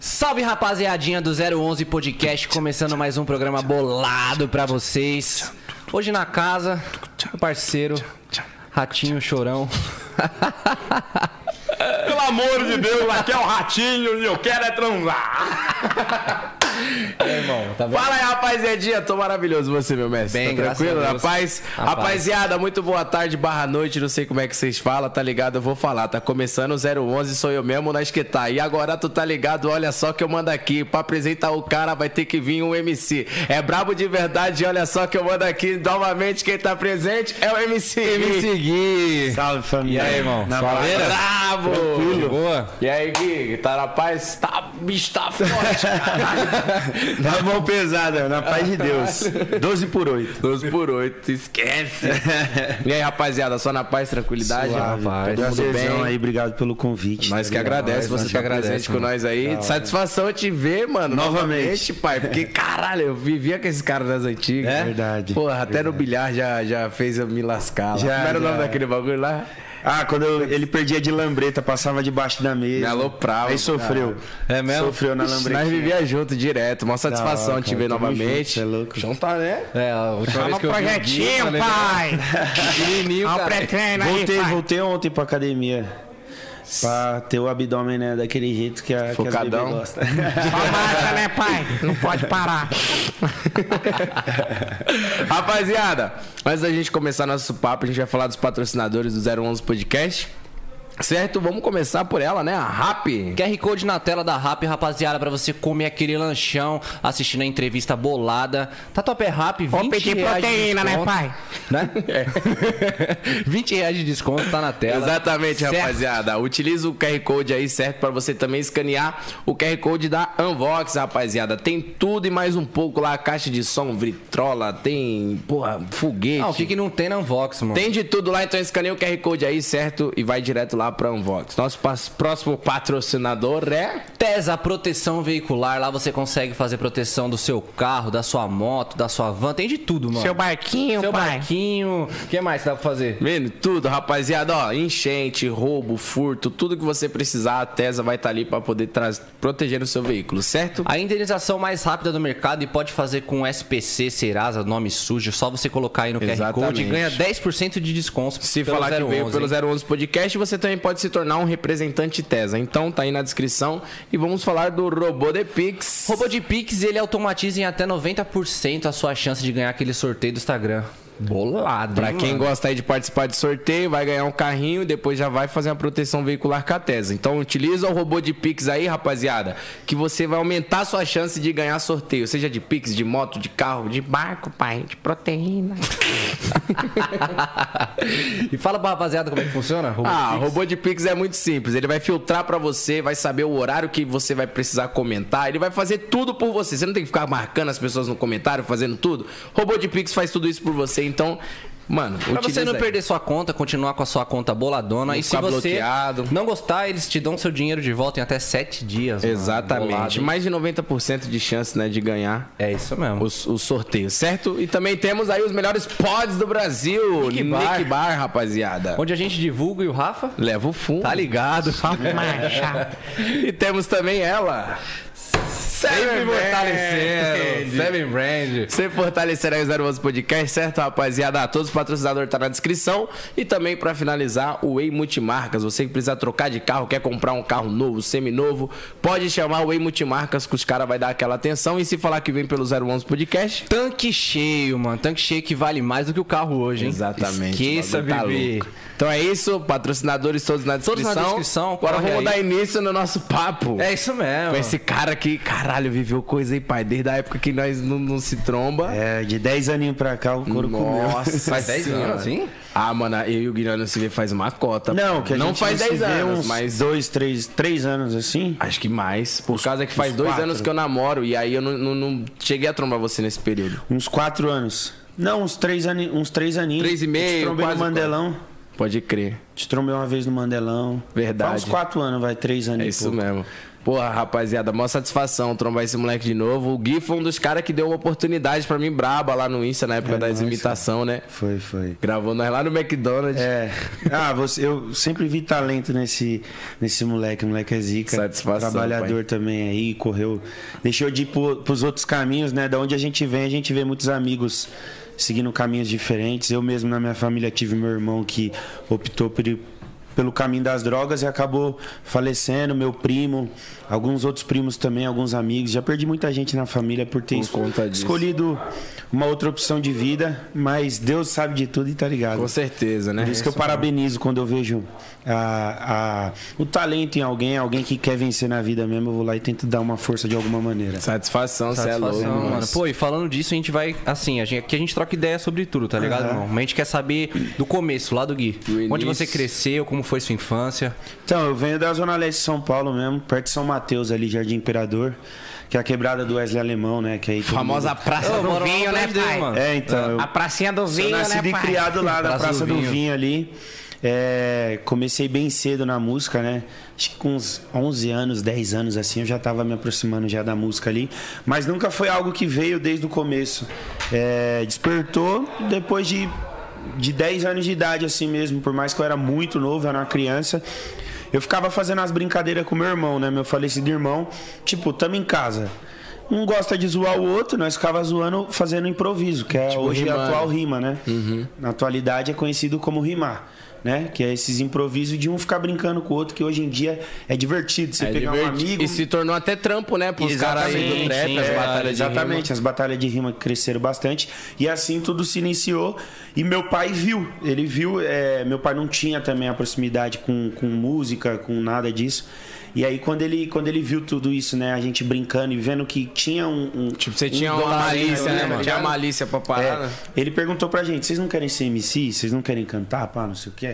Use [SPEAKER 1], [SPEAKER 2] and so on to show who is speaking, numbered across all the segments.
[SPEAKER 1] Salve rapaziadinha do 011 Podcast, começando mais um programa bolado pra vocês. Hoje na casa, meu parceiro, Ratinho Chorão.
[SPEAKER 2] Pelo amor de Deus, aqui é o ratinho e eu quero é
[SPEAKER 1] Ah,
[SPEAKER 2] transar.
[SPEAKER 1] Irmão, tá vendo?
[SPEAKER 3] Fala aí, rapaziadinha. Tô maravilhoso você, meu mestre.
[SPEAKER 1] Bem,
[SPEAKER 3] tá
[SPEAKER 1] graças
[SPEAKER 3] tranquilo,
[SPEAKER 1] a Deus.
[SPEAKER 3] rapaz?
[SPEAKER 1] Rapaz.
[SPEAKER 3] Rapaziada, muito boa tarde, barra noite. Não sei como é que vocês falam, tá ligado? Eu vou falar. Tá começando o 011, sou eu mesmo na esquetar. E agora tu tá ligado? Olha só que eu mando aqui. Pra apresentar o cara, vai ter que vir um MC. É brabo de verdade, olha só que eu mando aqui. Novamente, quem tá presente é o MC. MC.
[SPEAKER 1] seguir.
[SPEAKER 4] Salve
[SPEAKER 1] E
[SPEAKER 4] família.
[SPEAKER 1] aí, irmão? Suaveira?
[SPEAKER 3] Bravo!
[SPEAKER 1] De boa?
[SPEAKER 3] E aí, Gui, tá na paz? Tá, bicho, tá forte, cara.
[SPEAKER 4] Na mão pesada, na paz de Deus. 12 por 8.
[SPEAKER 3] 12 por 8, esquece. e aí, rapaziada, só na paz, tranquilidade.
[SPEAKER 1] Suave,
[SPEAKER 3] todo mundo bem.
[SPEAKER 4] aí, obrigado pelo convite.
[SPEAKER 3] Nós que
[SPEAKER 4] Tá ligado?
[SPEAKER 3] agradece
[SPEAKER 1] nós
[SPEAKER 3] você tá
[SPEAKER 1] que agradece,
[SPEAKER 3] presente com
[SPEAKER 1] mano.
[SPEAKER 3] nós aí. Satisfação te ver, mano.
[SPEAKER 4] Novamente.
[SPEAKER 3] pai. Porque, caralho, eu vivia com esse cara das antigas.
[SPEAKER 4] É? Verdade,
[SPEAKER 3] Porra, até no bilhar já, já fez eu me lascar. lá.
[SPEAKER 4] Já,
[SPEAKER 3] Como era o nome
[SPEAKER 4] já.
[SPEAKER 3] daquele bagulho lá?
[SPEAKER 4] Ah, quando eu- ele perdia de lambreta, passava debaixo da mesa.
[SPEAKER 3] Me aloprava,
[SPEAKER 4] Aí sofreu.
[SPEAKER 1] É mesmo?
[SPEAKER 4] Sofreu na
[SPEAKER 3] Ixi,
[SPEAKER 4] lambreta.
[SPEAKER 3] Nós vivia junto direto. Mó satisfação
[SPEAKER 4] hora,
[SPEAKER 3] te
[SPEAKER 4] cara.
[SPEAKER 3] ver
[SPEAKER 4] Tamo
[SPEAKER 3] novamente.
[SPEAKER 4] junto, cê é louco.
[SPEAKER 3] Então tá, né?
[SPEAKER 1] É, a última vez que eu vi o Gui, eu falei, Pequenininho,
[SPEAKER 3] Ó o
[SPEAKER 1] cara.
[SPEAKER 3] pré-treino aí,
[SPEAKER 4] Voltei,
[SPEAKER 3] pai.
[SPEAKER 4] voltei ontem pra academia. Pra ter o abdômen, né? Daquele jeito que, a, que as bebês
[SPEAKER 3] Focadão.
[SPEAKER 4] gostam.
[SPEAKER 5] Tomara, né, pai? Não pode parar.
[SPEAKER 3] Rapaziada, antes da gente começar nosso papo, a gente vai falar dos patrocinadores do 011 Podcast. Certo? Vamos começar por ela, né? A RAP.
[SPEAKER 1] QR Code na tela da Rap, rapaziada, pra você comer aquele lanchão, assistindo a entrevista bolada. Tatuapé Rap, 20
[SPEAKER 5] pedir
[SPEAKER 1] reais de
[SPEAKER 5] proteína, né,
[SPEAKER 1] desconto,
[SPEAKER 5] pai?
[SPEAKER 1] Né? 20 reais de desconto, tá na tela.
[SPEAKER 3] Exatamente,
[SPEAKER 1] Certo?
[SPEAKER 3] rapaziada. Utiliza o QR Code aí, certo? Pra você também escanear o QR Code da Unvox, rapaziada. Tem tudo e mais um pouco lá. Caixa de som, vitrola, tem, porra, foguete.
[SPEAKER 1] Não, o que, que não tem na Unvox, mano?
[SPEAKER 3] Tem de tudo lá, então escaneia o QR Code aí, certo? E vai direto lá pra Unvox. Nosso pas- próximo patrocinador é...
[SPEAKER 1] Tesa Proteção Veicular, lá você consegue fazer proteção do seu carro, da sua moto, da sua van, tem de tudo, mano.
[SPEAKER 5] Seu barquinho,
[SPEAKER 1] Seu
[SPEAKER 5] pai.
[SPEAKER 1] barquinho, o que mais dá pra fazer?
[SPEAKER 3] Mano, tudo, rapaziada, ó, enchente, roubo, furto, tudo que você precisar, a Tesa vai estar ali pra poder traz- proteger o seu veículo, certo?
[SPEAKER 1] A indenização mais rápida do mercado e pode fazer com SPC, Serasa, nome sujo, só você colocar aí no QR Code e
[SPEAKER 3] Exatamente.
[SPEAKER 1] ganha 10% de desconto
[SPEAKER 3] Se
[SPEAKER 1] pelo
[SPEAKER 3] falar que
[SPEAKER 1] 011,
[SPEAKER 3] veio pelo
[SPEAKER 1] hein?
[SPEAKER 3] 011 Podcast, você também pode se tornar um representante Tesa. Então tá aí na descrição e vamos falar do Robô de Pix.
[SPEAKER 1] Robô de Pix, ele automatiza em até 90% a sua chance de ganhar aquele sorteio do Instagram. Bolado,
[SPEAKER 3] Pra
[SPEAKER 1] hein,
[SPEAKER 3] quem
[SPEAKER 1] mano?
[SPEAKER 3] gosta aí de participar de sorteio, vai ganhar um carrinho e depois já vai fazer uma proteção veicular com a Tesa. Então utiliza o robô de Pix aí, rapaziada, que você vai aumentar a sua chance de ganhar sorteio, seja de Pix, de moto, de carro, de barco, pai, de proteína.
[SPEAKER 1] E fala pra rapaziada como é que funciona. Robô de
[SPEAKER 3] Ah,
[SPEAKER 1] Pix.
[SPEAKER 3] robô de Pix é muito simples. Ele vai filtrar pra você, vai saber o horário que você vai precisar comentar. Ele vai fazer tudo por você. Você não tem que ficar marcando as pessoas no comentário, fazendo tudo. Robô de Pix faz tudo isso por você. Então, mano,
[SPEAKER 1] Pra você não
[SPEAKER 3] aí.
[SPEAKER 1] perder sua conta, continuar com a sua conta boladona. e se
[SPEAKER 3] ficar
[SPEAKER 1] você
[SPEAKER 3] bloqueado.
[SPEAKER 1] não gostar, eles te dão seu dinheiro de volta em até 7 dias. mano.
[SPEAKER 3] Exatamente.
[SPEAKER 1] Bolado, hein?
[SPEAKER 3] Mais de 90% de chance, né, de ganhar.
[SPEAKER 1] É isso mesmo.
[SPEAKER 3] O, o sorteio, certo? E também temos aí os melhores pods do Brasil. Nick Bar,
[SPEAKER 1] Bar.
[SPEAKER 3] rapaziada.
[SPEAKER 1] Onde a gente divulga e o Rafa...
[SPEAKER 3] Leva o fundo.
[SPEAKER 1] Tá ligado.
[SPEAKER 5] Marcha.
[SPEAKER 3] E temos também ela.
[SPEAKER 1] Sempre fortalecendo.
[SPEAKER 3] Brand.
[SPEAKER 1] Seven Brand.
[SPEAKER 3] Você fortalecerá o 011 Podcast, certo, rapaziada? Ah, Todos os patrocinadores tá na descrição. E também pra finalizar, o Way Multimarcas. Você que precisa trocar de carro, quer comprar um carro novo, seminovo, pode chamar o Way Multimarcas que os caras vai dar aquela atenção. E se falar que vem pelo 011 Podcast,
[SPEAKER 1] Tanque cheio, mano. Tanque cheio que vale mais do que o carro hoje, hein?
[SPEAKER 3] Exatamente.
[SPEAKER 1] Esqueça,
[SPEAKER 3] o bagulho tá
[SPEAKER 1] bebê.
[SPEAKER 3] louco. então é isso, patrocinadores todos na descrição.
[SPEAKER 1] Todos na descrição,
[SPEAKER 3] Agora
[SPEAKER 1] corre
[SPEAKER 3] vamos
[SPEAKER 1] aí.
[SPEAKER 3] dar início no nosso papo.
[SPEAKER 1] É isso mesmo.
[SPEAKER 3] Com esse cara que, caralho, viveu coisa, hein, pai? Desde a época que nós não, não se tromba.
[SPEAKER 4] É, de 10 aninhos pra cá, o couro comeu.
[SPEAKER 3] Nossa,
[SPEAKER 1] Faz 10
[SPEAKER 3] senhora.
[SPEAKER 1] anos, sim?
[SPEAKER 3] Ah, mano, eu e o Guilherme não se vê faz uma cota.
[SPEAKER 4] Não, que a
[SPEAKER 3] não
[SPEAKER 4] gente
[SPEAKER 3] faz
[SPEAKER 4] não se
[SPEAKER 3] 10
[SPEAKER 4] vê
[SPEAKER 3] anos,
[SPEAKER 4] uns
[SPEAKER 3] mas
[SPEAKER 4] dois, três, três anos assim.
[SPEAKER 3] acho que mais. Por causa que faz
[SPEAKER 4] uns
[SPEAKER 3] dois
[SPEAKER 4] quatro.
[SPEAKER 3] anos que eu namoro e aí eu não, não- não cheguei a trombar você nesse período.
[SPEAKER 4] Uns quatro anos. Não, uns três, ani, uns três aninhos.
[SPEAKER 3] Três e
[SPEAKER 4] Eu
[SPEAKER 3] meio,
[SPEAKER 4] Te trombei
[SPEAKER 3] quase
[SPEAKER 4] no Mandelão.
[SPEAKER 3] Pode crer.
[SPEAKER 4] Te trombei uma vez no Mandelão.
[SPEAKER 3] Verdade.
[SPEAKER 4] Faz uns quatro anos, vai, três anos.
[SPEAKER 3] É
[SPEAKER 4] e
[SPEAKER 3] isso
[SPEAKER 4] pouco.
[SPEAKER 3] mesmo. Porra, rapaziada, maior satisfação trombar esse moleque de novo. O Gui foi um dos caras que deu uma oportunidade pra mim braba lá no Insta, na
[SPEAKER 4] É,
[SPEAKER 3] época das imitações, né?
[SPEAKER 4] Foi, foi.
[SPEAKER 3] Gravou nós lá no McDonald's.
[SPEAKER 4] É. Ah, você, eu sempre vi talento nesse, nesse moleque. O moleque é zica.
[SPEAKER 3] Satisfação,
[SPEAKER 4] Trabalhador
[SPEAKER 3] pai.
[SPEAKER 4] também aí, correu. Deixou de ir pro, pros outros caminhos, né? Da onde a gente vem, a gente vê muitos amigos seguindo caminhos diferentes. Eu mesmo, na minha família, tive meu irmão que optou por ir pelo caminho das drogas e acabou falecendo, meu primo, alguns outros primos também, alguns amigos. Já perdi muita gente na família por ter esco-
[SPEAKER 3] conta disso.
[SPEAKER 4] escolhido uma outra opção de vida, mas Deus sabe de tudo e tá ligado.
[SPEAKER 3] Com certeza, né?
[SPEAKER 4] Por isso que eu parabenizo quando eu vejo a- a- o talento em alguém, alguém que quer vencer na vida mesmo, eu vou lá e tento dar uma força de alguma maneira.
[SPEAKER 3] Satisfação, você é louco.
[SPEAKER 1] Satisfação,
[SPEAKER 3] mano.
[SPEAKER 1] mano. Pô, e falando disso, a gente vai, assim, a gente, aqui a gente troca ideia sobre tudo, tá ligado, irmão? Mas a gente quer saber do começo, lá do Gui.
[SPEAKER 3] Do
[SPEAKER 1] Onde você
[SPEAKER 3] início.
[SPEAKER 1] cresceu, como foi sua infância.
[SPEAKER 4] Então, eu venho da Zona Leste de São Paulo mesmo, perto de São Mateus ali, Jardim Imperador, que é a quebrada do Wesley Alemão, né? Que aí todo
[SPEAKER 3] Famosa praça
[SPEAKER 1] Eu
[SPEAKER 3] do
[SPEAKER 1] moro lá no
[SPEAKER 5] vinho, né,
[SPEAKER 1] Dom Pedro,
[SPEAKER 5] pai?
[SPEAKER 4] mundo-
[SPEAKER 1] mano?
[SPEAKER 4] É, então. eu-
[SPEAKER 5] A pracinha do
[SPEAKER 4] Sou
[SPEAKER 5] vinho,
[SPEAKER 4] nascido
[SPEAKER 5] né,
[SPEAKER 4] e
[SPEAKER 5] pai?
[SPEAKER 4] criado lá na
[SPEAKER 1] Praça
[SPEAKER 4] Praça
[SPEAKER 1] do
[SPEAKER 4] do
[SPEAKER 1] Vinho.
[SPEAKER 4] Vinho ali. É, comecei bem cedo na música, né? Acho que com uns 11 anos, 10 anos assim, eu já tava me aproximando já da música ali. Mas nunca foi algo que veio desde o começo. É, despertou depois de, de 10 anos de idade assim mesmo. Por mais que eu era muito novo, eu era uma criança. Eu ficava fazendo as brincadeiras com meu irmão, né? Meu falecido irmão. Tipo, tamo em casa. Um gosta de zoar o outro, nós ficava zoando fazendo improviso, que é hoje a
[SPEAKER 3] rimando.
[SPEAKER 4] atual rima, né?
[SPEAKER 3] Uhum.
[SPEAKER 4] Na atualidade é conhecido como rimar, né? Que é esses improvisos de um ficar brincando com o outro, que hoje em dia é divertido. Você
[SPEAKER 3] É
[SPEAKER 4] pegar
[SPEAKER 3] divertido.
[SPEAKER 4] um amigo.
[SPEAKER 3] E se tornou até trampo, né? Pros caras aí do
[SPEAKER 4] Exatamente,
[SPEAKER 3] trap,
[SPEAKER 1] sim,
[SPEAKER 3] as
[SPEAKER 1] é,
[SPEAKER 3] batalhas de rima.
[SPEAKER 4] exatamente, as batalhas de rima cresceram bastante e assim tudo se iniciou e meu pai viu, ele viu, é, meu pai não tinha também a proximidade com, com música, com nada disso e aí quando ele, quando ele viu tudo isso, né, a gente brincando e vendo que tinha um... um
[SPEAKER 3] Tipo, você
[SPEAKER 4] um
[SPEAKER 3] tinha uma
[SPEAKER 4] dom ali,
[SPEAKER 3] malícia, né, mano? Tinha
[SPEAKER 4] ligado?
[SPEAKER 3] malícia pra
[SPEAKER 4] É,
[SPEAKER 3] parada.
[SPEAKER 4] ele perguntou pra gente, vocês não querem ser MC? Vocês não querem cantar? Pá, não sei o que.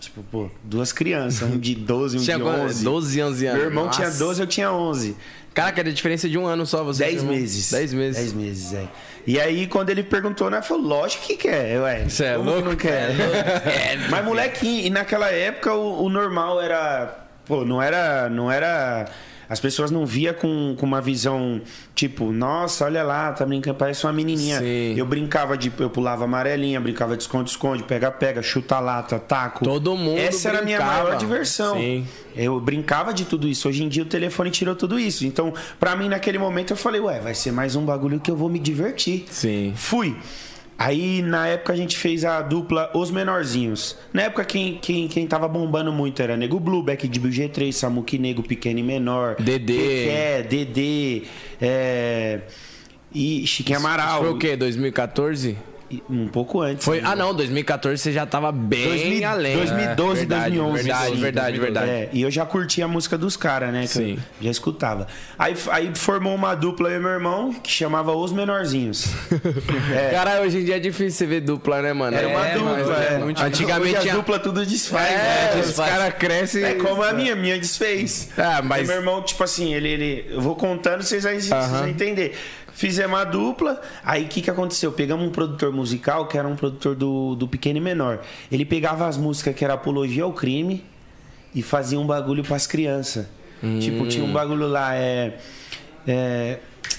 [SPEAKER 4] Tipo, pô, duas crianças, um de 12 e um
[SPEAKER 3] Tinha
[SPEAKER 4] de
[SPEAKER 3] agora
[SPEAKER 4] 11.
[SPEAKER 3] 12, 11 anos.
[SPEAKER 4] Meu irmão
[SPEAKER 3] Nossa.
[SPEAKER 4] tinha 12, eu tinha 11.
[SPEAKER 3] Caraca, era a diferença de um ano só, você.
[SPEAKER 4] 10 meses.
[SPEAKER 3] 10 meses.
[SPEAKER 4] 10 meses, é. E aí, quando ele perguntou, né, eu falei, lógico que quer, ué.
[SPEAKER 3] Cê é
[SPEAKER 4] Como que
[SPEAKER 3] louco? É,
[SPEAKER 4] Não quer. É, Mas molequinho, e naquela época o, o normal era, pô, não era, não era as pessoas não via com, com uma visão tipo, nossa, olha lá, tá brincando, parece uma menininha.
[SPEAKER 3] Sim.
[SPEAKER 4] Eu brincava de, eu pulava amarelinha, brincava de esconde-esconde, pega-pega, chuta-lata, taco.
[SPEAKER 3] Todo mundo
[SPEAKER 4] Tipo, Essa era a minha
[SPEAKER 3] brincava.
[SPEAKER 4] maior diversão.
[SPEAKER 3] Sim.
[SPEAKER 4] Eu brincava de tudo isso. Hoje em dia o telefone tirou tudo isso. Então, pra mim, naquele momento, eu falei, ué, vai ser mais um bagulho que eu vou me divertir.
[SPEAKER 3] Sim.
[SPEAKER 4] Fui. Aí, na época, a gente fez a dupla Os Menorzinhos. Na época, quem, quem, quem tava bombando muito era Nego Blue, Beck de G3, Samuque Nego, Pequeno e Menor.
[SPEAKER 3] Dedê.
[SPEAKER 4] Keké, Dedê. É... E Chiquinho Amaral.
[SPEAKER 3] Foi o quê? 2014?
[SPEAKER 4] E- Um pouco antes.
[SPEAKER 3] Foi.
[SPEAKER 4] né?
[SPEAKER 3] Ah, não, 2014 você já tava bem
[SPEAKER 4] 2000,
[SPEAKER 3] além.
[SPEAKER 4] 2012,
[SPEAKER 3] É, verdade,
[SPEAKER 4] 2011.
[SPEAKER 3] Verdade,
[SPEAKER 4] assim.
[SPEAKER 3] verdade, verdade.
[SPEAKER 4] É, e eu já curti a música dos caras, né? Que
[SPEAKER 3] Sim.
[SPEAKER 4] Eu já escutava. Aí, aí formou uma dupla eu e meu irmão que chamava Os Menorzinhos. É,
[SPEAKER 3] Cara, hoje em dia é difícil você ver dupla, né, mano?
[SPEAKER 4] era uma
[SPEAKER 1] é,
[SPEAKER 4] dupla.
[SPEAKER 1] mas
[SPEAKER 4] é.
[SPEAKER 1] é muito-
[SPEAKER 3] Antigamente
[SPEAKER 4] Hoje a
[SPEAKER 3] tinha-
[SPEAKER 4] dupla tudo desfaz,
[SPEAKER 3] É,
[SPEAKER 4] né?
[SPEAKER 3] os caras crescem.
[SPEAKER 4] É como a minha, minha desfez.
[SPEAKER 3] né? Ah, mas-
[SPEAKER 4] E Meu irmão, tipo assim, ele, ele. Eu vou contando, vocês aí vocês vão entender. Fizemos a dupla, aí o que, que aconteceu? Pegamos um produtor musical, que era um produtor do, do Pequeno e Menor. Ele pegava as músicas que era apologia ao crime e fazia um bagulho pras crianças. Tipo, tinha
[SPEAKER 3] Hum.
[SPEAKER 4] um bagulho lá, é. É.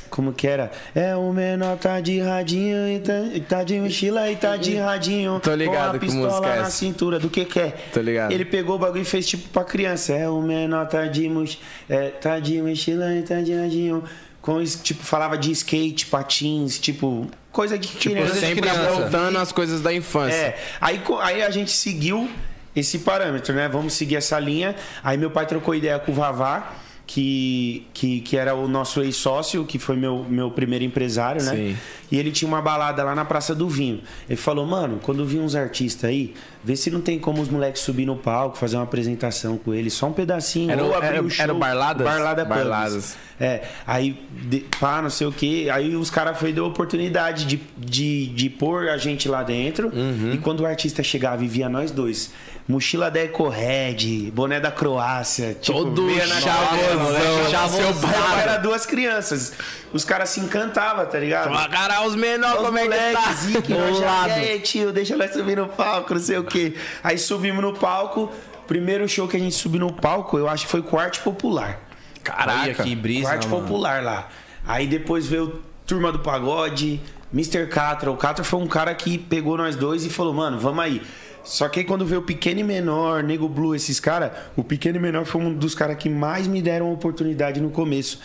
[SPEAKER 4] Como que era? É, o menor tá de radinho, e tá, e tá de mochila e tá de radinho.
[SPEAKER 3] Tô ligado
[SPEAKER 4] com a
[SPEAKER 3] que
[SPEAKER 4] pistola
[SPEAKER 3] música é
[SPEAKER 4] na
[SPEAKER 3] essa.
[SPEAKER 4] cintura, do que quer.
[SPEAKER 3] Tô ligado.
[SPEAKER 4] Ele pegou o bagulho e fez tipo pra criança. É, o menor tá de moch... é, tá de mochila e tá de radinho. Com, es- tipo, falava de skate, patins, tipo... Coisa de criança.
[SPEAKER 3] Sempre
[SPEAKER 1] criança.
[SPEAKER 3] apontando as coisas da infância.
[SPEAKER 4] É, aí, co- aí a gente seguiu esse parâmetro, né? Vamos seguir essa linha. Aí meu pai trocou ideia com o Vavá, que, que, que era o nosso ex-sócio, que foi meu, meu primeiro empresário, né?
[SPEAKER 3] Sim.
[SPEAKER 4] E ele tinha uma balada lá na Praça do Vinho. Ele falou, mano, quando vi uns artistas aí, vê se não tem como os moleques subir no palco, fazer uma apresentação com eles, só um pedacinho.
[SPEAKER 3] Era o-
[SPEAKER 4] ou abrir
[SPEAKER 3] era-
[SPEAKER 4] o show.
[SPEAKER 3] era o Barladas?
[SPEAKER 4] Barlada Pubs.
[SPEAKER 3] Barladas.
[SPEAKER 4] É, aí, de, pá, não sei o que. Aí os caras foi deu oportunidade de, de, de pôr a gente lá dentro.
[SPEAKER 3] Uhum.
[SPEAKER 4] E quando o artista chegava e via nós dois, mochila da Eco Red, boné da Croácia, tipo,
[SPEAKER 3] Todo né?
[SPEAKER 4] meia na
[SPEAKER 3] chavosão,
[SPEAKER 4] galera,
[SPEAKER 3] chavosado.
[SPEAKER 4] Seu pai era duas crianças. Os caras se encantavam, tá ligado?
[SPEAKER 3] Fala, Cara, os menores,
[SPEAKER 4] Os
[SPEAKER 3] como é que tá?
[SPEAKER 4] moleques, Zique, nós já-
[SPEAKER 3] Bolado.
[SPEAKER 4] e aí, tio, deixa nós subir no palco, não sei o quê. Aí subimos no palco, primeiro show que a gente subiu no palco, eu acho que foi com Arte Popular.
[SPEAKER 1] Olha
[SPEAKER 2] Caraca.
[SPEAKER 1] que brisa,
[SPEAKER 4] Quarto
[SPEAKER 1] mano.
[SPEAKER 4] popular lá. Aí depois veio Turma do Pagode, Mr. Catra. O Catra foi um cara que pegou nós dois e falou, mano, vamos aí. Só que aí quando veio o Pequeno e Menor, Nego Blue, esses caras, o Pequeno e Menor foi um dos caras que mais me deram oportunidade no começo.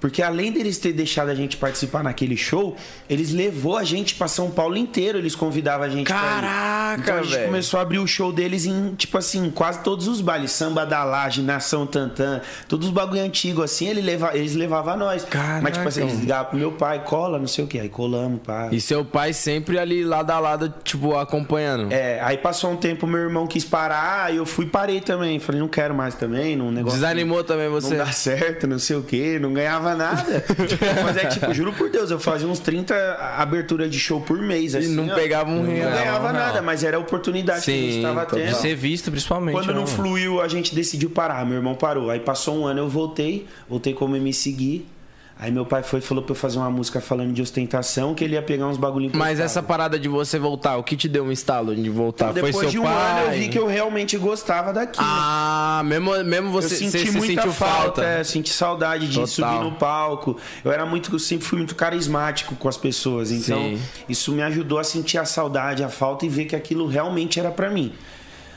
[SPEAKER 4] Porque além deles ter deixado a gente participar naquele show, eles levou a gente pra São Paulo inteiro, eles convidavam a gente pra ir.
[SPEAKER 3] Caraca,
[SPEAKER 4] Então a gente
[SPEAKER 3] velho.
[SPEAKER 4] começou a abrir o show deles em, tipo assim, quase todos os bailes. Samba da Laje, Nação Tantã, todos os bagulho antigo assim, ele leva, eles levavam a nós. Mas tipo assim, eles ligavam pro meu pai, cola, não sei o que. Aí colamos, pá.
[SPEAKER 3] E seu pai sempre ali lado a lado, tipo, acompanhando.
[SPEAKER 4] É, aí passou um tempo, meu irmão quis parar, aí eu fui e parei também. Falei, não quero mais também, não negócio.
[SPEAKER 3] Desanimou também você.
[SPEAKER 4] Não dá certo, não sei o que, não ganhava nada. Mas é tipo, juro por Deus, eu fazia uns 30 aberturas de show por mês,
[SPEAKER 3] E
[SPEAKER 4] assim.
[SPEAKER 3] não
[SPEAKER 4] ó.
[SPEAKER 3] pegava um
[SPEAKER 4] Não
[SPEAKER 3] real.
[SPEAKER 4] ganhava nada, mas era a oportunidade que a
[SPEAKER 3] Sim,
[SPEAKER 4] gente tava
[SPEAKER 3] total.
[SPEAKER 4] tendo.
[SPEAKER 1] De ser visto, principalmente.
[SPEAKER 4] Quando
[SPEAKER 1] né,
[SPEAKER 4] não
[SPEAKER 1] mano?
[SPEAKER 4] fluiu, a gente decidiu parar. Meu irmão parou. Aí passou um ano, eu voltei. Voltei como me seguir. Aí meu pai foi e falou pra eu fazer uma música falando de ostentação, que ele ia pegar uns bagulhinhos.
[SPEAKER 3] Mas essa parada de você voltar, o que te deu um estalo de voltar?
[SPEAKER 4] Depois
[SPEAKER 3] Foi seu
[SPEAKER 4] de um
[SPEAKER 3] pai?
[SPEAKER 4] ano, eu vi que eu realmente gostava daquilo.
[SPEAKER 3] Ah, mesmo, mesmo
[SPEAKER 4] Eu
[SPEAKER 3] você, você
[SPEAKER 4] senti
[SPEAKER 3] se
[SPEAKER 4] muita
[SPEAKER 3] sentiu
[SPEAKER 4] falta,
[SPEAKER 3] falta.
[SPEAKER 4] é, eu senti saudade de
[SPEAKER 3] Total.
[SPEAKER 4] subir no palco. Eu era muito, eu sempre fui muito carismático com as pessoas, então
[SPEAKER 3] Sim.
[SPEAKER 4] isso me ajudou a sentir a saudade, a falta e ver que aquilo realmente era pra mim.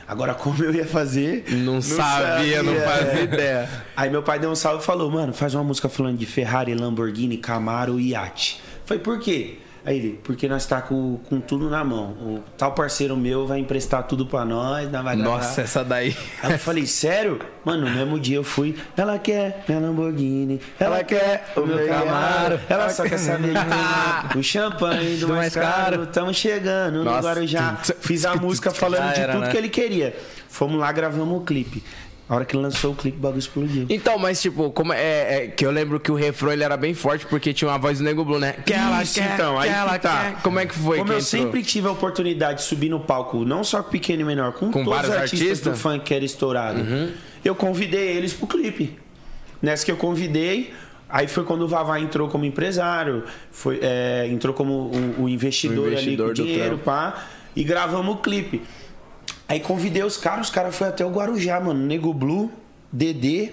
[SPEAKER 4] Agora como eu ia fazer?
[SPEAKER 3] Não, sabia, não fazia ideia.
[SPEAKER 4] Aí meu pai deu um salve e falou: "Mano, faz uma música falando de Ferrari, Lamborghini, Camaro e iate". Foi por quê? Aí ele, porque nós tá com, com tudo na mão. O tal parceiro meu vai emprestar tudo pra nós, nós vai gravar.
[SPEAKER 3] Nossa, essa daí.
[SPEAKER 4] Aí eu falei, sério? Mano, no mesmo dia eu fui. Ela quer minha Lamborghini, ela quer o meu Camaro, ela só quer saber de mim. O champanhe do mais caro, tamo chegando no
[SPEAKER 3] Nossa.
[SPEAKER 4] Guarujá. Fiz a música falando
[SPEAKER 1] Já
[SPEAKER 4] de
[SPEAKER 1] era,
[SPEAKER 4] tudo
[SPEAKER 1] né?
[SPEAKER 4] que ele queria. Fomos lá, gravamos o clipe. A hora que lançou o clipe, o bagulho explodiu.
[SPEAKER 3] Então, mas tipo, como é, é que eu lembro que o refrão ele era bem forte porque tinha uma voz do Nego Blue, né? Que ela
[SPEAKER 4] Isso,
[SPEAKER 3] quer,
[SPEAKER 4] então, aí
[SPEAKER 3] que
[SPEAKER 4] que
[SPEAKER 3] ela
[SPEAKER 4] tá.
[SPEAKER 3] quer. Como é que foi?
[SPEAKER 4] Como
[SPEAKER 3] que entrou?
[SPEAKER 4] eu sempre tive a oportunidade de subir no palco, não só com pequeno e menor, com, todos
[SPEAKER 3] vários
[SPEAKER 4] os artistas,
[SPEAKER 3] artistas? Uhum.
[SPEAKER 4] do funk que era estourado, eu convidei eles pro clipe. Nessa que eu convidei, aí foi quando o Vavá entrou como empresário, foi, é, entrou como o, o investidor,
[SPEAKER 3] O investidor
[SPEAKER 4] ali
[SPEAKER 3] do
[SPEAKER 4] com dinheiro,
[SPEAKER 3] trampo.
[SPEAKER 4] pá, e gravamos o clipe. Aí convidei os caras, os caras foram até o Guarujá, mano. Nego Blue, Dedê,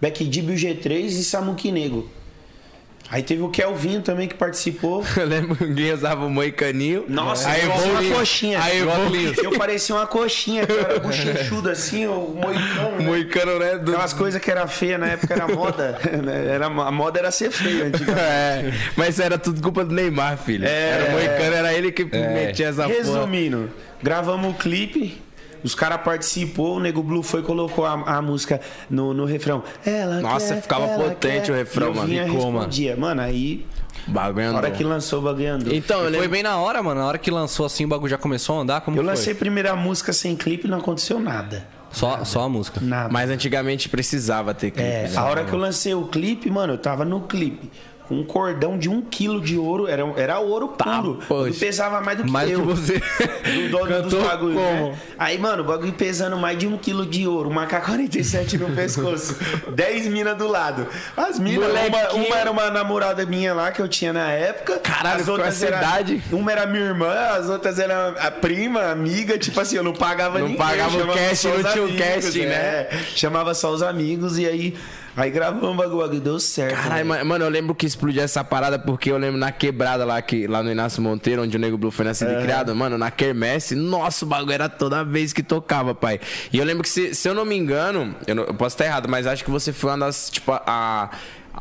[SPEAKER 4] Beck Dib, o G3 e Samuki Nego. Aí teve o Kelvinho também que participou.
[SPEAKER 3] Eu lembro que ninguém usava o moicaninho.
[SPEAKER 4] Nossa,
[SPEAKER 3] aí
[SPEAKER 4] eu gosto de uma
[SPEAKER 3] vou
[SPEAKER 4] coxinha.
[SPEAKER 3] Aí
[SPEAKER 4] eu,
[SPEAKER 3] vou
[SPEAKER 4] parecia uma coxinha, que eu era bochechudo assim, o moicano. né?
[SPEAKER 3] Moicano, né? Do...
[SPEAKER 4] Aquelas coisas que era feia na época era moda. né? Era, a moda era ser feia antigamente.
[SPEAKER 3] É, mas era tudo culpa do Neymar, filho. era o Moicano, era ele que metia essa porra.
[SPEAKER 4] É. Resumindo, gravamos o clipe. Os caras participou, o Nego Blue foi e colocou a, a música no, no refrão. Ela
[SPEAKER 3] Nossa,
[SPEAKER 4] quer,
[SPEAKER 3] ficava
[SPEAKER 4] ela
[SPEAKER 3] potente
[SPEAKER 4] quer.
[SPEAKER 3] o refrão,
[SPEAKER 4] E eu
[SPEAKER 3] mano.
[SPEAKER 4] vinha,
[SPEAKER 3] Ficou, mano.
[SPEAKER 4] respondia. Mano, aí,
[SPEAKER 3] Bagulho
[SPEAKER 4] na hora
[SPEAKER 3] andou.
[SPEAKER 4] que lançou o bagulho andou.
[SPEAKER 3] Então, eu
[SPEAKER 1] Foi
[SPEAKER 3] lembro...
[SPEAKER 1] bem na hora, mano. Na hora que lançou assim, o bagulho já começou a andar. Como
[SPEAKER 4] Eu
[SPEAKER 1] foi?
[SPEAKER 4] lancei a primeira música sem clipe e não aconteceu nada.
[SPEAKER 1] Só, só a música.
[SPEAKER 4] Nada.
[SPEAKER 3] Mas antigamente precisava ter clipe.
[SPEAKER 4] É,
[SPEAKER 3] né?
[SPEAKER 4] a hora que eu lancei o clipe, mano, eu tava no clipe. Com um cordão de um quilo de ouro, era, um, era ouro puro.
[SPEAKER 3] poxa.
[SPEAKER 4] Ele pesava mais do que
[SPEAKER 1] Mais
[SPEAKER 4] eu.
[SPEAKER 1] que você.
[SPEAKER 4] Do dono dos
[SPEAKER 1] Cantou
[SPEAKER 4] bagulho,
[SPEAKER 1] como?
[SPEAKER 4] né? Aí, mano, o bagulho pesando mais de um quilo de ouro, uma K-47 no pescoço, 10 minas do lado. As minas, uma,
[SPEAKER 3] Molequinho.
[SPEAKER 4] uma era uma namorada minha lá que eu tinha na época.
[SPEAKER 3] Caralho,
[SPEAKER 4] as
[SPEAKER 3] com
[SPEAKER 4] outras
[SPEAKER 3] essa
[SPEAKER 4] era,
[SPEAKER 3] idade.
[SPEAKER 4] Uma era minha irmã, as outras eram a prima, a amiga, tipo assim, eu não pagava
[SPEAKER 3] Não
[SPEAKER 4] ninguém.
[SPEAKER 3] pagava o
[SPEAKER 4] chamava
[SPEAKER 3] cash,
[SPEAKER 4] só
[SPEAKER 3] não
[SPEAKER 4] os
[SPEAKER 3] tinha o
[SPEAKER 4] amigos,
[SPEAKER 3] casting, né?
[SPEAKER 4] é. Chamava só os amigos e aí, aí gravamos o bagulho, o bagulho deu certo.
[SPEAKER 3] Caralho,
[SPEAKER 4] velho.
[SPEAKER 3] ma- mano, eu lembro que explodiu essa parada porque eu lembro na quebrada lá, que, lá no Inácio Monteiro, onde o Nego Blue foi nascido
[SPEAKER 4] É.
[SPEAKER 3] e criado, mano, na quermesse, nossa, o bagulho era toda vez que tocava, pai. E eu lembro que, se, se eu não me engano, eu, não- eu posso estar errado, mas acho que você foi uma das, tipo, a... a-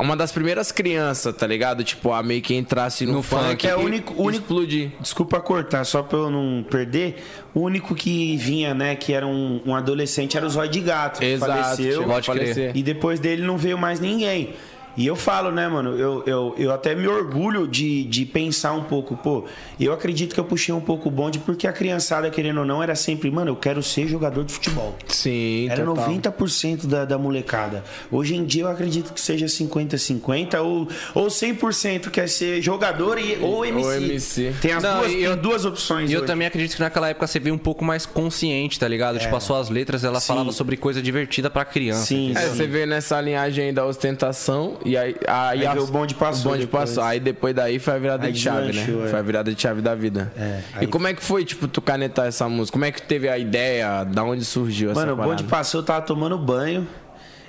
[SPEAKER 3] Uma das primeiras crianças, tá ligado? Tipo, a meio que entrasse no,
[SPEAKER 1] No
[SPEAKER 3] funk.
[SPEAKER 1] funk,
[SPEAKER 4] é o
[SPEAKER 3] e-
[SPEAKER 4] único-
[SPEAKER 3] e
[SPEAKER 4] único-
[SPEAKER 3] Explodir.
[SPEAKER 4] Desculpa cortar, só pra eu não perder. O único que vinha, né, que era um, um adolescente, era o Zóio de Gato. que
[SPEAKER 3] Exato.
[SPEAKER 4] faleceu.
[SPEAKER 3] chegou a
[SPEAKER 1] pode crer.
[SPEAKER 3] falecer.
[SPEAKER 4] E depois dele não veio mais ninguém. E eu falo, né, mano, eu, eu, eu até me orgulho de, de pensar um pouco, pô, eu acredito que eu puxei um pouco o bonde, porque a criançada, querendo ou não, era sempre, mano, eu quero ser jogador de futebol.
[SPEAKER 3] Sim,
[SPEAKER 4] Era
[SPEAKER 3] total.
[SPEAKER 4] 90% da, da molecada. Hoje em dia eu acredito que seja 50-50 ou, ou 100% quer ser jogador e, ou MC.
[SPEAKER 3] MC.
[SPEAKER 4] Tem as
[SPEAKER 1] Não,
[SPEAKER 4] duas,
[SPEAKER 1] e
[SPEAKER 4] tem
[SPEAKER 1] eu-
[SPEAKER 4] duas opções
[SPEAKER 1] E eu
[SPEAKER 4] hoje.
[SPEAKER 1] também acredito que naquela época você veio um pouco mais consciente, tá ligado? Tipo, as suas letras, ela falava sobre coisa divertida pra criança.
[SPEAKER 4] É. Sim,
[SPEAKER 3] É,
[SPEAKER 4] sim.
[SPEAKER 3] você veio nessa linhagem aí da ostentação e aí, aí,
[SPEAKER 4] Aí veio o bonde passou
[SPEAKER 3] o bonde
[SPEAKER 4] depois.
[SPEAKER 3] passou. Aí depois daí foi a virada
[SPEAKER 4] Aí
[SPEAKER 3] de chave,
[SPEAKER 4] deslanchou,
[SPEAKER 3] né?
[SPEAKER 4] é.
[SPEAKER 3] Foi a virada de chave da vida.
[SPEAKER 4] É,
[SPEAKER 3] E
[SPEAKER 4] aí-
[SPEAKER 3] como é que foi, tipo, tu canetar essa música? Como é que teve a ideia? Da onde surgiu essa
[SPEAKER 4] Mano, o
[SPEAKER 3] parada?
[SPEAKER 4] bonde passou, eu tava tomando banho.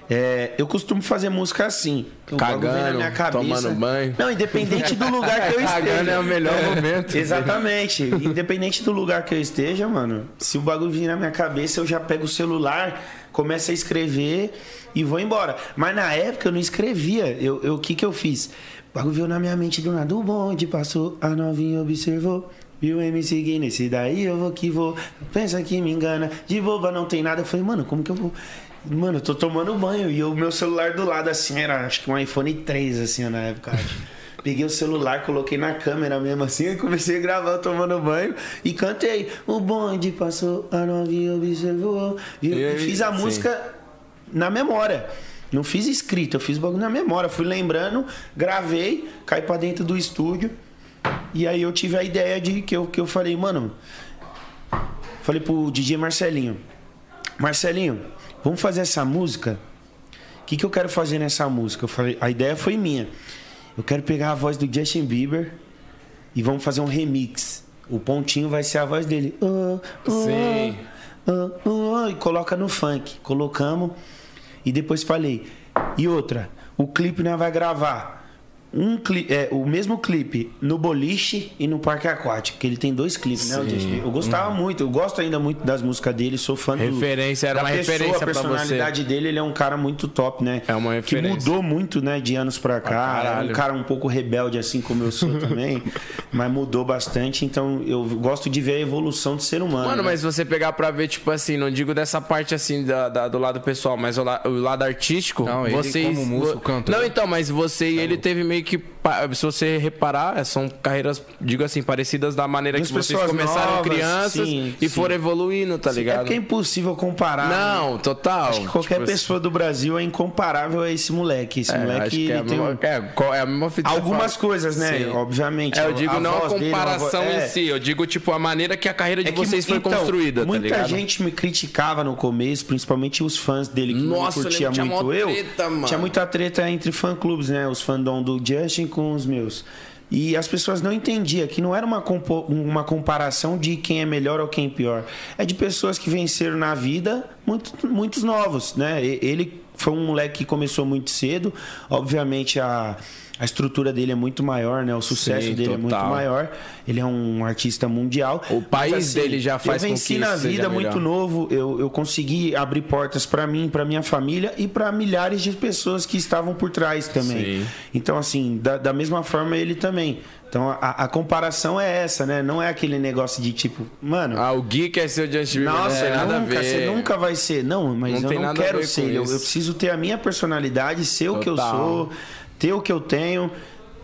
[SPEAKER 4] É, eu costumo fazer música assim. que o bagulho vem
[SPEAKER 3] Cagando, tomando banho.
[SPEAKER 4] Não, independente do lugar que eu esteja.
[SPEAKER 3] Cagando é o melhor momento.
[SPEAKER 4] Exatamente. Independente do lugar que eu esteja, mano, se o bagulho vir na minha cabeça, eu já pego o celular, começo a escrever e vou embora. Mas na época eu não escrevia. Eu, eu- o que que eu fiz? O bagulho veio na minha mente do nada. O bonde passou, a novinha observou. E o MC Guinness, e daí eu vou que vou. Pensa que me engana, de boba não tem nada. Eu falei, mano, como que eu vou. Mano, eu tô tomando banho. E o meu celular do lado, assim, era acho que um iPhone 3, assim, na época, acho. Peguei o celular, coloquei na câmera mesmo assim, e comecei a gravar tomando banho e cantei. O bonde passou, a novinha observou. E,
[SPEAKER 3] E aí,
[SPEAKER 4] fiz a
[SPEAKER 3] sim.
[SPEAKER 4] música na memória. Não fiz escrito, eu fiz o bagulho na memória. Fui lembrando, gravei, caí pra dentro do estúdio. E aí eu tive a ideia de que eu, que eu falei, mano. Falei pro DJ Marcelinho. Marcelinho, vamos fazer essa música? O que, que eu quero fazer nessa música? Eu falei, a ideia foi minha. Eu quero pegar a voz do Justin Bieber e vamos fazer um remix. O pontinho vai ser a voz dele. Oh, oh,
[SPEAKER 3] Sim.
[SPEAKER 4] oh, oh, oh, e coloca no funk. Colocamos. E depois falei. E outra, o clipe nós vai gravar. Um cli é, o mesmo clipe no boliche e no parque aquático. Que ele tem dois clipes, né? o Justin Bieber? Eu gostava
[SPEAKER 3] Hum.
[SPEAKER 4] muito, eu gosto ainda muito das músicas dele, sou fã do-
[SPEAKER 3] Referência, era
[SPEAKER 4] da
[SPEAKER 3] é uma
[SPEAKER 4] pessoa,
[SPEAKER 3] referência
[SPEAKER 4] a
[SPEAKER 3] pra você.
[SPEAKER 4] personalidade dele, ele é um cara muito top, né?
[SPEAKER 3] É uma referência.
[SPEAKER 4] Que mudou muito, né, de anos pra cá. Era um
[SPEAKER 3] caralho.
[SPEAKER 4] cara um pouco rebelde, assim como eu sou também. mas mudou bastante, então eu gosto de ver a evolução do ser humano.
[SPEAKER 3] Mano,
[SPEAKER 4] né?
[SPEAKER 3] mas se você pegar pra ver, tipo assim, não digo dessa parte assim da- da- do lado pessoal, mas o, la- o lado artístico.
[SPEAKER 1] Não, ele
[SPEAKER 3] vocês,
[SPEAKER 1] como músico, né?
[SPEAKER 3] vo-
[SPEAKER 1] cantor.
[SPEAKER 3] Não, então, mas você e ele teve meio que. pa- Se você reparar, são carreiras, digo assim, parecidas da maneira
[SPEAKER 4] Duas
[SPEAKER 3] que vocês
[SPEAKER 4] pessoas
[SPEAKER 3] começaram
[SPEAKER 4] novas,
[SPEAKER 3] crianças
[SPEAKER 4] sim,
[SPEAKER 3] e
[SPEAKER 4] sim.
[SPEAKER 3] foram evoluindo, tá
[SPEAKER 4] É
[SPEAKER 3] ligado?
[SPEAKER 4] porque é impossível comparar. né?
[SPEAKER 3] Não, total.
[SPEAKER 4] Acho que qualquer
[SPEAKER 3] Tipo,
[SPEAKER 4] pessoa do Brasil é incomparável a esse moleque. Esse
[SPEAKER 3] É, acho
[SPEAKER 4] moleque
[SPEAKER 3] que é, a
[SPEAKER 4] ele tem
[SPEAKER 3] mesma,
[SPEAKER 4] um-
[SPEAKER 3] é, qual- é a mesma fita que você
[SPEAKER 4] algumas
[SPEAKER 3] fala.
[SPEAKER 4] coisas, né?
[SPEAKER 3] Sim.
[SPEAKER 4] Obviamente.
[SPEAKER 3] É, eu
[SPEAKER 4] a-
[SPEAKER 3] digo
[SPEAKER 4] a
[SPEAKER 3] não a
[SPEAKER 4] voz dele,
[SPEAKER 3] comparação
[SPEAKER 4] voz-
[SPEAKER 3] em
[SPEAKER 4] é.
[SPEAKER 3] si, eu digo tipo a maneira que a carreira de
[SPEAKER 4] É que,
[SPEAKER 3] vocês foi
[SPEAKER 4] então,
[SPEAKER 3] construída, tá
[SPEAKER 4] Muita
[SPEAKER 3] ligado?
[SPEAKER 4] gente me criticava no começo, principalmente os fãs dele que
[SPEAKER 3] Nossa, eu
[SPEAKER 4] não curtia
[SPEAKER 3] lembro, tinha
[SPEAKER 4] muito
[SPEAKER 3] mó
[SPEAKER 4] eu.
[SPEAKER 3] treta, mano.
[SPEAKER 4] Tinha muita treta entre fã-clubes, né? Os fandom do Justin com os meus. E as pessoas não entendiam que não era uma, compo- uma comparação de quem é melhor ou quem é pior. É de pessoas que venceram na vida, muito- muitos novos, né? E- Ele foi um moleque que começou muito cedo. Obviamente, a, a estrutura dele é muito maior, né? O sucesso
[SPEAKER 3] Sim,
[SPEAKER 4] dele é muito
[SPEAKER 3] total.
[SPEAKER 4] maior. Ele é um artista mundial.
[SPEAKER 3] O país dele já faz
[SPEAKER 4] assim, Eu
[SPEAKER 3] com
[SPEAKER 4] venci
[SPEAKER 3] que
[SPEAKER 4] na
[SPEAKER 3] isso seja
[SPEAKER 4] vida muito
[SPEAKER 3] melhor.
[SPEAKER 4] novo, eu, eu consegui abrir portas pra mim, pra minha família e pra milhares de pessoas que estavam por trás também.
[SPEAKER 3] Sim.
[SPEAKER 4] Então, assim, da, da mesma forma ele também. Então, a, a comparação é essa, né? Não é aquele negócio de tipo, mano,
[SPEAKER 3] Ah, o Gui quer ser o Justin Bieber, não
[SPEAKER 4] nossa,
[SPEAKER 3] tem nada
[SPEAKER 4] nunca,
[SPEAKER 3] a ver.
[SPEAKER 4] você nunca vai ser. Não,
[SPEAKER 3] Não
[SPEAKER 4] mas
[SPEAKER 3] tem
[SPEAKER 4] eu não
[SPEAKER 3] nada a ver
[SPEAKER 4] quero
[SPEAKER 3] com
[SPEAKER 4] ser. Eu, eu
[SPEAKER 3] isso.
[SPEAKER 4] preciso ter a minha personalidade, ser o que eu
[SPEAKER 3] Total.
[SPEAKER 4] sou, ter o que eu tenho,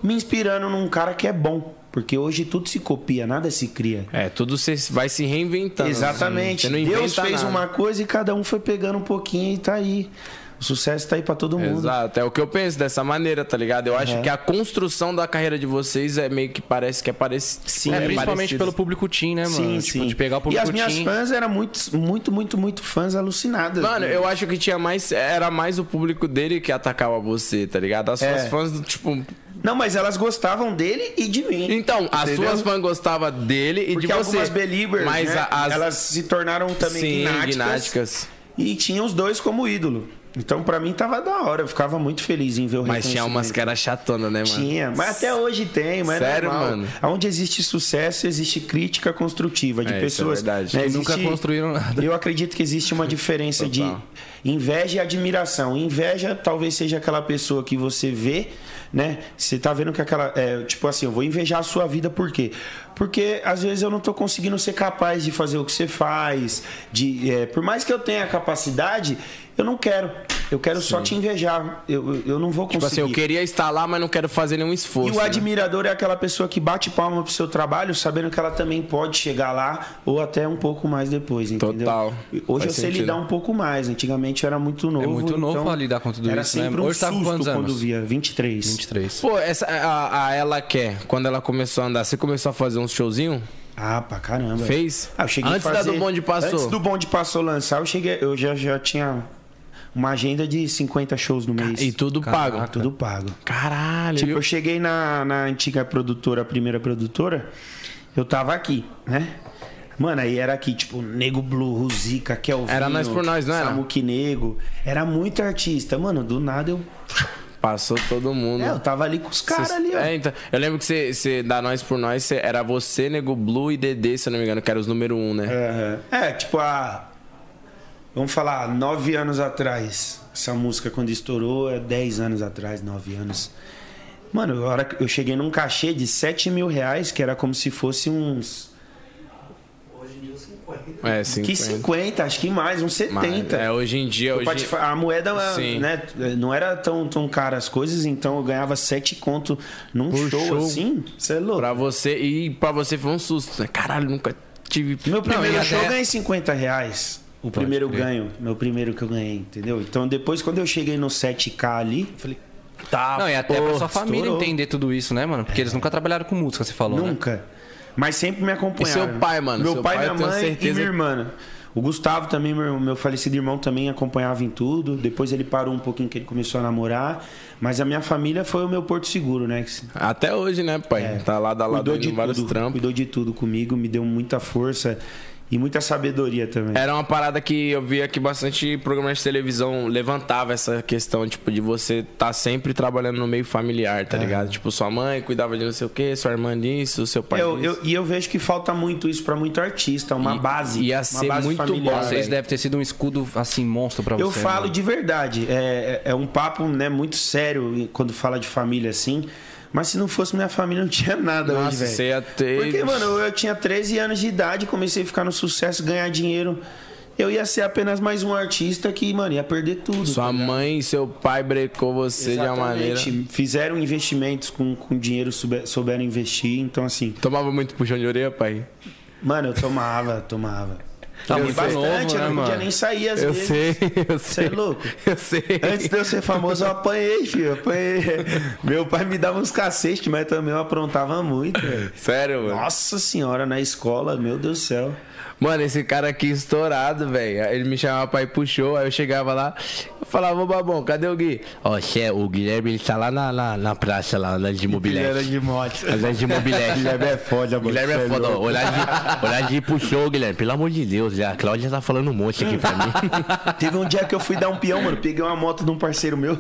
[SPEAKER 4] me inspirando num cara que é bom. Porque hoje tudo se copia, nada se cria.
[SPEAKER 3] É, tudo você vai se reinventando.
[SPEAKER 4] Exatamente.
[SPEAKER 3] Você não inventa
[SPEAKER 4] Deus fez
[SPEAKER 3] nada.
[SPEAKER 4] uma coisa e cada um foi pegando um pouquinho e tá aí. O sucesso tá aí pra todo mundo.
[SPEAKER 3] Exato, é o que eu penso dessa maneira, tá ligado? Eu acho que a construção da carreira de vocês é meio que parece que é parecido.
[SPEAKER 4] Sim,
[SPEAKER 1] É,
[SPEAKER 4] é
[SPEAKER 1] principalmente pelo público teen, né, mano?
[SPEAKER 4] Sim,
[SPEAKER 1] tipo,
[SPEAKER 4] sim.
[SPEAKER 1] de pegar o
[SPEAKER 4] e
[SPEAKER 1] público
[SPEAKER 4] as minhas
[SPEAKER 1] teen.
[SPEAKER 4] fãs eram muito, muito, muito, muito fãs alucinadas. né?
[SPEAKER 3] Mano, eu acho que tinha mais. Era mais o público dele que atacava você, tá ligado? As suas
[SPEAKER 4] É.
[SPEAKER 3] fãs, tipo.
[SPEAKER 4] Não, mas elas gostavam dele e de mim.
[SPEAKER 3] Então, as
[SPEAKER 4] Entendeu?
[SPEAKER 3] suas fãs gostavam dele e
[SPEAKER 4] Porque
[SPEAKER 3] de você.
[SPEAKER 4] algumas believers,
[SPEAKER 3] mas
[SPEAKER 4] né,
[SPEAKER 3] a- as.
[SPEAKER 4] elas se tornaram também
[SPEAKER 3] Sim,
[SPEAKER 4] gnáticas,
[SPEAKER 3] gnáticas.
[SPEAKER 4] E tinha os dois como ídolo. Então, pra mim, tava da hora. Eu ficava muito feliz em ver o
[SPEAKER 3] Mas tinha umas
[SPEAKER 4] reconhecimento.
[SPEAKER 3] que era chatona, né, mano?
[SPEAKER 4] Tinha, mas até hoje tem, mas
[SPEAKER 3] Sério,
[SPEAKER 4] é normal.
[SPEAKER 3] mano?
[SPEAKER 4] Onde existe sucesso, existe crítica construtiva de
[SPEAKER 3] É, isso é
[SPEAKER 4] pessoas. né?
[SPEAKER 3] verdade.
[SPEAKER 1] Que nunca
[SPEAKER 4] existe-
[SPEAKER 1] construíram nada.
[SPEAKER 4] Eu acredito que existe uma diferença de
[SPEAKER 3] Total.
[SPEAKER 4] inveja e admiração. Inveja talvez seja aquela pessoa que você vê, né? Você tá vendo que aquela. é, tipo assim, eu vou invejar a sua vida por quê? Porque às vezes eu não tô conseguindo ser capaz de fazer o que você faz. De, é, por mais que eu tenha a capacidade, eu não quero. Eu quero só te invejar. Eu, eu- eu não vou
[SPEAKER 3] Tipo
[SPEAKER 4] conseguir.
[SPEAKER 3] assim, eu queria estar lá, mas não quero fazer nenhum
[SPEAKER 4] E
[SPEAKER 1] né?
[SPEAKER 3] esforço. né?
[SPEAKER 4] o admirador é aquela pessoa que bate palma pro seu trabalho, sabendo que ela também pode chegar lá ou até um pouco mais depois, entendeu?
[SPEAKER 3] Total.
[SPEAKER 4] Hoje
[SPEAKER 3] Faz
[SPEAKER 4] eu sei
[SPEAKER 3] sentido.
[SPEAKER 4] lidar um pouco mais. Antigamente eu era muito novo.
[SPEAKER 1] É muito novo
[SPEAKER 4] então
[SPEAKER 1] pra lidar com tudo
[SPEAKER 4] era
[SPEAKER 1] isso, né?
[SPEAKER 4] sempre um
[SPEAKER 1] Hoje tá com
[SPEAKER 4] susto
[SPEAKER 1] quantos
[SPEAKER 4] quando
[SPEAKER 1] anos?
[SPEAKER 4] via. 23.
[SPEAKER 1] 23.
[SPEAKER 3] Pô, essa, a, a Ela Quer, quando ela começou a andar, você começou a fazer uns showzinhos?
[SPEAKER 4] Ah, pra caramba.
[SPEAKER 3] Fez?
[SPEAKER 4] Ah, eu cheguei a
[SPEAKER 3] Antes da
[SPEAKER 4] fazer-
[SPEAKER 3] do bonde passou.
[SPEAKER 4] Antes do bonde passou lançar, eu cheguei, eu já, já tinha uma agenda de 50 shows no mês.
[SPEAKER 3] E tudo pago.
[SPEAKER 4] Tudo pago.
[SPEAKER 3] Caralho.
[SPEAKER 4] Tipo,
[SPEAKER 3] viu?
[SPEAKER 4] eu cheguei na, na antiga produtora, a primeira produtora, eu tava aqui, né? Mano, aí era aqui, tipo, Nego Blue, Ruzica, Kelvinho.
[SPEAKER 3] Era nós por nós, não era?
[SPEAKER 4] Samuque Nego. Era muito artista. Mano, do nada eu.
[SPEAKER 3] Passou todo mundo.
[SPEAKER 4] É, eu tava ali com os caras
[SPEAKER 3] Cês-
[SPEAKER 4] ali, ó.
[SPEAKER 3] É, então. Eu lembro que você, você da Nós por Nós, você- era você, Nego Blue e Dedê, se eu não me engano, que eram os número um, né?
[SPEAKER 4] Aham. É, tipo, há. Vamos falar, nove anos atrás. Essa música, quando estourou, é dez anos atrás, nove anos. Mano, a hora que eu cheguei num cachê de sete mil reais, que era como se fosse uns.
[SPEAKER 3] É, 50.
[SPEAKER 4] Que 50, acho que mais, uns 70.
[SPEAKER 3] Mas, É, hoje em dia,
[SPEAKER 4] O
[SPEAKER 3] hoje...
[SPEAKER 4] Patifar- A moeda
[SPEAKER 3] Sim.
[SPEAKER 4] né, não era tão, tão cara as coisas, então eu ganhava sete conto num show,
[SPEAKER 3] show.
[SPEAKER 4] assim. Você é louco.
[SPEAKER 3] pra você, e pra você foi um susto, né? Caralho, nunca tive...
[SPEAKER 4] Meu primeiro
[SPEAKER 3] Não, e
[SPEAKER 4] show
[SPEAKER 3] até-
[SPEAKER 4] eu ganhei 50 reais. O primeiro
[SPEAKER 3] crer.
[SPEAKER 4] ganho, meu primeiro que eu ganhei, entendeu? Então depois, quando eu cheguei no 7K ali, falei, tá.
[SPEAKER 1] Não, e até
[SPEAKER 4] pô,
[SPEAKER 1] pra sua família
[SPEAKER 4] estourou. É.
[SPEAKER 1] entender tudo isso, né, mano? Porque eles nunca trabalharam com música, você falou, né?
[SPEAKER 4] Nunca. Mas sempre me acompanharam.
[SPEAKER 3] E seu pai, mano?
[SPEAKER 4] Meu
[SPEAKER 3] Seu
[SPEAKER 4] pai,
[SPEAKER 3] pai, eu
[SPEAKER 4] minha
[SPEAKER 3] tenho
[SPEAKER 4] mãe
[SPEAKER 3] certeza
[SPEAKER 4] e minha irmã. O Gustavo também, meu, meu falecido irmão, também acompanhava em tudo. Depois ele parou um pouquinho que ele começou a namorar. Mas a minha família foi o meu porto seguro, né? Que-
[SPEAKER 3] Até hoje, né, pai? Tá lá da lado
[SPEAKER 4] É. Cuidou de
[SPEAKER 3] em vários
[SPEAKER 4] tudo.
[SPEAKER 3] trampos.
[SPEAKER 4] Cuidou de tudo comigo, me deu muita força e muita sabedoria também.
[SPEAKER 3] Era uma parada que eu via que bastante programas de televisão levantava essa questão, tipo, de você tá sempre trabalhando no meio familiar,
[SPEAKER 4] É.
[SPEAKER 3] tá ligado? Tipo, sua mãe cuidava de não sei o quê, sua irmã disso, seu pai
[SPEAKER 4] Eu-
[SPEAKER 3] disso.
[SPEAKER 4] eu- e eu vejo que falta muito isso pra muito artista, uma
[SPEAKER 3] E-
[SPEAKER 4] base.
[SPEAKER 3] ia
[SPEAKER 4] uma
[SPEAKER 3] ser
[SPEAKER 4] base
[SPEAKER 3] muito
[SPEAKER 4] familiar. né?
[SPEAKER 3] bom,
[SPEAKER 1] Nossa, isso
[SPEAKER 3] velho.
[SPEAKER 1] deve ter sido um escudo, assim, monstro pra
[SPEAKER 4] Eu
[SPEAKER 1] você. né?
[SPEAKER 4] falo
[SPEAKER 1] mano.
[SPEAKER 4] de verdade. É, é- é um papo né, muito sério e- quando fala de família assim. Mas se não fosse minha família, não tinha nada
[SPEAKER 3] Nossa,
[SPEAKER 4] hoje, velho.
[SPEAKER 3] você é ia ter-
[SPEAKER 4] Porque, mano, eu, eu tinha 13 anos de idade, comecei a ficar no sucesso, ganhar dinheiro. Eu ia ser apenas mais um artista que, mano, ia perder tudo.
[SPEAKER 3] Sua
[SPEAKER 4] tá ligado?
[SPEAKER 3] mãe e seu pai brecou você de uma maneira.
[SPEAKER 4] Exatamente. Fizeram investimentos com, com dinheiro, soube- souberam investir. Então, assim,
[SPEAKER 3] Tomava muito puxão de orelha, pai?
[SPEAKER 4] mano, eu tomava, tomava.
[SPEAKER 1] Tá
[SPEAKER 4] Tomei
[SPEAKER 1] muito novo,
[SPEAKER 4] bastante,
[SPEAKER 1] né,
[SPEAKER 4] eu não podia
[SPEAKER 1] mano?
[SPEAKER 4] nem sair às
[SPEAKER 3] Eu
[SPEAKER 4] vezes.
[SPEAKER 3] sei, eu sei.
[SPEAKER 4] Você é louco?
[SPEAKER 3] Eu sei.
[SPEAKER 4] Antes de eu ser famoso, eu apanhei, filho. Apanhei. Meu pai me dava uns cacete, mas também eu aprontava muito, velho.
[SPEAKER 3] Sério, mano.
[SPEAKER 4] Nossa senhora, na escola, meu Deus do céu.
[SPEAKER 3] Mano, esse cara aqui estourado, velho. Ele me chamava pra ir pro show, aí eu chegava lá, eu falava, ô babão, cadê o Gui? Ó, Xé, o Guilherme ele tá lá na, na, na praça, lá, andando de mobilete.
[SPEAKER 4] de moto.
[SPEAKER 3] Andando de mobilete. Guilherme é foda, mano. é Guilherme é foda, ó. Olhar de, olhar de ir pro show, Guilherme. Pelo amor de Deus, a Cláudia tá falando um monte aqui pra mim.
[SPEAKER 4] Teve um dia que eu fui dar um peão, mano. Peguei uma moto de um parceiro meu.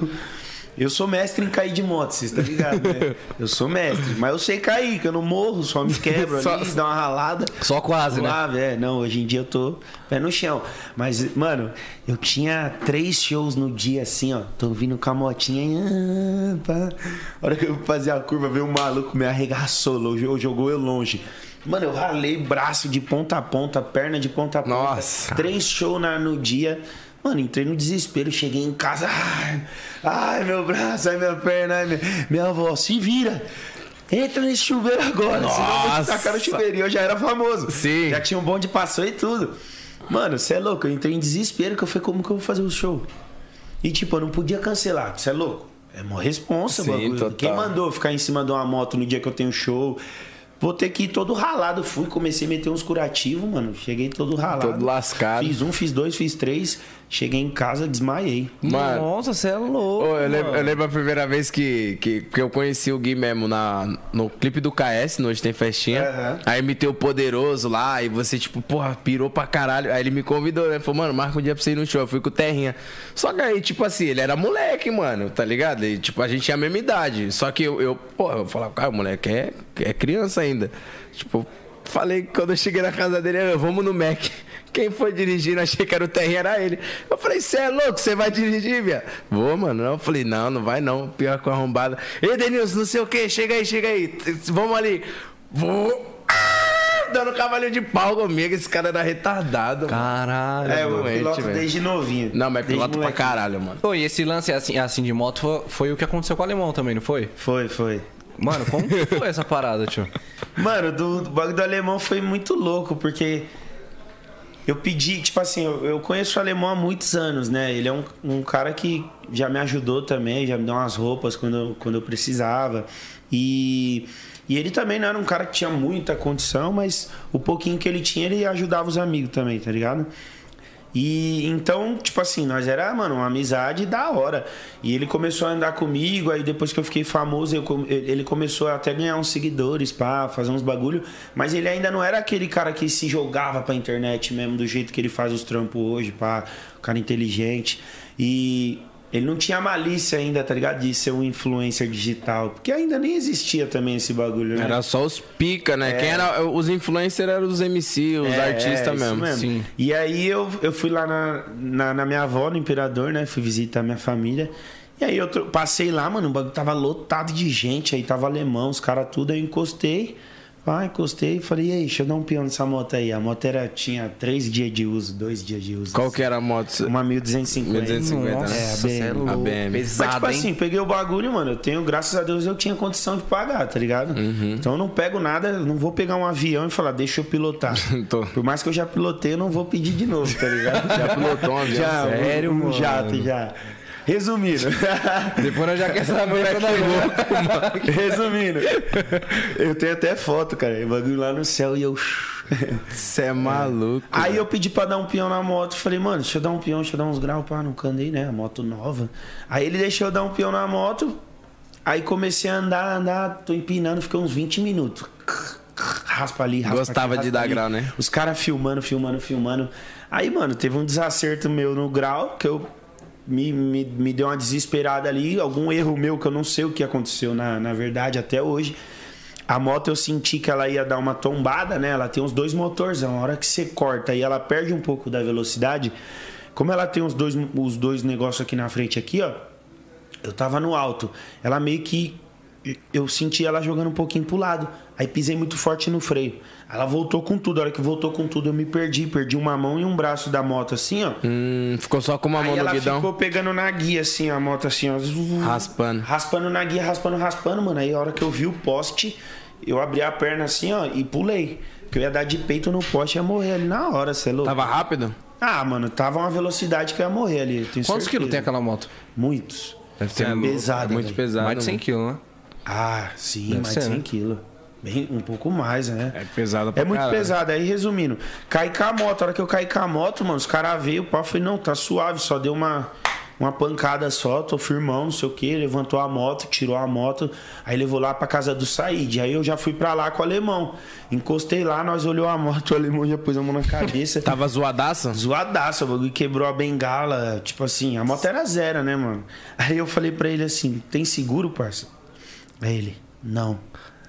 [SPEAKER 4] Eu sou mestre em cair de moto, vocês estão ligados, né? Eu sou mestre, mas eu sei cair, que eu não morro, só me quebro ali, dá uma ralada.
[SPEAKER 1] Só quase, né?
[SPEAKER 4] Suave, é. Não, hoje em dia eu tô pé no chão. Mas, mano, eu tinha três shows no dia, assim, ó. Tô vindo com a motinha. e, ah, pá. A hora que eu fazia a curva, veio um maluco, me arregaçou, lo- jo- jogou eu longe. Mano, eu ralei braço de ponta a ponta, perna de ponta a ponta.
[SPEAKER 3] Nossa.
[SPEAKER 4] Três shows na- no dia. Mano, entrei no desespero, cheguei em casa. Ai, ai, meu braço, ai, minha perna, ai, minha, minha avó, se vira. Entra nesse chuveiro agora, senão eu vou te tacar no
[SPEAKER 3] Nossa.
[SPEAKER 4] chuveiro e eu já era famoso.
[SPEAKER 3] Sim.
[SPEAKER 4] Já tinha um bonde passou e tudo. Mano, você é louco, eu entrei em desespero que eu falei, como que eu vou fazer o show? E tipo, eu não podia cancelar, você é louco. É uma responsa,
[SPEAKER 3] Sim,
[SPEAKER 4] bagulho.
[SPEAKER 3] total.
[SPEAKER 4] Quem mandou eu ficar em cima de uma moto no dia que eu tenho show? Vou ter que ir todo ralado. Fui, comecei a meter uns curativos, mano. Cheguei todo ralado.
[SPEAKER 3] Todo lascado.
[SPEAKER 4] Fiz um, fiz dois, fiz três. Cheguei em casa, desmaiei.
[SPEAKER 3] Mano.
[SPEAKER 1] Nossa, você é louco.
[SPEAKER 3] Ô, eu, lembro,
[SPEAKER 1] mano.
[SPEAKER 3] eu lembro a primeira vez que, que, que eu conheci o Gui mesmo na, no clipe do KS, no Hoje Tem Festinha.
[SPEAKER 4] Aham.
[SPEAKER 3] Aí me tem o poderoso lá, e você, tipo, porra, pirou pra caralho. Aí ele me convidou, né? Falou, mano, marca um dia pra você ir no show. Eu fui com o Terrinha. Só que aí, tipo assim, ele era moleque, mano, tá ligado? E, tipo, a gente tinha a mesma idade. Só que eu, eu porra, eu falava, cara, o moleque é, é criança ainda. Tipo, falei, quando eu cheguei na casa dele, eu, vamos no Mac. Quem foi dirigindo, achei que era o Terrinha, era ele. Eu falei, você é louco, você vai dirigir, viado? Vou, mano. Eu falei, não, não vai não. Pior com arrombada. Ei, Denilson, não sei o que, chega aí, chega aí. T- Vamos ali. Vou. Ah! Dando cavalinho de pau comigo, esse cara era retardado. mano.
[SPEAKER 1] Caralho.
[SPEAKER 4] É, eu
[SPEAKER 3] doente,
[SPEAKER 4] piloto
[SPEAKER 3] velho.
[SPEAKER 4] desde novinho.
[SPEAKER 3] Não, mas
[SPEAKER 4] Desde
[SPEAKER 3] piloto pra
[SPEAKER 4] moleque.
[SPEAKER 3] caralho, mano.
[SPEAKER 1] Ô, e esse lance assim, assim de moto foi, foi o que aconteceu com o alemão também, não foi?
[SPEAKER 4] Foi, foi.
[SPEAKER 1] Mano, como que foi essa parada, tio?
[SPEAKER 4] Mano, do, do bagulho do alemão foi muito louco, porque eu pedi, tipo assim, eu, eu conheço o alemão há muitos anos, né? Ele é um, um cara que já me ajudou também, já me deu umas roupas quando, eu- quando eu precisava. E, e ele também não era um cara que tinha muita condição, mas o pouquinho que ele tinha, ele ajudava os amigos também, tá ligado? E então, tipo assim, nós era, mano, uma amizade da hora. E ele começou a andar comigo, aí depois que eu fiquei famoso, eu com- ele ele começou até a ganhar uns seguidores pá, fazer uns bagulho, mas ele ainda não era aquele cara que se jogava pra internet mesmo, do jeito que ele faz os trampos hoje, pá, um cara inteligente. E ele não tinha malícia ainda, tá ligado? De ser um influencer digital, porque ainda nem existia também esse bagulho, né?
[SPEAKER 3] Era só os pica, né? Quem era, os influencers eram os MC, os
[SPEAKER 4] É,
[SPEAKER 3] artistas
[SPEAKER 4] isso
[SPEAKER 3] mesmo. Sim.
[SPEAKER 4] E aí eu, eu fui lá na, na, na minha avó, no Imperador, né? Fui visitar minha família. E aí eu tro- passei lá, mano, o bagulho tava lotado de gente, aí tava alemão, os caras tudo, aí eu encostei. Ah, encostei e falei, e aí, deixa eu dar um peão nessa moto aí. A moto era, tinha três dias de uso, dois dias de uso.
[SPEAKER 3] Qual que era a moto?
[SPEAKER 4] Uma 1250.
[SPEAKER 3] 1250,
[SPEAKER 4] Nossa,
[SPEAKER 3] né?
[SPEAKER 4] é, a
[SPEAKER 1] Nossa, cê é
[SPEAKER 4] BM.
[SPEAKER 1] louco.
[SPEAKER 3] A BM.
[SPEAKER 4] Mas, tipo
[SPEAKER 1] Pesado,
[SPEAKER 4] assim,
[SPEAKER 1] hein?
[SPEAKER 4] peguei o bagulho, mano. Eu tenho, graças a Deus, eu tinha condição de pagar, tá ligado?
[SPEAKER 1] Uhum.
[SPEAKER 4] Então eu não pego nada, eu não vou pegar um avião e falar, deixa eu pilotar.
[SPEAKER 3] Tô.
[SPEAKER 4] Por mais que eu já pilotei, eu não vou pedir de novo, tá ligado?
[SPEAKER 3] Já pilotou um avião?
[SPEAKER 4] já,
[SPEAKER 1] Sério,
[SPEAKER 4] um, um
[SPEAKER 1] mano?
[SPEAKER 4] jato já. Resumindo.
[SPEAKER 1] Depois eu já quero saber quando eu vou.
[SPEAKER 4] Resumindo. Eu tenho até foto, cara. O bagulho lá no céu e eu.
[SPEAKER 3] Você é maluco.
[SPEAKER 4] Aí eu pedi pra dar um peão na moto. Falei, mano, deixa eu dar um peão, deixa eu dar uns graus. Pá, não candei, né? A moto nova. Aí ele deixou eu dar um peão na moto. Aí comecei a andar, andar. Tô empinando, fiquei uns 20 minutos. Raspa ali, raspa
[SPEAKER 3] Gostava de
[SPEAKER 4] aqui, raspa
[SPEAKER 3] dar
[SPEAKER 4] ali.
[SPEAKER 3] grau, né?
[SPEAKER 4] Os caras filmando, filmando, filmando. Aí, mano, teve um desacerto meu no grau que eu. Me, me, me deu uma desesperada ali, algum erro meu que eu não sei o que aconteceu na, na verdade até hoje. A moto eu senti que ela ia dar uma tombada, né? Ela tem uns dois motorzão. A hora que você corta e ela perde um pouco da velocidade, como ela tem os dois, os dois negócios aqui na frente, aqui, ó. Eu tava no alto. Ela meio que. Eu senti ela jogando um pouquinho pro lado. Aí pisei muito forte no freio. Ela voltou com tudo. A hora que voltou com tudo, eu me perdi. Perdi uma mão e um braço da moto, assim, ó.
[SPEAKER 3] Hum, ficou só com uma mão
[SPEAKER 4] Aí
[SPEAKER 3] no
[SPEAKER 4] ela
[SPEAKER 3] guidão.
[SPEAKER 4] ficou pegando na guia, assim, ó, a moto, assim, ó. Zu-
[SPEAKER 3] Raspando.
[SPEAKER 4] Raspando na guia, raspando, raspando, mano. Aí a hora que eu vi o poste, eu abri a perna, assim, ó, e pulei. Que eu ia dar de peito no poste e ia morrer ali na hora, cê é louco.
[SPEAKER 3] Tava rápido?
[SPEAKER 4] Ah, mano, tava uma velocidade que eu ia morrer ali. eu Tenho
[SPEAKER 1] Quantos
[SPEAKER 4] certeza.
[SPEAKER 1] quilos tem aquela moto?
[SPEAKER 4] Muitos.
[SPEAKER 1] Deve
[SPEAKER 4] ser pesado,
[SPEAKER 3] É muito
[SPEAKER 4] velho.
[SPEAKER 3] pesado.
[SPEAKER 1] Mais de 100
[SPEAKER 3] mano.
[SPEAKER 1] quilos, né?
[SPEAKER 4] Ah, sim,
[SPEAKER 1] Deve
[SPEAKER 4] mais
[SPEAKER 1] ser,
[SPEAKER 4] de 100
[SPEAKER 1] né?
[SPEAKER 4] quilos. Bem, um pouco mais, né?
[SPEAKER 3] É pesado pra
[SPEAKER 4] É muito
[SPEAKER 3] caralho.
[SPEAKER 4] pesado. Aí, resumindo, caí com a moto. A hora que eu caí com a moto, mano, os caras veio, o pau foi, não, tá suave, só deu uma, uma pancada só, tô firmão, não sei o quê. Levantou a moto, tirou a moto, aí levou lá pra casa do Said. Aí eu já fui pra lá com o alemão. Encostei lá, nós olhou a moto, o alemão já pôs a mão na
[SPEAKER 1] Tá
[SPEAKER 4] cabeça.
[SPEAKER 3] Tava zoadaça?
[SPEAKER 4] Zoadaço, o bagulho quebrou a bengala. Tipo assim, a moto era zero, né, mano? Aí eu falei pra ele assim: tem seguro, parça? Aí ele, não.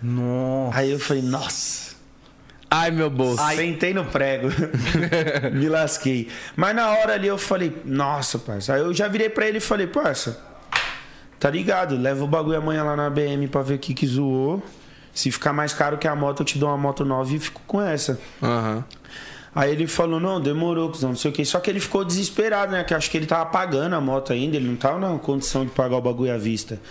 [SPEAKER 1] Nossa.
[SPEAKER 4] Aí eu falei, nossa.
[SPEAKER 3] Ai, meu bolso.
[SPEAKER 4] Sentei no prego. Me lasquei. Mas na hora ali eu falei, nossa, parça. Aí eu já virei pra ele e falei, parça, tá ligado? Leva o bagulho amanhã lá na BM pra ver o que que zoou. Se ficar mais caro que a moto, eu te dou uma moto nova e fico com essa.
[SPEAKER 3] Aham.
[SPEAKER 4] Aí ele falou, não, demorou, cuzão, não sei o que. Só que ele ficou desesperado, né? Que acho que ele tava pagando a moto ainda, ele não tava na condição de pagar o bagulho à vista.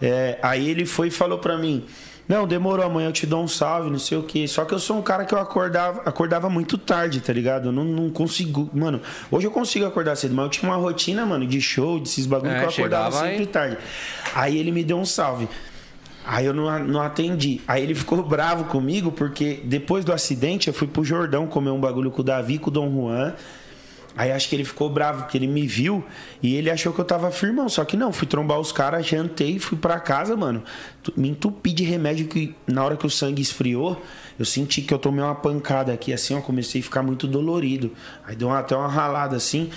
[SPEAKER 4] É, aí ele foi e falou pra mim, não, demorou, amanhã eu te dou um salve, não sei o que. Só que eu sou um cara que eu acordava, acordava muito tarde, tá ligado? Eu não, não consigo, mano. Hoje eu consigo acordar cedo, mas eu tinha uma rotina, mano, de show, desses bagulhos
[SPEAKER 1] É,
[SPEAKER 4] que eu acordava
[SPEAKER 1] chegava
[SPEAKER 4] sempre
[SPEAKER 1] e-
[SPEAKER 4] tarde. Aí ele me deu um salve. Aí eu não, não atendi. Aí ele ficou bravo comigo, porque depois do acidente eu fui pro Jordão comer um bagulho com o Davi, com o Dom Juan. Aí acho que ele ficou bravo, porque ele me viu e ele achou que eu tava firmão. Só que não, fui trombar os caras, jantei, fui pra casa, mano. Tu- Me entupi de remédio que na hora que o sangue esfriou, eu senti que eu tomei uma pancada aqui, assim, ó. Comecei a ficar muito dolorido. Aí deu uma- até uma ralada assim.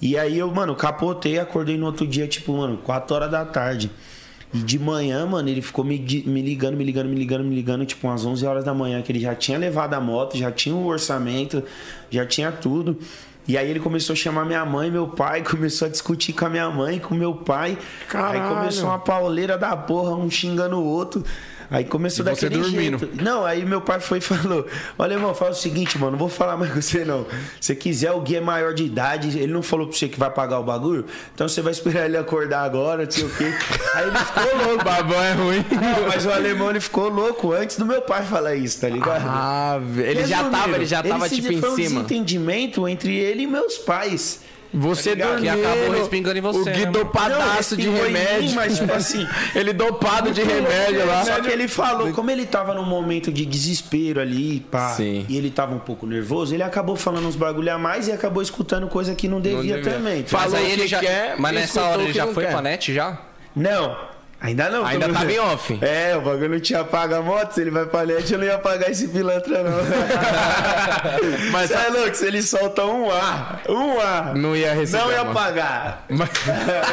[SPEAKER 4] E aí eu, mano, capotei, acordei no outro dia, tipo, mano, 4 horas da tarde. E de manhã, mano, ele ficou me, di- me ligando, me ligando, me ligando, me ligando, tipo, umas 11 horas da manhã, que ele já tinha levado a moto, já tinha o orçamento, já tinha tudo. E aí ele começou a chamar minha mãe, meu pai, começou a discutir com a minha mãe, com meu pai. Aí começou uma pauleira da porra, um xingando o outro. Aí começou
[SPEAKER 1] E você
[SPEAKER 4] daquele
[SPEAKER 1] dormindo.
[SPEAKER 4] jeito. Não, aí meu pai foi e falou: Olha, irmão, fala o seguinte, mano, não vou falar mais com você, não. Se quiser, o guia é maior de idade, ele não falou pra você que vai pagar o bagulho, então você vai esperar ele acordar agora, não sei o quê. Aí ele ficou louco.
[SPEAKER 3] Babão é ruim.
[SPEAKER 4] Não, mas o alemão ele ficou louco antes do meu pai falar isso, tá ligado?
[SPEAKER 3] Ah, velho. Ele já
[SPEAKER 4] Resumindo,
[SPEAKER 3] tava, ele já tava
[SPEAKER 4] se-
[SPEAKER 3] tipo em
[SPEAKER 4] foi um
[SPEAKER 3] cima.
[SPEAKER 4] desentendimento entre ele e meus pais. tá
[SPEAKER 3] Você dormiu.
[SPEAKER 1] Que acabou respingando em você,
[SPEAKER 3] O Gui
[SPEAKER 1] né,
[SPEAKER 3] dopadaço de
[SPEAKER 4] respingou em mim,
[SPEAKER 3] remédio.
[SPEAKER 4] mas, tipo assim,
[SPEAKER 3] Ele dopado de remédio lá.
[SPEAKER 4] Só que ele falou, como ele tava num momento de desespero ali, pá,
[SPEAKER 3] Sim.
[SPEAKER 4] e ele tava um pouco nervoso, ele acabou falando uns bagulho a mais e acabou escutando coisa que não devia,
[SPEAKER 3] devia.
[SPEAKER 4] também. tá
[SPEAKER 1] Mas
[SPEAKER 3] Falou
[SPEAKER 1] aí
[SPEAKER 3] o
[SPEAKER 1] ele
[SPEAKER 3] que
[SPEAKER 1] já.
[SPEAKER 3] quer,
[SPEAKER 1] mas nessa
[SPEAKER 3] escutou
[SPEAKER 1] hora
[SPEAKER 3] o
[SPEAKER 1] ele
[SPEAKER 3] que
[SPEAKER 1] já
[SPEAKER 3] não
[SPEAKER 1] foi
[SPEAKER 3] quer.
[SPEAKER 1] pra net já?
[SPEAKER 4] Não, ainda não.
[SPEAKER 3] Ainda
[SPEAKER 4] Como-
[SPEAKER 3] tava em off.
[SPEAKER 4] É, o bagulho tinha paga moto, se ele vai pra net, eu não ia pagar esse pilantra, não. Mas é louco, se ele solta um A, um A,
[SPEAKER 3] Não ia receber.
[SPEAKER 4] não ia
[SPEAKER 3] mano.
[SPEAKER 4] pagar. eu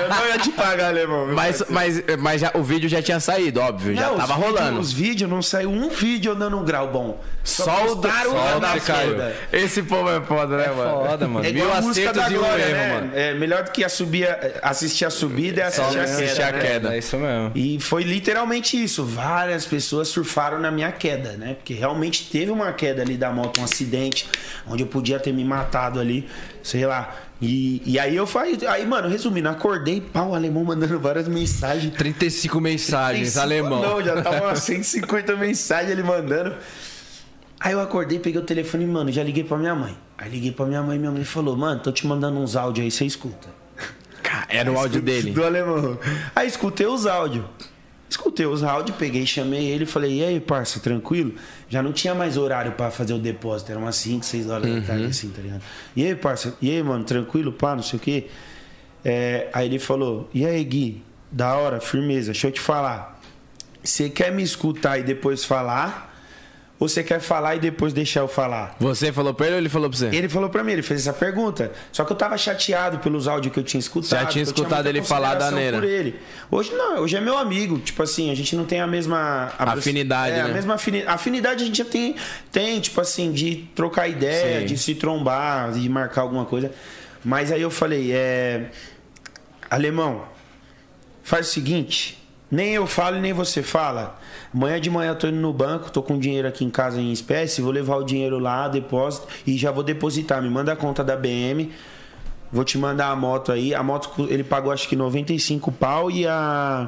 [SPEAKER 4] não ia te pagar, Lemão.
[SPEAKER 3] Mas, mas, mas já, o vídeo já tinha saído, óbvio. já
[SPEAKER 4] Não,
[SPEAKER 3] tava
[SPEAKER 4] os vídeos-
[SPEAKER 3] rolando.
[SPEAKER 4] Os vídeos, não saiu um vídeo dando um grau bom.
[SPEAKER 3] Só o da-
[SPEAKER 4] postaram
[SPEAKER 3] só o
[SPEAKER 4] da
[SPEAKER 3] que caiu.
[SPEAKER 4] foda.
[SPEAKER 3] Esse povo é foda, né, mano?
[SPEAKER 1] Foda, mano.
[SPEAKER 4] É
[SPEAKER 1] Mil
[SPEAKER 4] igual a música da
[SPEAKER 1] acertos e um
[SPEAKER 4] Glória,
[SPEAKER 1] erro,
[SPEAKER 4] né?
[SPEAKER 1] mano.
[SPEAKER 4] É, melhor do que a subir a- assistir a subida é assistir, a
[SPEAKER 3] assistir
[SPEAKER 4] queda.
[SPEAKER 3] a
[SPEAKER 4] né?
[SPEAKER 3] queda.
[SPEAKER 1] É isso mesmo.
[SPEAKER 4] E foi literalmente isso. Várias pessoas surfaram na minha queda, né? Porque realmente teve uma queda ali da moto, um acidente, onde eu podia ter me matado ali, sei lá. E, e aí eu falei, aí, mano, resumindo, acordei, pau, o alemão mandando várias mensagens.
[SPEAKER 1] 35 mensagens,
[SPEAKER 4] 35
[SPEAKER 1] alemão.
[SPEAKER 4] Não, já tava umas 150 mensagens ele mandando. Aí eu acordei, peguei o telefone e, mano, já liguei pra minha mãe. Aí liguei pra minha mãe e minha mãe falou, mano, tô te mandando uns áudios aí, você escuta.
[SPEAKER 3] Cara, Era o áudio dele.
[SPEAKER 4] Do alemão. Aí escutei os áudios. Escutei os áudios, peguei, chamei ele e falei, e aí, parça, tranquilo? Já não tinha mais horário pra fazer o depósito, era umas 5, 6 horas
[SPEAKER 3] Uhum.
[SPEAKER 4] da tarde, assim, tá ligado? E aí, parça, e aí, mano, tranquilo, pá, não sei o quê. É, aí ele falou, e aí, Gui, da hora, firmeza, deixa eu te falar. Você quer me escutar e depois falar? Ou você quer falar e depois deixar eu falar?
[SPEAKER 3] Você falou pra ele ou ele falou pra você?
[SPEAKER 4] Ele falou pra mim, ele fez essa pergunta. Só que eu tava chateado pelos áudios que eu tinha escutado.
[SPEAKER 3] Já tinha
[SPEAKER 4] que eu
[SPEAKER 3] escutado
[SPEAKER 4] muita
[SPEAKER 3] ele falar da
[SPEAKER 4] consideração
[SPEAKER 3] Neira.
[SPEAKER 4] por ele. Hoje não, hoje é meu amigo. Tipo assim, a gente não tem a mesma... a-
[SPEAKER 3] Afinidade,
[SPEAKER 4] é,
[SPEAKER 3] né?
[SPEAKER 4] a mesma afinidade. Afinidade a gente já tem, tem, tipo assim, de trocar ideia,
[SPEAKER 3] Sim.
[SPEAKER 4] de se trombar, de marcar alguma coisa. Mas aí eu falei, é... Alemão, faz o seguinte... Nem eu falo e nem você fala. Amanhã de manhã eu tô indo no banco, tô com dinheiro aqui em casa em espécie, vou levar o dinheiro lá, depósito e já vou depositar. Me manda a conta da BM. Vou te mandar a moto aí. A moto cu- ele pagou acho que 95 pau e a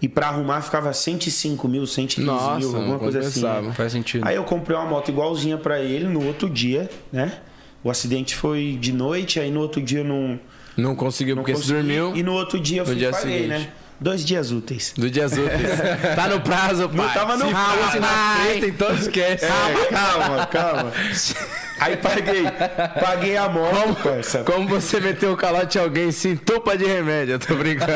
[SPEAKER 4] e pra arrumar ficava 105 mil, 115
[SPEAKER 3] Nossa,
[SPEAKER 4] mil, alguma
[SPEAKER 3] não
[SPEAKER 4] coisa assim. né?
[SPEAKER 3] compensava.
[SPEAKER 1] Faz sentido.
[SPEAKER 4] Aí eu comprei uma moto igualzinha pra ele no outro dia, né? O acidente foi de noite, aí no outro dia eu não
[SPEAKER 3] Não conseguiu
[SPEAKER 4] não
[SPEAKER 3] porque se
[SPEAKER 4] consegui.
[SPEAKER 3] dormiu.
[SPEAKER 4] E no outro dia eu
[SPEAKER 3] No
[SPEAKER 4] fui
[SPEAKER 3] dia
[SPEAKER 4] e paguei,
[SPEAKER 3] seguinte.
[SPEAKER 4] né? Dois dias úteis.
[SPEAKER 3] Do dia azul. tá no prazo, pai.
[SPEAKER 4] Não tava no
[SPEAKER 3] Se
[SPEAKER 4] prazo.
[SPEAKER 3] fosse na frente, então esquece.
[SPEAKER 4] É, calma, calma. Aí paguei. Paguei a moto, parça.
[SPEAKER 3] Como você meteu o calote em alguém, se entupa de remédio, eu tô brincando.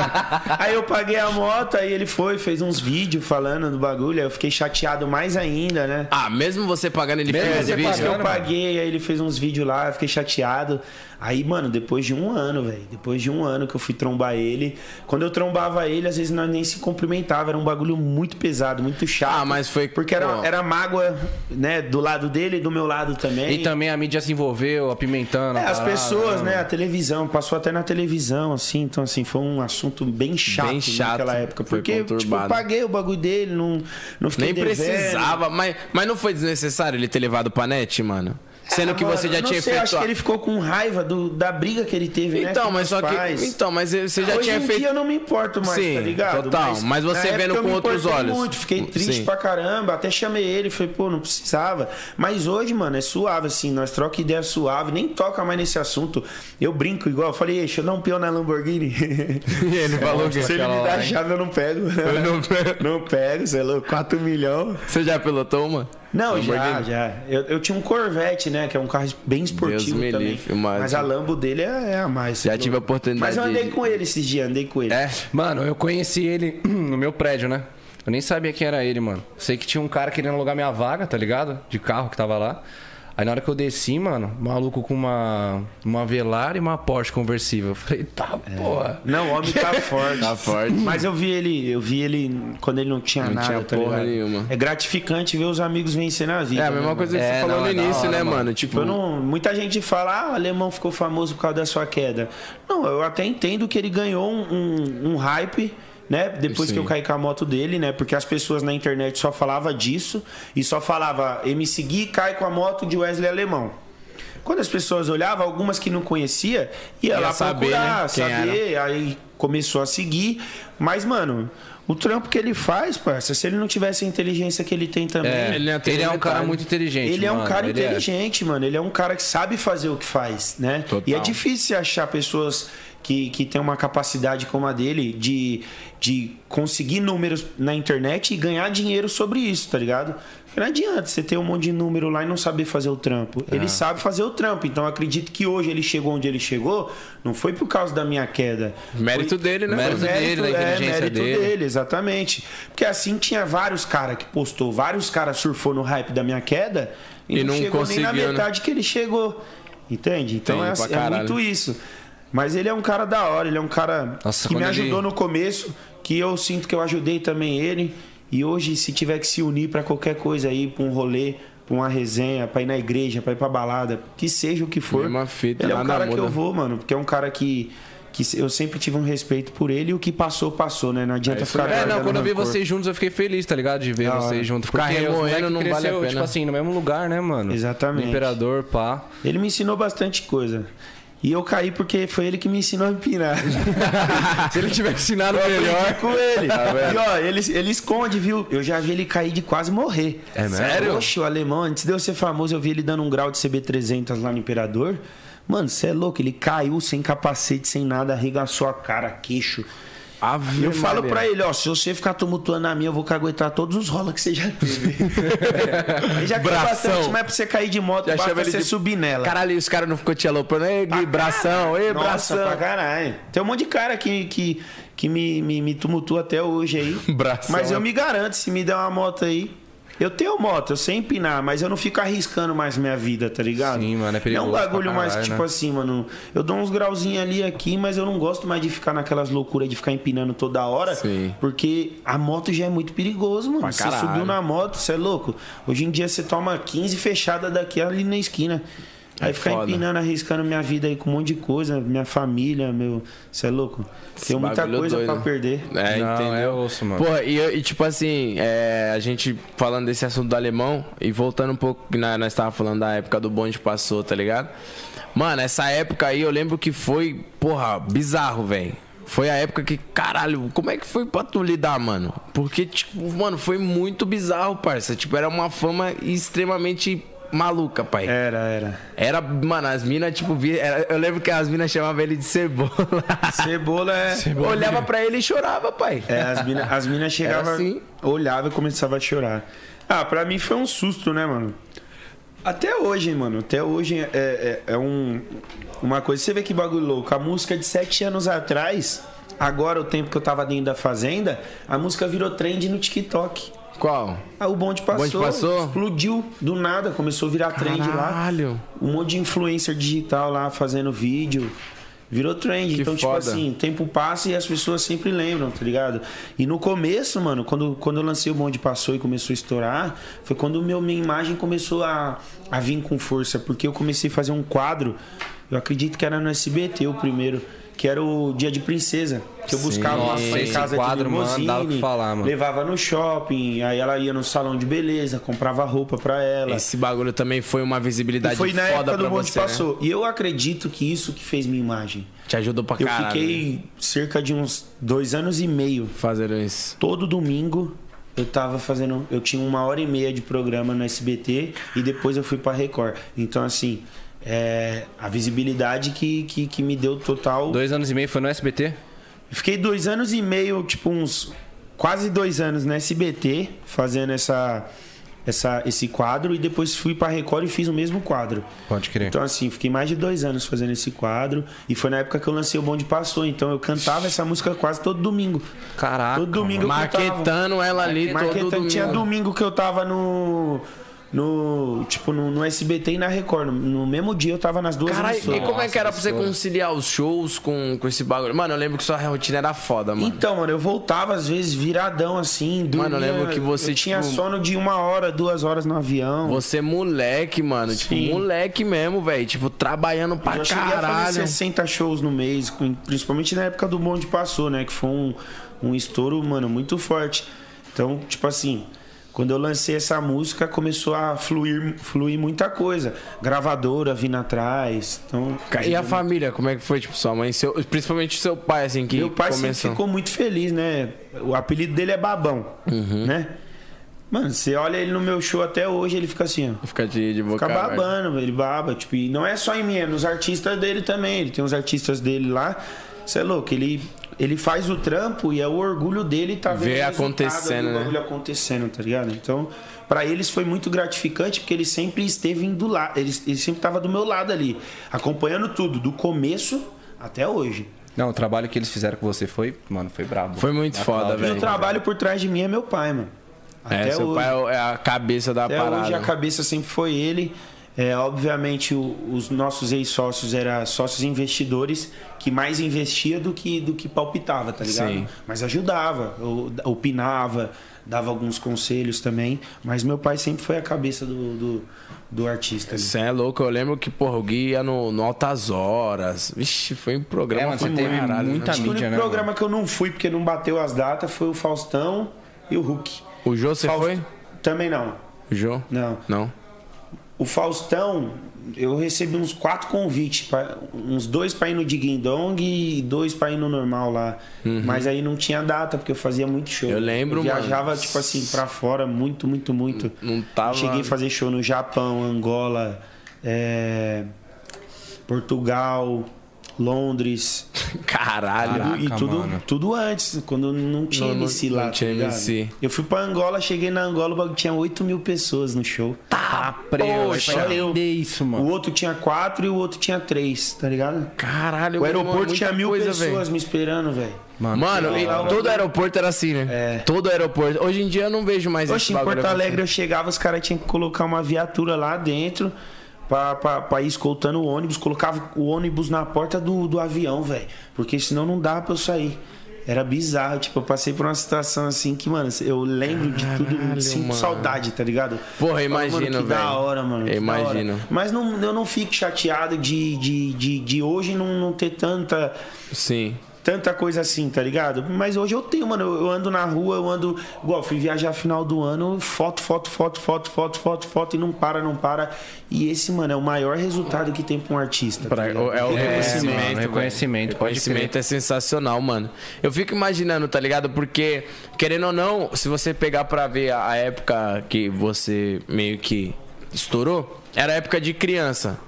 [SPEAKER 4] Aí eu paguei a moto, aí ele foi, fez uns vídeos falando do bagulho, aí eu fiquei chateado mais ainda, né?
[SPEAKER 3] ah, mesmo você pagando, ele
[SPEAKER 1] Mesmo
[SPEAKER 3] fez
[SPEAKER 1] você
[SPEAKER 3] esse vídeo?
[SPEAKER 4] Depois É, que eu
[SPEAKER 1] pagando,
[SPEAKER 4] paguei, aí ele fez uns vídeos lá, eu fiquei chateado. Aí, mano, depois de um ano, velho, depois de um ano que eu fui trombar ele, quando eu trombava ele, às vezes nós nem se cumprimentava, era um bagulho muito pesado, muito chato.
[SPEAKER 3] Ah, mas foi-
[SPEAKER 4] Porque era,
[SPEAKER 3] pô.
[SPEAKER 4] era mágoa, né, do lado dele e do meu lado também.
[SPEAKER 1] E também a mídia se envolveu, apimentando. a
[SPEAKER 4] É, as
[SPEAKER 3] Ah,
[SPEAKER 1] parada,
[SPEAKER 4] pessoas, né? A televisão, passou até na televisão, assim, então assim, foi um assunto bem chato,
[SPEAKER 3] Bem chato,
[SPEAKER 4] naquela época.
[SPEAKER 3] foi
[SPEAKER 4] Porque, tipo,
[SPEAKER 3] conturbado.
[SPEAKER 4] eu paguei o bagulho dele, não, não
[SPEAKER 3] Nem
[SPEAKER 4] fiquei devendo.
[SPEAKER 3] precisava, mas, mas não foi desnecessário ele ter levado pra net, mano? Sendo
[SPEAKER 4] Ah,
[SPEAKER 3] que
[SPEAKER 4] mano,
[SPEAKER 3] você já
[SPEAKER 4] eu não
[SPEAKER 3] tinha
[SPEAKER 4] sei,
[SPEAKER 3] feito.
[SPEAKER 4] acho
[SPEAKER 3] a-
[SPEAKER 4] que ele ficou com raiva do- da briga que ele teve, né?
[SPEAKER 3] Então,
[SPEAKER 4] com
[SPEAKER 3] mas
[SPEAKER 4] meus
[SPEAKER 3] só que.
[SPEAKER 4] pais.
[SPEAKER 3] Então, mas você já
[SPEAKER 4] Hoje
[SPEAKER 3] tinha
[SPEAKER 4] em
[SPEAKER 3] feito.
[SPEAKER 4] dia eu não me importo mais,
[SPEAKER 3] Sim,
[SPEAKER 4] tá ligado?
[SPEAKER 3] total, mas você
[SPEAKER 4] na
[SPEAKER 3] vendo
[SPEAKER 4] época eu
[SPEAKER 3] com
[SPEAKER 4] me
[SPEAKER 3] outros
[SPEAKER 4] importei
[SPEAKER 3] olhos.
[SPEAKER 4] muito, fiquei triste
[SPEAKER 3] Sim.
[SPEAKER 4] pra caramba, até chamei ele, falei, pô, não precisava. Mas hoje, mano, é suave, assim, nós troca ideia suave, nem toca mais nesse assunto. Eu brinco igual, eu falei, "Ei, deixa eu dar um peão na Lamborghini.
[SPEAKER 3] E ele falou que
[SPEAKER 4] Se ele me dá a chave, eu não pego.
[SPEAKER 3] Eu não pego.
[SPEAKER 4] Não pego, é sei lá, 4 milhões.
[SPEAKER 3] Você já pilotou uma?
[SPEAKER 4] Não, já,
[SPEAKER 3] Lamborghini?
[SPEAKER 4] já. Eu, eu tinha um Corvette, né? Que é um carro bem esportivo
[SPEAKER 3] me
[SPEAKER 4] também.
[SPEAKER 3] livre, mas-
[SPEAKER 4] mas... a Lambo dele é, é a mais.
[SPEAKER 3] Já tive a oportunidade
[SPEAKER 4] Mas eu andei
[SPEAKER 3] de-
[SPEAKER 4] com ele esses dias, andei com ele.
[SPEAKER 3] É.
[SPEAKER 1] Mano, eu conheci ele no meu prédio, né? Eu nem sabia quem era ele, mano. Sei que tinha um cara querendo alugar minha vaga, tá ligado? De carro que tava lá. Aí na hora que eu desci, mano, maluco com uma, uma Velar e uma Porsche conversível. Eu falei, tá,
[SPEAKER 3] É.
[SPEAKER 1] porra.
[SPEAKER 4] Não, o homem tá forte.
[SPEAKER 3] Tá forte.
[SPEAKER 4] Mas eu vi ele, eu vi ele quando ele não tinha
[SPEAKER 3] Não
[SPEAKER 4] nada,
[SPEAKER 3] tinha
[SPEAKER 4] tá
[SPEAKER 3] porra
[SPEAKER 4] ligado?
[SPEAKER 3] nenhuma.
[SPEAKER 4] É gratificante ver os amigos vencendo a vida.
[SPEAKER 3] É a
[SPEAKER 4] né,
[SPEAKER 3] mesma
[SPEAKER 4] mano?
[SPEAKER 3] coisa que
[SPEAKER 1] É,
[SPEAKER 3] você falou
[SPEAKER 1] não,
[SPEAKER 3] no
[SPEAKER 1] é da
[SPEAKER 3] início,
[SPEAKER 1] hora,
[SPEAKER 3] né,
[SPEAKER 1] mano.
[SPEAKER 3] mano? Tipo,
[SPEAKER 4] Eu não, muita gente fala, ah, o alemão ficou famoso por causa da sua queda. Não, eu até entendo que ele ganhou um, um- um hype, né? Depois
[SPEAKER 3] Sim.
[SPEAKER 4] que eu caí com a moto dele, né? Porque as pessoas na internet só falavam disso e só falava MC Gui cai com a moto de Wesley Alemão. Quando as pessoas olhavam, algumas que não conhecia, ia,
[SPEAKER 3] Ia
[SPEAKER 4] lá
[SPEAKER 3] saber,
[SPEAKER 4] procurar,
[SPEAKER 3] né, quem
[SPEAKER 4] saber, aí começou a seguir. Mas, mano, O trampo que ele faz, parça, se ele não tivesse a inteligência que ele tem também.
[SPEAKER 1] É, ele,
[SPEAKER 3] Ele
[SPEAKER 1] é,
[SPEAKER 3] é-
[SPEAKER 1] um cara
[SPEAKER 4] detalhe.
[SPEAKER 1] muito inteligente.
[SPEAKER 4] Ele é um
[SPEAKER 1] mano,
[SPEAKER 4] cara
[SPEAKER 1] ele é.
[SPEAKER 4] inteligente, mano. Ele é um cara que sabe fazer o que faz, né?
[SPEAKER 3] Total.
[SPEAKER 4] E é difícil você achar pessoas que, que têm uma capacidade como a dele de, de conseguir números na internet e ganhar dinheiro sobre isso, tá ligado? Porque Não adianta você ter um monte de número lá e não saber fazer o trampo.
[SPEAKER 3] É.
[SPEAKER 4] Ele sabe fazer o trampo. Então eu acredito que hoje ele chegou onde ele chegou, não foi por causa da minha queda.
[SPEAKER 3] Mérito dele, né?
[SPEAKER 1] Mérito
[SPEAKER 4] Foi é,
[SPEAKER 1] dele, da inteligência
[SPEAKER 4] mérito
[SPEAKER 1] dele.
[SPEAKER 4] exatamente. Porque assim tinha vários caras que postou, vários caras surfou no hype da minha queda e,
[SPEAKER 3] E
[SPEAKER 4] não,
[SPEAKER 3] não
[SPEAKER 4] chegou nem
[SPEAKER 3] conseguiu,
[SPEAKER 4] na
[SPEAKER 3] né?
[SPEAKER 4] metade que ele chegou. Entende? Então
[SPEAKER 3] Tem,
[SPEAKER 4] é,
[SPEAKER 3] pra
[SPEAKER 4] é
[SPEAKER 3] caralho.
[SPEAKER 4] muito isso. Mas ele é um cara da hora, ele é um cara
[SPEAKER 1] Nossa,
[SPEAKER 4] que me
[SPEAKER 1] quando ele-
[SPEAKER 4] ajudou no começo, que eu sinto que eu ajudei também ele. E hoje, se tiver que se unir pra qualquer coisa aí, pra um rolê, pra uma resenha, pra ir na igreja, pra ir pra balada, que seja o que for.
[SPEAKER 3] Mesma fita,
[SPEAKER 4] ele é um
[SPEAKER 3] nada
[SPEAKER 4] cara que
[SPEAKER 3] muda.
[SPEAKER 4] eu vou, mano, porque é um cara que, que eu sempre tive um respeito por ele e o que passou, passou, né? Não adianta ficar
[SPEAKER 1] É, não,
[SPEAKER 4] guardando
[SPEAKER 1] quando eu vi
[SPEAKER 4] rancor.
[SPEAKER 1] vocês juntos, eu fiquei feliz, tá ligado? De ver
[SPEAKER 4] Da hora.
[SPEAKER 1] vocês juntos.
[SPEAKER 3] Ficar
[SPEAKER 1] os moleque
[SPEAKER 3] remoendo não vale a
[SPEAKER 1] tipo
[SPEAKER 3] pena.
[SPEAKER 1] assim, no mesmo lugar, né, mano?
[SPEAKER 4] Exatamente.
[SPEAKER 1] No Imperador, pá.
[SPEAKER 4] Ele me ensinou bastante coisa. E eu caí porque foi ele que me ensinou a empinar.
[SPEAKER 1] Se ele tiver ensinado melhor.
[SPEAKER 4] com ele.
[SPEAKER 1] Tá
[SPEAKER 4] e ó, ele, ele esconde, viu? Eu já vi ele cair de quase morrer.
[SPEAKER 1] É mesmo? Sério?
[SPEAKER 4] Oxe, o alemão, antes de eu ser famoso, eu vi ele dando um grau de CB300 lá no Imperador. Mano, você é louco, ele caiu sem capacete, sem nada, arregaçou a cara, queixo.
[SPEAKER 3] Ave
[SPEAKER 4] eu falo
[SPEAKER 3] Maria.
[SPEAKER 4] pra ele, ó, se você ficar tumultuando a minha, eu vou caguetar todos os rolas que você já teve. ele já caiu
[SPEAKER 3] Bração.
[SPEAKER 4] bastante, mas é pra você cair de moto,
[SPEAKER 3] Já
[SPEAKER 4] basta
[SPEAKER 3] chama ele
[SPEAKER 4] você
[SPEAKER 3] de-
[SPEAKER 4] subir nela.
[SPEAKER 3] Caralho, e os caras não ficou te aloprando. Ei, Gui,
[SPEAKER 4] Pra
[SPEAKER 3] bração,
[SPEAKER 4] caralho.
[SPEAKER 3] ei,
[SPEAKER 4] Nossa, pra
[SPEAKER 3] bração.
[SPEAKER 4] caralho. Tem um monte de cara que, que, que me, me, me tumultua até hoje aí.
[SPEAKER 3] Bração,
[SPEAKER 4] Mas eu
[SPEAKER 3] né?
[SPEAKER 4] me garanto, se me der uma moto aí. Eu tenho moto, eu sei empinar, mas eu não fico arriscando mais minha vida, tá ligado?
[SPEAKER 1] Sim, mano, é perigoso
[SPEAKER 4] Não um bagulho
[SPEAKER 1] pra
[SPEAKER 4] mais
[SPEAKER 1] caralho,
[SPEAKER 4] tipo
[SPEAKER 1] né?
[SPEAKER 4] assim, mano. Eu dou uns grauzinhos ali e aqui, mas eu não gosto mais de ficar naquelas loucuras de ficar empinando toda hora.
[SPEAKER 3] Sim.
[SPEAKER 4] Porque a moto já é muito perigoso, mano. Você
[SPEAKER 3] caralho.
[SPEAKER 4] subiu na moto, você é louco. Hoje em dia você toma 15 fechada daqui ali na esquina.
[SPEAKER 3] É
[SPEAKER 4] Aí ficar
[SPEAKER 3] foda.
[SPEAKER 4] empinando, arriscando minha vida aí com um monte de coisa, minha família, meu. Você é louco?
[SPEAKER 3] Esse
[SPEAKER 4] Tenho muita
[SPEAKER 3] bagulho
[SPEAKER 4] coisa
[SPEAKER 3] doido.
[SPEAKER 4] pra perder.
[SPEAKER 3] É,
[SPEAKER 1] Não,
[SPEAKER 3] entendeu?
[SPEAKER 1] é osso, mano.
[SPEAKER 3] Porra, e, eu- e tipo assim, é, a gente falando desse assunto do alemão e voltando um pouco que na- nós tava falando da época do bonde passou, tá ligado? Mano, essa época aí eu lembro que foi, porra, bizarro, velho. Foi a época que, caralho, como é que foi pra tu lidar, mano? Porque, tipo, mano, foi muito bizarro, parça. Tipo, era uma fama extremamente maluca, pai.
[SPEAKER 4] Era, era.
[SPEAKER 3] Era, mano, as minas, tipo, via, era- eu lembro que as minas chamavam ele de cebola.
[SPEAKER 4] Cebola é.
[SPEAKER 3] Olhava pra ele e chorava, pai.
[SPEAKER 4] É, as minas as mina chegavam,
[SPEAKER 3] Era assim.
[SPEAKER 4] olhavam e começavam a chorar. Ah, pra mim foi um susto, né, mano? Até hoje, mano. Até hoje é, é, é um, uma coisa. Você vê que bagulho louco. A música de sete anos atrás, agora o tempo que eu tava dentro da fazenda, a música virou trend no TikTok.
[SPEAKER 3] Qual?
[SPEAKER 4] Aí o bonde passou,
[SPEAKER 3] bonde passou?
[SPEAKER 4] explodiu do nada, começou a virar trend lá.
[SPEAKER 3] Caralho.
[SPEAKER 4] Um monte de influencer digital lá fazendo vídeo. Virou trend.
[SPEAKER 3] Que
[SPEAKER 4] então, tipo
[SPEAKER 3] foda.
[SPEAKER 4] assim, o tempo passa e as pessoas sempre lembram, tá ligado? E no começo, mano, quando, quando eu lancei o bonde passou e começou a estourar, foi quando meu, minha imagem começou a, a vir com força. Porque eu comecei a fazer um quadro, eu acredito que era no SBT o primeiro. Que era o Dia de Princesa. Que eu buscava uma
[SPEAKER 1] Nossa,
[SPEAKER 4] fã em
[SPEAKER 1] esse
[SPEAKER 4] casa
[SPEAKER 1] quadro,
[SPEAKER 4] de
[SPEAKER 1] mano,
[SPEAKER 4] limousine,
[SPEAKER 1] dava o que falar, mano.
[SPEAKER 4] levava no shopping, aí ela ia no salão de beleza, comprava roupa pra ela.
[SPEAKER 3] Esse bagulho também foi uma visibilidade
[SPEAKER 4] E foi na
[SPEAKER 3] foda
[SPEAKER 4] época
[SPEAKER 3] pra
[SPEAKER 4] do Monte
[SPEAKER 3] você. né? Passou.
[SPEAKER 4] Passou. E eu acredito que isso que fez minha imagem.
[SPEAKER 3] Te ajudou pra
[SPEAKER 4] Eu
[SPEAKER 3] caralho. né?
[SPEAKER 4] fiquei cerca de uns dois anos e meio.
[SPEAKER 3] fazendo isso.
[SPEAKER 4] Todo domingo eu tava fazendo. Eu tinha uma hora e meia de programa no SBT e depois eu fui pra Record. Então, assim, é, a visibilidade que, que, que me deu total.
[SPEAKER 1] Dois anos e meio foi no SBT?
[SPEAKER 4] Fiquei dois anos e meio, tipo uns quase dois anos na SBT fazendo essa, essa, esse quadro e depois fui pra Record e fiz o mesmo quadro.
[SPEAKER 1] Pode crer.
[SPEAKER 4] Então assim, fiquei mais de dois anos fazendo esse quadro e foi na época que eu lancei o Bonde Passou, então eu cantava essa música quase todo domingo.
[SPEAKER 1] Caraca.
[SPEAKER 4] Todo domingo eu cantava.
[SPEAKER 3] Maquetando ela ali todo
[SPEAKER 4] Marquetando.
[SPEAKER 3] domingo.
[SPEAKER 4] Tinha domingo que eu tava no. No. Tipo, no, no SBT e na Record. No, no mesmo dia eu tava nas duas
[SPEAKER 3] Caralho, e
[SPEAKER 4] emissoras.
[SPEAKER 3] como é que era pra você
[SPEAKER 1] Nossa,
[SPEAKER 3] conciliar os shows com, com esse bagulho? Mano, eu lembro que sua rotina era foda, mano.
[SPEAKER 4] Então, mano, eu voltava às vezes viradão assim, dormia,
[SPEAKER 3] Mano, eu lembro que você,
[SPEAKER 4] eu tinha
[SPEAKER 3] tipo,
[SPEAKER 4] sono de uma hora, duas horas no avião.
[SPEAKER 3] Você moleque, mano.
[SPEAKER 4] Sim.
[SPEAKER 3] Tipo, moleque mesmo, velho. Tipo, trabalhando pra
[SPEAKER 4] Eu já cheguei a fazer
[SPEAKER 3] caralho.
[SPEAKER 4] 60 shows no mês, com- principalmente na época do Bonde Passou, né? Que foi um, um estouro, mano, muito forte. Então, tipo assim, Quando eu lancei essa música, começou a fluir, fluir muita coisa. Gravadora vindo atrás. Então,
[SPEAKER 3] E a família, como é que foi, tipo, sua mãe? Seu, principalmente seu pai, assim, que
[SPEAKER 4] Meu pai sempre
[SPEAKER 3] começou.
[SPEAKER 4] ficou muito feliz, né? O apelido dele é Babão,
[SPEAKER 3] Uhum.
[SPEAKER 4] né? Mano, você olha ele no meu show até hoje, ele fica assim, ó.
[SPEAKER 3] Fica de, de boca
[SPEAKER 4] Fica
[SPEAKER 3] aberta.
[SPEAKER 4] babando, ele baba. Tipo, e não é só em mim, é nos artistas dele também. Ele tem uns artistas dele lá. Você é louco, ele, ele faz o trampo e é o orgulho dele tá
[SPEAKER 3] Ver
[SPEAKER 4] o resultado
[SPEAKER 3] acontecendo,
[SPEAKER 4] do
[SPEAKER 3] né?
[SPEAKER 4] bagulho acontecendo, tá ligado? Então, pra eles foi muito gratificante porque ele sempre esteve indo lá, ele, ele sempre tava do meu lado ali, acompanhando tudo, do começo até hoje.
[SPEAKER 1] Não, o trabalho que eles fizeram com você foi, mano, foi brabo.
[SPEAKER 3] Foi muito foda,
[SPEAKER 4] E
[SPEAKER 3] velho.
[SPEAKER 4] o trabalho por trás de mim é meu pai, mano.
[SPEAKER 3] É,
[SPEAKER 4] Até
[SPEAKER 3] seu
[SPEAKER 4] hoje.
[SPEAKER 3] pai é o- é a cabeça da
[SPEAKER 4] Até
[SPEAKER 3] parada.
[SPEAKER 4] hoje é a cabeça sempre foi ele. É, obviamente o- os nossos ex-sócios eram sócios investidores que mais investia do que, do que palpitava, tá ligado?
[SPEAKER 3] Sim.
[SPEAKER 4] Mas ajudava, o- opinava, dava alguns conselhos também. Mas meu pai sempre foi a cabeça do, do, do artista. né? ali.
[SPEAKER 3] Você é louco, eu lembro que, porra, o Gui ia no, no Altas Horas. Vixe, foi um programa.
[SPEAKER 1] É, mano, você
[SPEAKER 3] pra
[SPEAKER 1] teve
[SPEAKER 3] caralho,
[SPEAKER 1] muita
[SPEAKER 4] Acho que o
[SPEAKER 1] mídia,
[SPEAKER 4] único
[SPEAKER 1] né?
[SPEAKER 4] programa que eu não fui porque não bateu as datas foi o Faustão e o Hulk.
[SPEAKER 3] O Jô, você
[SPEAKER 4] Faust-
[SPEAKER 3] foi?
[SPEAKER 4] Também não.
[SPEAKER 3] O Jô?
[SPEAKER 4] Não.
[SPEAKER 3] Não?
[SPEAKER 4] O Faustão, eu recebi uns quatro convites, pra- uns dois pra ir no Ding Dong e dois pra ir no normal lá. Mas aí não tinha data, porque eu fazia muito show.
[SPEAKER 3] Uhum. Eu lembro,
[SPEAKER 4] eu
[SPEAKER 3] mano.
[SPEAKER 4] viajava, tipo assim, pra fora muito, muito, muito.
[SPEAKER 3] Não tava-
[SPEAKER 4] Cheguei a fazer show no Japão, Angola, é, Portugal, Londres.
[SPEAKER 3] Caralho.
[SPEAKER 1] Caralho. Caraca,
[SPEAKER 4] e tudo,
[SPEAKER 1] mano.
[SPEAKER 4] tudo antes, quando não tinha
[SPEAKER 3] Não, não-
[SPEAKER 4] MC lá.
[SPEAKER 3] não
[SPEAKER 4] tá
[SPEAKER 3] tinha
[SPEAKER 4] ligado?
[SPEAKER 3] MC.
[SPEAKER 4] Eu fui pra Angola, cheguei na Angola, o bagulho tinha 8 mil pessoas no show.
[SPEAKER 1] Tá, preu.
[SPEAKER 4] Poxa,
[SPEAKER 1] Olha
[SPEAKER 4] eu-
[SPEAKER 1] isso,
[SPEAKER 4] O
[SPEAKER 1] mano.
[SPEAKER 4] outro tinha quatro e o outro tinha três, tá ligado?
[SPEAKER 3] Caralho,
[SPEAKER 4] O
[SPEAKER 3] meu irmão, é
[SPEAKER 4] aeroporto
[SPEAKER 3] muita
[SPEAKER 4] tinha mil
[SPEAKER 3] coisa,
[SPEAKER 4] pessoas
[SPEAKER 3] velho.
[SPEAKER 4] me esperando, velho.
[SPEAKER 1] Mano,
[SPEAKER 3] Mano, e todo aeroporto era assim, né?
[SPEAKER 4] É.
[SPEAKER 3] Todo aeroporto. Hoje em dia eu não vejo mais
[SPEAKER 4] Oxe,
[SPEAKER 3] esse
[SPEAKER 4] em
[SPEAKER 3] bagulho. é
[SPEAKER 4] Porto Alegre eu chegava, os caras tinham que colocar uma viatura lá dentro pra, pra, pra ir escoltando o ônibus. Colocava o ônibus na porta do, do avião, velho. Porque senão não dava pra eu sair. Era bizarro, tipo, eu passei por uma situação assim que, mano, eu lembro de tudo,
[SPEAKER 3] Caralho,
[SPEAKER 4] sinto
[SPEAKER 3] mano.
[SPEAKER 4] saudade, tá ligado?
[SPEAKER 3] Porra, eu
[SPEAKER 4] Falo, mano,
[SPEAKER 3] imagino,
[SPEAKER 4] Que
[SPEAKER 3] velho.
[SPEAKER 4] da hora, mano. que
[SPEAKER 3] Eu
[SPEAKER 4] da hora.
[SPEAKER 3] imagino.
[SPEAKER 4] Mas não, eu não fico chateado de, de, de, de hoje não, não ter tanta,
[SPEAKER 3] Sim.
[SPEAKER 4] tanta coisa assim, tá ligado? Mas hoje eu tenho, mano. Eu eu ando na rua, eu ando. Igual, fui viajar final do ano, foto, foto, foto, foto, foto, foto, foto, e não para, não para. E esse, mano, é o maior resultado que tem pra um artista. tá
[SPEAKER 3] Pra- é
[SPEAKER 4] ligado?
[SPEAKER 3] o reconhecimento.
[SPEAKER 1] mano,
[SPEAKER 3] velho.
[SPEAKER 1] reconhecimento, pode
[SPEAKER 3] Reconhecimento é sensacional, mano. Eu fico imaginando, tá ligado? Porque, querendo ou não, se você pegar pra ver a a época que você meio que estourou, era a época de criança.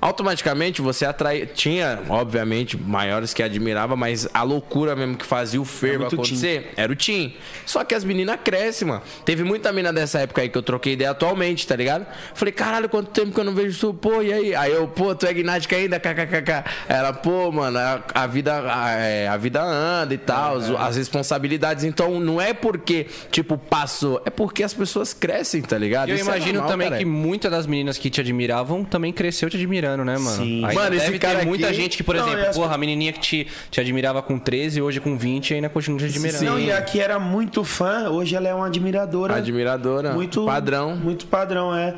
[SPEAKER 3] Automaticamente você atrai. Tinha, obviamente, maiores que admirava, mas a loucura mesmo que fazia o fervo
[SPEAKER 4] muito
[SPEAKER 3] acontecer acontecer? Era o Tim. Só que as meninas crescem, mano. Teve muita mina dessa época aí que eu troquei ideia atualmente, tá ligado? Falei, caralho, quanto tempo que eu não vejo tu, pô, e aí? Aí eu, pô, tu é gnática ainda, kkkk. Ela, pô, mano, a, a vida, a, é, a vida anda e tal, as- as responsabilidades. Então, não é porque, tipo, passou, é porque as pessoas crescem, tá ligado?
[SPEAKER 1] Eu
[SPEAKER 3] Isso é
[SPEAKER 1] imagino
[SPEAKER 3] normal,
[SPEAKER 1] também
[SPEAKER 3] caralho.
[SPEAKER 1] que muitas das meninas que te admiravam também cresceu te admirando, né, mano?
[SPEAKER 4] Sim.
[SPEAKER 1] Ainda
[SPEAKER 3] Mano, esse
[SPEAKER 1] deve
[SPEAKER 3] cara
[SPEAKER 1] ter muita
[SPEAKER 3] aqui-
[SPEAKER 1] gente que, por
[SPEAKER 4] Não,
[SPEAKER 1] exemplo,
[SPEAKER 4] e as-
[SPEAKER 1] porra, a menininha que te, te admirava com 13, hoje com 20 ainda continua te admirando.
[SPEAKER 4] Não, e aqui era muito fã, hoje ela é uma admiradora.
[SPEAKER 3] Admiradora,
[SPEAKER 4] muito
[SPEAKER 3] padrão.
[SPEAKER 4] Muito padrão, é.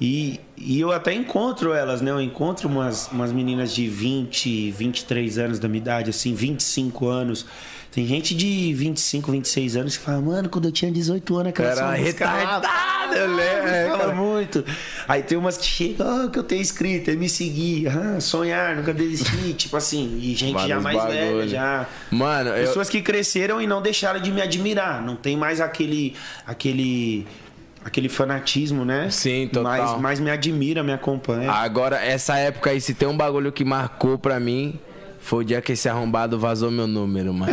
[SPEAKER 4] E, e eu até encontro elas, né? Eu encontro umas, umas meninas de 20, 23 anos da minha idade, assim, 25 anos. Tem gente de 25, 26 anos que fala, mano, quando eu tinha 18 anos, aquela
[SPEAKER 3] Era
[SPEAKER 4] sua música
[SPEAKER 3] retardada,
[SPEAKER 4] eu
[SPEAKER 3] né? É, cara.
[SPEAKER 4] muito. Aí tem umas que chegam, "Ah, que eu tenho escrito, aí me seguir, ah, sonhar, nunca desistir, tipo assim, e gente já
[SPEAKER 3] Vários
[SPEAKER 4] mais velha,
[SPEAKER 3] bagulho.
[SPEAKER 4] já.
[SPEAKER 3] Mano, eu,
[SPEAKER 4] Pessoas que cresceram e não deixaram de me admirar. Não tem mais aquele. aquele. aquele fanatismo, né?
[SPEAKER 3] Sim, total. Ah,
[SPEAKER 4] Mas, mas me admira, me acompanha.
[SPEAKER 3] Agora, essa época aí, se tem um bagulho que marcou pra mim, foi o dia que esse arrombado vazou meu número, mano.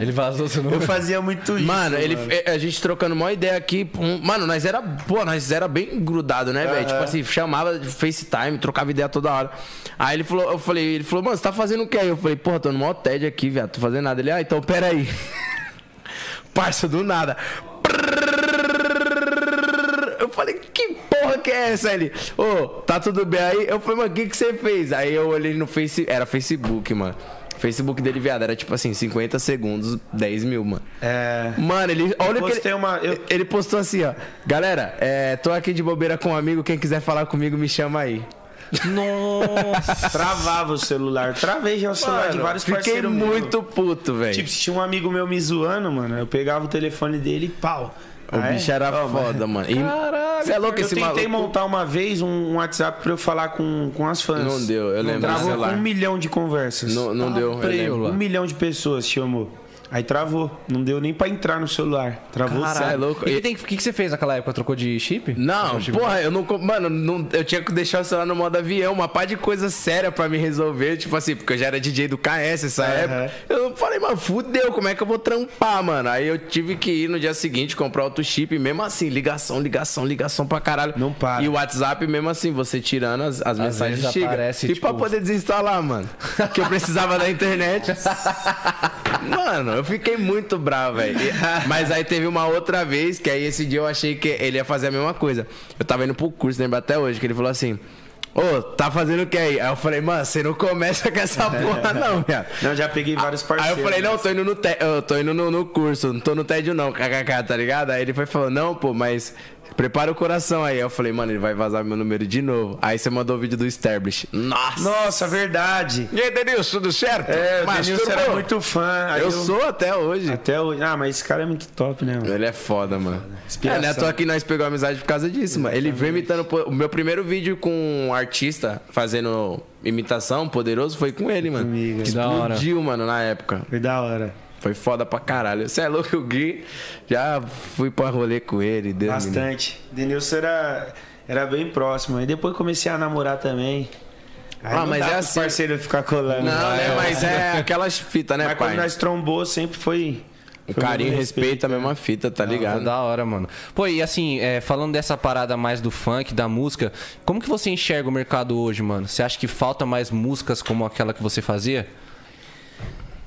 [SPEAKER 1] Ele vazou seu
[SPEAKER 4] Eu
[SPEAKER 1] número.
[SPEAKER 4] fazia muito isso.
[SPEAKER 3] Mano, ele, eh, a gente trocando uma ideia aqui. pum, Mano, nós era, pô, nós era bem grudado, né, velho? Tipo assim, chamava de FaceTime, trocava ideia toda hora. Aí ele falou, eu falei, ele falou, mano, você tá fazendo o que aí? Eu falei, porra, tô no maior tédio aqui, viado, tô fazendo nada. Ele, ah, então pera aí. Parça, do nada. Eu falei, que porra que é essa? Ele, ô, tá tudo bem aí? Eu falei, mano, o que, que você fez? Aí eu olhei no Face, era Facebook, mano. Facebook dele, viado, era tipo assim, 50 segundos, 10 mil, mano.
[SPEAKER 4] É.
[SPEAKER 3] Mano, ele. Olha o que
[SPEAKER 4] postei
[SPEAKER 3] ele,
[SPEAKER 4] uma- eu-
[SPEAKER 3] ele postou assim, ó. Galera, é, tô aqui de bobeira com um amigo. Quem quiser falar comigo, me chama aí.
[SPEAKER 1] Nossa.
[SPEAKER 4] Travava o celular. Travei já o celular de vários
[SPEAKER 3] Fiquei
[SPEAKER 4] parceiros. meus.
[SPEAKER 3] muito puto, velho.
[SPEAKER 4] Tipo, se tinha um amigo meu me zoando, mano, eu pegava o telefone dele e pau.
[SPEAKER 3] O
[SPEAKER 4] Ah, é?
[SPEAKER 3] bicho era foda, mano. E
[SPEAKER 1] Caralho,
[SPEAKER 3] Você é louco
[SPEAKER 4] eu
[SPEAKER 3] esse
[SPEAKER 4] tentei
[SPEAKER 3] maluco.
[SPEAKER 4] montar uma vez um WhatsApp pra eu falar com, com as fãs.
[SPEAKER 3] Não deu, eu lembro do
[SPEAKER 4] Travou
[SPEAKER 3] celular.
[SPEAKER 4] com um milhão de conversas.
[SPEAKER 3] Não, não deu, eu lembro.
[SPEAKER 4] Um milhão de pessoas chamou. Aí travou. Não deu nem pra entrar no celular. Travou
[SPEAKER 3] Caralho, é
[SPEAKER 4] sério.
[SPEAKER 3] louco.
[SPEAKER 1] E o que, tem- que que você fez naquela época? Trocou de chip?
[SPEAKER 3] Não,
[SPEAKER 1] tipo,
[SPEAKER 3] porra, eu não. co- Mano, não- eu tinha que deixar o celular no modo avião, uma par de coisa séria pra me resolver, tipo assim, porque eu já era DJ do KS essa época. Eu falei, mano, fudeu, como é que eu vou trampar, mano? Aí eu tive que ir no dia seguinte comprar outro chip, e mesmo assim, ligação, ligação, ligação pra caralho.
[SPEAKER 4] Não para.
[SPEAKER 3] E o WhatsApp, mesmo assim, você tirando as, as mensagens
[SPEAKER 1] vezes
[SPEAKER 3] chega.
[SPEAKER 1] aparece,
[SPEAKER 3] e pra
[SPEAKER 1] tipo-
[SPEAKER 3] poder desinstalar, mano, que eu precisava da internet. Mano, eu fiquei muito bravo, velho. E- Mas aí teve uma outra vez que aí esse dia eu achei que ele ia fazer a mesma coisa. Eu tava indo pro curso, lembro até hoje, que ele falou assim. Ô, tá fazendo o que aí? Aí eu falei, mano, você não começa com essa porra, não, viado.
[SPEAKER 4] Não, já peguei vários
[SPEAKER 3] Ah, Aí
[SPEAKER 4] parceiros.
[SPEAKER 3] eu falei,
[SPEAKER 2] né?
[SPEAKER 3] não, tô indo no, té- eu tô indo no, no curso, não tô no tédio não, kkk, tá ligado? Aí ele foi falando, não, pô, mas prepara o coração aí. Aí Eu falei, mano, ele vai vazar meu número de novo. Aí você mandou o vídeo do Stablish. Nossa!
[SPEAKER 4] Nossa, verdade.
[SPEAKER 2] E aí, Denilson, tudo certo?
[SPEAKER 4] É, o
[SPEAKER 2] Mas
[SPEAKER 4] Denilson
[SPEAKER 2] tudo
[SPEAKER 4] era
[SPEAKER 2] bom?
[SPEAKER 4] muito fã. Aí
[SPEAKER 3] eu sou até hoje.
[SPEAKER 4] Até hoje. Ah, mas esse cara é muito top, né? mano?
[SPEAKER 3] Ele é foda, mano.
[SPEAKER 4] Inspiração.
[SPEAKER 3] É, né? Tô aqui nós pegamos amizade por causa disso, mano. Ele veio imitando. po- O meu primeiro vídeo com um artista fazendo imitação poderoso foi com ele, mano.
[SPEAKER 4] Comigo.
[SPEAKER 3] Que
[SPEAKER 1] Que da hora.
[SPEAKER 3] explodiu, mano, na época.
[SPEAKER 4] Foi da hora.
[SPEAKER 3] Foi foda pra caralho. Você é louco, o Gui. Já fui pra rolê com ele. né? Deus me livre.
[SPEAKER 4] Bastante. Denilson era, era bem próximo. Aí depois comecei a namorar também. Aí
[SPEAKER 3] Ah,
[SPEAKER 4] não
[SPEAKER 3] mas
[SPEAKER 4] dá
[SPEAKER 3] é
[SPEAKER 4] pros
[SPEAKER 3] assim.
[SPEAKER 4] parceiros ficar colando.
[SPEAKER 3] Não,
[SPEAKER 4] Vai,
[SPEAKER 3] né?
[SPEAKER 4] ó.
[SPEAKER 3] Mas é aquelas fitas, né,
[SPEAKER 4] Mas
[SPEAKER 3] pai?
[SPEAKER 4] quando nós trombou, sempre foi.
[SPEAKER 3] O
[SPEAKER 4] foi é.
[SPEAKER 3] carinho
[SPEAKER 4] muito
[SPEAKER 3] e respeito a mesma fita, tá
[SPEAKER 1] Tá
[SPEAKER 3] ligado?
[SPEAKER 1] Da hora, mano. Pô, e assim, é, falando dessa parada mais do funk, da música, como que você enxerga o mercado hoje, mano? Você acha que falta mais músicas como aquela que você fazia?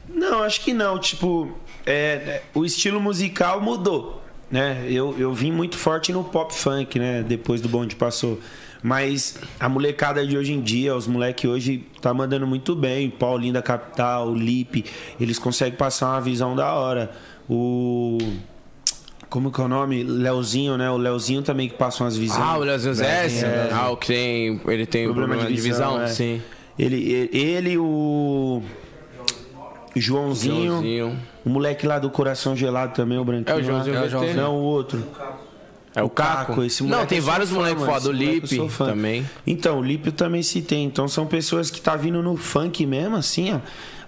[SPEAKER 4] Não, acho que não. Tipo, é, o estilo musical mudou, né? Eu, eu vim muito forte no pop funk, né? Depois do bonde passou. Mas a molecada de hoje em dia, os moleques hoje tá mandando muito bem. Paulinho da Capital, Lipe, eles conseguem passar uma visão da hora. O... Como que é o nome? Leozinho, né? O Leozinho também que passa umas visões.
[SPEAKER 3] Ah, o Leozinho Zé? Ah, o que tem. Ele tem
[SPEAKER 4] problema, de visão, é.
[SPEAKER 3] sim.
[SPEAKER 4] Ele, ele, ele, o Joãozinho,
[SPEAKER 3] Joãozinho.
[SPEAKER 4] o moleque lá do coração gelado também, o branquinho.
[SPEAKER 3] É o Joãozinho
[SPEAKER 4] lá.
[SPEAKER 1] É o VT?
[SPEAKER 4] Não, o outro.
[SPEAKER 3] É o Caco.
[SPEAKER 4] esse moleque.
[SPEAKER 3] Não, tem
[SPEAKER 4] eu sou
[SPEAKER 3] vários
[SPEAKER 4] fã,
[SPEAKER 3] moleques
[SPEAKER 4] mano,
[SPEAKER 3] É foda. O
[SPEAKER 4] esse moleque eu
[SPEAKER 3] Lipe
[SPEAKER 4] sou fã.
[SPEAKER 3] também.
[SPEAKER 4] Então, o Lipe eu também citei. Então, são pessoas que tá vindo no funk mesmo, assim, ó.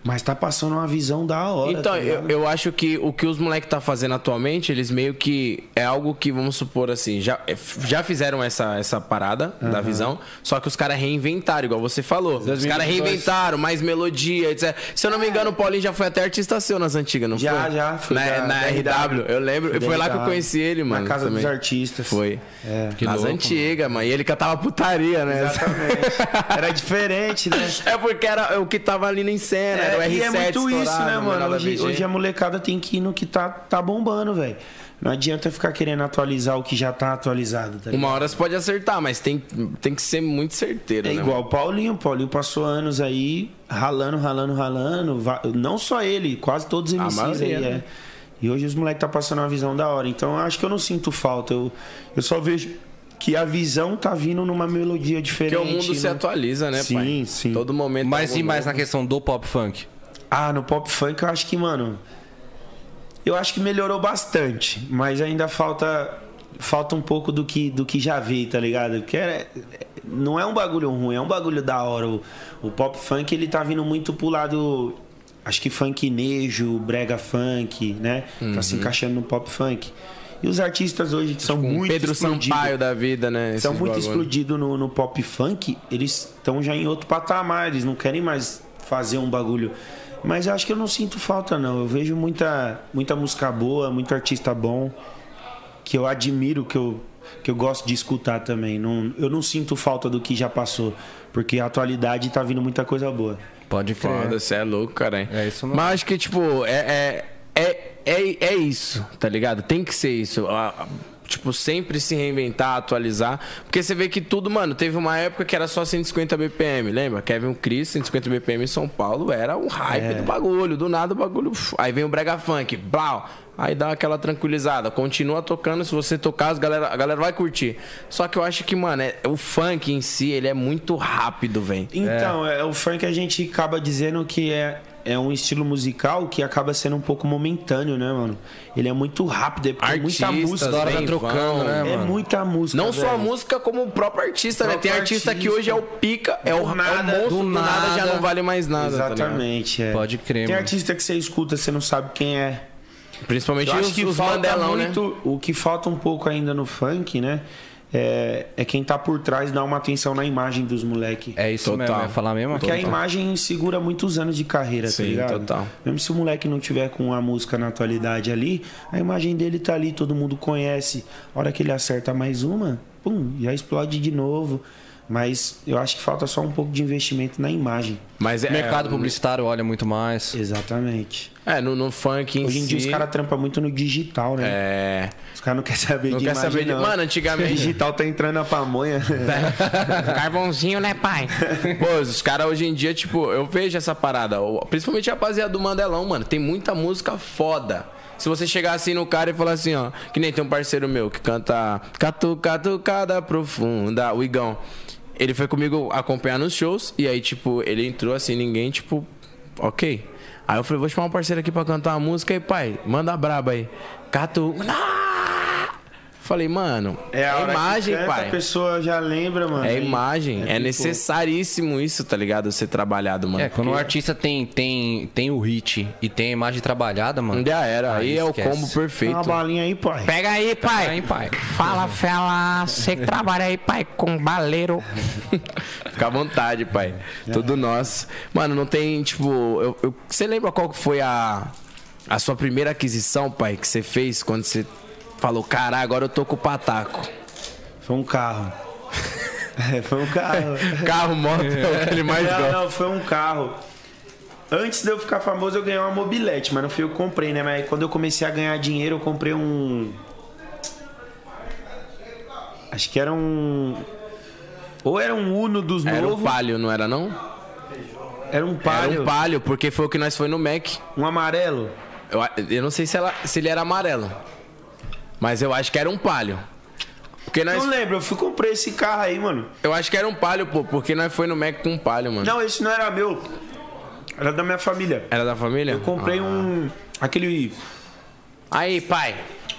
[SPEAKER 4] Mas tá passando uma visão da hora.
[SPEAKER 3] Então,
[SPEAKER 4] tá
[SPEAKER 3] eu,
[SPEAKER 4] ligado?
[SPEAKER 3] eu acho que o que os moleques tá fazendo atualmente, eles meio que. É algo que, vamos supor assim, já, já fizeram essa, essa parada da visão, só que os caras reinventaram, igual você falou. Os caras
[SPEAKER 1] 2022.
[SPEAKER 3] reinventaram, mais melodia, etc. Se eu não me engano, o Paulinho já foi até artista seu nas antigas, não
[SPEAKER 4] Já,
[SPEAKER 3] foi?
[SPEAKER 4] já, foi
[SPEAKER 3] Na,
[SPEAKER 4] da-
[SPEAKER 3] na
[SPEAKER 4] da
[SPEAKER 3] RW, eu lembro. Foi, lá que eu
[SPEAKER 4] Tá.
[SPEAKER 3] conheci ele, mano.
[SPEAKER 4] Na casa
[SPEAKER 3] também.
[SPEAKER 4] dos artistas.
[SPEAKER 3] Foi.
[SPEAKER 4] É.
[SPEAKER 1] Que
[SPEAKER 3] nas
[SPEAKER 1] louco,
[SPEAKER 3] antigas, mano. E ele cantava putaria, né?
[SPEAKER 4] Exatamente. É, Era diferente, né?
[SPEAKER 3] É porque era o que tava ali na cena, era o
[SPEAKER 4] e
[SPEAKER 3] R7
[SPEAKER 4] é muito isso,
[SPEAKER 3] estourado,
[SPEAKER 4] né, mano?
[SPEAKER 3] nada
[SPEAKER 4] Hoje,
[SPEAKER 3] vigente.
[SPEAKER 4] hoje a molecada tem que ir no que tá, tá bombando, velho. Não adianta ficar querendo atualizar o que já tá atualizado, tá ligado?
[SPEAKER 3] Uma hora você pode acertar, mas tem, tem que ser muito certeiro,
[SPEAKER 4] É
[SPEAKER 3] né?
[SPEAKER 4] igual o Paulinho. O Paulinho passou anos aí ralando, ralando, ralando. Va- Não só ele, quase todos os
[SPEAKER 3] A
[SPEAKER 4] MCs
[SPEAKER 3] maioria,
[SPEAKER 4] aí,
[SPEAKER 3] né?
[SPEAKER 4] é. E hoje os moleques tá passando uma visão da hora. Então eu acho que eu não sinto falta. Eu, eu só vejo que a visão tá vindo numa melodia diferente.
[SPEAKER 3] Porque o mundo se
[SPEAKER 4] né?
[SPEAKER 3] atualiza, né, pai?
[SPEAKER 4] Sim, sim.
[SPEAKER 3] Todo momento.
[SPEAKER 4] tá
[SPEAKER 1] Mas
[SPEAKER 3] é
[SPEAKER 1] e
[SPEAKER 3] algo
[SPEAKER 1] mais
[SPEAKER 3] novo.
[SPEAKER 1] na questão do pop funk?
[SPEAKER 4] Ah, no pop funk eu acho que, mano. Eu acho que melhorou bastante, mas ainda falta falta um pouco do que, do que já vi, tá ligado? Que é- não é um bagulho ruim, é um bagulho da hora. O, o pop funk ele tá vindo muito pro lado acho que funk nejo, brega funk, né? Tá
[SPEAKER 3] Uhum.
[SPEAKER 4] se encaixando no pop funk. E os artistas hoje que são muito
[SPEAKER 3] Tipo, Pedro
[SPEAKER 4] explodidos,
[SPEAKER 3] Sampaio da vida, né?
[SPEAKER 4] são
[SPEAKER 3] esses
[SPEAKER 4] muito
[SPEAKER 3] bagulho.
[SPEAKER 4] explodidos no, no pop funk, eles estão já em outro patamar, eles não querem mais fazer um bagulho. Mas eu acho que eu não sinto falta, não. Eu vejo muita, muita música boa, muito artista bom, que eu admiro, que eu, que eu gosto de escutar também. Não, eu não sinto falta do que já passou, porque a atualidade tá vindo muita coisa boa.
[SPEAKER 1] Pode crer.
[SPEAKER 3] Foda, você é louco, cara. hein?
[SPEAKER 1] É isso mesmo.
[SPEAKER 3] Mas acho que, tipo, é, é, é, é, é isso, tá ligado? Tem que ser isso. A- a- Tipo, sempre se reinventar, atualizar. Porque você vê que tudo, mano, teve uma época que era só 150 BPM, lembra? Kevin Chris, 150 BPM em São Paulo, era o hype
[SPEAKER 1] É.
[SPEAKER 3] do bagulho. Do nada o bagulho. uf, Aí vem o Brega Funk, blau. Aí dá aquela tranquilizada. Continua tocando. Se você tocar, as galera, a galera vai curtir. Só que eu acho que, mano, é- o funk em si, ele é muito rápido, velho.
[SPEAKER 4] Então, é. o funk a gente acaba dizendo que é, é é um estilo musical que acaba sendo um pouco momentâneo, né, mano? Ele é muito rápido, é porque é muita
[SPEAKER 3] Artistas,
[SPEAKER 4] música.
[SPEAKER 1] Toda hora tá
[SPEAKER 3] Bem,
[SPEAKER 1] trocando,
[SPEAKER 3] vão.
[SPEAKER 1] né,
[SPEAKER 4] É
[SPEAKER 1] mano?
[SPEAKER 4] muita música.
[SPEAKER 3] Não só a
[SPEAKER 4] velho.
[SPEAKER 3] música, como o próprio artista, né? Tem
[SPEAKER 4] Próprio
[SPEAKER 3] artista que
[SPEAKER 4] artista.
[SPEAKER 3] hoje é o pica, é o,
[SPEAKER 4] Do
[SPEAKER 3] é o
[SPEAKER 4] nada,
[SPEAKER 3] monstro,
[SPEAKER 1] do
[SPEAKER 3] do nada, já
[SPEAKER 1] nada.
[SPEAKER 3] não vale mais nada. tá ligado?
[SPEAKER 4] Exatamente, é.
[SPEAKER 1] Pode crer,
[SPEAKER 4] Tem
[SPEAKER 1] mano.
[SPEAKER 4] artista que você escuta, você não sabe quem é.
[SPEAKER 3] Principalmente
[SPEAKER 4] Eu acho
[SPEAKER 3] os,
[SPEAKER 4] que
[SPEAKER 3] os
[SPEAKER 4] falta
[SPEAKER 3] mandelão, né?
[SPEAKER 4] muito, O que falta um pouco ainda no funk, né? É, é quem tá por trás dar uma atenção na imagem dos moleque.
[SPEAKER 1] É isso
[SPEAKER 3] Total.
[SPEAKER 1] mesmo, é falar mesmo.
[SPEAKER 4] Porque a imagem segura muitos anos de carreira,
[SPEAKER 3] Sim,
[SPEAKER 4] tá ligado?
[SPEAKER 3] total.
[SPEAKER 4] Mesmo se o moleque não tiver com a música na atualidade ali, a imagem dele tá ali, todo mundo conhece. A hora que ele acerta mais uma, pum, já explode de novo. Mas eu acho que falta só um pouco de investimento na imagem.
[SPEAKER 3] Mas é,
[SPEAKER 1] O mercado publicitário olha muito mais.
[SPEAKER 4] Exatamente.
[SPEAKER 3] É, no, no funk em
[SPEAKER 4] Hoje em dia
[SPEAKER 3] si,
[SPEAKER 4] os caras trampam muito no digital, né?
[SPEAKER 3] É.
[SPEAKER 4] Os caras não querem saber
[SPEAKER 3] Não
[SPEAKER 4] de
[SPEAKER 3] quer
[SPEAKER 4] imagem,
[SPEAKER 3] saber de.
[SPEAKER 4] não.
[SPEAKER 3] Mano, antigamente.
[SPEAKER 4] digital tá entrando na pamonha.
[SPEAKER 5] Carvãozinho, né, pai?
[SPEAKER 3] Pô, os caras hoje em dia, tipo, eu vejo essa parada. o- Principalmente a rapaziada do Mandelão, mano. Tem muita música foda. Se você chegar assim no cara e falar assim, ó, que nem tem um parceiro meu que canta Catu, Catucada Profunda, o Igão. Ele foi comigo acompanhar nos shows e aí, tipo, ele entrou assim, ninguém, tipo, ok. Aí eu falei, vou chamar um parceiro aqui pra cantar uma música e, pai, manda a braba aí. Catu. Ah! Falei, mano, é,
[SPEAKER 4] a hora que
[SPEAKER 3] imagem,
[SPEAKER 4] canta,
[SPEAKER 3] pai.
[SPEAKER 4] A pessoa já lembra, mano.
[SPEAKER 3] É imagem.
[SPEAKER 4] tipo
[SPEAKER 3] É, necessaríssimo isso, tá ligado? Ser trabalhado, mano.
[SPEAKER 1] É, quando o artista tem, tem, tem o hit e tem a imagem trabalhada, mano.
[SPEAKER 3] Já era. Aí,
[SPEAKER 1] Aí
[SPEAKER 3] é o
[SPEAKER 1] esquece.
[SPEAKER 3] combo
[SPEAKER 4] Dá
[SPEAKER 3] perfeito.
[SPEAKER 4] uma balinha aí, pai.
[SPEAKER 5] Pega aí,
[SPEAKER 1] Aí,
[SPEAKER 5] pai.
[SPEAKER 1] pai.
[SPEAKER 5] Fala, fela. Você que trabalha aí, pai, com baleiro.
[SPEAKER 3] Fica à vontade, pai. Tudo nosso. Mano, não tem, tipo. eu- eu- você lembra qual que foi a, a sua primeira aquisição, pai, que você fez quando você falou, caralho, agora eu tô com o pataco?
[SPEAKER 4] Foi um carro. É, foi um carro.
[SPEAKER 3] Carro, moto é o que ele mais
[SPEAKER 4] não,
[SPEAKER 3] gosta.
[SPEAKER 4] não, foi um carro. Antes de eu ficar famoso, eu ganhei uma mobilete, mas não fui eu que comprei, né? Mas quando eu comecei a ganhar dinheiro, eu comprei um. Acho que era um. Ou era um Uno dos
[SPEAKER 3] Era um
[SPEAKER 4] novos.
[SPEAKER 3] palio, não era não?
[SPEAKER 4] Era um palio.
[SPEAKER 3] Era um palio, porque foi o que nós foi no Mac.
[SPEAKER 4] um amarelo.
[SPEAKER 3] Eu, a- eu não sei se, ela, se ele era amarelo. Mas eu acho que era um palio. Porque nós.
[SPEAKER 4] Não lembro, eu fui comprei esse carro aí, mano.
[SPEAKER 3] Eu acho que era um palio, pô, porque nós foi no Mac com um palio, mano.
[SPEAKER 4] Não, esse não era meu. Era da minha família.
[SPEAKER 3] Era da família?
[SPEAKER 4] Eu comprei
[SPEAKER 3] Ah.
[SPEAKER 4] um. Aquele.
[SPEAKER 3] Aí, pai.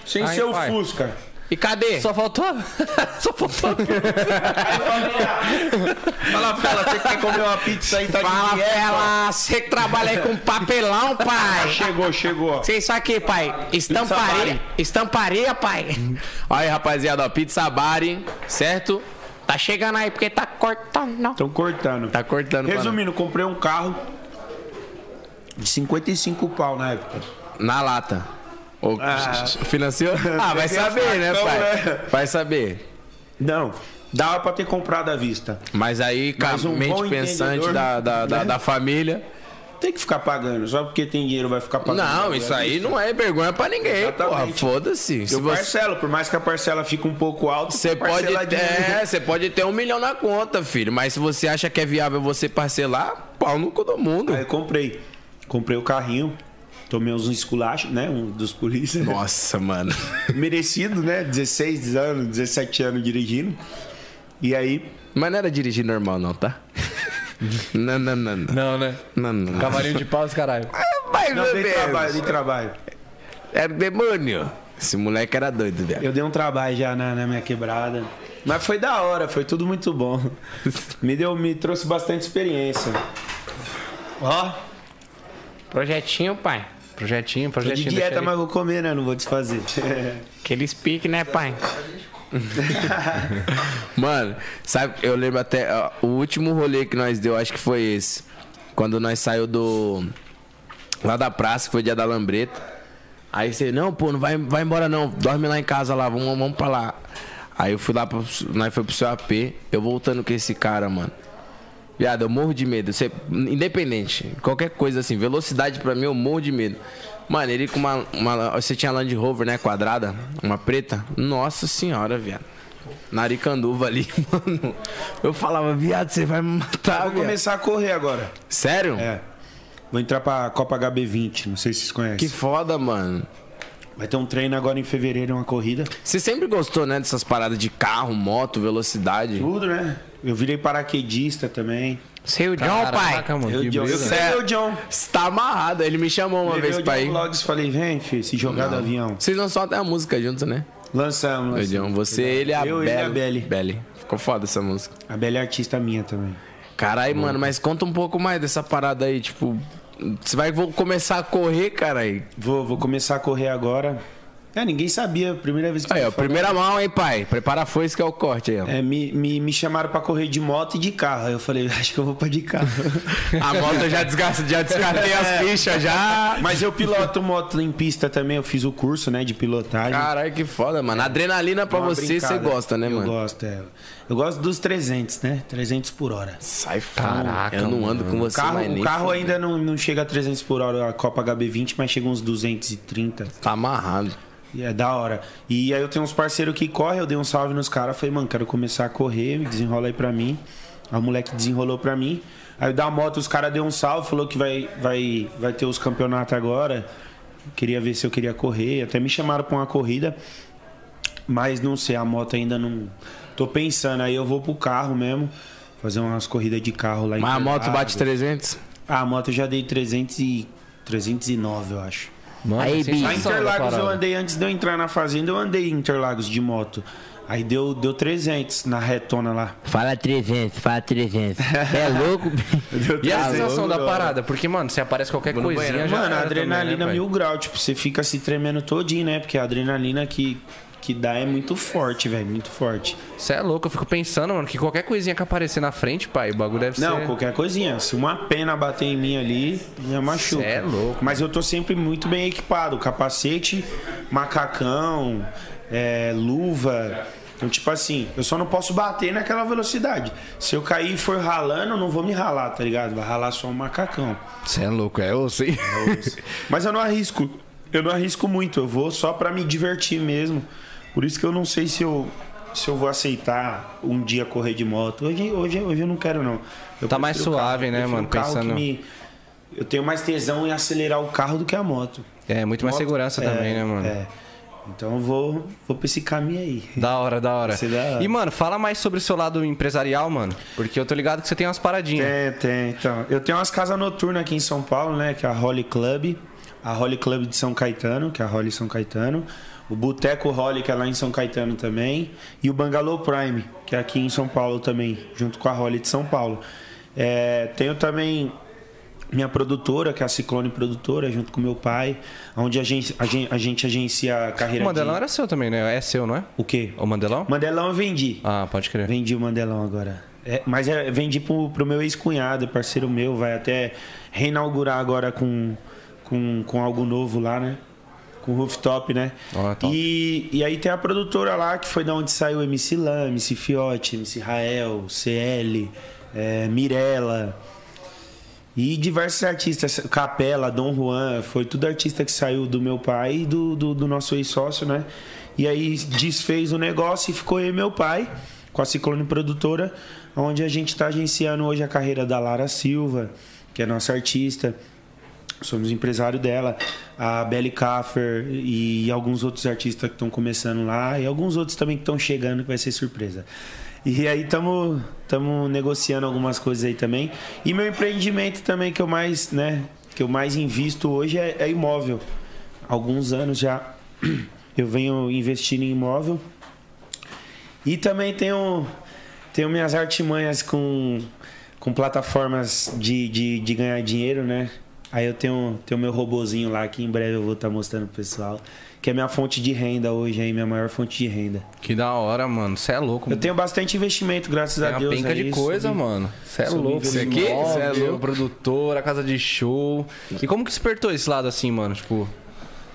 [SPEAKER 4] Sem
[SPEAKER 1] Ai,
[SPEAKER 4] ser o
[SPEAKER 1] pai.
[SPEAKER 4] Fusca.
[SPEAKER 3] E cadê?
[SPEAKER 1] Só faltou. Só faltou.
[SPEAKER 4] Fala, fala, você quer comer uma pizza aí, tá
[SPEAKER 5] Fala,
[SPEAKER 4] de dieta?
[SPEAKER 5] fela. Você que trabalha aí com papelão, pai.
[SPEAKER 4] Chegou, chegou. ó.
[SPEAKER 5] Que isso aqui, pai? Estamparia. Estamparia, pai.
[SPEAKER 3] Aí, rapaziada, ó, Pizza Bari, certo?
[SPEAKER 5] Tá chegando aí porque tá cortando. Não.
[SPEAKER 4] Estão cortando.
[SPEAKER 3] Tá cortando pra
[SPEAKER 4] Resumindo, comprei um carro de 55 pau na época.
[SPEAKER 3] nós. na lata. Ô,
[SPEAKER 4] Ah.
[SPEAKER 3] Financiou? Ah, vai
[SPEAKER 4] Peguei a
[SPEAKER 3] saber, né,
[SPEAKER 4] facão,
[SPEAKER 3] pai?
[SPEAKER 4] né?
[SPEAKER 3] Vai saber.
[SPEAKER 4] Não, dava pra ter comprado à vista.
[SPEAKER 3] Mas aí, cara,
[SPEAKER 4] Mas um
[SPEAKER 3] mente
[SPEAKER 4] bom
[SPEAKER 3] pensante
[SPEAKER 4] entendedor,
[SPEAKER 3] da, da, da,
[SPEAKER 4] né?
[SPEAKER 3] da família.
[SPEAKER 4] Tem que ficar pagando, só porque tem dinheiro vai ficar pagando.
[SPEAKER 3] Não, isso aí não é vergonha pra ninguém, porra.
[SPEAKER 4] Exatamente.
[SPEAKER 3] Foda-se. Se
[SPEAKER 4] Eu
[SPEAKER 3] você.
[SPEAKER 4] parcelo, por mais que a parcela fique um pouco alta,
[SPEAKER 3] Você pode,
[SPEAKER 4] parcelar de
[SPEAKER 3] é, você pode ter um milhão na conta, filho. Mas se você acha que é viável você parcelar, pau no cu do mundo.
[SPEAKER 4] né? Aí eu comprei. Comprei o carrinho, tomei uns esculachos, né? Um dos polícias.
[SPEAKER 3] Nossa, mano.
[SPEAKER 4] Merecido, né? 16 anos, 17 anos dirigindo. E aí,
[SPEAKER 3] Mas não era dirigir normal, não, tá? não, não, não, não.
[SPEAKER 1] Não, né?
[SPEAKER 3] Não, não, Ah, não.
[SPEAKER 1] Cavalinho de pau, os caralho.
[SPEAKER 3] Mais
[SPEAKER 4] não,
[SPEAKER 3] ou
[SPEAKER 4] dei
[SPEAKER 3] menos.
[SPEAKER 4] trabalho, dei trabalho.
[SPEAKER 3] Era É demônio. Esse moleque era doido, velho.
[SPEAKER 4] Eu dei um trabalho já na, na minha quebrada. Mas foi da hora, foi tudo muito bom. Me deu, me trouxe bastante experiência. Ó,
[SPEAKER 5] Projetinho, pai.
[SPEAKER 1] Projetinho,
[SPEAKER 4] tô de
[SPEAKER 1] projetinho. deixa
[SPEAKER 4] dieta,
[SPEAKER 1] ele.
[SPEAKER 4] mas vou comer, né? Não vou desfazer.
[SPEAKER 5] Aquele pique, né, pai?
[SPEAKER 3] Mano, sabe, eu lembro até. ó, o último rolê que nós deu, acho que foi esse. Quando nós saiu do. Lá da praça, que foi o dia da lambreta. Aí você, não, pô, não vai, vai embora não. Dorme lá em casa lá, vamos, vamos pra lá. Aí eu fui lá, pro, nós foi pro seu AP, eu voltando com esse cara, mano. Viado, eu morro de medo. Você, independente, qualquer coisa assim, velocidade pra mim, eu morro de medo. Mano, ele com uma, uma- Você tinha Land Rover, né? Quadrada, uma preta. Nossa senhora, viado. Naricanduva ali, mano. Eu falava, viado, você vai me matar,
[SPEAKER 4] Vou
[SPEAKER 3] viado.
[SPEAKER 4] começar a correr agora.
[SPEAKER 3] Sério?
[SPEAKER 4] É. Vou entrar pra Copa HB20, não sei se vocês
[SPEAKER 3] Que
[SPEAKER 4] conhecem.
[SPEAKER 3] foda, mano.
[SPEAKER 4] Vai ter um treino agora em fevereiro, uma corrida.
[SPEAKER 3] Você sempre gostou, né, dessas paradas de carro, moto, velocidade?
[SPEAKER 4] Tudo, né? Eu virei paraquedista também.
[SPEAKER 5] Seu John, pai.
[SPEAKER 1] Caraca, mano,
[SPEAKER 4] Eu,
[SPEAKER 1] que
[SPEAKER 4] eu, eu
[SPEAKER 1] brisa.
[SPEAKER 4] levei o John.
[SPEAKER 3] Você tá amarrado, ele me chamou uma
[SPEAKER 4] Levei
[SPEAKER 3] vez
[SPEAKER 4] o
[SPEAKER 3] pra
[SPEAKER 4] John
[SPEAKER 3] ir.
[SPEAKER 4] Vlogs, falei, vem, filho, se jogar do avião.
[SPEAKER 3] Vocês lançaram até a música juntos, né?
[SPEAKER 4] Lançamos.
[SPEAKER 3] Ô, John,
[SPEAKER 4] lançamos.
[SPEAKER 3] você, ele e a
[SPEAKER 4] Eu e a
[SPEAKER 3] Belle.
[SPEAKER 4] Belly.
[SPEAKER 3] Belly. Ficou foda essa música.
[SPEAKER 4] é A Bela é artista minha também.
[SPEAKER 3] Caralho, mano, mas conta um pouco mais dessa parada aí, tipo... Você vai vou começar a correr, caralho.
[SPEAKER 4] Vou, vou começar a correr agora. É, ninguém sabia, primeira vez que
[SPEAKER 3] Aí,
[SPEAKER 4] eu
[SPEAKER 3] ó, primeira mão, hein, pai. Prepara a foice que é o corte aí, ó.
[SPEAKER 4] É, me, me, me chamaram pra correr de moto e de carro. Aí eu falei, acho que eu vou pra de carro.
[SPEAKER 3] A moto eu já, desgastei, já descartei
[SPEAKER 4] É.
[SPEAKER 3] as fichas, já...
[SPEAKER 4] Mas eu piloto moto em pista também, eu fiz o curso, né, de pilotagem.
[SPEAKER 3] Caralho, que foda, mano. Adrenalina pra
[SPEAKER 4] Dá uma
[SPEAKER 3] você, você
[SPEAKER 4] brincada.
[SPEAKER 3] gosta, né,
[SPEAKER 4] eu
[SPEAKER 3] mano?
[SPEAKER 4] gosto, é. Eu gosto dos 300, né? 300 por hora.
[SPEAKER 3] Sai fora.
[SPEAKER 1] Caraca,
[SPEAKER 3] eu não ando com você é
[SPEAKER 4] Carro,
[SPEAKER 3] mais
[SPEAKER 4] o
[SPEAKER 3] nem
[SPEAKER 4] carro
[SPEAKER 3] fudendo.
[SPEAKER 4] ainda não, não chega a 300 por hora, a Copa HB20, mas chega uns 230.
[SPEAKER 3] Tá amarrado.
[SPEAKER 4] E é da hora. E aí eu tenho uns parceiros que correm, eu dei um salve nos caras, falei, mano, quero começar a correr, me desenrola aí pra mim. Aí o moleque desenrolou pra mim. Aí da moto os caras deu um salve, falou que vai, vai, vai ter os campeonatos agora. Queria ver se eu queria correr. Até me chamaram pra uma corrida. Mas não sei, a moto ainda não. Tô pensando, aí eu vou pro carro mesmo. Fazer umas corridas de carro lá em
[SPEAKER 3] Mas a moto
[SPEAKER 4] Interlagos.
[SPEAKER 3] bate 300?
[SPEAKER 4] Ah, a moto eu já dei 300 e... 309, eu acho.
[SPEAKER 1] Mano,
[SPEAKER 5] Aí,
[SPEAKER 1] sensação
[SPEAKER 4] Lá em
[SPEAKER 1] da
[SPEAKER 4] Interlagos
[SPEAKER 1] parada.
[SPEAKER 4] eu andei antes de eu entrar na fazenda, eu andei em Interlagos de moto. Aí deu, deu 300 na retona lá.
[SPEAKER 5] Fala 300, fala 300. É louco?
[SPEAKER 4] Deu
[SPEAKER 1] E a
[SPEAKER 4] 300.
[SPEAKER 1] sensação da parada? Porque, mano, se aparece qualquer coisinha já.
[SPEAKER 4] Mano, a
[SPEAKER 1] era também,
[SPEAKER 4] adrenalina
[SPEAKER 1] né,
[SPEAKER 4] mil grau, tipo, você fica se tremendo todinho, né? Porque a adrenalina que, que dá é muito forte, velho, muito forte.
[SPEAKER 1] Você é louco, eu fico pensando, mano, que qualquer coisinha que aparecer na frente, pai, o bagulho deve
[SPEAKER 4] Não,
[SPEAKER 1] ser.
[SPEAKER 4] qualquer coisinha. Se uma pena bater em mim ali, já machuca.
[SPEAKER 1] Cê é louco.
[SPEAKER 4] Mas eu tô sempre muito bem equipado. Capacete, macacão, é, luva. Então, tipo assim, eu só não posso bater naquela velocidade. Se eu cair e for ralando, eu não vou me ralar, tá ligado? Vai ralar só o macacão.
[SPEAKER 1] Você é louco, é osso, hein?
[SPEAKER 4] Mas eu não arrisco. Eu não arrisco muito. Eu vou só pra me divertir mesmo. Por isso que eu não sei se eu, se eu vou aceitar um dia correr de moto. Hoje, hoje, hoje eu não quero, não. Eu
[SPEAKER 1] Tá mais
[SPEAKER 4] prefiro o
[SPEAKER 1] suave,
[SPEAKER 4] eu
[SPEAKER 1] né,
[SPEAKER 4] prefiro
[SPEAKER 1] mano?
[SPEAKER 4] o carro que
[SPEAKER 1] Pensando-
[SPEAKER 4] me- Eu tenho mais tesão em acelerar o carro do que a moto.
[SPEAKER 1] É, muito mais
[SPEAKER 4] Moto-
[SPEAKER 1] segurança
[SPEAKER 4] é,
[SPEAKER 1] também, né, mano?
[SPEAKER 4] É. Então eu vou, vou pra esse caminho aí.
[SPEAKER 1] Da hora, da hora.
[SPEAKER 4] Isso é da hora.
[SPEAKER 1] E, mano, fala mais sobre o seu lado empresarial, mano. Porque eu tô ligado que você tem umas paradinhas.
[SPEAKER 4] Tem, tem, então. Eu tenho umas casas noturnas aqui em São Paulo, né? Que é a Holly Club, a Holly Club de São Caetano, que é a Holly São Caetano, o Boteco Holly, que é lá em São Caetano também, e o Bangalô Prime, que é aqui em São Paulo também, junto com a Holly de São Paulo. É, tenho também minha produtora, que é a Ciclone Produtora, junto com meu pai, onde a gente, a gente, a gente agencia a carreira
[SPEAKER 1] O Mandelão
[SPEAKER 4] de...
[SPEAKER 1] era seu também, né? É seu, não é?
[SPEAKER 4] O quê?
[SPEAKER 1] O Mandelão?
[SPEAKER 4] Mandelão eu vendi.
[SPEAKER 1] Ah, pode crer.
[SPEAKER 4] Vendi o Mandelão agora. É, mas é, vendi pro, pro meu ex-cunhado, parceiro meu, vai até reinaugurar agora com, com, com algo novo lá, né? Com rooftop, né?
[SPEAKER 1] Ó, top.
[SPEAKER 4] e, e aí tem a produtora lá, que foi da onde saiu MC Lam, MC Fiote, MC Rael, CL, é, Mirella. E diversos artistas, Capela, Dom Juan, foi tudo artista que saiu do meu pai e do, do, do nosso ex-sócio, né? E aí desfez o negócio e ficou eu e meu pai, com a Ciclone Produtora, onde a gente tá agenciando hoje a carreira da Lara Silva, que é nossa artista. Somos empresário dela, a Belly Kaffer e alguns outros artistas que estão começando lá, e alguns outros também que estão chegando, que vai ser surpresa. E aí estamos tamo negociando algumas coisas aí também. E meu empreendimento também que eu mais, né, que eu mais invisto hoje é, é imóvel. Alguns anos já eu venho investindo em imóvel. E também tenho, tenho minhas artimanhas com, com plataformas de, de, de ganhar dinheiro, né? Aí eu tenho, tenho meu robozinho lá que em breve eu vou estar mostrando pro pessoal. Que é minha fonte de renda hoje aí, minha maior fonte de renda.
[SPEAKER 1] Que da hora, mano. Você é louco.
[SPEAKER 4] Eu tenho bastante investimento, graças
[SPEAKER 1] Tem
[SPEAKER 4] a
[SPEAKER 1] É uma
[SPEAKER 4] Deus. é
[SPEAKER 1] penca
[SPEAKER 4] aí,
[SPEAKER 1] de coisa,
[SPEAKER 4] sobre-
[SPEAKER 1] mano. Você é
[SPEAKER 4] sobre
[SPEAKER 1] louco.
[SPEAKER 4] isso
[SPEAKER 1] aqui?
[SPEAKER 4] aqui?
[SPEAKER 1] Você é
[SPEAKER 3] Óbvio.
[SPEAKER 1] louco. Produtora, casa de show. E como que despertou esse lado assim, mano? Tipo,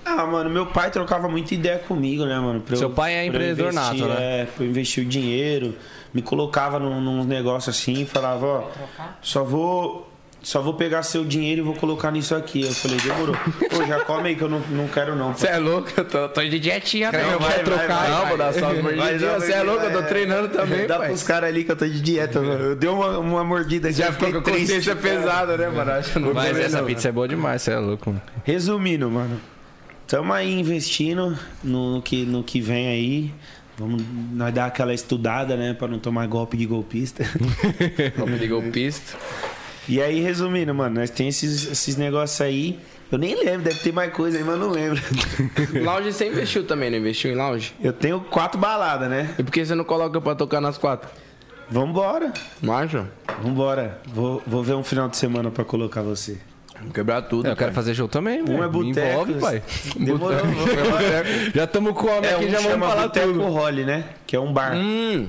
[SPEAKER 4] Ah, mano, meu pai trocava muita ideia comigo, né, mano? Pra
[SPEAKER 1] Seu pai é
[SPEAKER 4] pra eu
[SPEAKER 1] empreendedor
[SPEAKER 4] investir,
[SPEAKER 1] nato, né?
[SPEAKER 4] É, pra eu investir o dinheiro, me colocava num, num negócio assim, falava, ó, só vou. Só vou pegar seu dinheiro e vou colocar nisso aqui. Eu falei, demorou. Pô, já come aí que eu não, não quero não.
[SPEAKER 3] Você é louco, eu tô, tô de dietinha, não.
[SPEAKER 5] né?
[SPEAKER 3] Eu
[SPEAKER 4] vai,
[SPEAKER 3] vou trocar.
[SPEAKER 4] vai,
[SPEAKER 3] Não, vou dar só uma mordidinha. Você é louco, eu tô treinando também,
[SPEAKER 4] Dá
[SPEAKER 3] pai.
[SPEAKER 4] pros caras ali que eu tô de dieta. mano. Eu dei uma, uma mordida aqui,
[SPEAKER 3] Já
[SPEAKER 4] eu
[SPEAKER 3] ficou
[SPEAKER 4] fiquei
[SPEAKER 3] com a
[SPEAKER 4] triste,
[SPEAKER 3] consciência
[SPEAKER 4] cara.
[SPEAKER 3] pesada, né, mano? Acho que não
[SPEAKER 1] mas
[SPEAKER 3] vai
[SPEAKER 1] essa
[SPEAKER 3] não.
[SPEAKER 1] pizza é boa demais, você é louco, mano.
[SPEAKER 4] Resumindo, mano. Tamo aí investindo no, no que, no que vem aí. Vamos nós dar aquela estudada, né? Pra não tomar golpe de golpista.
[SPEAKER 3] Como de golpista.
[SPEAKER 4] E aí, resumindo, mano, nós tem esses, esses negócios aí. Eu nem lembro, deve ter mais coisa aí, mas eu não lembro.
[SPEAKER 3] Lounge você investiu também, não investiu em lounge?
[SPEAKER 4] Eu tenho quatro baladas, né?
[SPEAKER 3] E por que você não coloca pra tocar nas quatro?
[SPEAKER 4] Vambora.
[SPEAKER 3] Marcha?
[SPEAKER 4] Vambora. Vou, vou ver um final de semana pra colocar você.
[SPEAKER 3] Vamos quebrar tudo.
[SPEAKER 1] É, eu quero fazer show também,
[SPEAKER 4] Um
[SPEAKER 1] velho.
[SPEAKER 4] é
[SPEAKER 1] Me
[SPEAKER 4] boteco.
[SPEAKER 1] envolve, pai.
[SPEAKER 4] Demorou.
[SPEAKER 1] Já estamos com o homem
[SPEAKER 4] É,
[SPEAKER 1] aqui,
[SPEAKER 4] um
[SPEAKER 1] já vamos
[SPEAKER 4] chama
[SPEAKER 1] falar
[SPEAKER 4] Boteco
[SPEAKER 1] tudo.
[SPEAKER 4] Holly, né? Que é um bar.
[SPEAKER 3] Hum,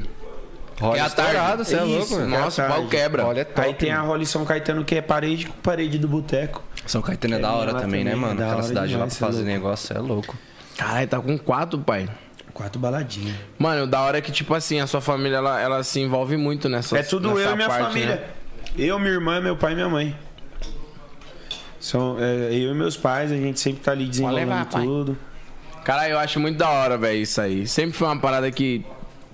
[SPEAKER 1] Rola
[SPEAKER 3] é a
[SPEAKER 1] estourado,
[SPEAKER 3] tarde.
[SPEAKER 1] você é louco,
[SPEAKER 3] Isso,
[SPEAKER 1] mano.
[SPEAKER 3] Nossa, o
[SPEAKER 4] tarde.
[SPEAKER 3] pau quebra.
[SPEAKER 1] Olha, é top.
[SPEAKER 4] aí tem a Holly São Caetano, que é parede com parede do boteco.
[SPEAKER 1] São Caetano é, da hora
[SPEAKER 4] lá
[SPEAKER 1] também, né,
[SPEAKER 4] também, é
[SPEAKER 1] mano?
[SPEAKER 4] da
[SPEAKER 1] Aquela
[SPEAKER 4] hora
[SPEAKER 1] cidade lá
[SPEAKER 4] demais,
[SPEAKER 1] pra
[SPEAKER 4] cê é
[SPEAKER 1] fazer
[SPEAKER 4] louco.
[SPEAKER 1] negócio, é louco.
[SPEAKER 3] Caralho, tá com quatro, pai.
[SPEAKER 4] Quatro baladinhas.
[SPEAKER 3] Mano, o da hora é que, tipo assim, a sua família, ela, ela se envolve muito nessa
[SPEAKER 4] É tudo
[SPEAKER 3] nessa
[SPEAKER 4] eu e minha
[SPEAKER 3] parte,
[SPEAKER 4] família.
[SPEAKER 3] né?
[SPEAKER 4] Eu, minha irmã, meu pai e minha mãe. São, é, eu e meus pais, a gente sempre tá ali desenrolando
[SPEAKER 5] levar, pai.
[SPEAKER 4] tudo.
[SPEAKER 3] Cara, eu acho muito da hora, velho, isso aí. Sempre foi uma parada que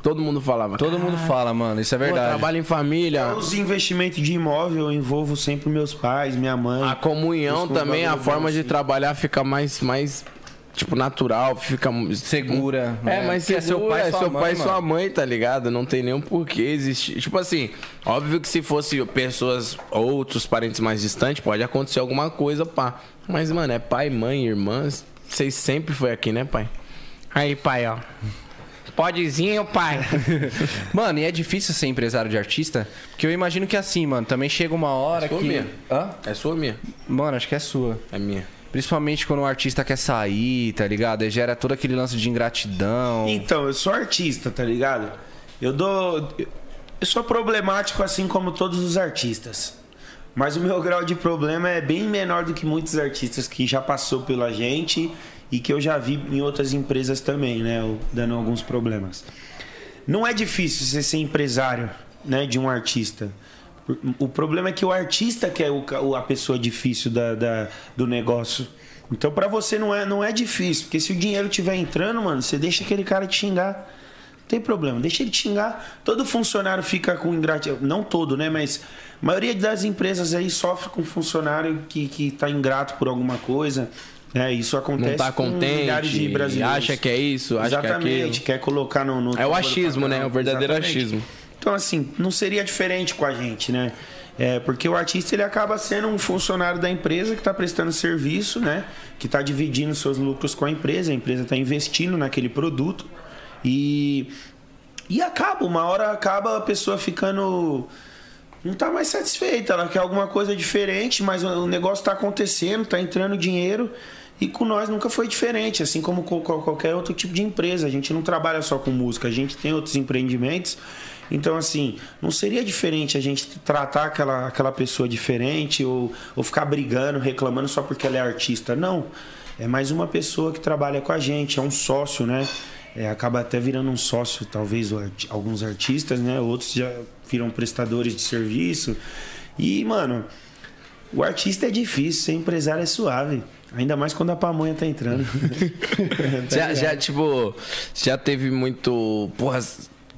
[SPEAKER 3] todo mundo falava.
[SPEAKER 1] Todo mundo fala, mano, isso é
[SPEAKER 3] Pô,
[SPEAKER 1] verdade.
[SPEAKER 3] trabalho em família.
[SPEAKER 4] Os investimentos de imóvel eu envolvo sempre meus pais, minha mãe.
[SPEAKER 5] Ah,
[SPEAKER 3] A comunhão
[SPEAKER 4] Desculpa,
[SPEAKER 3] também, a
[SPEAKER 4] bagulho
[SPEAKER 3] forma
[SPEAKER 4] bom,
[SPEAKER 3] de
[SPEAKER 4] assim.
[SPEAKER 3] trabalhar fica mais, mais tipo, natural, fica...
[SPEAKER 1] Segura,
[SPEAKER 3] É,
[SPEAKER 1] né?
[SPEAKER 3] mas
[SPEAKER 1] Porque
[SPEAKER 3] segura, é seu pai, é
[SPEAKER 1] sua
[SPEAKER 3] seu
[SPEAKER 1] mãe,
[SPEAKER 3] pai e sua
[SPEAKER 1] mano.
[SPEAKER 3] mãe, tá ligado? Não tem nenhum porquê existir. Tipo assim, óbvio que se fosse pessoas, outros parentes mais distantes, pode acontecer alguma coisa, pá. Mas, mano, é pai, mãe, irmãs, vocês sempre foi aqui, né, pai?
[SPEAKER 5] Aí, pai, ó. Podezinho, pai.
[SPEAKER 1] Mano, e é difícil ser empresário de artista? Porque eu imagino que assim, mano, também chega uma hora
[SPEAKER 3] Sua
[SPEAKER 1] que.
[SPEAKER 3] minha?
[SPEAKER 1] Hã?
[SPEAKER 3] É sua ou minha?
[SPEAKER 1] Mano, acho que é sua.
[SPEAKER 3] É minha.
[SPEAKER 1] Principalmente quando o artista quer sair, tá ligado? Aí gera todo aquele lance de ingratidão.
[SPEAKER 4] Então, eu sou artista, tá ligado? Eu dou. Eu sou problemático assim como todos os artistas. Mas o meu grau de problema é bem menor do que muitos artistas que já passou pela gente e que eu já vi em outras empresas também, né? eu Dando alguns problemas. Não é difícil você ser empresário, né, de um artista. O problema é que o artista que é o ca- o- a pessoa difícil da, da- do negócio. Então, pra você não é, não é difícil, porque se o dinheiro estiver entrando, mano, você deixa aquele cara te xingar. Não tem problema, deixa ele te xingar. Todo funcionário fica com ingratidão. Não todo, né? Mas a maioria das empresas aí sofre com funcionário que, que tá ingrato por alguma coisa. Né? Isso acontece
[SPEAKER 3] Não tá
[SPEAKER 4] com milhares de
[SPEAKER 3] contente,
[SPEAKER 4] brasileiros.
[SPEAKER 3] acha que é isso, acha que é
[SPEAKER 4] Exatamente,
[SPEAKER 3] aquilo.
[SPEAKER 4] quer colocar no. no
[SPEAKER 3] É o
[SPEAKER 4] topo do
[SPEAKER 3] achismo, né?
[SPEAKER 4] padrão.
[SPEAKER 3] O verdadeiro
[SPEAKER 4] Exatamente.
[SPEAKER 3] achismo.
[SPEAKER 4] Então, assim, não seria diferente com a gente, né? É, porque o artista ele acaba sendo um funcionário da empresa que está prestando serviço, né? Que está dividindo seus lucros com a empresa, a empresa está investindo naquele produto e e acaba, uma hora acaba a pessoa ficando não tá mais satisfeita, ela quer alguma coisa diferente, mas o o negócio tá acontecendo, tá entrando dinheiro e com nós nunca foi diferente, assim como com qual- qualquer outro tipo de empresa. A gente não trabalha só com música, a gente tem outros empreendimentos. Então, assim, não seria diferente a gente tratar aquela, aquela pessoa diferente ou, ou ficar brigando, reclamando só porque ela é artista. Não. É mais uma pessoa que trabalha com a gente, é um sócio, né? É, acaba até virando um sócio, talvez, o arti- alguns artistas, né? Outros já viram prestadores de serviço. E, mano, o artista é difícil, ser empresário é suave. Ainda mais quando a pamonha tá entrando. Tá
[SPEAKER 3] Já, já, tipo, já teve muito. Porra,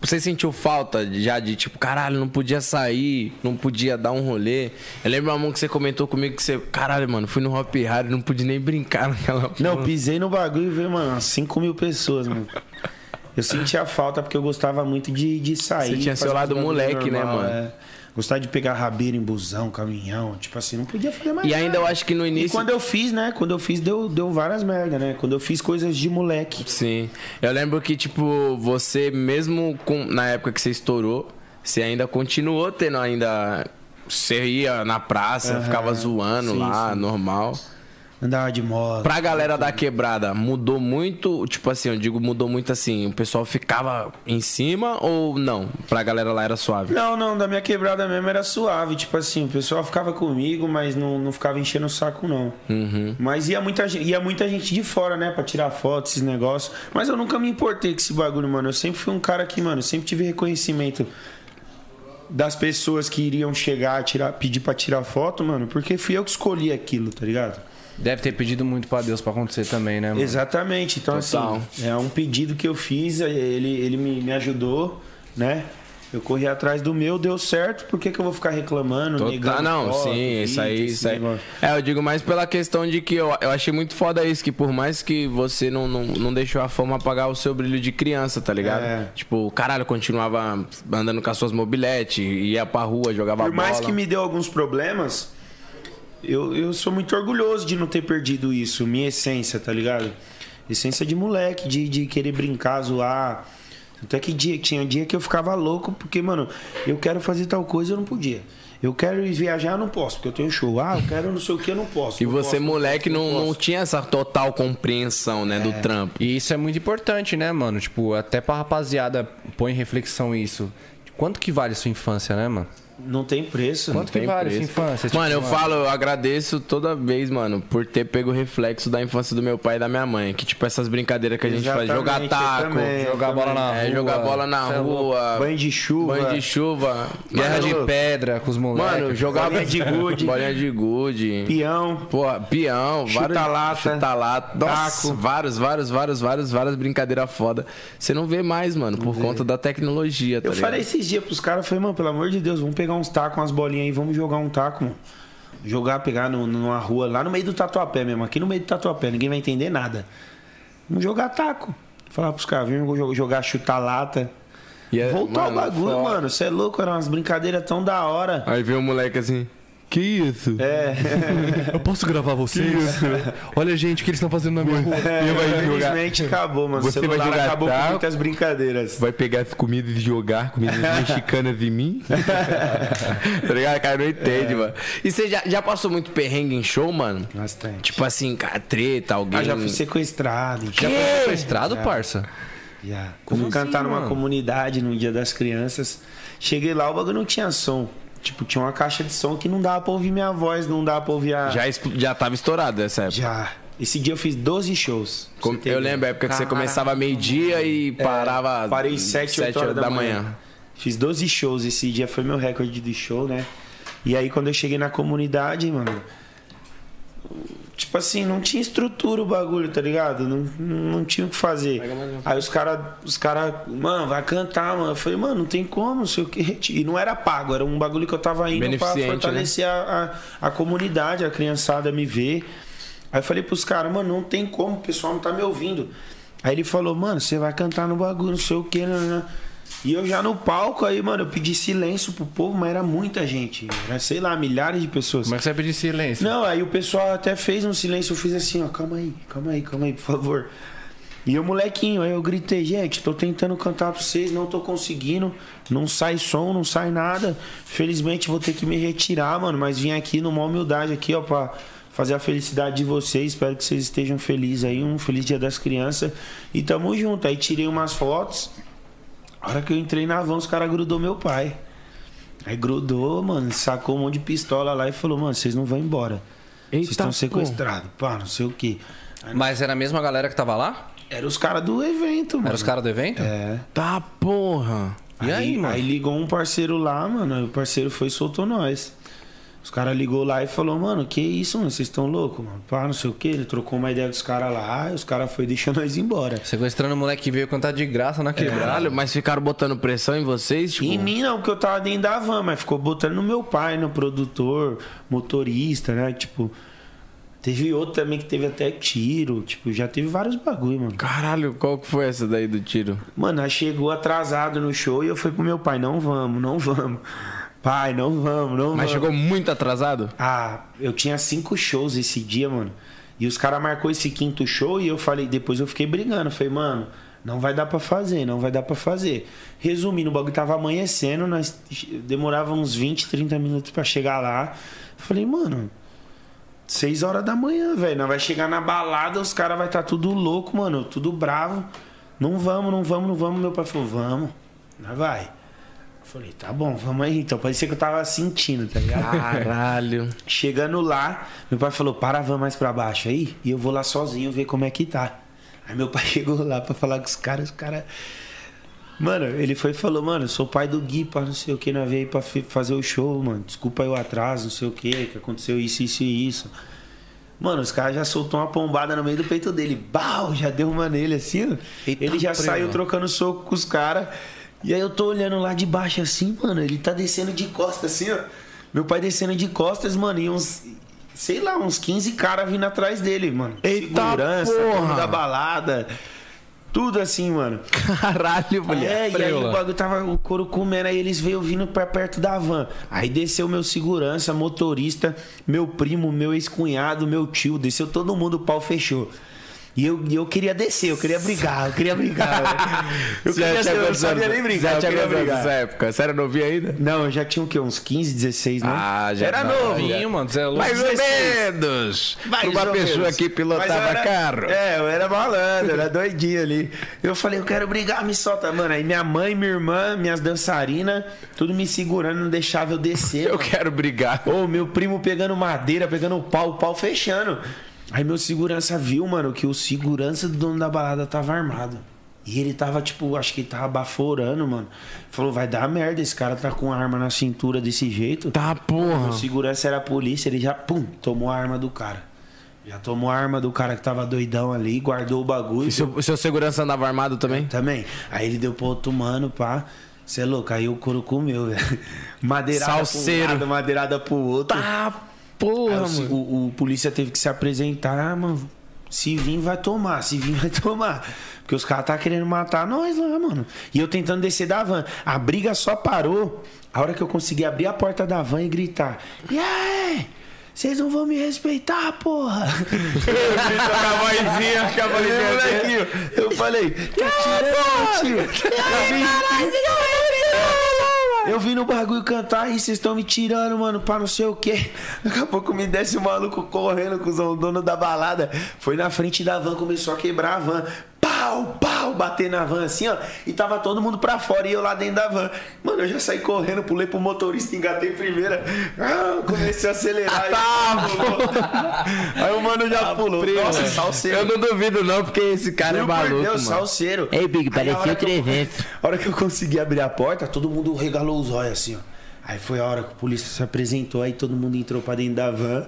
[SPEAKER 3] você sentiu falta de- já de tipo, caralho, não podia sair, não podia dar um rolê. Eu lembro uma mão que você comentou comigo que você, caralho, mano, fui no Hop Hard, não pude nem brincar naquela.
[SPEAKER 4] Não, pisei no bagulho e vi, mano, umas 5 mil pessoas, mano. Eu sentia falta porque eu gostava muito de, de sair.
[SPEAKER 3] Você tinha seu
[SPEAKER 4] fazer
[SPEAKER 3] lado
[SPEAKER 4] uns bagulho
[SPEAKER 3] moleque, né, mano?
[SPEAKER 4] é. Gostava de pegar rabeira em busão, caminhão, tipo assim, não podia fazer mais
[SPEAKER 3] E ainda eu
[SPEAKER 4] nada.
[SPEAKER 3] acho que no
[SPEAKER 4] E
[SPEAKER 3] início.
[SPEAKER 4] quando eu fiz, né? Quando eu fiz, deu, deu várias merda, né? Quando eu fiz coisas de moleque.
[SPEAKER 3] Sim. Eu lembro que, tipo, você, mesmo com, na época que você estourou, você ainda continuou tendo ainda. Você ia na praça, ficava zoando
[SPEAKER 4] Sim,
[SPEAKER 3] lá, normal.
[SPEAKER 4] Andava de moto.
[SPEAKER 3] Pra galera da quebrada, mudou muito? Tipo assim, eu digo, mudou muito assim. O pessoal ficava em cima ou não? Pra galera lá era suave.
[SPEAKER 4] Não, não, da minha quebrada mesmo era suave. Tipo assim, o pessoal ficava comigo, mas não, não ficava enchendo o saco, não. Mas ia muita, gente- ia muita gente de fora, né? Pra tirar foto, esses negócios. Mas eu nunca me importei com esse bagulho, mano. Eu sempre fui um cara que, mano, eu sempre tive reconhecimento das pessoas que iriam chegar, tirar, pedir pra tirar foto, mano. Porque fui eu que escolhi aquilo, tá ligado?
[SPEAKER 1] Deve ter pedido muito pra Deus pra acontecer também, né, mano?
[SPEAKER 4] Exatamente. Então,
[SPEAKER 3] Total.
[SPEAKER 4] assim, é um pedido que eu fiz, ele, ele me, me ajudou, né? Eu corri atrás do meu, deu certo, por que, que eu vou ficar reclamando,
[SPEAKER 3] Tô-
[SPEAKER 4] negando?
[SPEAKER 3] tá, não,
[SPEAKER 4] foto,
[SPEAKER 3] sim, isso aí,
[SPEAKER 4] vídeo,
[SPEAKER 3] isso aí.
[SPEAKER 4] esse negócio?
[SPEAKER 3] É, eu digo mais pela questão de que eu, eu achei muito foda isso, que por mais que você não, não, não deixou a fama apagar o seu brilho de criança, tá ligado?
[SPEAKER 4] É.
[SPEAKER 3] Tipo, caralho, continuava andando com as suas mobiletes, ia pra rua, jogava
[SPEAKER 4] Por
[SPEAKER 3] bola.
[SPEAKER 4] mais que me deu alguns problemas, eu, eu sou muito orgulhoso de não ter perdido isso, minha essência, tá ligado? Essência de moleque, de, de querer brincar, zoar. Até que dia, tinha dia que eu ficava louco, porque, mano, eu quero fazer tal coisa, eu não podia. Eu quero ir viajar, eu não posso, porque eu tenho show. Ah, eu quero não sei o que, eu não posso.
[SPEAKER 3] E
[SPEAKER 4] não
[SPEAKER 3] você,
[SPEAKER 4] posso,
[SPEAKER 3] moleque, não,
[SPEAKER 4] posso.
[SPEAKER 3] não tinha essa total compreensão, né, do trampo.
[SPEAKER 1] E isso é muito importante, né, mano? Tipo, até pra rapaziada põe em reflexão isso. Quanto que vale sua infância, né, mano?
[SPEAKER 4] Não tem preço.
[SPEAKER 1] Quanto que
[SPEAKER 3] Tem
[SPEAKER 1] vale
[SPEAKER 3] é preço.
[SPEAKER 1] sua infância? Tipo,
[SPEAKER 3] Mano, eu falo, eu agradeço toda vez, mano, por ter pego o reflexo da infância do meu pai e da minha mãe. Que, tipo, essas brincadeiras que a gente faz, jogar
[SPEAKER 4] Exatamente, eu
[SPEAKER 3] taco,
[SPEAKER 4] também, eu
[SPEAKER 1] jogar bola na
[SPEAKER 3] é,
[SPEAKER 1] rua.
[SPEAKER 3] jogar bola na
[SPEAKER 1] cê é louco.
[SPEAKER 3] rua,
[SPEAKER 4] Banho de chuva.
[SPEAKER 3] banho de chuva,
[SPEAKER 1] Guerra
[SPEAKER 3] mano,
[SPEAKER 1] de pedra com os moleques.
[SPEAKER 3] Mano, jogava
[SPEAKER 4] Bolinha de gude.
[SPEAKER 3] bolinha de gude.
[SPEAKER 4] Peão.
[SPEAKER 3] Pô, peão,
[SPEAKER 4] Chuta
[SPEAKER 3] vários,
[SPEAKER 4] lata.
[SPEAKER 3] chuta lata, nossa,
[SPEAKER 4] Taco.
[SPEAKER 3] vários, vários, vários, vários, várias brincadeiras foda. Você não vê mais, mano, por conta da tecnologia, tá
[SPEAKER 4] Eu
[SPEAKER 3] ligado?
[SPEAKER 4] falei esses dias pros caras, eu falei, mano, pelo amor de Deus, vamos pegar uns tacos, umas bolinhas aí, vamos jogar um taco, mano. Jogar, pegar no- numa rua lá no meio do tatuapé mesmo, aqui no meio do tatuapé, ninguém vai entender nada. Vamos jogar taco. Falar pros caras, vamos jo- jogar chutar lata.
[SPEAKER 3] E é-
[SPEAKER 4] Voltou
[SPEAKER 3] mano,
[SPEAKER 4] o bagulho,
[SPEAKER 3] foda.
[SPEAKER 4] mano. Você é louco, eram umas brincadeiras tão da hora.
[SPEAKER 3] Aí vem o moleque assim, que isso?
[SPEAKER 4] É,
[SPEAKER 1] Eu posso gravar vocês? né? Olha, gente, o que eles estão fazendo na minha rua.
[SPEAKER 3] É,
[SPEAKER 4] Infelizmente acabou, mano. O
[SPEAKER 3] Você vai
[SPEAKER 4] celular
[SPEAKER 3] jogar
[SPEAKER 4] acabou
[SPEAKER 3] taco?
[SPEAKER 4] com muitas brincadeiras.
[SPEAKER 3] Vai pegar as comidas e jogar comidas mexicanas em mim? tá ligado? Cara, não entende, mano. E você já, já passou muito perrengue em show, mano?
[SPEAKER 4] Bastante.
[SPEAKER 3] Tipo assim, cara, treta, alguém.
[SPEAKER 4] Ah, já fui sequestrado.
[SPEAKER 1] Já
[SPEAKER 4] Já.
[SPEAKER 1] foi sequestrado, parça?
[SPEAKER 4] já. Como
[SPEAKER 3] assim,
[SPEAKER 4] cantar numa comunidade no Dia das Crianças. Cheguei lá, o bagulho não tinha som. Tipo, tinha uma caixa de som que não dava pra ouvir minha voz, não dava pra ouvir a.
[SPEAKER 3] já, expl- já tava estourado essa época.
[SPEAKER 4] Já. Esse dia eu fiz 12 shows.
[SPEAKER 3] Com-
[SPEAKER 4] Você tem
[SPEAKER 3] eu
[SPEAKER 4] ideia?
[SPEAKER 3] lembro a época que você começava meio-dia e É, parava.
[SPEAKER 4] Parei 7, 8 horas da, manhã.
[SPEAKER 3] manhã.
[SPEAKER 4] Fiz 12 shows, esse dia foi meu recorde de show, né? E aí quando eu cheguei na comunidade, mano. Tipo assim, não tinha estrutura o bagulho, tá ligado? Não, não tinha o que fazer. Aí os caras, os cara, mano, vai cantar, mano. Eu falei, mano, não tem como, não sei o quê. E não era pago, era um bagulho que eu tava indo pra
[SPEAKER 3] Beneficente, né?
[SPEAKER 4] fortalecer a, a, a comunidade, a criançada me ver. Aí eu falei pros caras, mano, não tem como, o pessoal não tá me ouvindo. Aí ele falou, mano, você vai cantar no bagulho, não sei o quê. nananã. E eu já no palco aí, mano, eu pedi silêncio pro povo, mas era muita gente. Era, sei lá, milhares de pessoas.
[SPEAKER 1] Como é que você vai pedir silêncio?
[SPEAKER 4] Não, aí o pessoal até fez um silêncio, eu fiz assim, ó, calma aí, calma aí, calma aí, por favor. E o molequinho, aí eu gritei, gente, tô tentando cantar pra vocês, não tô conseguindo, não sai som, não sai nada. Felizmente vou ter que me retirar, mano, mas vim aqui numa humildade aqui, ó, pra fazer a felicidade de vocês. Espero que vocês estejam felizes aí, um feliz dia das crianças. E tamo junto. Aí tirei umas fotos. A hora que eu entrei na van, os caras grudou meu pai. Aí grudou, mano, sacou um monte de pistola lá e falou, mano, vocês não vão embora. Vocês estão sequestrados, pá, não sei o quê.
[SPEAKER 1] Mas era a mesma galera que tava lá?
[SPEAKER 4] Era os caras do evento, mano.
[SPEAKER 1] Era os caras do evento?
[SPEAKER 4] É.
[SPEAKER 3] Tá porra.
[SPEAKER 1] E aí, mano?
[SPEAKER 4] Aí ligou um parceiro lá, mano. aí O parceiro foi e soltou nós. Os caras ligou lá e falou, mano, que isso, mano? Vocês estão loucos, mano? Pá, não sei o quê. Ele trocou uma ideia dos caras lá, os caras foi deixando nós ir embora.
[SPEAKER 1] Sequestrando o moleque que veio cantar de graça na quebrada.
[SPEAKER 3] Caralho, mas ficaram botando pressão em vocês? Tipo,
[SPEAKER 4] Em mim não, porque eu tava dentro da van, mas ficou botando no meu pai, no produtor, motorista, né? Tipo, teve outro também que teve até tiro, tipo, já teve vários bagulho, mano.
[SPEAKER 3] Caralho, qual que foi essa daí do tiro?
[SPEAKER 4] Mano, aí chegou atrasado no show e eu fui pro meu pai, não vamos, não vamos. Pai, não vamos, não
[SPEAKER 3] Mas
[SPEAKER 4] vamos.
[SPEAKER 3] chegou muito atrasado?
[SPEAKER 4] Ah, eu tinha cinco shows esse dia, mano. E os caras marcou esse quinto show e eu falei, depois eu fiquei brigando. Falei, mano, não vai dar pra fazer, não vai dar pra fazer. Resumindo, o bagulho tava amanhecendo, nós demorava uns 20, 30 minutos pra chegar lá. Falei, mano, 6 horas da manhã, velho. Nós vai chegar na balada, os caras vai estar tá tudo louco, mano, tudo bravo. Não vamos, não vamos, não vamos. Meu pai falou, vamos, nós vai. Eu Falei, tá bom, vamos aí. Então, parecia que eu tava sentindo, tá ligado?
[SPEAKER 3] Caralho.
[SPEAKER 4] Chegando lá, meu pai falou: para a van mais pra baixo aí e eu vou lá sozinho ver como é que tá. Aí meu pai chegou lá pra falar com os caras, os caras. Mano, ele foi e falou: mano, eu sou pai do Gui, pá, não sei o que, nós veio aí pra fi- fazer o show, mano. Desculpa aí o atraso, não sei o que, que aconteceu isso, isso e isso. Mano, os caras já soltou uma pombada no meio do peito dele. Bau! Já deu uma nele assim, ó.
[SPEAKER 1] Eita
[SPEAKER 4] ele já
[SPEAKER 1] prima.
[SPEAKER 4] saiu trocando soco com os caras. E aí eu tô olhando lá de baixo assim, mano, ele tá descendo de costas assim, ó. Meu pai descendo de costas, mano, e uns, sei lá, uns 15 caras vindo atrás dele, mano.
[SPEAKER 3] Eita
[SPEAKER 4] Segurança,
[SPEAKER 3] porra!
[SPEAKER 4] dono da balada, tudo assim, mano.
[SPEAKER 3] Caralho,
[SPEAKER 4] É,
[SPEAKER 3] mulher.
[SPEAKER 4] e aí o bagulho tava o couro comendo, aí eles veio vindo pra perto da van. Aí desceu meu segurança, motorista, meu primo, meu ex-cunhado, meu tio, desceu todo mundo, o pau fechou. E eu, e eu queria descer, eu queria brigar, eu queria brigar. velho. Eu
[SPEAKER 3] Você já
[SPEAKER 4] queria
[SPEAKER 3] tinha
[SPEAKER 4] ser, eu não
[SPEAKER 3] quantos
[SPEAKER 4] sabia
[SPEAKER 3] anos? né?
[SPEAKER 4] nem brigar,
[SPEAKER 3] Já
[SPEAKER 4] eu
[SPEAKER 3] tinha
[SPEAKER 4] queria
[SPEAKER 3] quantos anos
[SPEAKER 4] brigar.
[SPEAKER 3] nessa época? Você era novinho ainda?
[SPEAKER 4] Não, eu já tinha o quê? Uns 15, 16, né?
[SPEAKER 3] Ah, já
[SPEAKER 4] Era
[SPEAKER 3] tava-
[SPEAKER 4] novo.
[SPEAKER 1] Sim, mano, você é louco.
[SPEAKER 3] Mais ou menos. Pra uma pessoa que pilotava carro.
[SPEAKER 4] É, eu era malandro, era doidinho ali. Eu falei, eu quero brigar, me solta, mano. Aí minha mãe, minha irmã, minhas dançarinas, tudo me segurando, não deixava eu descer.
[SPEAKER 3] Eu
[SPEAKER 4] mano.
[SPEAKER 3] quero brigar.
[SPEAKER 4] Ô, meu primo pegando madeira, pegando pau, o pau fechando. Aí meu segurança viu, mano, que o segurança do dono da balada tava armado. E ele tava, tipo, acho que tava baforando, mano. Falou, vai dar merda, esse cara tá com a arma na cintura desse jeito.
[SPEAKER 3] Tá, porra.
[SPEAKER 4] O segurança era a polícia, ele já, pum, tomou a arma do cara. Já tomou a arma do cara que tava doidão ali, guardou o bagulho.
[SPEAKER 3] E seu, seu segurança andava armado também?
[SPEAKER 4] Também. Aí ele deu pro outro mano, pá. Você é louco, aí o couro comeu, velho. Madeirada
[SPEAKER 3] Salseiro.
[SPEAKER 4] pra um lado, madeirada pro outro.
[SPEAKER 3] Tá,
[SPEAKER 4] Aí
[SPEAKER 3] porra,
[SPEAKER 4] o, se- o- o polícia teve que se apresentar, ah, mano. Se vir, vai tomar. Se vir, vai tomar. Porque os caras tá querendo matar nós lá, mano. E eu tentando descer da van. A briga só parou a hora que eu consegui abrir a porta da van e gritar: E aí? Vocês não vão me respeitar, porra!
[SPEAKER 2] vozinha, com a vozinha dele.
[SPEAKER 4] Molequinho, eu falei, tá tirando, tio. Eu vim no bagulho cantar e vocês estão me tirando, mano, pra não sei o quê. Daqui a pouco me desce o maluco correndo, cuzão, o dono da balada. Foi na frente da van, começou a quebrar a van. Pau, pau, bater na van assim, ó. E tava todo mundo pra fora e eu lá dentro da van. Mano, eu já saí correndo, pulei pro motorista, engatei primeira. Ah, comecei a acelerar. Aí o mano já pulou. Nossa, salseiro.
[SPEAKER 3] Eu não duvido, não, porque esse cara é
[SPEAKER 4] Juro por
[SPEAKER 3] maluco.
[SPEAKER 4] Deus,
[SPEAKER 3] mano.
[SPEAKER 4] salseiro.
[SPEAKER 5] Ei, Big,
[SPEAKER 4] Aí,
[SPEAKER 5] parecia
[SPEAKER 4] a hora que eu-
[SPEAKER 5] 300.
[SPEAKER 4] A hora que eu consegui abrir a porta, todo mundo regalou os olhos assim, ó. Aí foi a hora que o polícia se apresentou, aí todo mundo entrou pra dentro da van.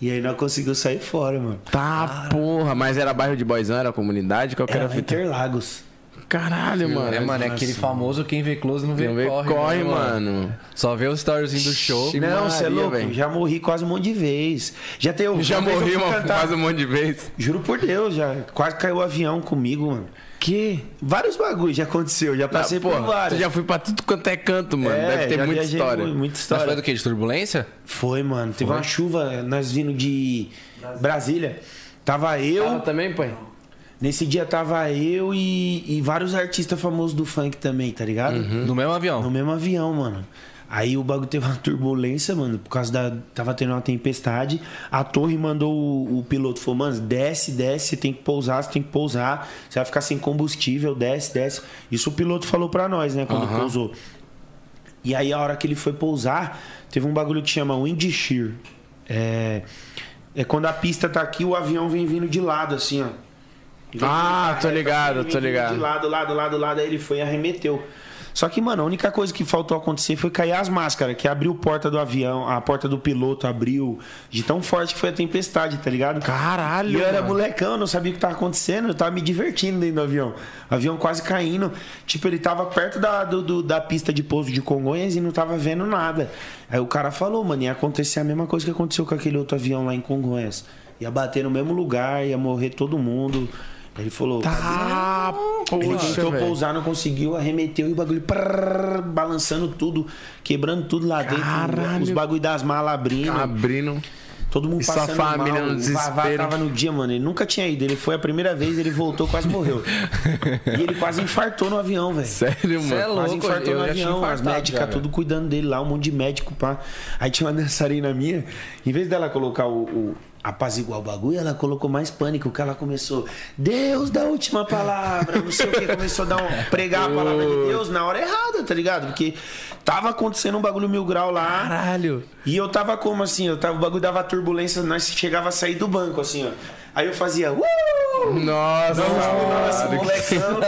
[SPEAKER 4] E aí não conseguiu sair fora, mano.
[SPEAKER 3] Tá, porra. Mas era bairro de boizão, era comunidade, qualquer
[SPEAKER 4] Era
[SPEAKER 3] era fita.
[SPEAKER 4] Interlagos.
[SPEAKER 3] Caralho, mano.
[SPEAKER 1] É, mano, é aquele famoso quem vê close não vê,
[SPEAKER 3] Não vê
[SPEAKER 1] corre,
[SPEAKER 3] corre,
[SPEAKER 1] né,
[SPEAKER 3] mano.
[SPEAKER 1] Só vê os storyzinhos do show.
[SPEAKER 3] Ixi,
[SPEAKER 4] Não, você é
[SPEAKER 3] Maria,
[SPEAKER 4] louco.
[SPEAKER 3] velho.
[SPEAKER 4] Já morri quase um monte de vez. Já tem
[SPEAKER 3] Já
[SPEAKER 4] uma vez eu
[SPEAKER 3] morri
[SPEAKER 4] fui
[SPEAKER 3] uma,
[SPEAKER 4] cantar-
[SPEAKER 3] quase um monte de vezes.
[SPEAKER 4] Juro por Deus, já quase caiu o avião comigo, mano.
[SPEAKER 3] Que? Ah,
[SPEAKER 4] Vários bagulhos já aconteceu, já passei por
[SPEAKER 3] Tá, Você
[SPEAKER 4] vários.
[SPEAKER 3] já fui pra tudo quanto é canto, mano.
[SPEAKER 4] Tá É,
[SPEAKER 3] Deve ter
[SPEAKER 4] já
[SPEAKER 3] muita
[SPEAKER 4] viajei
[SPEAKER 3] história.
[SPEAKER 4] mu- Muita
[SPEAKER 1] Mas
[SPEAKER 4] história.
[SPEAKER 1] foi do que? De turbulência?
[SPEAKER 4] Foi, mano. Teve uma chuva, nós vindo de Brasília. Tava eu,
[SPEAKER 3] Tava também, pai?
[SPEAKER 4] nesse dia tava eu e, e vários artistas famosos do funk também, tá ligado?
[SPEAKER 3] Hum.
[SPEAKER 1] No mesmo avião.
[SPEAKER 4] No mesmo avião, mano. Aí o bagulho teve uma turbulência, mano, por causa da. Tava tendo uma tempestade. A torre mandou o, o piloto, falou, mano, desce, desce, você tem que pousar, você tem que pousar, você vai ficar sem combustível, desce, desce. Isso o piloto falou pra nós, né, quando pousou. E aí a hora que ele foi pousar, teve um bagulho que chama wind shear. É, é quando a pista tá aqui, o avião vem vindo de lado, assim, ó. Ele
[SPEAKER 3] Ah,
[SPEAKER 4] vem-
[SPEAKER 3] tô ligado,
[SPEAKER 4] ele vem
[SPEAKER 3] tô
[SPEAKER 4] vindo
[SPEAKER 3] ligado.
[SPEAKER 4] De lado, lado, lado, lado, aí ele foi e arremeteu. Só que, mano, a única coisa que faltou acontecer foi cair as máscaras, que abriu a porta do avião, a porta do piloto abriu, de tão forte que foi a tempestade, tá ligado?
[SPEAKER 3] Caralho,
[SPEAKER 4] E eu era
[SPEAKER 3] mano.
[SPEAKER 4] molecão, eu não sabia o que tava acontecendo, eu tava me divertindo dentro do avião. O avião quase caindo. Tipo, ele tava perto da, do- do- da pista de pouso de Congonhas e não tava vendo nada. Aí o cara falou, mano, ia acontecer a mesma coisa que aconteceu com aquele outro avião lá em Congonhas. Ia bater no mesmo lugar, ia morrer todo mundo. Ele falou.
[SPEAKER 3] Ah,
[SPEAKER 4] Ele
[SPEAKER 3] poxa,
[SPEAKER 4] tentou
[SPEAKER 3] velho.
[SPEAKER 4] pousar, não conseguiu, arremeteu e o bagulho prrr, balançando tudo, quebrando tudo lá dentro.
[SPEAKER 3] Caralho.
[SPEAKER 4] Os bagulho das malas abrindo.
[SPEAKER 3] Abrindo.
[SPEAKER 4] Todo mundo
[SPEAKER 3] E sua
[SPEAKER 4] passando
[SPEAKER 3] família
[SPEAKER 4] mal.
[SPEAKER 3] no
[SPEAKER 4] o Vavá
[SPEAKER 3] desespero.
[SPEAKER 4] tava no dia, mano. Ele nunca tinha ido. Ele foi a primeira vez, ele voltou, quase morreu. e ele quase infartou no avião, velho.
[SPEAKER 3] Sério,
[SPEAKER 1] Cê é
[SPEAKER 3] mano.
[SPEAKER 4] Quase
[SPEAKER 1] louco,
[SPEAKER 4] infartou
[SPEAKER 1] eu
[SPEAKER 4] no
[SPEAKER 1] já tinha
[SPEAKER 4] avião, as
[SPEAKER 1] infartado
[SPEAKER 4] médicas
[SPEAKER 1] já,
[SPEAKER 4] tudo cuidando dele lá, um monte de médico, pá. Aí tinha uma dançarina minha, em vez dela colocar o, o apaziguar o bagulho, ela colocou mais pânico, que ela começou, Deus da última palavra, não sei o que, começou a dar um, pregar a palavra de Deus na hora errada, tá ligado? Porque tava acontecendo um bagulho mil grau lá.
[SPEAKER 3] Caralho.
[SPEAKER 4] E eu tava como assim, eu tava, o bagulho dava turbulência, nós chegava a sair do banco, assim, ó. Aí eu fazia. "Uh!"
[SPEAKER 3] Nossa,
[SPEAKER 4] Nossa,
[SPEAKER 3] mano, que-
[SPEAKER 4] molecão.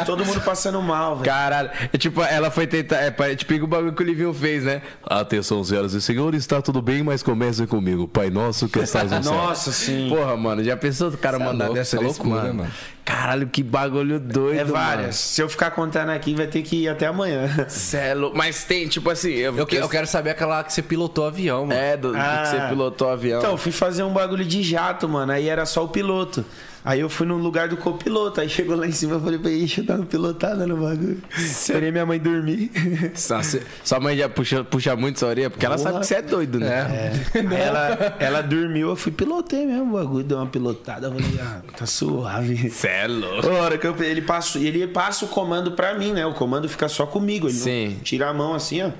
[SPEAKER 4] E todo mundo passando mal, velho.
[SPEAKER 3] Caralho, é tipo, ela foi tentar. É, pa- tipo, o bagulho que o Livinho fez, né? Atenção, senhoras e senhores, tá tudo bem, mas comecem comigo. Pai nosso que estás no céu.
[SPEAKER 4] Nossa, sim.
[SPEAKER 3] Porra, mano, já pensou do cara
[SPEAKER 1] Isso é
[SPEAKER 3] mandar
[SPEAKER 1] louco,
[SPEAKER 3] dessa
[SPEAKER 1] isso é
[SPEAKER 3] nesse,
[SPEAKER 1] loucura,
[SPEAKER 3] mano?
[SPEAKER 1] mano.
[SPEAKER 3] Caralho, que bagulho doido,
[SPEAKER 4] é várias. Se eu ficar contando aqui, vai ter que ir até amanhã.
[SPEAKER 3] Celo, é mas tem, tipo assim, eu,
[SPEAKER 1] Eu, que- eu quero saber aquela que você pilotou avião, mano.
[SPEAKER 3] É, do, do
[SPEAKER 4] Ah.
[SPEAKER 3] que você pilotou o avião.
[SPEAKER 4] Então, eu fui fazer um bagulho de jato, mano. Aí era só o piloto. Aí eu fui no lugar do copiloto. Aí chegou lá em cima, eu falei pra ele, "Ixi, eu tava pilotada no bagulho. Esperei minha mãe dormir.
[SPEAKER 3] Sua- Sua mãe já puxa, puxa muito sua orelha, porque ela sabe que você é doido, né?
[SPEAKER 4] Aí ela, ela dormiu, eu fui pilotei mesmo o bagulho, deu uma pilotada. Eu falei, ah, tá suave.
[SPEAKER 3] Celo.
[SPEAKER 4] A hora que eu, ele, passa, ele passa o comando pra mim, né? O comando fica só comigo. Ele não
[SPEAKER 3] Sim.
[SPEAKER 4] tira a mão assim, ó.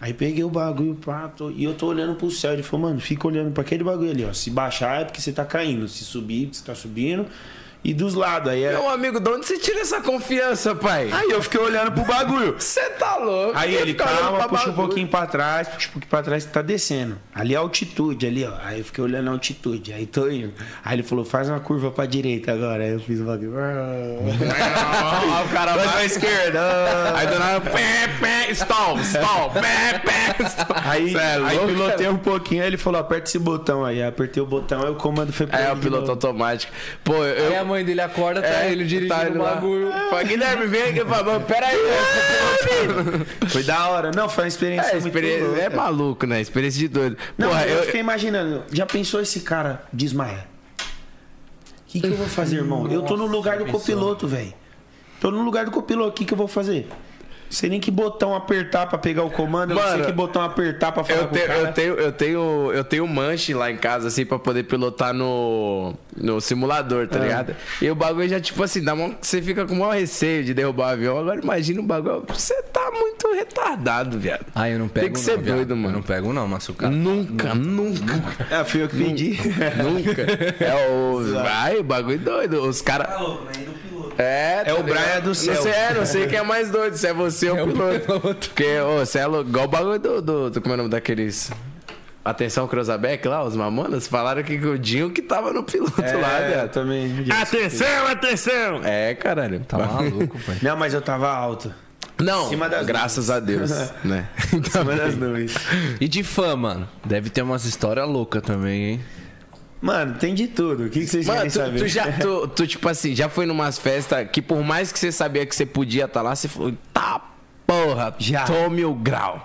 [SPEAKER 4] Aí peguei o bagulho, pá, tô- e eu tô olhando pro céu. Ele falou, mano, fica olhando pra aquele bagulho ali, ó. Se baixar é porque você tá caindo. Se subir, você tá subindo. E dos lados, aí é.
[SPEAKER 3] Meu amigo, de onde você tira essa confiança, pai?
[SPEAKER 4] Aí eu fiquei olhando pro bagulho.
[SPEAKER 3] Você tá louco.
[SPEAKER 4] Aí ele,
[SPEAKER 3] Fica olhando
[SPEAKER 4] calma,
[SPEAKER 3] pra
[SPEAKER 4] puxa um
[SPEAKER 3] bagulho.
[SPEAKER 4] pouquinho pra trás, puxa um pouquinho pra trás, tá descendo. Ali é altitude, ali, ó. Aí eu fiquei olhando a altitude, aí tô indo. Aí ele falou, faz uma curva pra direita agora. Aí eu fiz o bagulho.
[SPEAKER 3] Ó, ó, o cara vai pra esquerda. Aí do nada, pé, pé, stall, stall, pé, pé, stall.
[SPEAKER 4] Aí,
[SPEAKER 3] Cê é
[SPEAKER 4] aí
[SPEAKER 3] louco,
[SPEAKER 4] pilotei
[SPEAKER 3] cara?
[SPEAKER 4] um pouquinho, aí ele falou, aperta esse botão aí. Aí Apertei o botão, aí o comando foi pra
[SPEAKER 3] É,
[SPEAKER 4] ele
[SPEAKER 3] o
[SPEAKER 4] de
[SPEAKER 3] piloto
[SPEAKER 4] novo.
[SPEAKER 3] automático. Pô,
[SPEAKER 1] Aí a
[SPEAKER 3] eu...
[SPEAKER 1] mãe dele acorda, tá
[SPEAKER 3] é,
[SPEAKER 1] ele dirigindo
[SPEAKER 3] tá ele
[SPEAKER 1] o
[SPEAKER 3] lá.
[SPEAKER 1] bagulho.
[SPEAKER 3] Fala, Guilherme, vem aqui, papai. Pera aí.
[SPEAKER 4] Foi da hora. Não, foi uma experiência
[SPEAKER 3] tá- É,
[SPEAKER 4] muito
[SPEAKER 3] experiência,
[SPEAKER 4] louca.
[SPEAKER 3] é maluco, né? Experiência de doido.
[SPEAKER 4] Não,
[SPEAKER 3] Porra,
[SPEAKER 4] eu,
[SPEAKER 3] eu,
[SPEAKER 4] fiquei imaginando. Já pensou esse cara desmaia? O que, que eu vou fazer, irmão? eu tô no lugar do copiloto, velho. Tô no lugar do copiloto. O que, que eu vou fazer? Não sei nem que botão apertar pra pegar o comando. eu não
[SPEAKER 3] Mano,
[SPEAKER 4] sei que botão apertar pra falar
[SPEAKER 3] Eu,
[SPEAKER 4] com
[SPEAKER 3] te-
[SPEAKER 4] o cara.
[SPEAKER 3] eu tenho, eu tenho, eu tenho manche lá em casa, assim, pra poder pilotar no, no simulador,
[SPEAKER 4] Ah.
[SPEAKER 3] tá ligado? E o bagulho já, tipo assim, dá uma, você fica com o maior receio de derrubar o avião. Agora imagina o bagulho. Você tá muito retardado, viado.
[SPEAKER 1] Ah, eu não pego
[SPEAKER 3] Tem que
[SPEAKER 1] não,
[SPEAKER 3] ser
[SPEAKER 1] viado.
[SPEAKER 3] doido,
[SPEAKER 1] Eu
[SPEAKER 3] mano.
[SPEAKER 1] não Ah, pego não, machucado.
[SPEAKER 3] Nunca, nunca, nunca.
[SPEAKER 4] É, fui eu que pedi.
[SPEAKER 3] É o. Vai, o bagulho doido. Os caras.
[SPEAKER 4] Tá né?
[SPEAKER 3] É,
[SPEAKER 4] É o
[SPEAKER 3] tá ligado?
[SPEAKER 4] Brian do céu.
[SPEAKER 3] Não sei, é, não sei quem é mais doido, se é você ou o piloto. Porque, ô, você é louco, igual o bagulho do, do, do. Como é o nome daqueles. Atenção, Cruzabeck lá, os mamonas, falaram que o Dinho que tava no piloto lá,
[SPEAKER 4] É, eu
[SPEAKER 3] velho.
[SPEAKER 4] também.
[SPEAKER 3] Ah.
[SPEAKER 2] Atenção, atenção!
[SPEAKER 3] É, caralho.
[SPEAKER 1] Tá maluco, pai.
[SPEAKER 4] Não, mas eu tava alto.
[SPEAKER 3] Não,
[SPEAKER 4] Cima das
[SPEAKER 3] graças a Deus, né?
[SPEAKER 4] Uma das nuvens.
[SPEAKER 1] E de fã, mano? Deve ter umas histórias loucas também, hein?
[SPEAKER 4] Mano, tem de tudo. O que, que vocês
[SPEAKER 3] Mano,
[SPEAKER 4] querem
[SPEAKER 3] tu,
[SPEAKER 4] saber?
[SPEAKER 3] tu já, tu, tu, tipo assim, já foi numas festas que por mais que você sabia que você podia estar lá, você falou, tá porra,
[SPEAKER 4] Já.
[SPEAKER 3] tome o grau.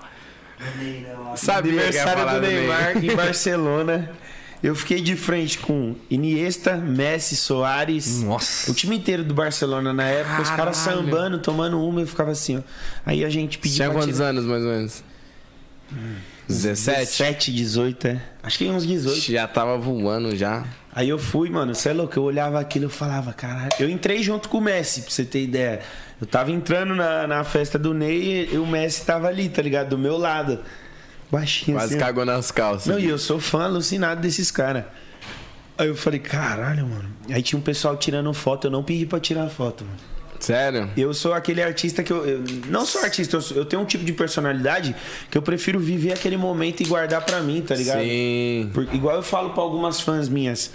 [SPEAKER 3] Sabia que ia
[SPEAKER 4] aniversário
[SPEAKER 3] falar
[SPEAKER 4] do
[SPEAKER 3] do Ney.
[SPEAKER 4] Neymar em Barcelona. Eu fiquei de frente com Iniesta, Messi, Soares.
[SPEAKER 1] Nossa.
[SPEAKER 4] O time inteiro do Barcelona na época, os caras sambando, tomando uma, eu ficava assim, ó. Aí a gente pedia
[SPEAKER 3] Tinha
[SPEAKER 4] pra
[SPEAKER 3] quantos
[SPEAKER 4] tirar-
[SPEAKER 3] anos, mais ou menos? 17?
[SPEAKER 4] 17, 18, é. Acho que uns 18.
[SPEAKER 3] Já tava voando já.
[SPEAKER 4] Aí eu fui, mano, você é louco, eu olhava aquilo eu falava, caralho. Eu entrei junto com o Messi, pra você ter ideia. Eu tava entrando na, na festa do Ney e, e o Messi tava ali, tá ligado? Do meu lado. Baixinho
[SPEAKER 3] Quase
[SPEAKER 4] assim. ó.
[SPEAKER 3] cagou nas calças.
[SPEAKER 4] Não, e eu sou fã alucinado desses caras. Aí eu falei, caralho, mano. Aí tinha um pessoal tirando foto, eu não pedi pra tirar foto, mano.
[SPEAKER 3] Sério?
[SPEAKER 4] Eu sou aquele artista que eu. eu não sou artista, eu, sou- eu tenho um tipo de personalidade que eu prefiro viver aquele momento e guardar pra mim, tá ligado?
[SPEAKER 3] Sim.
[SPEAKER 4] Por- igual eu falo pra algumas fãs minhas.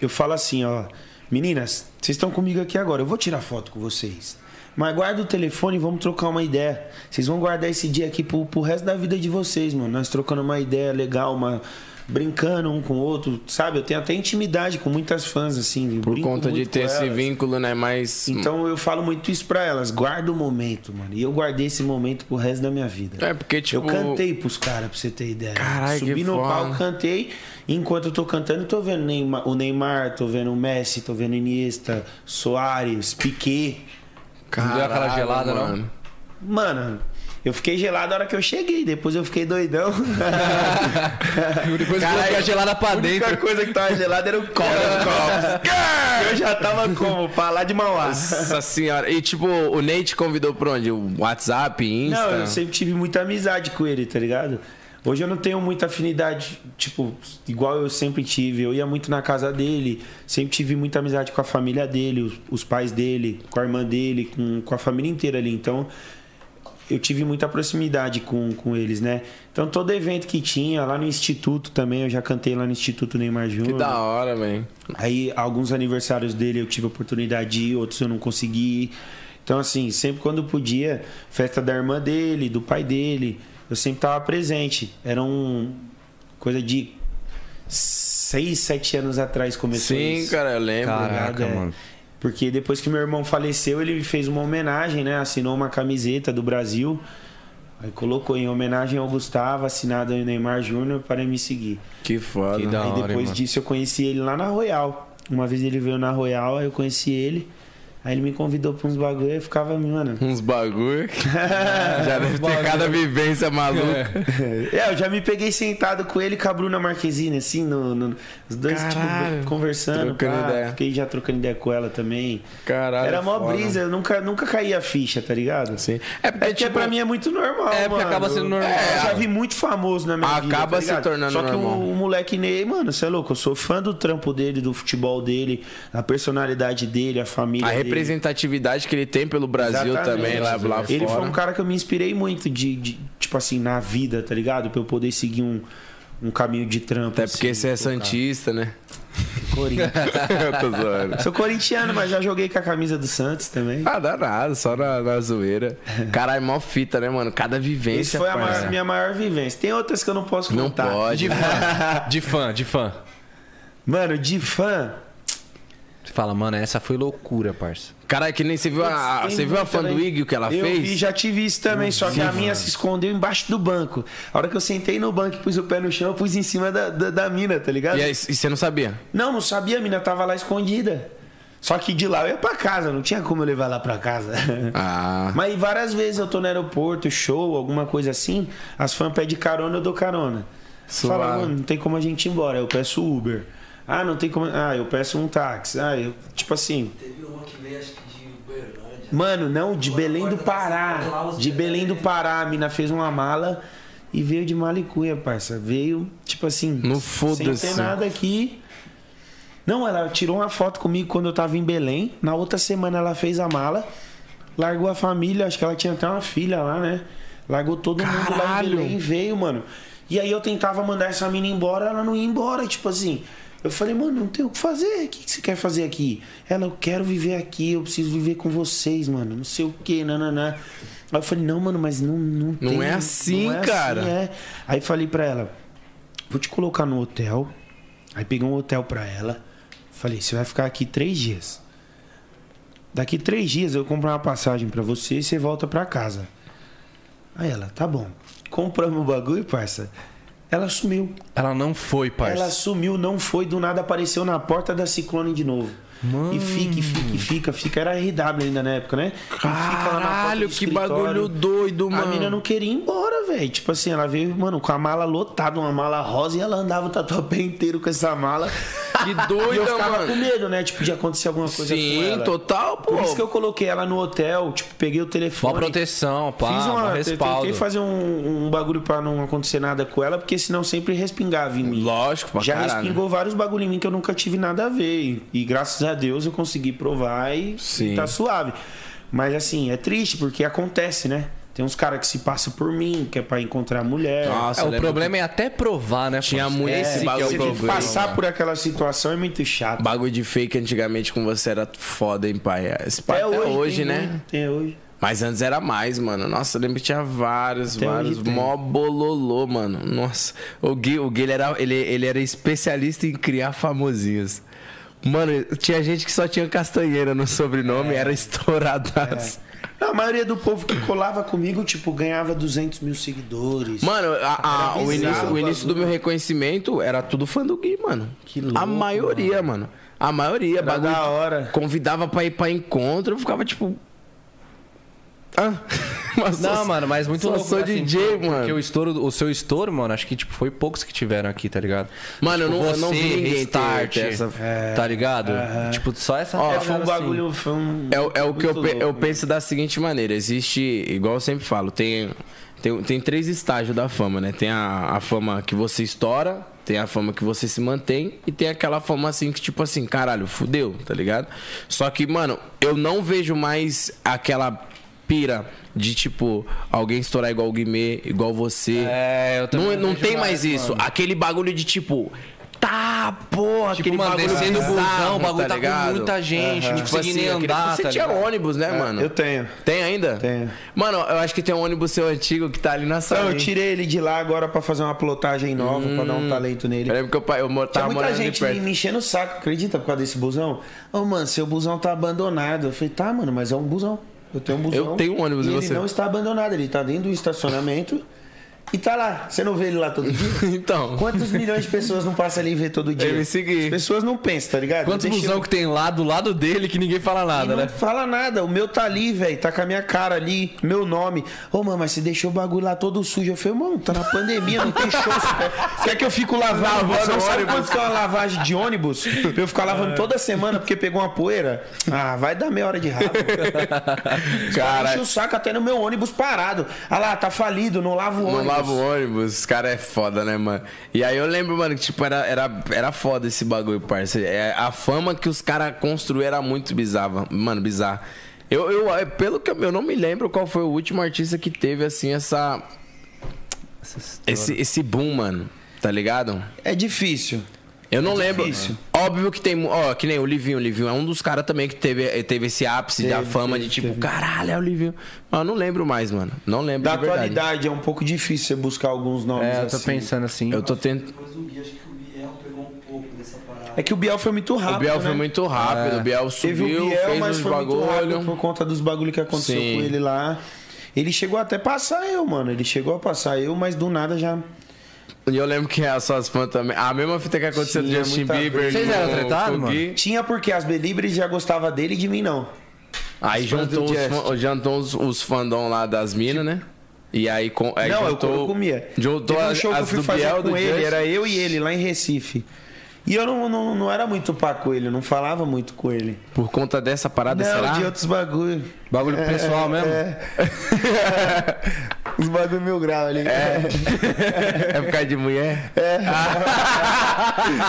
[SPEAKER 4] Eu falo assim, ó. Meninas, vocês estão comigo aqui agora. Eu vou tirar foto com vocês. Mas guarda o telefone e vamos trocar uma ideia. Vocês vão guardar esse dia aqui pro, pro resto da vida de vocês, mano. Nós trocando uma ideia legal, uma. Brincando um com o outro, sabe? Eu tenho até intimidade com muitas fãs, assim.
[SPEAKER 3] Por conta de ter esse
[SPEAKER 4] vinho.
[SPEAKER 3] vínculo, né? Mas.
[SPEAKER 4] Então eu falo muito isso pra elas, guarda o momento, mano. E eu guardei esse momento pro resto da minha vida.
[SPEAKER 3] É, porque, tipo.
[SPEAKER 4] Eu cantei pros caras, pra você ter ideia.
[SPEAKER 3] Caralho,
[SPEAKER 4] Subi
[SPEAKER 3] que
[SPEAKER 4] no
[SPEAKER 3] foda.
[SPEAKER 4] palco, cantei. E enquanto eu tô cantando, eu tô vendo Neymar- o Neymar, tô vendo o Messi, tô vendo Iniesta, Soares, Piquet.
[SPEAKER 1] Não deu aquela gelada, não?
[SPEAKER 4] Mano, eu fiquei gelado a hora que eu cheguei, depois eu fiquei doidão.
[SPEAKER 1] Depois coloquei a gelada pra
[SPEAKER 4] A única
[SPEAKER 1] dentro.
[SPEAKER 4] coisa que tava gelada era o copo. eu já tava como? Pra lá de Mauá.
[SPEAKER 3] Nossa senhora. E, tipo, o Ney te convidou pra onde? O WhatsApp, Insta?
[SPEAKER 4] Não, eu sempre tive muita amizade com ele, tá ligado? Hoje eu não tenho muita afinidade, tipo, igual eu sempre tive. Eu ia muito na casa dele, sempre tive muita amizade com a família dele, os, os pais dele, com a irmã dele, com, com a família inteira ali. Então, eu tive muita proximidade com, com eles, né? Então todo evento que tinha, lá no Instituto também, eu já cantei lá no Instituto Neymar Júnior.
[SPEAKER 3] Que da hora, man.
[SPEAKER 4] Aí alguns aniversários dele eu tive oportunidade de ir, outros eu não consegui ir. Então assim, sempre quando podia, festa da irmã dele, do pai dele, eu sempre tava presente. Era um coisa de seis, sete anos atrás começou
[SPEAKER 3] Sim,
[SPEAKER 4] isso.
[SPEAKER 3] cara, eu lembro.
[SPEAKER 4] Tá
[SPEAKER 1] Caraca,
[SPEAKER 4] ligado? É.
[SPEAKER 1] mano.
[SPEAKER 4] Porque depois que meu irmão faleceu, ele fez uma homenagem, né? Assinou uma camiseta do Brasil. Aí colocou em homenagem ao Gustavo, assinada em Neymar Júnior, para me seguir.
[SPEAKER 3] Que foda.
[SPEAKER 1] Que da
[SPEAKER 4] aí
[SPEAKER 1] hora,
[SPEAKER 4] depois
[SPEAKER 1] mano.
[SPEAKER 4] disso eu conheci ele lá na Royal. Uma vez ele veio na Royal, aí eu conheci ele. Aí ele me convidou pra uns bagulho e ficava, mano.
[SPEAKER 3] Uns bagulho. Já deve ter
[SPEAKER 1] bagulho.
[SPEAKER 3] cada vivência maluca.
[SPEAKER 4] É, eu já me peguei sentado com ele e com a Bruna Marquezine, assim, no, no- os dois tipo,
[SPEAKER 3] Caralho.
[SPEAKER 4] conversando.
[SPEAKER 3] Trocando
[SPEAKER 4] pá,
[SPEAKER 3] ideia.
[SPEAKER 4] Fiquei já trocando ideia com ela também.
[SPEAKER 3] Caralho.
[SPEAKER 4] Era mó
[SPEAKER 3] foda.
[SPEAKER 4] brisa, eu nunca, nunca caía a ficha, tá ligado?
[SPEAKER 3] Sim. É porque,
[SPEAKER 4] É que
[SPEAKER 3] tipo,
[SPEAKER 4] pra mim é muito normal.
[SPEAKER 1] É, porque
[SPEAKER 4] mano.
[SPEAKER 1] acaba sendo normal.
[SPEAKER 4] É, eu já vi muito famoso na minha vida.
[SPEAKER 3] Acaba
[SPEAKER 4] tá
[SPEAKER 3] se
[SPEAKER 4] ligado?
[SPEAKER 3] tornando
[SPEAKER 4] Só que
[SPEAKER 3] normal.
[SPEAKER 4] o, o moleque Ney, mano, você é louco. Eu sou fã do trampo dele, do futebol dele, a personalidade dele, a família.
[SPEAKER 3] a
[SPEAKER 4] dele.
[SPEAKER 3] representatividade que ele tem pelo Brasil
[SPEAKER 4] Exatamente.
[SPEAKER 3] também, lá, lá
[SPEAKER 4] Ele
[SPEAKER 3] fora.
[SPEAKER 4] foi um cara que eu me inspirei muito de, de, tipo assim, na vida, tá ligado? Pra eu poder seguir um, um caminho de trampo.
[SPEAKER 3] Até porque
[SPEAKER 4] assim,
[SPEAKER 3] você é Santista, né?
[SPEAKER 4] Corinthians.
[SPEAKER 3] eu tô zoando.
[SPEAKER 4] Sou corintiano, mas já joguei com a camisa do Santos também.
[SPEAKER 3] Ah, danado, só na, na zoeira. Caralho, mó fita, né, mano? Cada
[SPEAKER 4] Essa
[SPEAKER 3] vivência.
[SPEAKER 4] foi a
[SPEAKER 3] parça.
[SPEAKER 4] maior- minha maior vivência. Tem outras que eu não posso contar.
[SPEAKER 3] é Não pode.
[SPEAKER 1] De fã, de fã.
[SPEAKER 4] Mano, de fã,
[SPEAKER 1] Você fala, mano, essa foi loucura, parça.
[SPEAKER 3] Caralho, é que nem você viu a,
[SPEAKER 4] Tem
[SPEAKER 3] Ah, você viu a
[SPEAKER 4] muito
[SPEAKER 3] fã do
[SPEAKER 4] também.
[SPEAKER 3] Iggy, o que ela
[SPEAKER 4] eu
[SPEAKER 3] fez?
[SPEAKER 4] Vi, já tive isso também, só que a minha se escondeu embaixo do banco. A hora que eu sentei no banco e pus o pé no chão, eu pus em cima da, da, da mina, tá ligado?
[SPEAKER 3] E aí, e você não sabia?
[SPEAKER 4] Não, não sabia, a mina tava lá escondida. Só que de lá eu ia pra casa, não tinha como eu levar lá pra casa.
[SPEAKER 3] Ah.
[SPEAKER 4] Mas várias vezes eu tô no aeroporto, show, alguma coisa assim, as fãs pedem carona, eu dou carona.
[SPEAKER 3] Suave.
[SPEAKER 4] Fala, mano, não tem como a gente ir embora, eu peço Uber. Ah, não tem como. Ah, eu peço um táxi. Ah, eu. Tipo assim.
[SPEAKER 6] Teve uma que veio, acho que de Uberlândia. tá
[SPEAKER 4] Mano, não, de Belém do
[SPEAKER 6] Lá
[SPEAKER 4] Pará.
[SPEAKER 6] os
[SPEAKER 4] De Belém do Pará, a mina fez uma mala e veio de malicunha, parça. Veio, tipo assim,
[SPEAKER 3] No foda-se.
[SPEAKER 4] sem ter nada aqui. Não, ela tirou uma foto comigo quando eu tava em Belém. Na outra semana ela fez a mala, largou a família, acho que ela tinha até uma filha lá, né? Largou todo mundo lá em
[SPEAKER 3] Caralho!
[SPEAKER 4] Belém e veio, mano. E aí eu tentava mandar essa mina embora, ela não ia embora, tipo assim. Eu falei, mano, não tem o que fazer. O que que você quer fazer aqui? Ela, eu quero viver aqui, eu preciso viver com vocês, mano. Não sei o que, nananã. Aí eu falei, não, mano, mas não, não
[SPEAKER 3] Não
[SPEAKER 4] tem-
[SPEAKER 3] é assim, cara.
[SPEAKER 4] é. Aí falei pra ela, vou te colocar no hotel. Aí peguei um hotel pra ela. Falei, você vai ficar aqui três dias. Daqui três dias eu compro uma passagem pra você e você volta pra casa. Aí ela, tá bom. Compramos o bagulho, parça. Ela sumiu.
[SPEAKER 1] Ela não foi, parça.
[SPEAKER 4] Ela sumiu, não foi, do nada apareceu na porta da Ciclone de novo. E fica, e fica, e fica, fica. Era RW ainda na época, né? E fica lá na porta do
[SPEAKER 3] Caralho, que
[SPEAKER 4] escritório.
[SPEAKER 3] bagulho doido,
[SPEAKER 4] A
[SPEAKER 3] mano.
[SPEAKER 4] menina não queria ir embora, velho. Tipo assim, ela veio, mano, com a mala lotada, uma mala rosa, e ela andava o tatuapé inteiro com essa mala.
[SPEAKER 3] Que
[SPEAKER 4] e eu
[SPEAKER 3] doida,
[SPEAKER 4] ficava com
[SPEAKER 3] mano.
[SPEAKER 4] medo, né? Tipo, de acontecer alguma coisa com
[SPEAKER 3] Sim,
[SPEAKER 4] ela.
[SPEAKER 3] total, pô.
[SPEAKER 4] Por isso que eu coloquei ela no hotel, tipo, peguei o telefone.
[SPEAKER 1] Mó proteção, pá,
[SPEAKER 4] Fiz
[SPEAKER 1] mó
[SPEAKER 4] uma,
[SPEAKER 1] respaldo.
[SPEAKER 4] tentei fazer um, um bagulho pra não acontecer nada com ela, porque senão sempre respingava em mim.
[SPEAKER 3] Lógico, pra
[SPEAKER 4] Já
[SPEAKER 3] caralho.
[SPEAKER 4] respingou vários bagulho em mim que eu nunca tive nada a ver. E, e graças a Deus eu consegui provar e,
[SPEAKER 3] Sim.
[SPEAKER 4] e tá suave. Mas assim, é triste porque acontece, né? Tem uns caras que se passam por mim, que é pra encontrar mulher.
[SPEAKER 3] Nossa,
[SPEAKER 1] É, o
[SPEAKER 3] lembra
[SPEAKER 1] problema é até provar, né?
[SPEAKER 3] Tinha
[SPEAKER 1] parça?
[SPEAKER 3] muito
[SPEAKER 1] Esse
[SPEAKER 3] esse
[SPEAKER 1] que é o
[SPEAKER 3] bagulho. um
[SPEAKER 4] Você tem que
[SPEAKER 3] problema,
[SPEAKER 4] passar por aquela situação é muito
[SPEAKER 3] que
[SPEAKER 4] chato.
[SPEAKER 3] Bagulho de fake antigamente com você era foda, hein, pai? Esse pai
[SPEAKER 4] Até
[SPEAKER 3] até hoje,
[SPEAKER 4] tem
[SPEAKER 3] né?
[SPEAKER 4] muito, Tem hoje.
[SPEAKER 3] Mas antes era mais, mano. Nossa, eu lembro que tinha vários,
[SPEAKER 4] Até hoje
[SPEAKER 3] vários.
[SPEAKER 4] tem.
[SPEAKER 3] Mó bololô, mano. Nossa. O Gui, o Gui ele era, ele, ele era especialista em criar famosinhos. Mano, tinha gente que só tinha castanheira no
[SPEAKER 4] É.
[SPEAKER 3] sobrenome, era estouradaço.
[SPEAKER 4] Não, a maioria do povo que colava comigo, tipo, ganhava 200 mil seguidores.
[SPEAKER 3] Mano, a- a-
[SPEAKER 4] Era
[SPEAKER 3] o,
[SPEAKER 4] bizarro
[SPEAKER 3] início, o
[SPEAKER 4] o
[SPEAKER 3] início do meu reconhecimento era tudo fã do Gui, mano.
[SPEAKER 4] Que louco,
[SPEAKER 3] A maioria, mano. A maioria.
[SPEAKER 4] Era da hora.
[SPEAKER 3] Convidava pra ir pra encontro, eu ficava tipo. Ah. Mas
[SPEAKER 1] Não,
[SPEAKER 3] só-
[SPEAKER 1] mano, mas muito
[SPEAKER 3] só
[SPEAKER 1] louco.
[SPEAKER 3] sou
[SPEAKER 1] assim,
[SPEAKER 3] DJ,
[SPEAKER 1] porque
[SPEAKER 3] mano.
[SPEAKER 1] o, estouro, o seu estouro, mano, acho que tipo, foi poucos que tiveram aqui, tá ligado?
[SPEAKER 3] Mano, eu
[SPEAKER 1] tipo,
[SPEAKER 3] não- eu não vi ninguém ter-
[SPEAKER 1] Restart,
[SPEAKER 3] ter essa-
[SPEAKER 1] tá ligado? Tipo, só essa...
[SPEAKER 4] É,
[SPEAKER 1] parada,
[SPEAKER 4] foi um
[SPEAKER 1] assim.
[SPEAKER 4] bagulho, foi um...
[SPEAKER 3] É, o- é o que eu,
[SPEAKER 4] muito
[SPEAKER 3] pe-
[SPEAKER 4] louco,
[SPEAKER 3] eu penso
[SPEAKER 1] né?
[SPEAKER 3] da seguinte maneira: existe, igual eu sempre falo, tem, tem, tem três estágios da fama, né? Tem a, a fama que você estoura, tem a fama que você se mantém, e tem aquela fama assim que, tipo assim, caralho, fudeu, tá ligado? Só que, mano, eu não vejo mais aquela pira de, tipo, alguém estourar igual o Guimê, igual você.
[SPEAKER 1] É, eu também
[SPEAKER 3] Não, não
[SPEAKER 1] vejo
[SPEAKER 3] tem
[SPEAKER 1] mais,
[SPEAKER 3] mais isso.
[SPEAKER 1] mano.
[SPEAKER 3] Aquele bagulho de, tipo... Tá, porra, aquele
[SPEAKER 1] mano,
[SPEAKER 3] bagulho
[SPEAKER 1] Tipo descendo o busão,
[SPEAKER 3] bizarro,
[SPEAKER 1] o bagulho tá com
[SPEAKER 3] ligado?
[SPEAKER 1] muita gente, não
[SPEAKER 3] Tipo
[SPEAKER 1] consegui
[SPEAKER 3] assim,
[SPEAKER 1] nem
[SPEAKER 3] aquele-
[SPEAKER 1] andar,
[SPEAKER 3] Você
[SPEAKER 1] tá
[SPEAKER 3] tinha
[SPEAKER 1] ligado?
[SPEAKER 3] ônibus, né, mano?
[SPEAKER 4] É, Eu tenho.
[SPEAKER 3] Tem ainda?
[SPEAKER 4] Tenho.
[SPEAKER 3] Mano, eu acho que tem um ônibus seu antigo que tá ali na sala.
[SPEAKER 4] Então, eu
[SPEAKER 3] hein?
[SPEAKER 4] tirei ele de lá agora pra fazer uma plotagem nova, pra dar um talento nele.
[SPEAKER 3] Eu lembro que eu, pa- eu mo-
[SPEAKER 4] Tinha
[SPEAKER 3] Hum. tava
[SPEAKER 4] muita
[SPEAKER 3] morando ali
[SPEAKER 4] gente
[SPEAKER 3] perto.
[SPEAKER 4] me enchendo o saco, acredita, por causa desse busão? Ô, mano, seu busão tá abandonado. Eu falei, tá, mano, mas é um busão. Eu tenho um busão.
[SPEAKER 3] Eu tenho um ônibus,
[SPEAKER 4] e
[SPEAKER 3] e
[SPEAKER 4] ele
[SPEAKER 3] você?
[SPEAKER 4] não está abandonado, ele tá dentro do estacionamento e tá lá. Você não vê ele lá todo dia?
[SPEAKER 3] Então.
[SPEAKER 4] Quantos milhões de pessoas não passam ali e vê todo dia?
[SPEAKER 3] Eu me segui.
[SPEAKER 4] As pessoas não pensam, tá ligado?
[SPEAKER 1] Quantos
[SPEAKER 4] Eu deixei-
[SPEAKER 1] busão que tem lá do lado dele que ninguém fala
[SPEAKER 4] e
[SPEAKER 1] nada,
[SPEAKER 4] não
[SPEAKER 1] né?
[SPEAKER 4] fala nada, o meu tá ali, velho, tá com a minha cara ali, meu nome. Ô, mano, mas você deixou o bagulho lá todo sujo. Eu falei, mano, tá na pandemia, não tem show. Você quer que eu fico lavando? Você não sabe quanto que é uma lavagem de ônibus? Pra Eu ficar lavando toda semana porque pegou uma poeira? Ah, vai dar meia hora de rabo. Cara, enche o saco até no meu ônibus parado. Ah lá, tá falido, não lava o
[SPEAKER 3] Não
[SPEAKER 4] ônibus.
[SPEAKER 3] lava o ônibus, os cara é foda, né, mano? E aí eu lembro, mano, que tipo, era, era, era foda esse bagulho, parça. É, a fama que os caras construíram era muito bizarra, mano, bizarra. Eu, eu, é, pelo que eu, eu não me lembro qual foi o último artista que teve, assim, essa. Esse, esse boom, mano, tá ligado?
[SPEAKER 4] É difícil.
[SPEAKER 3] Eu não lembro.
[SPEAKER 4] É difícil.
[SPEAKER 3] Óbvio que tem. mu- Ó, que nem o Livinho. O Livinho é um dos caras também que teve, eh, teve esse ápice da
[SPEAKER 4] Teve,
[SPEAKER 3] fama
[SPEAKER 4] teve,
[SPEAKER 3] de tipo,
[SPEAKER 4] teve.
[SPEAKER 3] caralho, é o Livinho. Mas eu não lembro mais, mano. Não lembro
[SPEAKER 4] Da
[SPEAKER 3] de verdade.
[SPEAKER 4] atualidade é um pouco difícil você buscar alguns nomes
[SPEAKER 1] É, eu tô
[SPEAKER 4] assim.
[SPEAKER 1] pensando assim.
[SPEAKER 3] Eu tô tentando.
[SPEAKER 6] Depois o Gui, acho que o Biel pegou um pouco dessa parada.
[SPEAKER 4] É que o Biel foi muito rápido,
[SPEAKER 3] O Biel
[SPEAKER 4] né?
[SPEAKER 3] foi muito rápido. O Biel
[SPEAKER 4] Teve
[SPEAKER 3] subiu,
[SPEAKER 4] o Biel,
[SPEAKER 3] fez
[SPEAKER 4] mas
[SPEAKER 3] uns
[SPEAKER 4] foi muito rápido um
[SPEAKER 3] bagulho.
[SPEAKER 4] por conta dos bagulho que aconteceu
[SPEAKER 3] Sim.
[SPEAKER 4] com ele lá. Ele chegou até a passar eu, mano. Ele chegou a passar eu, mas do nada já.
[SPEAKER 3] E eu lembro que as suas fãs também. A mesma fita que aconteceu do
[SPEAKER 4] Tinha
[SPEAKER 3] Justin
[SPEAKER 4] é muita
[SPEAKER 3] Bieber.
[SPEAKER 4] briga.
[SPEAKER 1] Vocês
[SPEAKER 3] no-
[SPEAKER 1] eram tretados,
[SPEAKER 3] com o Gui.
[SPEAKER 4] Tinha porque as Belibres já gostava dele e de mim não.
[SPEAKER 3] Aí
[SPEAKER 4] fãs do
[SPEAKER 3] juntou os,
[SPEAKER 4] Justin.
[SPEAKER 3] fã- jantou os, os fandom lá das minas, né? E aí, com, aí
[SPEAKER 4] não, eu-
[SPEAKER 3] juntou,
[SPEAKER 4] eu, comia.
[SPEAKER 3] Juntou
[SPEAKER 4] Teve um
[SPEAKER 3] as,
[SPEAKER 4] show que eu
[SPEAKER 3] as
[SPEAKER 4] fui
[SPEAKER 3] do
[SPEAKER 4] fazer
[SPEAKER 3] Biel,
[SPEAKER 4] com
[SPEAKER 3] do
[SPEAKER 4] ele,
[SPEAKER 3] Justin.
[SPEAKER 4] era eu e ele lá em Recife. E eu não, não, não era muito pá com ele, eu não falava muito com ele.
[SPEAKER 3] Por conta dessa parada,
[SPEAKER 4] Não,
[SPEAKER 3] será?
[SPEAKER 4] de outros bagulho.
[SPEAKER 1] Bagulho
[SPEAKER 3] É,
[SPEAKER 1] pro pessoal mesmo?
[SPEAKER 4] Os bagulho mil grau ali. né?
[SPEAKER 3] É por causa de mulher? É.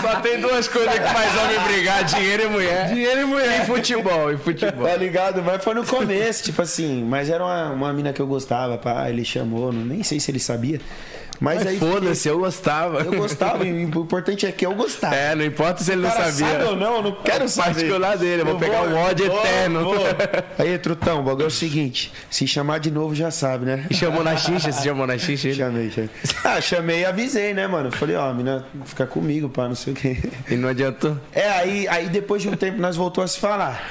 [SPEAKER 3] Só tem duas coisas que faz homem brigar: dinheiro e mulher. Dinheiro e mulher. É, E futebol, e futebol.
[SPEAKER 4] Tá ligado? Mas foi no começo, tipo assim. Mas era uma, uma mina que eu gostava, pá. Ele chamou, não, nem sei se ele sabia. Mas aí
[SPEAKER 3] Foda-se, eu gostava.
[SPEAKER 4] eu gostava. e o importante é que eu gostava.
[SPEAKER 3] É, não importa se ele não
[SPEAKER 4] Cara,
[SPEAKER 3] sabia. um
[SPEAKER 4] Sabe ou não, eu não quero saber.
[SPEAKER 3] particular dele, eu vou pegar o ódio eterno.
[SPEAKER 4] vou. Aí, Trutão, o bagulho é o seguinte: se chamar de novo já sabe, né?
[SPEAKER 3] E chamou na xincha, você chamou na xincha? ele?
[SPEAKER 4] Chamei, chamei. Ah, chamei e avisei, né, mano? Falei, ó, a mina fica comigo, pá, não sei o quê.
[SPEAKER 3] E não adiantou?
[SPEAKER 4] É, aí, aí depois de um tempo nós voltamos a se falar.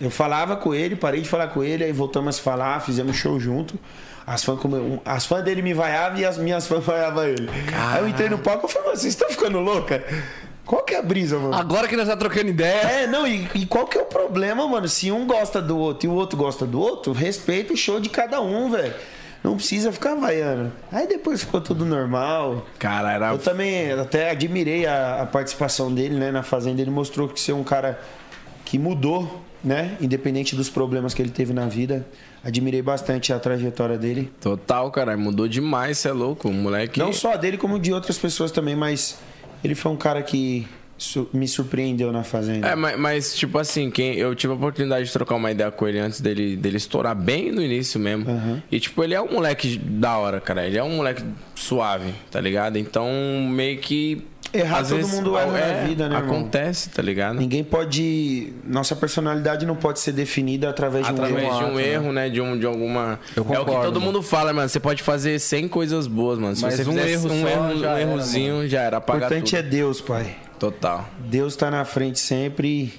[SPEAKER 4] Eu falava com ele, parei de falar com ele, aí voltamos a se falar, fizemos show junto. As fãs, como eu- as fãs dele me vaiavam e as minhas fãs vaiavam ele. Aí eu entrei no palco e falei, "Mano, vocês estão ficando louca? Qual que é a brisa, mano?
[SPEAKER 1] Agora que nós tá trocando ideia.
[SPEAKER 4] É, não, e, e qual que é o problema, mano? Se um gosta do outro e o outro gosta do outro, respeita o show de cada um, velho. Não precisa ficar vaiando. Aí depois ficou tudo normal.
[SPEAKER 3] Cara, era.
[SPEAKER 4] Eu também até admirei a, a participação dele, né, na Fazenda. Ele mostrou que ser um cara que mudou, né, independente dos problemas que ele teve na vida. Admirei bastante a trajetória dele.
[SPEAKER 3] Total, cara, mudou demais, você é louco. O moleque.
[SPEAKER 4] Não só dele, como de outras pessoas também, mas ele foi um cara que su- me surpreendeu na Fazenda.
[SPEAKER 3] É, mas, mas, tipo assim, quem eu tive a oportunidade de trocar uma ideia com ele antes dele, dele estourar bem no início mesmo. E, tipo, ele é um moleque da hora, cara. Ele é um moleque suave, tá ligado? Então, meio que.
[SPEAKER 4] Errar todo mundo erra na vida, né, irmão?
[SPEAKER 3] é, Acontece, tá ligado?
[SPEAKER 4] Ninguém pode. Nossa personalidade não pode ser definida através de um
[SPEAKER 3] Através
[SPEAKER 4] erro.
[SPEAKER 3] de um erro, né? De, um, de alguma. é o que
[SPEAKER 1] concordo,
[SPEAKER 3] todo
[SPEAKER 1] mano.
[SPEAKER 3] mundo fala, mano. Você pode fazer 100 coisas boas, mano. Se
[SPEAKER 1] Mas
[SPEAKER 3] você
[SPEAKER 1] um
[SPEAKER 3] fizer
[SPEAKER 1] erro
[SPEAKER 3] um,
[SPEAKER 1] só
[SPEAKER 3] erro,
[SPEAKER 1] já
[SPEAKER 3] um
[SPEAKER 1] era,
[SPEAKER 3] errozinho, já era.
[SPEAKER 4] O
[SPEAKER 3] Apaga
[SPEAKER 4] importante é
[SPEAKER 3] tudo.
[SPEAKER 4] Deus, pai.
[SPEAKER 3] Total.
[SPEAKER 4] Deus tá na frente sempre e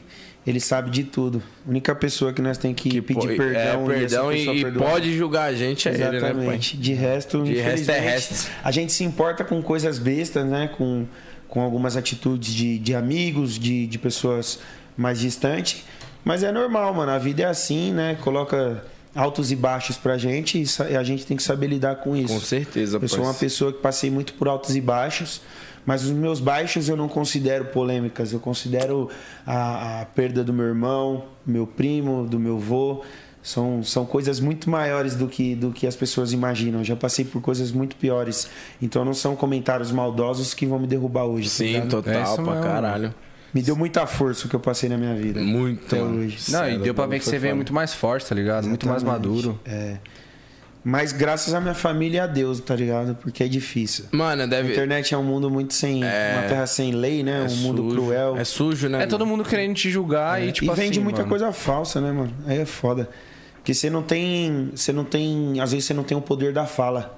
[SPEAKER 4] ele sabe de tudo. A única pessoa que nós tem que, pedir
[SPEAKER 3] Pô,
[SPEAKER 4] perdão,
[SPEAKER 3] é,
[SPEAKER 4] e essa
[SPEAKER 3] perdão e,
[SPEAKER 4] pessoa
[SPEAKER 3] e
[SPEAKER 4] perdoar.
[SPEAKER 3] pode julgar a gente, é ele, né, pai?
[SPEAKER 4] Exatamente. de resto,
[SPEAKER 3] De resto é
[SPEAKER 4] infelizmente,
[SPEAKER 3] resto.
[SPEAKER 4] a gente se importa com coisas bestas, né? Com, com algumas atitudes de, de amigos, de, de pessoas mais distantes. Mas é normal, mano. A vida é assim, né? Coloca altos e baixos pra gente e sa- e a gente tem que saber lidar com isso.
[SPEAKER 3] Com certeza,
[SPEAKER 4] Eu sou uma
[SPEAKER 3] parceiro.
[SPEAKER 4] pessoa que passei muito por altos e baixos, mas os meus baixos eu não considero polêmicas. Eu considero a, a perda do meu irmão, meu primo, do meu vô. São, são coisas muito maiores do que, do que as pessoas imaginam. Eu já passei por coisas muito piores. Então não são comentários maldosos que vão me derrubar hoje. tá
[SPEAKER 3] Sim,
[SPEAKER 4] ligado?
[SPEAKER 3] total,
[SPEAKER 1] É isso
[SPEAKER 3] pra
[SPEAKER 1] mesmo.
[SPEAKER 3] caralho.
[SPEAKER 4] Me deu muita força o que eu passei na minha vida.
[SPEAKER 3] Muito,
[SPEAKER 4] Até
[SPEAKER 3] mano.
[SPEAKER 4] hoje.
[SPEAKER 1] Não, e
[SPEAKER 3] Sério,
[SPEAKER 1] deu pra
[SPEAKER 3] o
[SPEAKER 1] ver
[SPEAKER 3] bagulho
[SPEAKER 1] que
[SPEAKER 3] foi
[SPEAKER 1] você veio
[SPEAKER 3] foda.
[SPEAKER 1] muito mais forte, tá ligado? Muito mais
[SPEAKER 4] assim. Exatamente.
[SPEAKER 1] maduro.
[SPEAKER 4] É. Mas graças à minha família e a Deus, tá ligado? Porque é difícil.
[SPEAKER 3] Mano,
[SPEAKER 4] A
[SPEAKER 3] deve.
[SPEAKER 4] internet é um mundo muito sem. Uma terra sem lei, né? um mundo
[SPEAKER 3] sujo.
[SPEAKER 4] cruel.
[SPEAKER 3] É sujo, né?
[SPEAKER 1] É todo mundo querendo te julgar e tipo
[SPEAKER 4] É, e vende
[SPEAKER 1] assim,
[SPEAKER 4] muita
[SPEAKER 1] mano,
[SPEAKER 4] coisa falsa, né, mano? Aí é foda. Porque você não tem. Você não tem. Às vezes você não tem o poder da fala.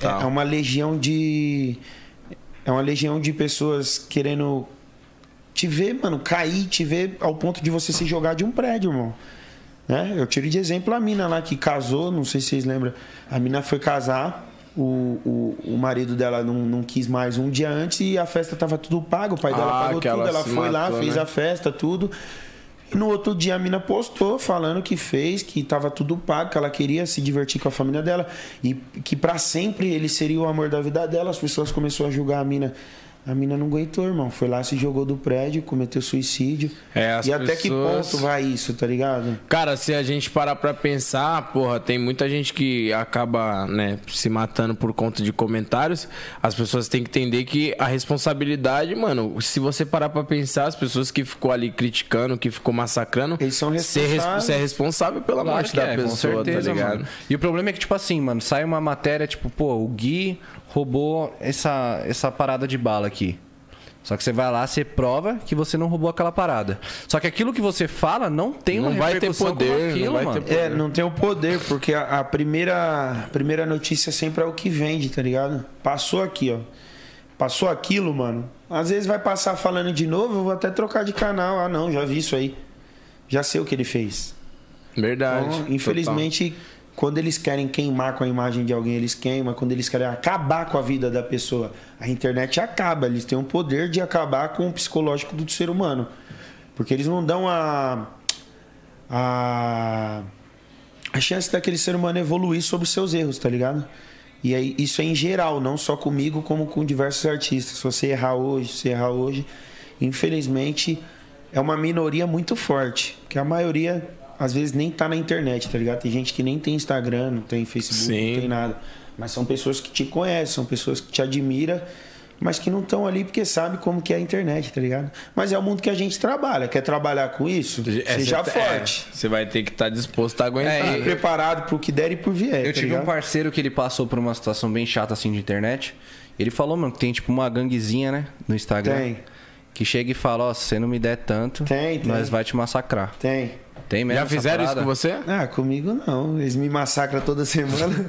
[SPEAKER 4] É- É, uma legião de. É uma legião de pessoas querendo te ver, mano, cair, te ver ao ponto de você se jogar de um prédio, irmão. Né? Eu tiro de exemplo a mina lá que casou, não sei se vocês lembram. A mina foi casar, o, o, o marido dela não, não quis mais um dia antes e a festa tava tudo pago. O pai dela
[SPEAKER 3] Ah,
[SPEAKER 4] pagou
[SPEAKER 3] que
[SPEAKER 4] tudo,
[SPEAKER 3] ela
[SPEAKER 4] ela,
[SPEAKER 3] se
[SPEAKER 4] foi lá,
[SPEAKER 3] matou,
[SPEAKER 4] fez
[SPEAKER 3] né?
[SPEAKER 4] a festa, tudo. E no outro dia a mina postou falando que fez, que tava tudo pago, que ela queria se divertir com a família dela e que pra sempre ele seria o amor da vida dela. As pessoas começaram a julgar a mina. A mina não aguentou, irmão. Foi lá, se jogou do prédio, cometeu suicídio.
[SPEAKER 3] É, as
[SPEAKER 4] e até que
[SPEAKER 3] pessoas-
[SPEAKER 4] ponto vai isso, tá ligado?
[SPEAKER 3] Cara, se a gente parar pra pensar, porra, tem muita gente que acaba, né, se matando por conta de comentários. As pessoas têm que entender que a responsabilidade, mano, se você parar pra pensar, as pessoas que ficou ali criticando, que ficou massacrando,
[SPEAKER 4] Eles são
[SPEAKER 3] você é res-
[SPEAKER 4] responsáveis.
[SPEAKER 3] você é responsável pela
[SPEAKER 1] Claro
[SPEAKER 3] morte
[SPEAKER 1] que
[SPEAKER 3] da
[SPEAKER 1] é, com
[SPEAKER 3] pessoa,
[SPEAKER 1] certeza,
[SPEAKER 3] tá ligado?
[SPEAKER 1] mano. E o problema é que, tipo assim, mano, sai uma matéria, tipo, pô, o Gui roubou essa, essa parada de bala aqui. Só que você vai lá, você prova que você não roubou aquela parada. Só que aquilo que você fala não tem uma
[SPEAKER 3] Não vai ter
[SPEAKER 1] repercussão como
[SPEAKER 3] poder, não
[SPEAKER 1] aquilo,
[SPEAKER 3] vai ter
[SPEAKER 1] mano.
[SPEAKER 3] poder.
[SPEAKER 4] É, não tem o poder, porque a, a primeira, a primeira notícia sempre é o que vende, tá ligado? Passou aqui, ó. Passou aquilo, mano. Às vezes vai passar falando de novo, eu vou até trocar de canal. Ah, não, já vi isso aí. Já sei o que ele fez.
[SPEAKER 3] Verdade.
[SPEAKER 4] Então,
[SPEAKER 3] total.
[SPEAKER 4] infelizmente, quando eles querem queimar com a imagem de alguém, eles queimam. Quando eles querem acabar com a vida da pessoa, a internet acaba. Eles têm o poder de acabar com o psicológico do ser humano. Porque eles não dão a. a. a chance daquele ser humano evoluir sobre os seus erros, tá ligado? E aí, isso é em geral, não só comigo, como com diversos artistas. Se você errar hoje, se errar hoje, infelizmente é uma minoria muito forte. Porque a maioria, às vezes, nem tá na internet, tá ligado? Tem gente que nem tem Instagram, não tem Facebook,
[SPEAKER 3] Sim.
[SPEAKER 4] não tem nada. Mas são pessoas que te conhecem, são pessoas que te admiram, mas que não estão ali porque sabe como que é a internet, tá ligado? Mas é o mundo que a gente trabalha. Quer trabalhar com isso?
[SPEAKER 3] É,
[SPEAKER 4] Seja
[SPEAKER 3] cê-
[SPEAKER 4] forte.
[SPEAKER 3] é, Você vai ter que estar disposto a aguentar.
[SPEAKER 4] Tá
[SPEAKER 3] né?
[SPEAKER 4] preparado pro que der e pro vier.
[SPEAKER 1] Eu
[SPEAKER 4] tá
[SPEAKER 1] tive um
[SPEAKER 4] ligado?
[SPEAKER 1] parceiro que ele passou por uma situação bem chata assim de internet. Ele falou, mano, que tem tipo uma ganguezinha, né? No Instagram.
[SPEAKER 4] Tem.
[SPEAKER 1] Que chega e fala, ó, se você não me der tanto,
[SPEAKER 4] Tem, tem.
[SPEAKER 1] nós vai te massacrar.
[SPEAKER 4] Tem.
[SPEAKER 1] Tem mesmo.
[SPEAKER 3] Já
[SPEAKER 1] essa
[SPEAKER 3] fizeram isso
[SPEAKER 1] parada?
[SPEAKER 3] com você?
[SPEAKER 4] Ah, comigo não. Eles me massacram toda semana.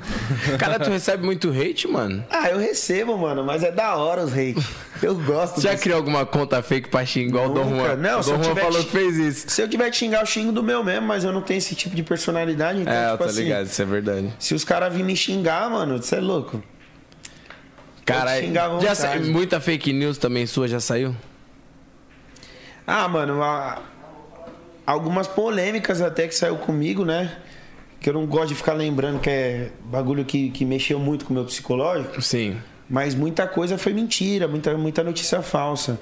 [SPEAKER 3] Cara, tu recebe muito hate, mano.
[SPEAKER 4] ah, eu recebo, mano, mas é da hora os hate. Eu gosto
[SPEAKER 3] Já
[SPEAKER 4] disso.
[SPEAKER 3] criou alguma conta fake pra xingar o Dom
[SPEAKER 4] Nunca.
[SPEAKER 3] Juan?
[SPEAKER 4] Não,
[SPEAKER 3] o
[SPEAKER 4] se
[SPEAKER 3] Dom
[SPEAKER 4] eu
[SPEAKER 3] Juan
[SPEAKER 4] tiver
[SPEAKER 3] falou que
[SPEAKER 4] que-
[SPEAKER 3] fez isso.
[SPEAKER 4] Se eu tiver que xingar, tipo eu xingo do meu mesmo, mas eu não tenho esse tipo de personalidade. Então,
[SPEAKER 3] É, eu
[SPEAKER 4] tipo
[SPEAKER 3] tô
[SPEAKER 4] assim,
[SPEAKER 3] ligado, isso é verdade.
[SPEAKER 4] se os caras virem me xingar, mano, você é louco.
[SPEAKER 3] Caralho,
[SPEAKER 4] xingar à
[SPEAKER 3] já
[SPEAKER 4] vontade.
[SPEAKER 3] sa... muita fake news também sua já saiu?
[SPEAKER 4] Ah, mano, a- algumas polêmicas até que saiu comigo, né? Que eu não gosto de ficar lembrando que é bagulho que, que mexeu muito com o meu psicológico.
[SPEAKER 3] Sim.
[SPEAKER 4] Mas muita coisa foi mentira, muita, muita notícia falsa.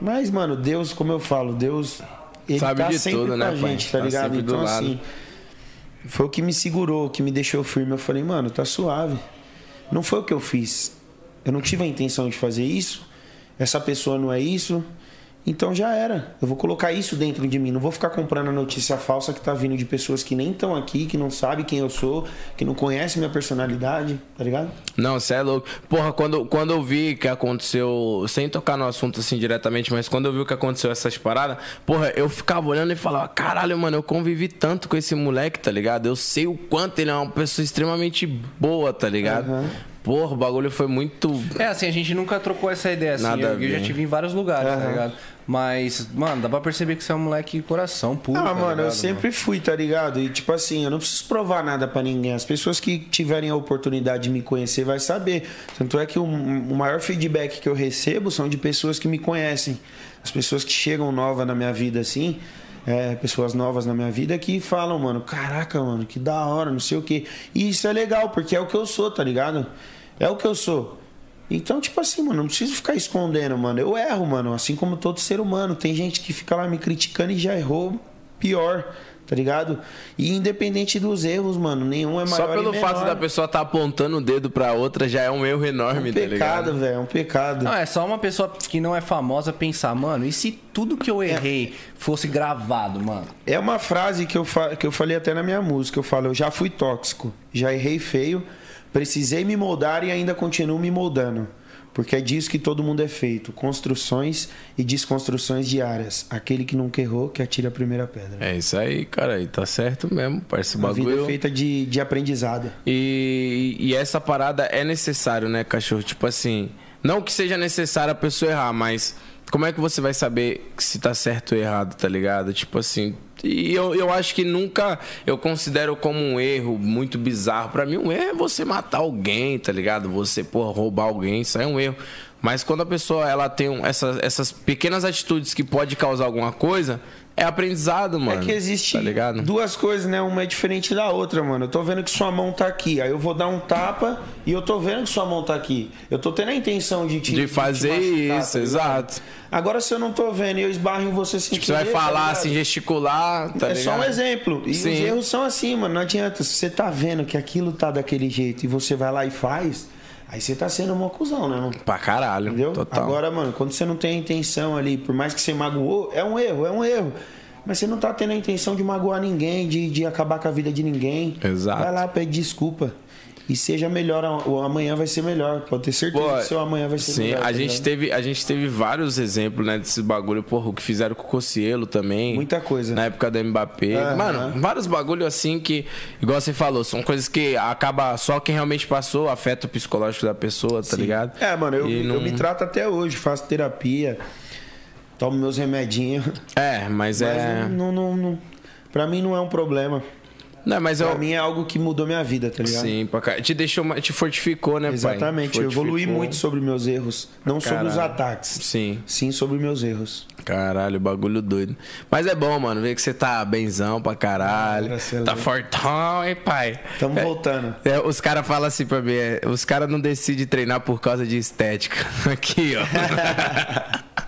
[SPEAKER 4] Mas, mano, Deus, como eu falo, Deus. Ele
[SPEAKER 3] Sabe
[SPEAKER 4] tá
[SPEAKER 3] de
[SPEAKER 4] sempre
[SPEAKER 3] tudo,
[SPEAKER 4] com
[SPEAKER 3] né,
[SPEAKER 4] a
[SPEAKER 3] pai?
[SPEAKER 4] gente, tá,
[SPEAKER 3] Tá
[SPEAKER 4] ligado?
[SPEAKER 3] sempre do
[SPEAKER 4] Então,
[SPEAKER 3] lado.
[SPEAKER 4] assim. Foi o que me segurou, o que me deixou firme. Eu falei, mano, tá suave. Não foi o que eu fiz. Eu não tive a intenção de fazer isso. Essa pessoa não é isso. Então já era. Eu vou colocar isso dentro de mim. Não vou ficar comprando a notícia falsa que tá vindo de pessoas que nem estão aqui, que não sabem quem eu sou, que não conhecem minha personalidade, tá ligado?
[SPEAKER 3] Não, você é louco. Porra, quando, quando eu vi que aconteceu, sem tocar no assunto assim diretamente, mas quando eu vi o que aconteceu essas paradas, porra, eu ficava olhando e falava, caralho, mano, eu convivi tanto com esse moleque, tá ligado? Eu sei o quanto ele é uma pessoa extremamente boa, tá ligado? Porra, o bagulho foi muito.
[SPEAKER 1] É, assim, a gente nunca trocou essa ideia, assim.
[SPEAKER 3] Nada a
[SPEAKER 1] eu, eu já
[SPEAKER 3] ver.
[SPEAKER 1] tive em vários lugares, tá
[SPEAKER 4] Aham.
[SPEAKER 1] ligado? Mas, mano, dá pra perceber que você é um moleque de coração puro.
[SPEAKER 4] Ah,
[SPEAKER 1] tá
[SPEAKER 4] mano,
[SPEAKER 1] ligado,
[SPEAKER 4] eu sempre fui, tá ligado? E tipo assim, eu não preciso provar nada pra ninguém. As pessoas que tiverem a oportunidade de me conhecer vai saber. Tanto é que o, o maior feedback que eu recebo são de pessoas que me conhecem. As pessoas que chegam nova na minha vida, assim, é, pessoas novas na minha vida que falam, mano, caraca, mano, que da hora, não sei o quê. E isso é legal, porque é o que eu sou, tá ligado? É o que eu sou. Então, tipo assim, mano, não preciso ficar escondendo, mano. Eu erro, mano, assim como todo ser humano. Tem gente que fica lá me criticando e já errou pior, tá ligado? E independente dos erros, mano, nenhum é maior
[SPEAKER 3] Só pelo
[SPEAKER 4] e menor.
[SPEAKER 3] fato da pessoa estar apontando o dedo pra outra já é um erro enorme,
[SPEAKER 4] É um
[SPEAKER 3] tá ligado?
[SPEAKER 4] pecado, velho, é um pecado.
[SPEAKER 1] Não, é só uma pessoa que não é famosa pensar, mano, e se tudo que eu errei fosse gravado, mano?
[SPEAKER 4] É uma frase que eu, fa- que eu falei até na minha música. Eu falo, eu já fui tóxico, já errei feio, precisei me moldar e ainda continuo me moldando. Porque é disso que todo mundo é feito. Construções e desconstruções diárias. Aquele que nunca errou, que atira a primeira pedra.
[SPEAKER 3] É isso aí, cara. E tá certo mesmo, parece
[SPEAKER 4] a vida
[SPEAKER 3] bagulho.
[SPEAKER 4] é feita de, de aprendizado.
[SPEAKER 3] E, e essa parada é necessário, né, cachorro? Tipo assim, não que seja necessário a pessoa errar, mas como é que você vai saber se tá certo ou errado, tá ligado? Tipo assim, e eu, eu acho que nunca eu considero como um erro muito bizarro. Pra mim, um erro é você matar alguém, tá ligado? Você, porra, roubar alguém, isso aí é um erro. Mas quando a pessoa ela tem um- essas, essas pequenas atitudes que pode causar alguma coisa, é aprendizado, mano.
[SPEAKER 4] É que existe
[SPEAKER 3] Tá ligado?
[SPEAKER 4] duas coisas, né? Uma é diferente da outra, mano. Eu tô vendo que sua mão tá aqui. Aí eu vou dar um tapa e eu tô vendo que sua mão tá aqui. Eu tô tendo a intenção de te
[SPEAKER 3] De
[SPEAKER 4] te
[SPEAKER 3] fazer
[SPEAKER 4] machucar, tá
[SPEAKER 3] isso,
[SPEAKER 4] ligado?
[SPEAKER 3] exato.
[SPEAKER 4] Agora, se eu não tô vendo e eu esbarro em você sem
[SPEAKER 3] Tipo, você vai
[SPEAKER 4] querer, tá
[SPEAKER 3] falar,
[SPEAKER 4] ligado?
[SPEAKER 3] assim, gesticular, tá
[SPEAKER 4] é
[SPEAKER 3] ligado?
[SPEAKER 4] só um exemplo. E os
[SPEAKER 3] Sim.
[SPEAKER 4] erros são assim, mano. Não adianta. Se você tá vendo que aquilo tá daquele jeito e você vai lá e faz, aí você tá sendo uma cuzão, né, mano?
[SPEAKER 3] Pra caralho,
[SPEAKER 4] Entendeu?
[SPEAKER 3] total.
[SPEAKER 4] Agora, mano, quando você não tem a intenção ali, por mais que você magoou, é um erro, é um erro. Mas você não tá tendo a intenção de magoar ninguém, de, de acabar com a vida de ninguém.
[SPEAKER 3] Exato.
[SPEAKER 4] Vai lá, pede desculpa. E seja melhor, o amanhã vai ser melhor. Pode ter certeza
[SPEAKER 3] Pô,
[SPEAKER 4] que seu amanhã vai ser
[SPEAKER 3] sim,
[SPEAKER 4] melhor. tá
[SPEAKER 3] a gente
[SPEAKER 4] ligado?
[SPEAKER 3] teve a gente teve vários exemplos, né, desses bagulho, porra, o que fizeram com o Cocielo também.
[SPEAKER 4] Muita coisa.
[SPEAKER 3] Na época do Mbappé.
[SPEAKER 4] Aham.
[SPEAKER 3] Mano, vários bagulho assim que, igual você falou, são coisas que acaba só quem realmente passou, afeta o psicológico da pessoa, tá ligado?
[SPEAKER 4] É, mano, eu,
[SPEAKER 3] E
[SPEAKER 4] eu
[SPEAKER 3] não-
[SPEAKER 4] me trato até hoje, faço terapia, tomo meus remedinhos.
[SPEAKER 3] É, mas, é.
[SPEAKER 4] Mas um não, não, não, pra mim não é um problema.
[SPEAKER 3] Não, mas
[SPEAKER 4] Pra
[SPEAKER 3] eu.
[SPEAKER 4] mim é algo que mudou minha vida, tá ligado?
[SPEAKER 3] Sim, pra cá. Te deixou, ma- te fortificou, né, pai?
[SPEAKER 4] Exatamente, eu evoluí
[SPEAKER 3] Fortificou.
[SPEAKER 4] muito sobre meus erros. Não sobre os
[SPEAKER 3] Caralho.
[SPEAKER 4] ataques.
[SPEAKER 3] Sim.
[SPEAKER 4] Sim, sobre meus erros.
[SPEAKER 3] Caralho, bagulho doido. Mas é bom, mano, ver que você tá benzão pra caralho.
[SPEAKER 4] Cara, cê é
[SPEAKER 3] tá
[SPEAKER 4] louco.
[SPEAKER 3] fortão, hein, pai?
[SPEAKER 4] Tamo
[SPEAKER 3] É,
[SPEAKER 4] voltando.
[SPEAKER 3] é, os caras falam assim pra mim, é, os caras não decidem treinar por causa de estética. Aqui, ó.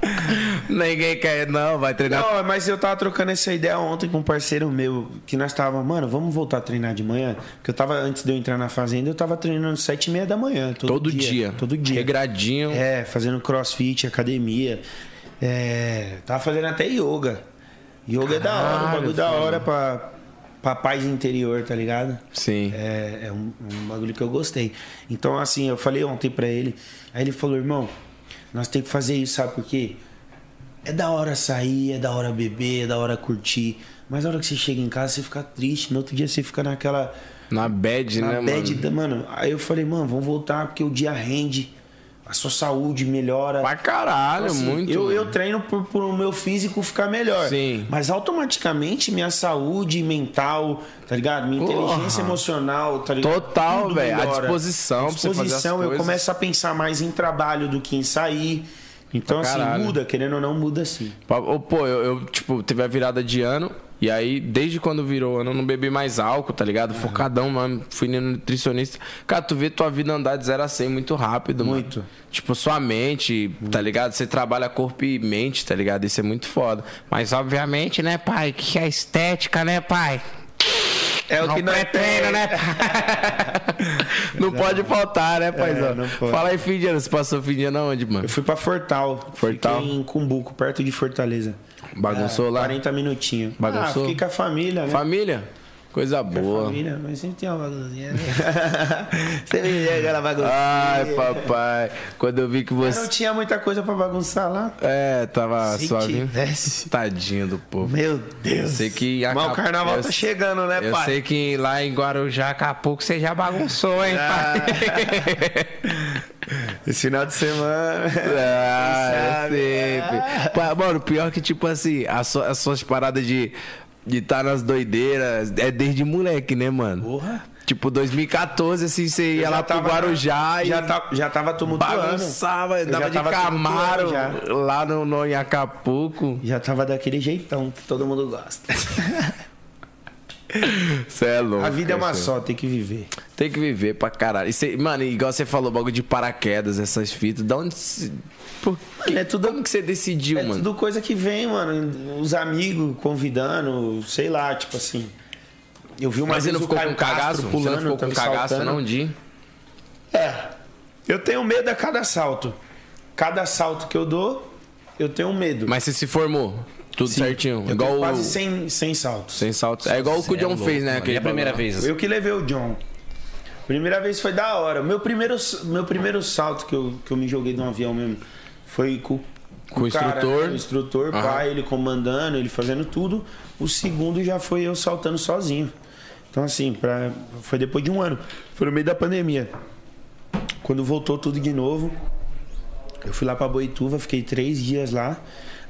[SPEAKER 3] Ninguém quer, não, vai treinar.
[SPEAKER 4] Não, mas eu tava trocando essa ideia ontem com um parceiro meu, que nós tava, mano, vamos voltar a treinar de manhã? Porque eu tava, antes de eu entrar na fazenda, eu tava treinando sete e meia da manhã. Todo,
[SPEAKER 3] todo dia,
[SPEAKER 4] Todo dia.
[SPEAKER 3] Regradinho.
[SPEAKER 4] É, fazendo crossfit, academia. É, tava fazendo até yoga. Yoga é da hora, um
[SPEAKER 3] Caralho,
[SPEAKER 4] bagulho da hora pra, pra paz interior, tá ligado?
[SPEAKER 3] Sim.
[SPEAKER 4] É, é um, um bagulho que eu gostei. Então, assim, eu falei ontem pra ele. Aí ele falou, irmão, nós tem que fazer isso, sabe por quê? É da hora sair, é da hora beber, é da hora curtir. Mas na hora que você chega em casa, você fica triste. No outro dia você fica naquela.
[SPEAKER 3] Na bad, né,
[SPEAKER 4] Na bad,
[SPEAKER 3] mano?
[SPEAKER 4] da- mano? Aí eu falei, mano, vamos voltar porque o dia rende. A sua saúde melhora.
[SPEAKER 3] Pra caralho,
[SPEAKER 4] Assim,
[SPEAKER 3] muito.
[SPEAKER 4] eu,
[SPEAKER 3] mano.
[SPEAKER 4] eu treino pro, pro meu físico ficar melhor.
[SPEAKER 3] Sim.
[SPEAKER 4] Mas automaticamente minha saúde mental, tá ligado? Minha
[SPEAKER 3] Porra.
[SPEAKER 4] inteligência emocional, tá ligado?
[SPEAKER 3] Total,
[SPEAKER 4] Tudo
[SPEAKER 3] velho. A
[SPEAKER 4] melhora.
[SPEAKER 3] disposição pra você fazer as
[SPEAKER 4] Disposição, eu
[SPEAKER 3] coisas.
[SPEAKER 4] começo a pensar mais em trabalho do que em sair. Então,
[SPEAKER 3] Pra
[SPEAKER 4] assim,
[SPEAKER 3] caralho.
[SPEAKER 4] muda, querendo ou não, muda sim.
[SPEAKER 3] Pa- ô, Pô, eu, eu, tipo, teve a virada de ano. E aí, desde quando virou ano, eu não bebi mais álcool, tá ligado? Focadão, mano. Fui no nutricionista. Cara, tu vê tua vida andar de 0 a 100 muito rápido, mano.
[SPEAKER 4] Muito.
[SPEAKER 3] Tipo, sua mente, tá ligado? Você trabalha corpo e mente, tá ligado? Isso é muito foda. Mas, obviamente, né, pai? Que
[SPEAKER 5] é
[SPEAKER 3] a estética, né, pai?
[SPEAKER 4] É
[SPEAKER 3] Não pretendo, né, pai? não pode faltar, né, paizão?
[SPEAKER 4] É. não pode.
[SPEAKER 3] Fala aí, fim de ano. Você passou fim de ano aonde, mano?
[SPEAKER 4] Eu fui pra Fortal.
[SPEAKER 3] Fortal.
[SPEAKER 4] Fiquei em Cumbuco, perto de Fortaleza.
[SPEAKER 3] Bagunçou lá?
[SPEAKER 4] 40 minutinhos. Ah,
[SPEAKER 3] Bagunçou?
[SPEAKER 4] fiquei com a família, né?
[SPEAKER 3] Família? Coisa boa.
[SPEAKER 4] Família, mas sempre tem uma bagunzinha, né? Você me vê né, aquela baguncinha.
[SPEAKER 3] Ai, papai. Quando eu vi que
[SPEAKER 4] Eu não
[SPEAKER 3] você.
[SPEAKER 4] tinha muita coisa pra bagunçar lá.
[SPEAKER 3] É, tava
[SPEAKER 4] Se
[SPEAKER 3] suave.
[SPEAKER 4] tivesse.
[SPEAKER 3] Tadinho do povo.
[SPEAKER 4] Meu
[SPEAKER 3] Eu
[SPEAKER 4] Deus.
[SPEAKER 3] sei que. em
[SPEAKER 4] Mas o
[SPEAKER 3] Acap-
[SPEAKER 4] carnaval
[SPEAKER 3] eu-
[SPEAKER 4] tá chegando, né,
[SPEAKER 3] Eu
[SPEAKER 4] pai?
[SPEAKER 3] sei que lá em Guarujá, daqui a pouco você já bagunçou, hein, pai?
[SPEAKER 4] Esse final de semana.
[SPEAKER 3] Ah,
[SPEAKER 4] sabe? né?
[SPEAKER 3] é sempre. Pa- Mano, pior que, tipo assim, as, su- as suas paradas de de tá nas doideiras é desde moleque, né, mano?
[SPEAKER 4] Porra.
[SPEAKER 3] Tipo, 2014, assim, você ia
[SPEAKER 4] Eu
[SPEAKER 3] lá
[SPEAKER 4] já
[SPEAKER 3] pro
[SPEAKER 4] tava-
[SPEAKER 3] Guarujá e.
[SPEAKER 4] Já, tá, já tava tumultuando.
[SPEAKER 3] Bagunçava,
[SPEAKER 4] Eu
[SPEAKER 3] dava
[SPEAKER 4] já
[SPEAKER 3] de
[SPEAKER 4] tava
[SPEAKER 3] Camaro
[SPEAKER 4] tumultuando
[SPEAKER 3] lá no, no em Acapulco.
[SPEAKER 4] Já tava daquele jeitão que todo mundo gosta.
[SPEAKER 3] Cê é louco.
[SPEAKER 4] A vida é uma
[SPEAKER 3] cê. é
[SPEAKER 4] só, tem que viver.
[SPEAKER 3] Tem que viver pra caralho. E cê- mano, igual você falou, bagulho de paraquedas, essas fitas. Da onde. cê- Por que,
[SPEAKER 4] é tudo-
[SPEAKER 3] como que você decidiu,
[SPEAKER 4] É
[SPEAKER 3] mano?
[SPEAKER 4] tudo coisa que vem, mano. Os amigos convidando, sei lá, tipo assim. Eu vi uma
[SPEAKER 3] Mas você não
[SPEAKER 4] vez o
[SPEAKER 3] ficou
[SPEAKER 4] Caio
[SPEAKER 3] com cagaço?
[SPEAKER 4] Castro
[SPEAKER 3] Você não
[SPEAKER 4] pulando,
[SPEAKER 3] ficou com
[SPEAKER 4] tava
[SPEAKER 3] cagaço,
[SPEAKER 4] saltando.
[SPEAKER 3] não, de.
[SPEAKER 4] É. Eu tenho medo a cada salto. Cada salto que eu dou, eu tenho medo.
[SPEAKER 3] Mas você se formou. Tudo certinho.
[SPEAKER 4] eu
[SPEAKER 3] igual
[SPEAKER 4] tenho quase
[SPEAKER 3] o-
[SPEAKER 4] 100, 100 saltos.
[SPEAKER 3] Sem saltos. É igual o que o
[SPEAKER 1] Cê é
[SPEAKER 3] John
[SPEAKER 1] louco,
[SPEAKER 3] fez, né?
[SPEAKER 1] mano. E
[SPEAKER 3] Aquele
[SPEAKER 1] a primeira
[SPEAKER 3] bagulho.
[SPEAKER 1] vez?
[SPEAKER 4] Eu que levei o John. Primeira vez foi da hora. Meu primeiro, meu primeiro salto que eu, que eu me joguei de um avião mesmo foi com,
[SPEAKER 3] Com o instrutor.
[SPEAKER 4] o instrutor,
[SPEAKER 3] Aham.
[SPEAKER 4] pai, ele comandando, ele fazendo tudo. O segundo já foi eu saltando sozinho. Então, assim, pra, foi depois de um ano. Foi no meio da pandemia. Quando voltou tudo de novo, eu fui lá pra Boituva, fiquei três dias lá.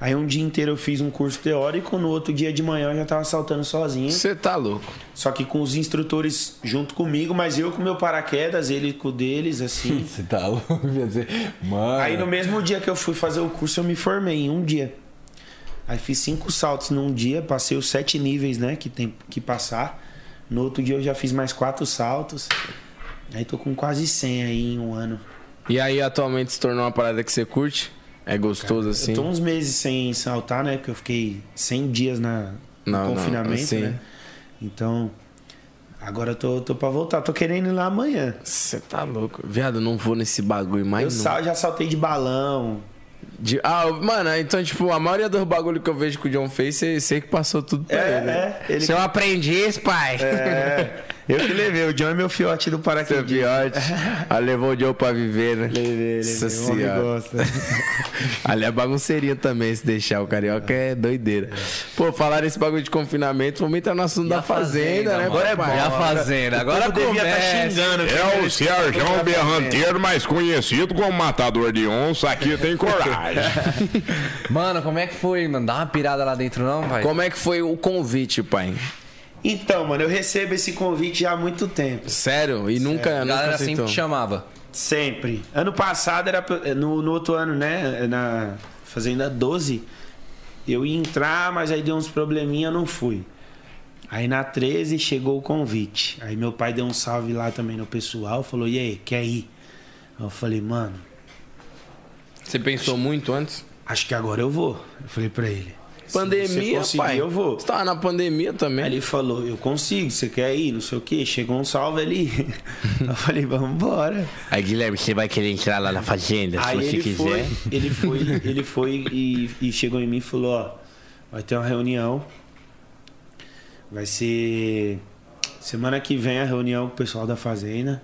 [SPEAKER 4] Aí um dia inteiro eu fiz um curso teórico, no outro dia de manhã eu já tava saltando sozinho.
[SPEAKER 3] Você tá louco.
[SPEAKER 4] Só que com os instrutores junto comigo, mas eu com meu paraquedas, ele com o deles, assim.
[SPEAKER 1] Você tá louco, quer dizer, Mano.
[SPEAKER 4] Aí no mesmo dia que eu fui fazer o curso, eu me formei em um dia. Aí fiz cinco saltos num dia, passei os sete níveis, né, que tem que passar. No outro dia eu já fiz mais quatro saltos. Aí tô com quase 100 aí em um ano.
[SPEAKER 3] E aí, atualmente, se tornou uma parada que você curte? É gostoso, assim?
[SPEAKER 4] Eu tô uns meses sem saltar, né? Porque eu fiquei 100 dias na, no
[SPEAKER 3] Não, não,
[SPEAKER 4] confinamento,
[SPEAKER 3] sim.
[SPEAKER 4] né? Então, agora eu tô, tô pra voltar. Tô querendo ir lá amanhã.
[SPEAKER 3] Você tá louco. Viado, eu não vou nesse bagulho
[SPEAKER 4] Eu
[SPEAKER 3] mais, não.
[SPEAKER 4] sal, já saltei de balão,
[SPEAKER 3] De- Ah, mano, então, tipo, a maioria dos bagulho que eu vejo que o John fez, você sei que passou tudo pra
[SPEAKER 4] É,
[SPEAKER 3] ele. né?
[SPEAKER 4] é. Ele...
[SPEAKER 5] Seu aprendiz, pai.
[SPEAKER 4] É, eu que levei. O John é meu fiote do
[SPEAKER 3] Seu
[SPEAKER 4] paraquedismo.
[SPEAKER 3] piote. Ah, levou o John pra viver, né?
[SPEAKER 4] Levei, levei.
[SPEAKER 3] Nossa
[SPEAKER 4] O homem
[SPEAKER 3] senhora.
[SPEAKER 4] gosta.
[SPEAKER 3] Ali é bagunceirinha também, se deixar. O carioca é doideira. Pô, falaram esse bagulho de confinamento, vamos entrar no assunto da fazenda, né?
[SPEAKER 1] Agora é bom.
[SPEAKER 3] papai?
[SPEAKER 1] a fazenda. Agora
[SPEAKER 4] devia tá
[SPEAKER 1] começa.
[SPEAKER 4] xingando.
[SPEAKER 2] É o Sérgio Berranteiro, mais conhecido como matador de onça. Aqui tem coragem.
[SPEAKER 1] Mano, como é que foi, mano? Dá uma pirada lá dentro, não, vai?
[SPEAKER 3] Como é que foi o convite, pai?
[SPEAKER 4] Então, mano, eu recebo esse convite já há muito tempo.
[SPEAKER 3] Sério? E é? nunca,
[SPEAKER 1] A
[SPEAKER 3] nunca
[SPEAKER 1] galera
[SPEAKER 3] aceitou.
[SPEAKER 1] sempre te chamava.
[SPEAKER 4] Sempre. Ano passado era. pra- No, no outro ano, né? Na Fazenda 12, eu ia entrar, mas aí deu uns probleminha, eu não fui. Aí na 13 chegou o convite. Aí meu pai deu um salve lá também no pessoal, falou: e aí, quer ir? Aí eu falei, mano,
[SPEAKER 3] Você pensou muito antes?
[SPEAKER 4] acho que agora eu vou. Eu falei pra ele. "Se você
[SPEAKER 3] Pandemia,
[SPEAKER 4] conseguir,
[SPEAKER 3] pai.
[SPEAKER 4] Eu vou.
[SPEAKER 3] Você tava na pandemia também.
[SPEAKER 4] tá Aí ele falou, eu consigo, você quer ir? Não sei o quê. Chegou um salve ali. eu falei, vamos embora.
[SPEAKER 3] Aí, Guilherme, você vai querer entrar lá na fazenda,
[SPEAKER 4] Aí ele foi, ele foi, ele foi e, e chegou em mim e falou, ó, vai ter uma reunião. Vai ser semana que vem a reunião com o pessoal da fazenda.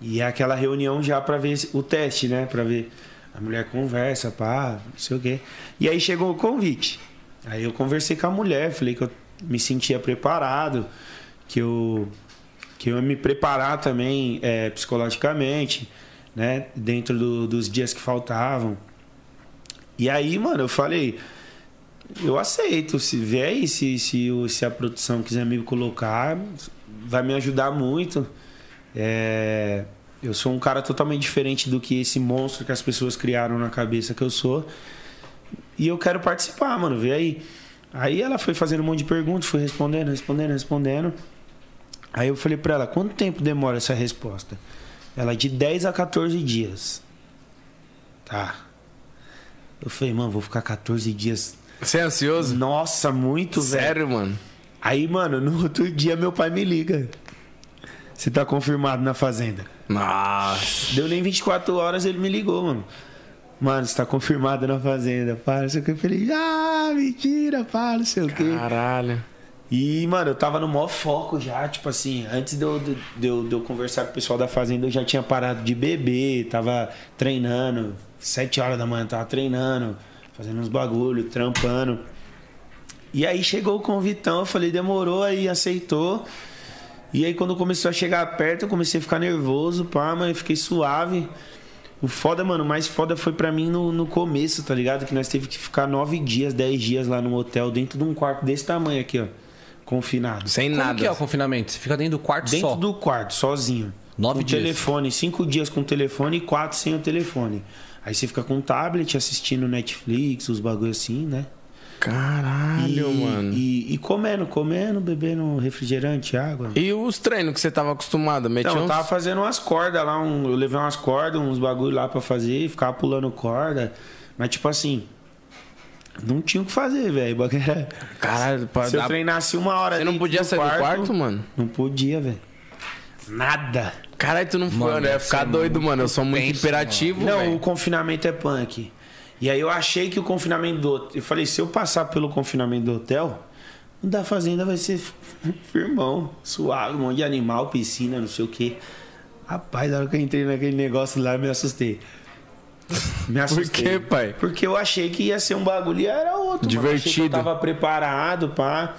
[SPEAKER 4] E é aquela reunião já pra ver se- o teste, né? Pra ver a mulher conversa, pá, não sei o quê. E aí chegou o convite. Aí eu conversei com a mulher, falei que eu me sentia preparado, que eu que eu ia me preparar também é, psicologicamente, né? Dentro do- dos dias que faltavam. E aí, mano, eu falei, eu aceito. Se vier aí, se, se, o- se a produção quiser me colocar, vai me ajudar muito. É, eu sou um cara totalmente diferente do que esse monstro que as pessoas criaram na cabeça que eu sou. E eu quero participar, mano, vê aí. Aí ela foi fazendo um monte de perguntas, fui respondendo, respondendo, respondendo. Aí eu falei pra ela, quanto tempo demora essa resposta? Ela, de 10 a 14 dias. Tá. Eu falei, mano, vou ficar 14 dias
[SPEAKER 3] Você é ansioso?
[SPEAKER 4] nossa, muito, velho.
[SPEAKER 3] Sério, mano?
[SPEAKER 4] Aí, mano, no outro dia meu pai me liga. Você tá confirmado na fazenda.
[SPEAKER 3] Nossa.
[SPEAKER 4] Deu nem 24 horas, ele me ligou, mano. Mano, você tá confirmado na fazenda. Para, não sei o que. Eu falei, ah, mentira, para, não sei o que.
[SPEAKER 3] Caralho.
[SPEAKER 4] E, mano, eu tava no maior foco já, tipo assim, antes de eu, de, eu, de eu conversar com o pessoal da fazenda, eu já tinha parado de beber, tava treinando, sete horas da manhã eu tava treinando, fazendo uns bagulho, trampando. E aí chegou o convitão, eu falei, demorou, aí aceitou. E aí quando começou a chegar perto, eu comecei a ficar nervoso, pá, mas eu fiquei suave. O foda, mano, o mais foda foi pra mim no, no começo, tá ligado? Que nós teve que ficar nove dias, dez dias lá no hotel, dentro de um quarto desse tamanho aqui, ó. Confinado.
[SPEAKER 3] Sem
[SPEAKER 1] Como
[SPEAKER 3] nada.
[SPEAKER 1] que é o confinamento? Você fica dentro do quarto
[SPEAKER 4] Dentro
[SPEAKER 1] tá só.
[SPEAKER 4] do quarto, sozinho.
[SPEAKER 1] Nove
[SPEAKER 4] com
[SPEAKER 1] dias.
[SPEAKER 4] telefone, cinco dias com telefone e quatro sem o telefone. Aí você fica com o tablet assistindo Netflix, os bagulho assim, né?
[SPEAKER 3] Caralho,
[SPEAKER 4] e,
[SPEAKER 3] mano. E...
[SPEAKER 4] E, e comendo, comendo, bebendo um refrigerante, água.
[SPEAKER 3] os treinos que você tava acostumado? Metia
[SPEAKER 4] Então, eu
[SPEAKER 3] uns-
[SPEAKER 4] tava fazendo umas cordas lá, um- eu levei umas cordas, uns bagulho lá pra fazer, e ficava pulando corda. Mas, tipo assim, não tinha o que fazer, velho. O bagulho era-
[SPEAKER 3] Caralho, pra
[SPEAKER 4] Se eu
[SPEAKER 3] dar...
[SPEAKER 4] treinasse uma hora
[SPEAKER 3] Você não
[SPEAKER 4] dentro
[SPEAKER 3] podia sair do quarto, mano?
[SPEAKER 4] Não podia, velho. Nada.
[SPEAKER 3] Caralho, tu não foi,
[SPEAKER 1] Mano,
[SPEAKER 3] né? Eu ia ficar doido, mano. Eu sou muito imperativo,
[SPEAKER 4] Não,
[SPEAKER 3] velho.
[SPEAKER 4] o confinamento é punk. E aí eu achei que o confinamento do hotel. Eu falei, se eu passar pelo confinamento do hotel, o da fazenda vai ser firmão, suave, um monte de animal, piscina, não sei o quê. Rapaz, na hora que eu entrei naquele negócio lá, eu me assustei. Me assustei.
[SPEAKER 3] quê, pai?
[SPEAKER 4] Porque eu achei que ia ser um bagulho e era outro. mano. Eu achei que
[SPEAKER 3] Divertido.
[SPEAKER 4] eu tava preparado pra.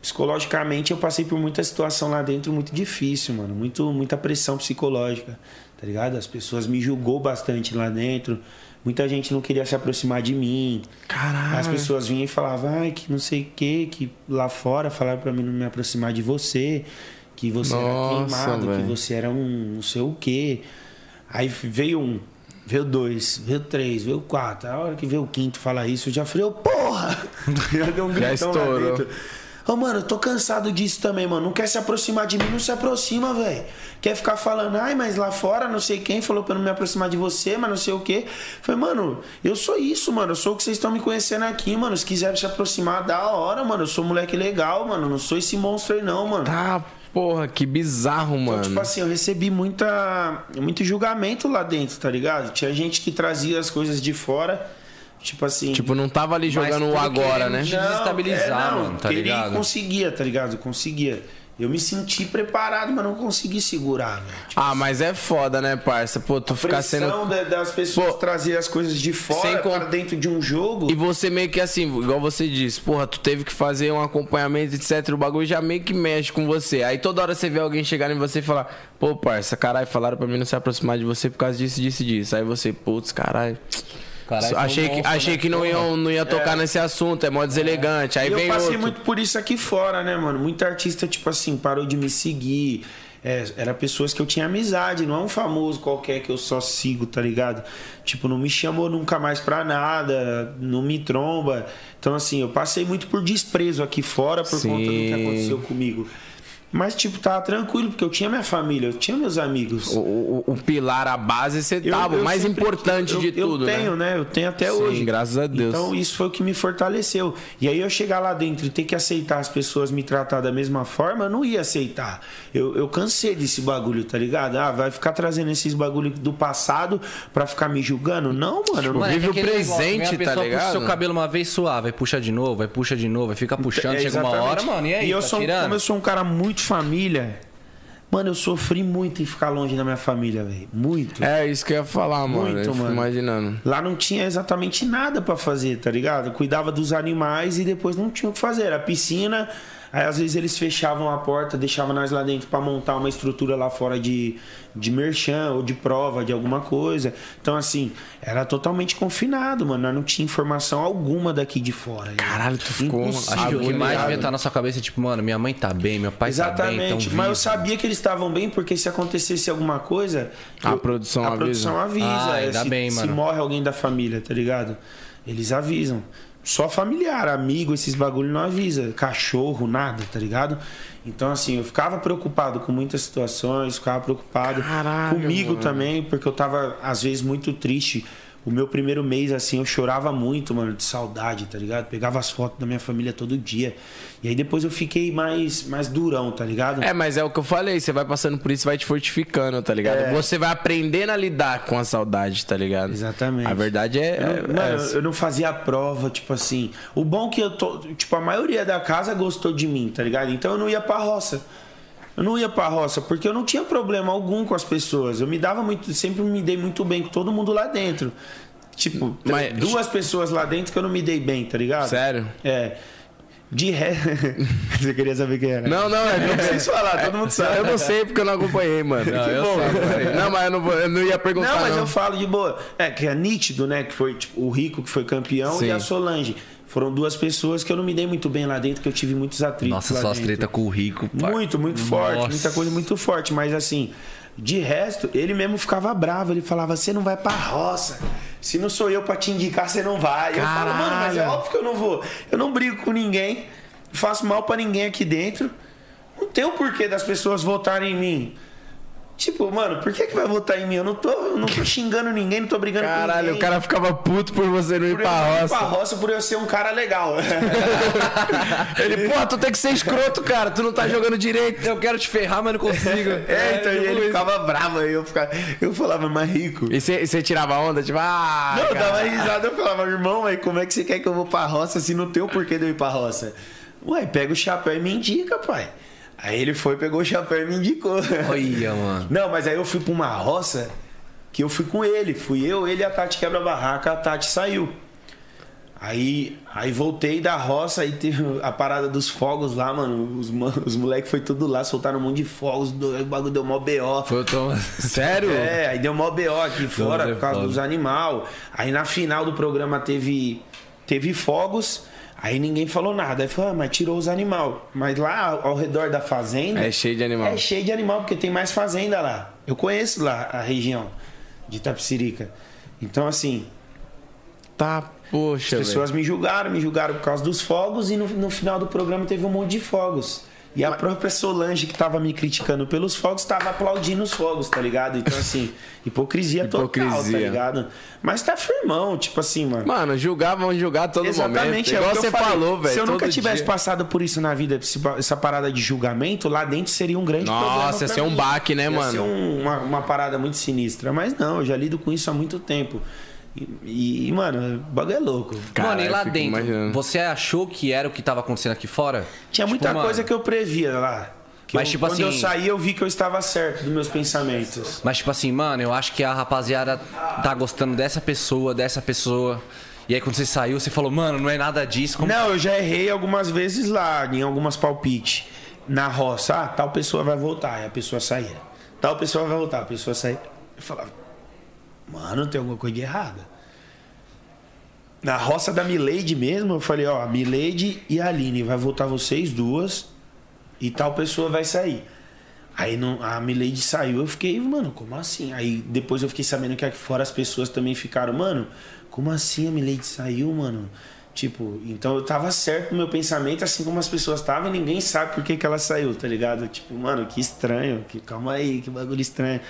[SPEAKER 4] Psicologicamente, eu passei por muita situação lá dentro muito difícil, mano. Muito, muita pressão psicológica, tá ligado? As pessoas me julgou bastante lá dentro. Muita gente não queria se aproximar de mim.
[SPEAKER 3] Caralho.
[SPEAKER 4] As pessoas vinham e falavam, ai, que não sei o que, que lá fora falaram pra mim não me aproximar de você, que você
[SPEAKER 3] Nossa,
[SPEAKER 4] era queimado,
[SPEAKER 3] velho.
[SPEAKER 4] que você era um não sei o quê. Aí veio um, veio dois, veio três, veio quatro. A hora que veio o quinto falar isso, eu já falei, ô, porra! já deu um
[SPEAKER 3] Já
[SPEAKER 4] gritão lá
[SPEAKER 3] estourou.
[SPEAKER 4] dentro. Ô, mano, eu tô cansado disso também, mano. Não quer se aproximar de mim, não se aproxima, velho. Quer ficar falando, ai, mas lá fora não sei quem falou pra eu não me aproximar de você, mas não sei o quê. Falei, mano, eu sou isso, mano. Eu sou o que vocês estão me conhecendo aqui, mano. Se quiser se aproximar, da hora, mano. Eu sou um moleque legal, mano. Não sou esse monstro aí, não, mano.
[SPEAKER 3] Tá, porra, que bizarro, mano.
[SPEAKER 4] Tipo assim, eu recebi muita, muito julgamento lá dentro, tá ligado? Tinha gente que trazia as coisas de fora, tipo assim.
[SPEAKER 3] Tipo, não tava ali jogando
[SPEAKER 1] tudo
[SPEAKER 3] o agora, né?
[SPEAKER 1] querendo de- desestabilizar, mano, tá
[SPEAKER 4] é, queria
[SPEAKER 1] ligado?
[SPEAKER 4] e conseguia, tá ligado? Conseguia. Eu me senti preparado, mas não consegui segurar, velho. Tipo,
[SPEAKER 3] Ah, mas é foda, né, parça? Pô, tu
[SPEAKER 4] a
[SPEAKER 3] ficar
[SPEAKER 4] pressão
[SPEAKER 3] sendo.
[SPEAKER 4] da- das
[SPEAKER 3] Pô,
[SPEAKER 4] pessoas trazer as coisas de
[SPEAKER 3] sem
[SPEAKER 4] fora
[SPEAKER 3] con-
[SPEAKER 4] pra dentro de um jogo.
[SPEAKER 3] E você meio que assim, igual você disse, porra, tu teve que fazer um acompanhamento, etc. O bagulho já meio que mexe com você. Aí toda hora você vê alguém chegar em você e falar, pô, parça, caralho, falaram pra mim não se aproximar de você por causa disso, disso e disso. Aí você, putz, caralho.
[SPEAKER 1] Caralho,
[SPEAKER 3] achei
[SPEAKER 1] foi um
[SPEAKER 3] que,
[SPEAKER 1] monstro,
[SPEAKER 3] achei
[SPEAKER 1] né?
[SPEAKER 3] que não, iam, não ia tocar nesse assunto, é mó deselegante. Aí
[SPEAKER 4] E eu
[SPEAKER 3] vem
[SPEAKER 4] passei
[SPEAKER 3] outro.
[SPEAKER 4] muito por isso aqui fora, né, mano? Muita artista, tipo assim, parou de me seguir. É, era pessoas que eu tinha amizade, não é um famoso qualquer que eu só sigo, tá ligado? Tipo, não me chamou nunca mais pra nada, não me tromba. Então, assim, eu passei muito por desprezo aqui fora por
[SPEAKER 3] Sim.
[SPEAKER 4] conta do que aconteceu comigo. Mas, tipo, tava tranquilo, porque eu tinha minha família, eu tinha meus amigos.
[SPEAKER 3] O, o- o pilar, a base, você tava. O Tá, mais
[SPEAKER 4] sempre-
[SPEAKER 3] importante
[SPEAKER 4] eu-
[SPEAKER 3] de
[SPEAKER 4] eu
[SPEAKER 3] tudo,
[SPEAKER 4] tenho,
[SPEAKER 3] né?
[SPEAKER 4] né? Eu tenho até
[SPEAKER 3] Sim,
[SPEAKER 4] hoje.
[SPEAKER 3] graças a Deus.
[SPEAKER 4] Então isso foi o que me fortaleceu. E aí eu chegar lá dentro e ter que aceitar as pessoas me tratar da mesma forma, eu não ia aceitar. Eu, eu cansei desse bagulho, tá ligado? Ah, vai ficar trazendo esses bagulho do passado pra ficar me julgando? Não, mano. Eu não...
[SPEAKER 3] Vive o
[SPEAKER 1] é aquele
[SPEAKER 3] presente,
[SPEAKER 1] vem a
[SPEAKER 3] tá
[SPEAKER 1] pessoa
[SPEAKER 3] ligado?
[SPEAKER 1] Puxa seu cabelo uma vez suave, aí puxa de novo, aí puxa de novo, aí fica puxando,
[SPEAKER 4] É,
[SPEAKER 1] chega uma
[SPEAKER 4] exatamente.
[SPEAKER 1] hora, mano, e aí,
[SPEAKER 4] eu
[SPEAKER 1] tá
[SPEAKER 4] sou, um-
[SPEAKER 1] tirando?
[SPEAKER 4] como eu sou um cara muito família, mano, eu sofri muito em ficar longe da minha família, velho. Muito.
[SPEAKER 3] É isso que eu ia falar, mano.
[SPEAKER 4] Muito,
[SPEAKER 3] eu fico
[SPEAKER 4] mano.
[SPEAKER 3] imaginando.
[SPEAKER 4] Lá não tinha exatamente nada pra fazer, tá ligado? Cuidava dos animais e depois não tinha o que fazer. Era piscina, aí às vezes eles fechavam a porta, deixavam nós lá dentro pra montar uma estrutura lá fora de, de merchan ou de prova, de alguma coisa. Então, assim, era totalmente confinado, mano. Nós não tinha informação alguma daqui de fora. né?
[SPEAKER 3] Caralho, tu ficou
[SPEAKER 1] Acho que o que
[SPEAKER 4] tá
[SPEAKER 1] mais devia
[SPEAKER 3] agoniado.
[SPEAKER 1] estar na sua cabeça é tipo, mano, minha mãe tá bem, meu pai tá bem, então
[SPEAKER 4] Exatamente, mas eu
[SPEAKER 1] vive.
[SPEAKER 4] sabia que eles estavam bem porque se acontecesse alguma coisa,
[SPEAKER 3] A
[SPEAKER 4] eu-
[SPEAKER 3] produção
[SPEAKER 4] a
[SPEAKER 3] avisa.
[SPEAKER 4] produção avisa.
[SPEAKER 1] Ah,
[SPEAKER 4] é,
[SPEAKER 1] ainda
[SPEAKER 4] se,
[SPEAKER 1] bem,
[SPEAKER 4] se
[SPEAKER 1] mano.
[SPEAKER 4] morre alguém da família, tá ligado? Eles avisam. Só familiar, amigo, esses bagulho não avisa, cachorro, nada, tá ligado? Então assim, eu ficava preocupado com muitas situações, ficava preocupado
[SPEAKER 3] Caralho,
[SPEAKER 4] comigo
[SPEAKER 3] mano.
[SPEAKER 4] também, porque eu tava às vezes muito triste. O meu primeiro mês, assim, eu chorava muito, mano, de saudade, tá ligado? Pegava as fotos da minha família todo dia. E aí depois eu fiquei mais, mais durão, tá ligado?
[SPEAKER 3] É, mas é o que eu falei, você vai passando por isso, vai te fortificando, tá ligado?
[SPEAKER 4] É.
[SPEAKER 3] Você vai aprendendo a lidar com a saudade, tá ligado?
[SPEAKER 4] Exatamente.
[SPEAKER 3] A verdade é.
[SPEAKER 4] Eu não-
[SPEAKER 3] é-
[SPEAKER 4] mano,
[SPEAKER 3] é-
[SPEAKER 4] eu não fazia a prova, tipo assim. O bom é que eu tô. Tipo, a maioria da casa gostou de mim, tá ligado? Então eu não ia pra roça. Eu não ia pra roça, porque eu não tinha problema algum com as pessoas. Eu me dava muito. Sempre me dei muito bem com todo mundo lá dentro. Tipo, tre-
[SPEAKER 3] Mas-
[SPEAKER 4] duas pessoas lá dentro que eu não me dei bem, tá ligado?
[SPEAKER 3] Sério?
[SPEAKER 4] É. De ré. Você queria saber quem era?
[SPEAKER 3] Não, não, é.
[SPEAKER 4] Não preciso falar, todo mundo sabe.
[SPEAKER 3] Eu não sei porque eu não acompanhei, mano.
[SPEAKER 1] Não, eu sei.
[SPEAKER 3] Não, mas eu não, vou, eu não ia perguntar.
[SPEAKER 4] Não, mas eu falo de boa. É, que é nítido, né? Que foi tipo, o Rico que foi campeão
[SPEAKER 3] Sim.
[SPEAKER 4] e a Solange. Foram duas pessoas que eu não me dei muito bem lá dentro, que eu tive muitos atritos.
[SPEAKER 1] Nossa,
[SPEAKER 4] lá
[SPEAKER 1] só as
[SPEAKER 4] dentro.
[SPEAKER 1] treta com o rico, par.
[SPEAKER 4] Muito, muito forte,
[SPEAKER 1] Nossa.
[SPEAKER 4] muita coisa muito forte. Mas assim, de resto, ele mesmo ficava bravo, ele falava, você não vai pra roça. Se não sou eu pra te indicar, você não vai. Eu falo, mano, mas é
[SPEAKER 3] Caralho.
[SPEAKER 4] óbvio que eu não vou. Eu não brigo com ninguém, não faço mal pra ninguém aqui dentro. Não tem o porquê das pessoas votarem em mim. Tipo, mano, por que, que vai votar em mim? Eu não tô, eu não tô xingando ninguém, não tô brigando com
[SPEAKER 3] Caralho,
[SPEAKER 4] ninguém.
[SPEAKER 3] o cara ficava puto por você não ir
[SPEAKER 4] Por
[SPEAKER 3] pra
[SPEAKER 4] eu ir
[SPEAKER 3] roça.
[SPEAKER 4] pra roça por eu ser um cara legal. É,
[SPEAKER 3] Ele, porra, tu tem que ser escroto, cara. Tu não tá jogando direito.
[SPEAKER 1] Eu quero te ferrar, mas não consigo.
[SPEAKER 4] É, então e
[SPEAKER 1] tipo
[SPEAKER 4] ele
[SPEAKER 1] isso.
[SPEAKER 4] ficava bravo, aí eu, ficava, eu falava, mas rico.
[SPEAKER 3] E você tirava onda, tipo, ah.
[SPEAKER 4] Não, eu
[SPEAKER 3] cara.
[SPEAKER 4] dava risada, eu falava, irmão, aí como é que você quer que eu vou pra roça se não tem o porquê de eu ir pra roça? Ué, pega o chapéu e me indica, pai. Aí ele foi, pegou o chapéu e me indicou.
[SPEAKER 1] Olha, mano.
[SPEAKER 4] Não, mas aí eu fui pra uma roça que eu fui com ele. Fui eu, ele e a Tati quebra-barraca, a Tati saiu. Aí, aí voltei da roça, aí teve a parada dos fogos lá, mano. Os, mo- os moleques foi tudo lá, soltaram um monte de fogos, do- o bagulho deu mó B.O.
[SPEAKER 1] Foi o Thomas.
[SPEAKER 3] Sério?
[SPEAKER 4] É, aí deu mó BO aqui fora
[SPEAKER 1] deu
[SPEAKER 4] por causa
[SPEAKER 1] foda.
[SPEAKER 4] dos animais. Aí na final do programa teve, teve fogos, aí ninguém falou nada. Aí falou, ah, mas tirou os animal. Mas lá ao- ao redor da fazenda.
[SPEAKER 3] É cheio de animal.
[SPEAKER 4] É cheio de animal, porque tem mais fazenda lá. Eu conheço lá a região de Tapsirica. Então, assim,
[SPEAKER 3] Tá, poxa.
[SPEAKER 4] as pessoas me julgaram, me julgaram por causa dos fogos e no, no final do programa teve um monte de fogos. E a própria Solange, que tava me criticando pelos fogos, tava aplaudindo os fogos, tá ligado? Então, assim, hipocrisia, total, tá
[SPEAKER 3] Hipocrisia.
[SPEAKER 4] ligado? Mas tá firmão, tipo assim, mano.
[SPEAKER 3] Mano, julgar, vão julgar a todo momento.
[SPEAKER 4] Exatamente, é o
[SPEAKER 3] Igual
[SPEAKER 4] que eu
[SPEAKER 3] você
[SPEAKER 4] falei.
[SPEAKER 3] falou, velho.
[SPEAKER 4] Se eu nunca
[SPEAKER 3] todo
[SPEAKER 4] tivesse
[SPEAKER 3] dia.
[SPEAKER 4] passado por isso na vida, esse ba- essa parada de julgamento, lá dentro seria um grande problema.
[SPEAKER 3] Nossa, ia
[SPEAKER 4] pra
[SPEAKER 3] ser um
[SPEAKER 4] mim.
[SPEAKER 3] baque, né,
[SPEAKER 4] Ia
[SPEAKER 3] mano?
[SPEAKER 4] ser um- uma, uma parada muito sinistra. Mas não, eu já lido com isso há muito tempo. E, e, mano, o bagulho é louco.
[SPEAKER 3] Caralho,
[SPEAKER 1] mano, e lá
[SPEAKER 3] eu fico
[SPEAKER 1] dentro,
[SPEAKER 3] imaginando.
[SPEAKER 1] você achou que era o que tava acontecendo aqui fora?
[SPEAKER 4] Tinha
[SPEAKER 1] Tipo,
[SPEAKER 4] muita
[SPEAKER 1] mano,
[SPEAKER 4] coisa que eu previa lá. Que
[SPEAKER 1] Mas,
[SPEAKER 4] eu-
[SPEAKER 1] tipo
[SPEAKER 4] quando eu
[SPEAKER 1] assim-
[SPEAKER 4] saí, eu vi que eu estava certo dos meus pensamentos.
[SPEAKER 1] Mas tipo assim, mano, eu acho que a rapaziada tá gostando dessa pessoa, dessa pessoa. E aí quando você saiu, você falou, mano, não é nada disso. Como...
[SPEAKER 4] Não, eu já errei algumas vezes lá, em algumas palpites. Na roça, ah, tal pessoa vai voltar, e a pessoa saía. Tal pessoa vai voltar, a pessoa saía. Eu falava, mano, tem alguma coisa de errada. Na roça da Milady mesmo, eu falei, ó, a Milady e a Aline, vai voltar vocês duas e tal pessoa vai sair. Aí não, a Milady saiu, eu fiquei, mano, como assim? Aí depois eu fiquei sabendo que aqui fora as pessoas também ficaram, mano, como assim a Milady saiu, mano? Tipo, então eu tava certo no meu pensamento, assim como as pessoas estavam, e ninguém sabe por que, que ela saiu, tá ligado? Tipo, mano, que estranho, que, calma aí, que bagulho estranho.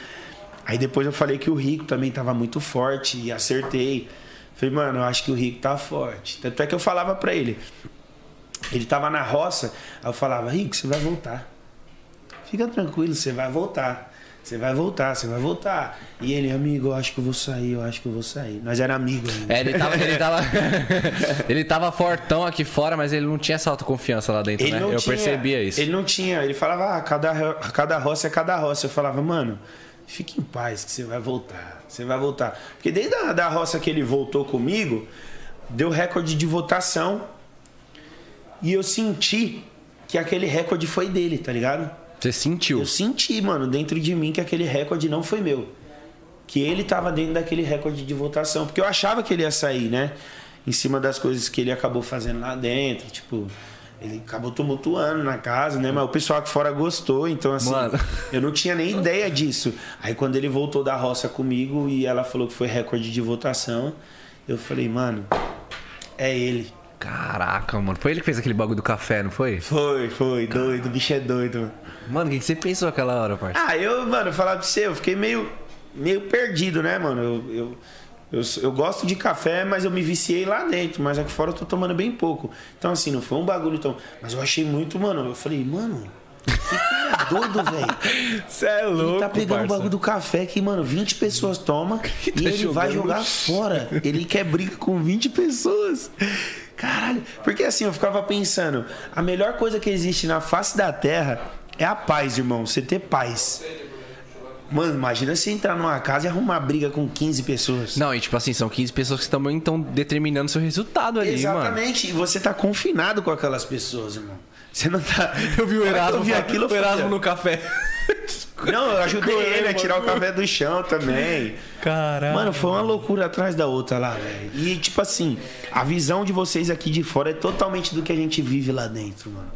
[SPEAKER 4] Aí depois eu falei que o Rico também tava muito forte e acertei. Falei, mano, eu acho que o Rico tá forte. Tanto é que eu falava pra ele. Ele tava na roça, aí eu falava, Rico, você vai voltar. Fica tranquilo, você vai voltar. Você vai voltar, você vai voltar. E ele, amigo, eu acho que eu vou sair, eu acho que eu vou sair. Nós era amigo ainda.
[SPEAKER 1] É, ele tava, ele tava. ele tava fortão aqui fora, mas ele não tinha essa autoconfiança lá dentro, né? eu percebia isso.
[SPEAKER 4] Ele não tinha. Ele falava, ah, cada, ro- cada roça é cada roça. Eu falava, mano, fique em paz que você vai voltar. Você vai voltar. Porque desde a da roça que ele voltou comigo, deu recorde de votação. E eu senti que aquele recorde foi dele, tá ligado?
[SPEAKER 1] Você sentiu.
[SPEAKER 4] Eu senti, mano, dentro de mim que aquele recorde não foi meu. Que ele tava dentro daquele recorde de votação. Porque eu achava que ele ia sair, né? Em cima das coisas que ele acabou fazendo lá dentro. Tipo, ele acabou tumultuando na casa, né? Mas o pessoal aqui fora gostou. Então, assim,
[SPEAKER 1] Mano.
[SPEAKER 4] eu não tinha nem ideia disso. Aí, quando ele voltou da roça comigo e ela falou que foi recorde de votação, eu falei, mano, é ele.
[SPEAKER 1] Caraca, mano. Foi ele que fez aquele bagulho do café, não foi?
[SPEAKER 4] Foi, foi, doido, o bicho é doido, mano.
[SPEAKER 1] Mano, o que que você pensou aquela hora, parceiro?
[SPEAKER 4] Ah, eu, mano, falar pra você, eu fiquei meio, meio perdido, né, mano? Eu, eu, eu, sou- eu gosto de café, mas eu me viciei lá dentro, mas aqui fora eu tô tomando bem pouco. Então, assim, não foi um bagulho tão. Mas eu achei muito, mano. Eu falei, mano, que cara doido, velho.
[SPEAKER 1] Você é louco,
[SPEAKER 4] Ele tá pegando o bagulho do café que, mano, 20 pessoas toma e ele vai jogar fora. Ele quer briga com 20 pessoas. Caralho. Porque assim, eu ficava pensando, a melhor coisa que existe na face da terra é a paz, irmão. Você ter paz. Mano, imagina você entrar numa casa e arrumar briga com 15 pessoas.
[SPEAKER 1] Não, e tipo assim, são 15 pessoas que também estão determinando seu resultado ali, mano.
[SPEAKER 4] Exatamente. E você tá confinado com aquelas pessoas, irmão. Você não tá. Eu vi Eu vi aquilo, eu
[SPEAKER 1] o
[SPEAKER 4] falei,
[SPEAKER 1] Erasmo no café.
[SPEAKER 4] Não, eu ajudei ele a tirar o café do chão também. Caralho. Mano, foi uma loucura atrás da outra lá, velho. E, tipo assim, a visão de vocês aqui de fora é totalmente do que a gente vive lá dentro, mano.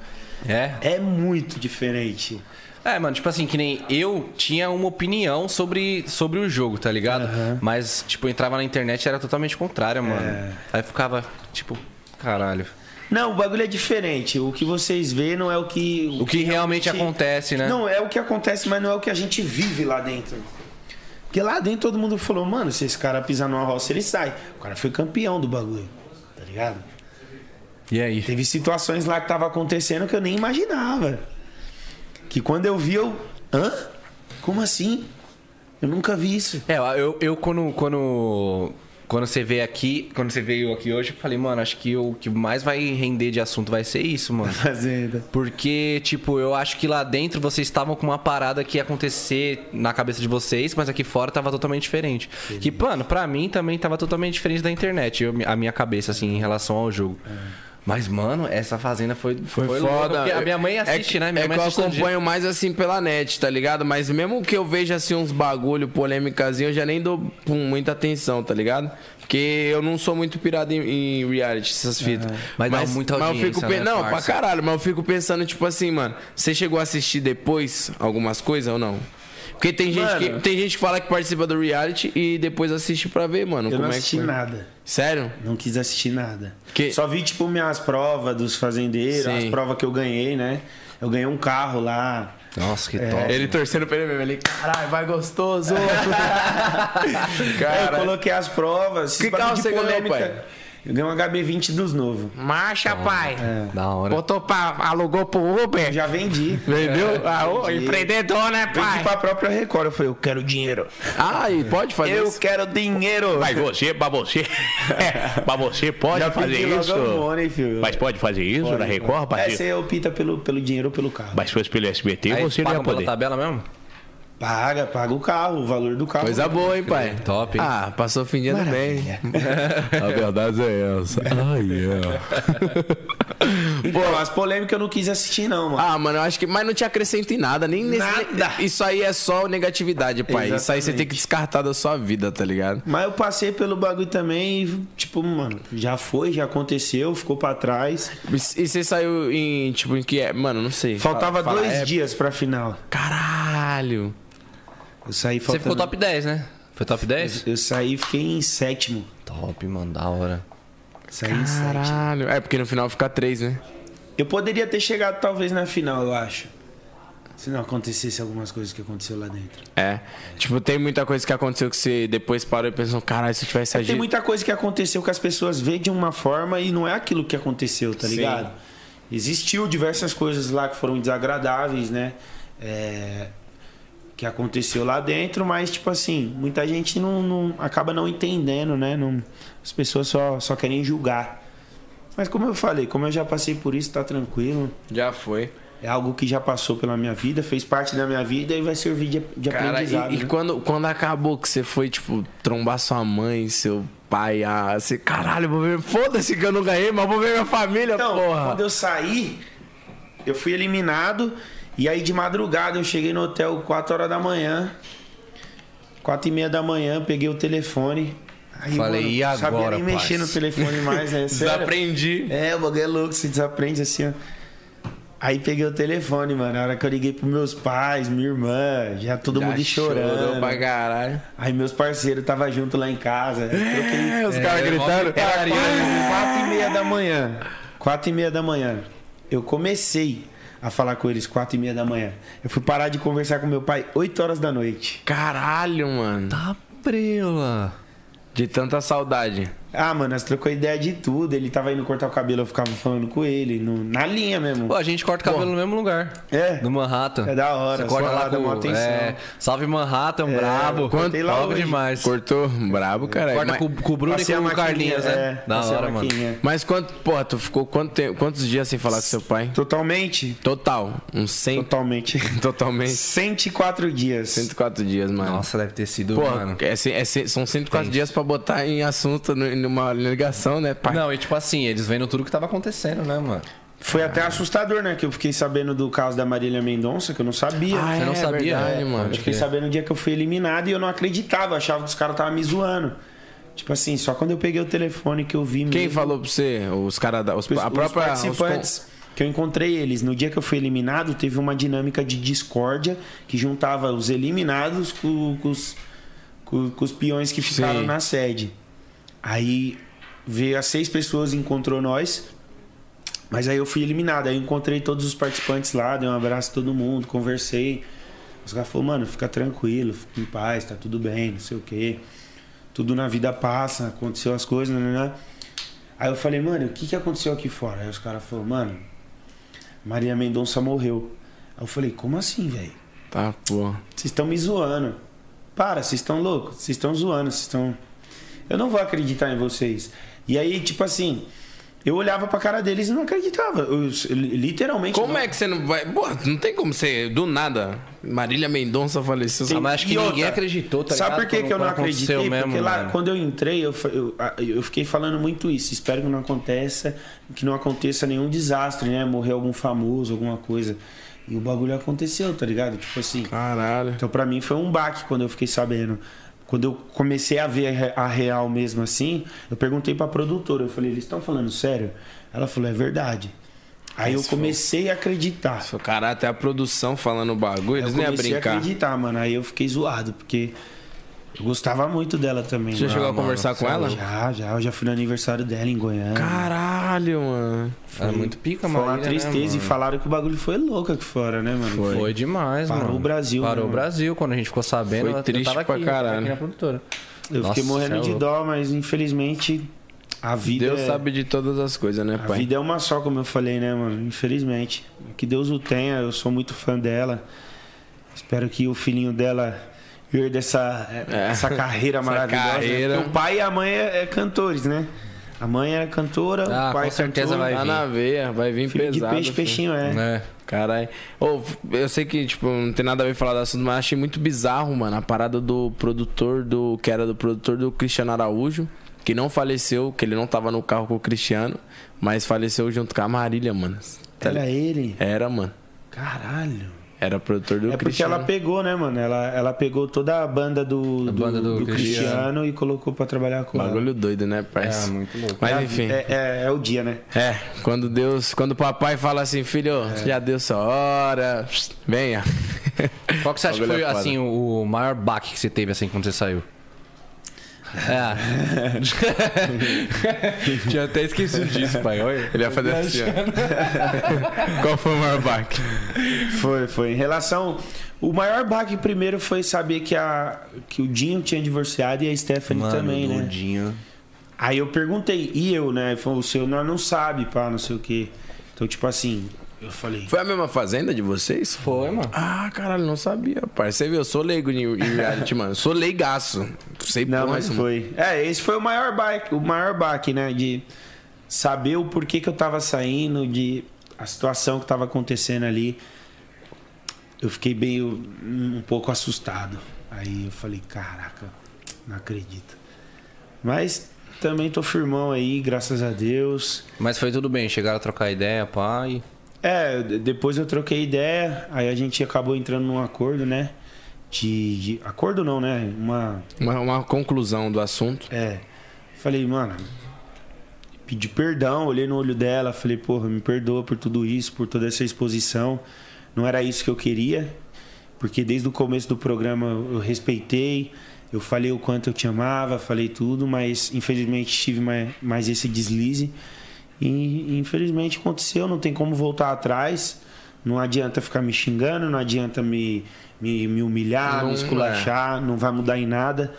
[SPEAKER 1] É?
[SPEAKER 4] É muito diferente.
[SPEAKER 1] É, mano, tipo assim, que nem eu tinha uma opinião sobre, sobre o jogo, tá ligado? Mas, tipo, eu entrava na internet e era totalmente contrária, mano. Aí eu ficava, tipo, caralho.
[SPEAKER 4] Não, o bagulho é diferente. O que vocês vê não é o que.
[SPEAKER 1] O que realmente acontece, né?
[SPEAKER 4] Não é o que acontece, mas não é o que a gente vive lá dentro. Porque lá dentro todo mundo falou, mano, se esse cara pisar numa roça, ele sai. O cara foi campeão do bagulho, tá ligado?
[SPEAKER 1] E aí?
[SPEAKER 4] Teve situações lá que tava acontecendo que eu nem imaginava. Que quando eu vi, eu. Hã? Como assim? Eu nunca vi isso.
[SPEAKER 1] É, eu, eu quando, quando, quando você veio aqui, quando você veio aqui hoje, eu falei, mano, acho que o que mais vai render de assunto vai ser isso, mano.
[SPEAKER 4] Fazenda.
[SPEAKER 1] Porque, tipo, eu acho que lá dentro vocês estavam com uma parada que ia acontecer na cabeça de vocês, mas aqui fora tava totalmente diferente. Que, mano, pra mim também tava totalmente diferente da internet, eu- a minha cabeça, assim, em relação ao jogo. Mas, mano, essa fazenda foi, foi, louca, porque A minha mãe assiste,
[SPEAKER 3] é,
[SPEAKER 1] né? Minha
[SPEAKER 3] é
[SPEAKER 1] mãe
[SPEAKER 3] que eu
[SPEAKER 1] assiste todo dia.
[SPEAKER 3] acompanho mais assim pela net, tá ligado? Mas mesmo que eu veja assim uns bagulho, polêmicazinho, eu já nem dou pum, muita atenção, tá ligado? Porque eu não sou muito pirado em, em reality, essas fitas.
[SPEAKER 1] É, Mas dá muita
[SPEAKER 3] mas eu fico
[SPEAKER 1] audiência,
[SPEAKER 3] pe-
[SPEAKER 1] né,
[SPEAKER 3] Não,
[SPEAKER 1] parça?
[SPEAKER 3] pra caralho, mas eu fico pensando, tipo assim, mano, você chegou a assistir depois algumas coisas ou não? Porque tem gente,
[SPEAKER 4] Mano.
[SPEAKER 3] que, tem gente que fala que participa do reality e depois assiste pra ver, mano.
[SPEAKER 4] Eu
[SPEAKER 3] como
[SPEAKER 4] não
[SPEAKER 3] é que
[SPEAKER 4] assisti
[SPEAKER 3] foi.
[SPEAKER 4] nada.
[SPEAKER 3] Sério?
[SPEAKER 4] Não quis assistir nada.
[SPEAKER 3] Que-
[SPEAKER 4] Só vi, tipo, minhas provas dos fazendeiros,
[SPEAKER 3] Sim.
[SPEAKER 4] as provas que eu ganhei, né? Eu ganhei um carro lá.
[SPEAKER 1] Nossa, que top.
[SPEAKER 3] Ele torcendo pra ele mesmo, ele, caralho, vai gostoso.
[SPEAKER 4] Aí eu coloquei as provas.
[SPEAKER 3] Que
[SPEAKER 4] esses bagulho
[SPEAKER 3] carro
[SPEAKER 4] de
[SPEAKER 3] você ganhou,
[SPEAKER 4] polêmica.
[SPEAKER 3] pai?
[SPEAKER 4] Eu ganhei um HB20 dos novos.
[SPEAKER 5] Marcha, pai.
[SPEAKER 3] É.
[SPEAKER 1] Da hora.
[SPEAKER 5] Botou pra. alugou pro Uber.
[SPEAKER 4] Já vendi.
[SPEAKER 3] Entendeu?
[SPEAKER 5] Ah, ô,
[SPEAKER 4] Entendi.
[SPEAKER 5] empreendedor, né,
[SPEAKER 4] Vendi
[SPEAKER 5] pai?
[SPEAKER 4] pra própria Record. Eu falei, eu quero dinheiro.
[SPEAKER 3] Ah, e pode fazer
[SPEAKER 4] Eu
[SPEAKER 3] isso?
[SPEAKER 4] quero dinheiro.
[SPEAKER 7] Mas você, pra você, pra você pode
[SPEAKER 4] Já
[SPEAKER 7] fazer
[SPEAKER 4] pedi logo
[SPEAKER 7] isso.
[SPEAKER 4] o money, filho.
[SPEAKER 7] Mas pode fazer isso na Record,
[SPEAKER 4] É,
[SPEAKER 7] parceiro?
[SPEAKER 4] você opta pelo, pelo dinheiro ou pelo carro.
[SPEAKER 7] Mas se fosse pelo SBT,
[SPEAKER 1] Aí
[SPEAKER 7] você não ia
[SPEAKER 1] pagam pela
[SPEAKER 7] poder.
[SPEAKER 1] tabela mesmo?
[SPEAKER 4] Paga, paga o carro, o valor do carro.
[SPEAKER 3] Coisa boa, hein, pai?
[SPEAKER 1] Top, hein?
[SPEAKER 3] Ah, passou fingindo bem.
[SPEAKER 7] A verdade é essa.
[SPEAKER 4] Pô, Então, as polêmicas eu não quis assistir, não, mano.
[SPEAKER 3] Ah, mano, eu acho que. Mas não te acrescenta em nada, nem nesse.
[SPEAKER 4] Nada.
[SPEAKER 3] Isso aí é só negatividade, pai. Isso aí você tem que descartar da sua vida, tá ligado?
[SPEAKER 4] Mas eu passei pelo bagulho também e, tipo, mano, já foi, já aconteceu, ficou pra trás.
[SPEAKER 3] E e você saiu em, tipo, em que é? Mano, não sei.
[SPEAKER 4] Faltava
[SPEAKER 3] Fala- fala
[SPEAKER 4] dois
[SPEAKER 3] época.
[SPEAKER 4] dias pra final.
[SPEAKER 3] Caralho.
[SPEAKER 4] Eu saí
[SPEAKER 1] Você
[SPEAKER 4] faltando...
[SPEAKER 1] ficou top 10, né? Foi top 10?
[SPEAKER 4] Eu saí e fiquei em sétimo.
[SPEAKER 1] Top, mano, da hora.
[SPEAKER 4] Saí em sétimo.
[SPEAKER 3] Caralho. É, porque no final fica três, né?
[SPEAKER 4] Eu poderia ter chegado talvez na final, eu acho. Se não acontecesse algumas coisas que aconteceu lá dentro.
[SPEAKER 3] É. Tipo, tem muita coisa que aconteceu que você depois parou e pensou, caralho, se eu tivesse
[SPEAKER 4] É, Tem
[SPEAKER 3] agido.
[SPEAKER 4] muita coisa que aconteceu que as pessoas vê de uma forma e não é aquilo que aconteceu, tá
[SPEAKER 3] Sim.
[SPEAKER 4] ligado? Existiu diversas coisas lá que foram desagradáveis, né? É, que aconteceu lá dentro, mas tipo assim, muita gente não, não- acaba não entendendo, né? Não- as pessoas só, só querem julgar. Mas como eu falei, como eu já passei por isso, tá tranquilo.
[SPEAKER 3] Já foi.
[SPEAKER 4] É algo que já passou pela minha vida, fez parte da minha vida e vai servir de, de
[SPEAKER 3] Cara, e,
[SPEAKER 4] aprendizado.
[SPEAKER 3] e
[SPEAKER 4] né?
[SPEAKER 3] quando, quando acabou que você foi, tipo, trombar sua mãe, seu pai, ah, você, caralho, vou ver. Foda-se que eu não ganhei, mas vou ver minha família,
[SPEAKER 4] Então,
[SPEAKER 3] porra.
[SPEAKER 4] quando eu saí, eu fui eliminado. E aí, de madrugada, eu cheguei no hotel 4 horas da manhã. 4 e meia da manhã, peguei o telefone. Aí,
[SPEAKER 1] Falei, e
[SPEAKER 4] não sabia
[SPEAKER 1] agora,
[SPEAKER 4] nem mexer no
[SPEAKER 1] parça?
[SPEAKER 4] telefone mais, né? Sério.
[SPEAKER 3] Desaprendi.
[SPEAKER 4] É, o bagulho é louco, você desaprende assim, ó. Aí peguei o telefone, mano. Na hora que eu liguei pros meus pais, minha irmã, já todo
[SPEAKER 3] Já
[SPEAKER 4] mundo
[SPEAKER 3] chorou Tá
[SPEAKER 4] chorando.
[SPEAKER 3] pra caralho.
[SPEAKER 4] Aí meus parceiros tava junto lá em casa. Troquei
[SPEAKER 3] É, os caras gritaram.
[SPEAKER 4] era quatro e meia da manhã. É. Quatro e meia da manhã. Eu comecei a falar com eles quatro e meia da manhã. Eu fui parar de conversar com meu pai 8 horas da noite.
[SPEAKER 3] Caralho, mano.
[SPEAKER 1] Tá prela.
[SPEAKER 3] De tanta saudade.
[SPEAKER 4] Ah, mano, nós trocou ideia de tudo. Ele tava indo cortar o cabelo, eu ficava falando com ele, no- na linha mesmo.
[SPEAKER 1] Pô, a gente corta o cabelo no mesmo lugar.
[SPEAKER 4] É.
[SPEAKER 1] No Manhattan.
[SPEAKER 4] É da hora,
[SPEAKER 1] Você corta
[SPEAKER 4] só
[SPEAKER 1] lá
[SPEAKER 4] lá dá
[SPEAKER 1] com...
[SPEAKER 4] uma atenção. É,
[SPEAKER 1] É, salve Manhattan, brabo.
[SPEAKER 4] cortei lá
[SPEAKER 1] Top
[SPEAKER 4] hoje.
[SPEAKER 1] demais.
[SPEAKER 3] Cortou? Brabo, caralho.
[SPEAKER 1] Corta
[SPEAKER 3] Mas-
[SPEAKER 1] com, com o Bruno
[SPEAKER 4] Passei
[SPEAKER 1] e
[SPEAKER 4] a
[SPEAKER 1] com o
[SPEAKER 4] maquininha,
[SPEAKER 1] Carlinhos,
[SPEAKER 4] é,
[SPEAKER 1] né? Da
[SPEAKER 4] passei a
[SPEAKER 1] hora, mano.
[SPEAKER 4] maquininha.
[SPEAKER 3] Mas quanto, porra, tu ficou quanto tempo, quantos dias sem falar com seu pai?
[SPEAKER 4] Totalmente.
[SPEAKER 3] Total. Uns 100.
[SPEAKER 4] Totalmente.
[SPEAKER 3] Totalmente.
[SPEAKER 4] 104 dias.
[SPEAKER 3] 104 dias, mano.
[SPEAKER 1] Nossa, deve ter sido,
[SPEAKER 3] Porra,
[SPEAKER 1] mano.
[SPEAKER 3] é, cem- é, cem- são 104 dias pra botar em assunto n- numa ligação, né, pai?
[SPEAKER 1] Não, e tipo assim, eles vendo tudo que tava acontecendo, né, mano?
[SPEAKER 4] Foi até assustador, né? Que eu fiquei sabendo do caso da Marília Mendonça, que eu não sabia.
[SPEAKER 3] Ah,
[SPEAKER 1] Você não
[SPEAKER 3] é
[SPEAKER 1] sabia?
[SPEAKER 3] verdade,
[SPEAKER 1] É,
[SPEAKER 3] mano.
[SPEAKER 4] Eu fiquei sabendo no dia que eu fui eliminado e eu não acreditava, eu achava que os caras estavam me zoando. Tipo assim, só quando eu peguei o telefone que eu vi
[SPEAKER 3] Quem
[SPEAKER 4] mesmo,
[SPEAKER 3] falou pra você? Os caras da. Os,
[SPEAKER 4] os-
[SPEAKER 3] a
[SPEAKER 4] os
[SPEAKER 3] própria. os con-
[SPEAKER 4] participantes. que eu encontrei eles. No dia que eu fui eliminado, teve uma dinâmica de discórdia que juntava os eliminados com, com os, com, com os peões que ficaram
[SPEAKER 3] Sim.
[SPEAKER 4] na sede. Aí veio as seis pessoas, encontrou nós. Mas aí eu fui eliminado. Aí eu encontrei todos os participantes lá, dei um abraço a todo mundo, conversei. Os caras falaram, mano, fica tranquilo, fica em paz, tá tudo bem, não sei o quê. Tudo na vida passa, aconteceu as coisas, né? né? Aí eu falei, mano, o que, que aconteceu aqui fora? Aí os caras falaram, mano, Maria Mendonça morreu. Aí eu falei, como assim, velho?
[SPEAKER 3] Tá, porra.
[SPEAKER 4] Vocês estão me zoando. Para, vocês estão loucos. Vocês estão zoando, vocês estão. Eu não vou acreditar em vocês. E aí, tipo assim, eu olhava pra cara deles e não acreditava. Eu, eu literalmente.
[SPEAKER 3] Como
[SPEAKER 4] não...
[SPEAKER 3] é que você não vai. Porra, não tem como você. Do nada. Marília Mendonça faleceu.
[SPEAKER 4] Tem-
[SPEAKER 3] sabe?
[SPEAKER 1] mas acho que
[SPEAKER 4] e
[SPEAKER 1] ninguém acreditou, tá
[SPEAKER 4] Sabe
[SPEAKER 1] ligado?
[SPEAKER 4] por que,
[SPEAKER 1] Quando-
[SPEAKER 4] que eu não
[SPEAKER 1] quando aconteceu
[SPEAKER 4] acreditei? Porque
[SPEAKER 1] mesmo,
[SPEAKER 4] lá,
[SPEAKER 1] mano.
[SPEAKER 4] quando eu entrei, eu, fa- eu, a- eu fiquei falando muito isso. Espero que não aconteça, que não aconteça nenhum desastre, né? Morrer algum famoso, alguma coisa. E o bagulho aconteceu, tá ligado? Tipo assim.
[SPEAKER 3] Caralho.
[SPEAKER 4] Então, pra mim, foi um baque quando eu fiquei sabendo. Quando eu comecei a ver a re- a real mesmo assim, eu perguntei pra produtora. Eu falei, eles estão falando sério? Ela falou, é verdade. Aí eu comecei a acreditar.
[SPEAKER 3] Seu Caralho, até a produção falando o bagulho,
[SPEAKER 4] Eu
[SPEAKER 3] eles nem iam
[SPEAKER 4] comecei a
[SPEAKER 3] brincar.
[SPEAKER 4] acreditar, mano. Aí eu fiquei zoado, porque eu gostava muito dela também.
[SPEAKER 3] Você já
[SPEAKER 4] mano. é
[SPEAKER 3] chegou a conversar com ela?
[SPEAKER 4] Já, já. Eu já fui no aniversário dela em Goiânia.
[SPEAKER 3] Caralho, mano.
[SPEAKER 1] Era muito pica, né,
[SPEAKER 4] foi
[SPEAKER 1] mano.
[SPEAKER 3] né,
[SPEAKER 4] uma tristeza. e falaram que o bagulho foi louco aqui fora, né, mano?
[SPEAKER 1] Foi. demais,
[SPEAKER 4] Parou
[SPEAKER 1] mano.
[SPEAKER 4] o Brasil,
[SPEAKER 1] Parou
[SPEAKER 4] né,
[SPEAKER 1] o
[SPEAKER 4] mano?
[SPEAKER 1] Brasil. Quando a gente ficou sabendo,
[SPEAKER 3] Foi
[SPEAKER 1] eu
[SPEAKER 3] triste
[SPEAKER 1] tava
[SPEAKER 3] pra
[SPEAKER 1] aqui,
[SPEAKER 3] caralho.
[SPEAKER 1] aqui na produtora.
[SPEAKER 4] Eu
[SPEAKER 1] Nossa,
[SPEAKER 4] fiquei morrendo
[SPEAKER 1] cê é
[SPEAKER 4] de dó, mas infelizmente a vida.
[SPEAKER 3] Deus
[SPEAKER 4] é...
[SPEAKER 3] sabe de todas as coisas, né,
[SPEAKER 4] A
[SPEAKER 3] pai?
[SPEAKER 4] vida é uma só, como eu falei, né, mano? Infelizmente. Que Deus o tenha, eu sou muito fã dela. Espero que o filhinho dela herde essa, essa carreira maravilhosa. né?
[SPEAKER 3] carreira.
[SPEAKER 4] Porque O pai e a mãe é, é cantores, né? A mãe é cantora,
[SPEAKER 1] Ah,
[SPEAKER 4] o pai
[SPEAKER 1] com certeza
[SPEAKER 4] cantor.
[SPEAKER 1] vai
[SPEAKER 3] Tá
[SPEAKER 1] vir.
[SPEAKER 3] na veia, vai vir
[SPEAKER 4] é Filho
[SPEAKER 3] pesado.
[SPEAKER 4] de peixe,
[SPEAKER 3] filho.
[SPEAKER 4] peixinho é.
[SPEAKER 1] É.
[SPEAKER 3] Caralho. Ô, eu sei que, tipo, não tem nada a ver falar do assunto, mas achei muito bizarro, mano, a parada do produtor do. Que era do produtor do Cristiano Araújo, que não faleceu, que ele não tava no carro com o Cristiano, mas faleceu junto com a Marília, mano. Tá
[SPEAKER 4] Era ele.
[SPEAKER 3] Era, mano.
[SPEAKER 4] Caralho.
[SPEAKER 3] Era produtor do
[SPEAKER 4] É porque
[SPEAKER 3] Cristiano.
[SPEAKER 4] ela pegou, né, mano? Ela, ela pegou toda a banda do, do,
[SPEAKER 1] banda do
[SPEAKER 4] do Cristiano.
[SPEAKER 1] Cristiano
[SPEAKER 4] e colocou pra trabalhar com ela.
[SPEAKER 3] Bagulho doido, né, parça?
[SPEAKER 1] É, muito louco.
[SPEAKER 3] Mas
[SPEAKER 4] É a-
[SPEAKER 3] enfim.
[SPEAKER 4] É, é- é o dia, né?
[SPEAKER 3] É, quando Deus, quando o papai fala assim, filho, já deu sua hora, venha.
[SPEAKER 1] Qual que você acha que
[SPEAKER 3] Bagulho
[SPEAKER 1] foi,
[SPEAKER 3] é foda.
[SPEAKER 1] assim, o o maior baque que você teve, assim, quando você saiu? É. Tinha até esquecido disso, pai. Olha.
[SPEAKER 3] Ele ia fazer assim, ó. Qual foi o maior baque?
[SPEAKER 4] Foi, foi. Em relação. O maior baque primeiro foi saber que, a, que o Dinho tinha divorciado e a Stephanie também, né? Aí eu perguntei, e eu, né? Ele falou, o seu não, não sabe, pá, não sei o quê. Então, tipo assim, eu falei.
[SPEAKER 3] Foi a mesma fazenda de vocês?
[SPEAKER 1] Foi, mano.
[SPEAKER 3] Ah, caralho, não sabia, parceiro. Você viu, eu sou leigo em em reality, mano. Sou leigaço. Sei
[SPEAKER 4] Não,
[SPEAKER 3] porra
[SPEAKER 4] mas
[SPEAKER 3] nenhuma.
[SPEAKER 4] foi. É, esse foi o maior baque, o maior baque, né? De saber o porquê que eu tava saindo, de a situação que tava acontecendo ali. Eu fiquei meio um pouco assustado. Aí eu falei, caraca, não acredito. Mas também tô firmão aí, graças a Deus.
[SPEAKER 1] Mas foi tudo bem. Chegaram a trocar ideia, pai.
[SPEAKER 4] É, d- depois eu troquei ideia, aí a gente acabou entrando num acordo, né? De, de acordo não, né? Uma
[SPEAKER 3] Uma, uma conclusão do assunto.
[SPEAKER 4] É. Falei, mano. Pedi perdão, olhei no olho dela, falei, porra, me perdoa por tudo isso, por toda essa exposição. Não era isso que eu queria, porque desde o começo do programa eu respeitei, eu falei o quanto eu te amava, falei tudo, mas infelizmente tive mais, mais esse deslize. E infelizmente aconteceu, não tem como voltar atrás. Não adianta ficar me xingando, não adianta me, me, me humilhar,
[SPEAKER 3] Não,
[SPEAKER 4] me
[SPEAKER 3] é.
[SPEAKER 4] esculachar, não vai mudar em nada.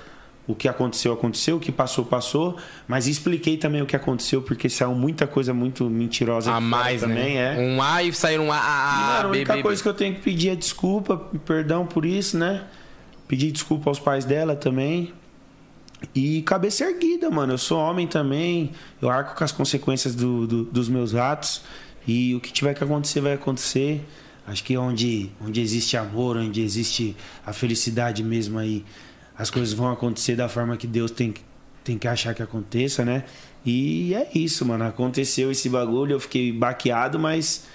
[SPEAKER 4] O que aconteceu, aconteceu, o que passou, passou. Mas expliquei também o que aconteceu, porque saiu muita coisa muito mentirosa
[SPEAKER 3] A
[SPEAKER 4] aqui fora
[SPEAKER 3] mais,
[SPEAKER 4] também,
[SPEAKER 3] né?
[SPEAKER 4] é.
[SPEAKER 3] Um A e sair um A, A, A,
[SPEAKER 4] Mano, a
[SPEAKER 3] B,
[SPEAKER 4] única
[SPEAKER 3] B, B.
[SPEAKER 4] coisa que eu tenho que pedir é desculpa, perdão por isso, né? Pedir desculpa aos pais dela também. E cabeça erguida, mano. Eu sou homem também. Eu arco com as consequências do- do- dos meus atos. E o que tiver que acontecer, vai acontecer. Acho que onde, onde existe amor, onde existe a felicidade mesmo aí, as coisas vão acontecer da forma que Deus tem, que- tem que achar que aconteça, né? E é isso, mano. Aconteceu esse bagulho, eu fiquei baqueado, mas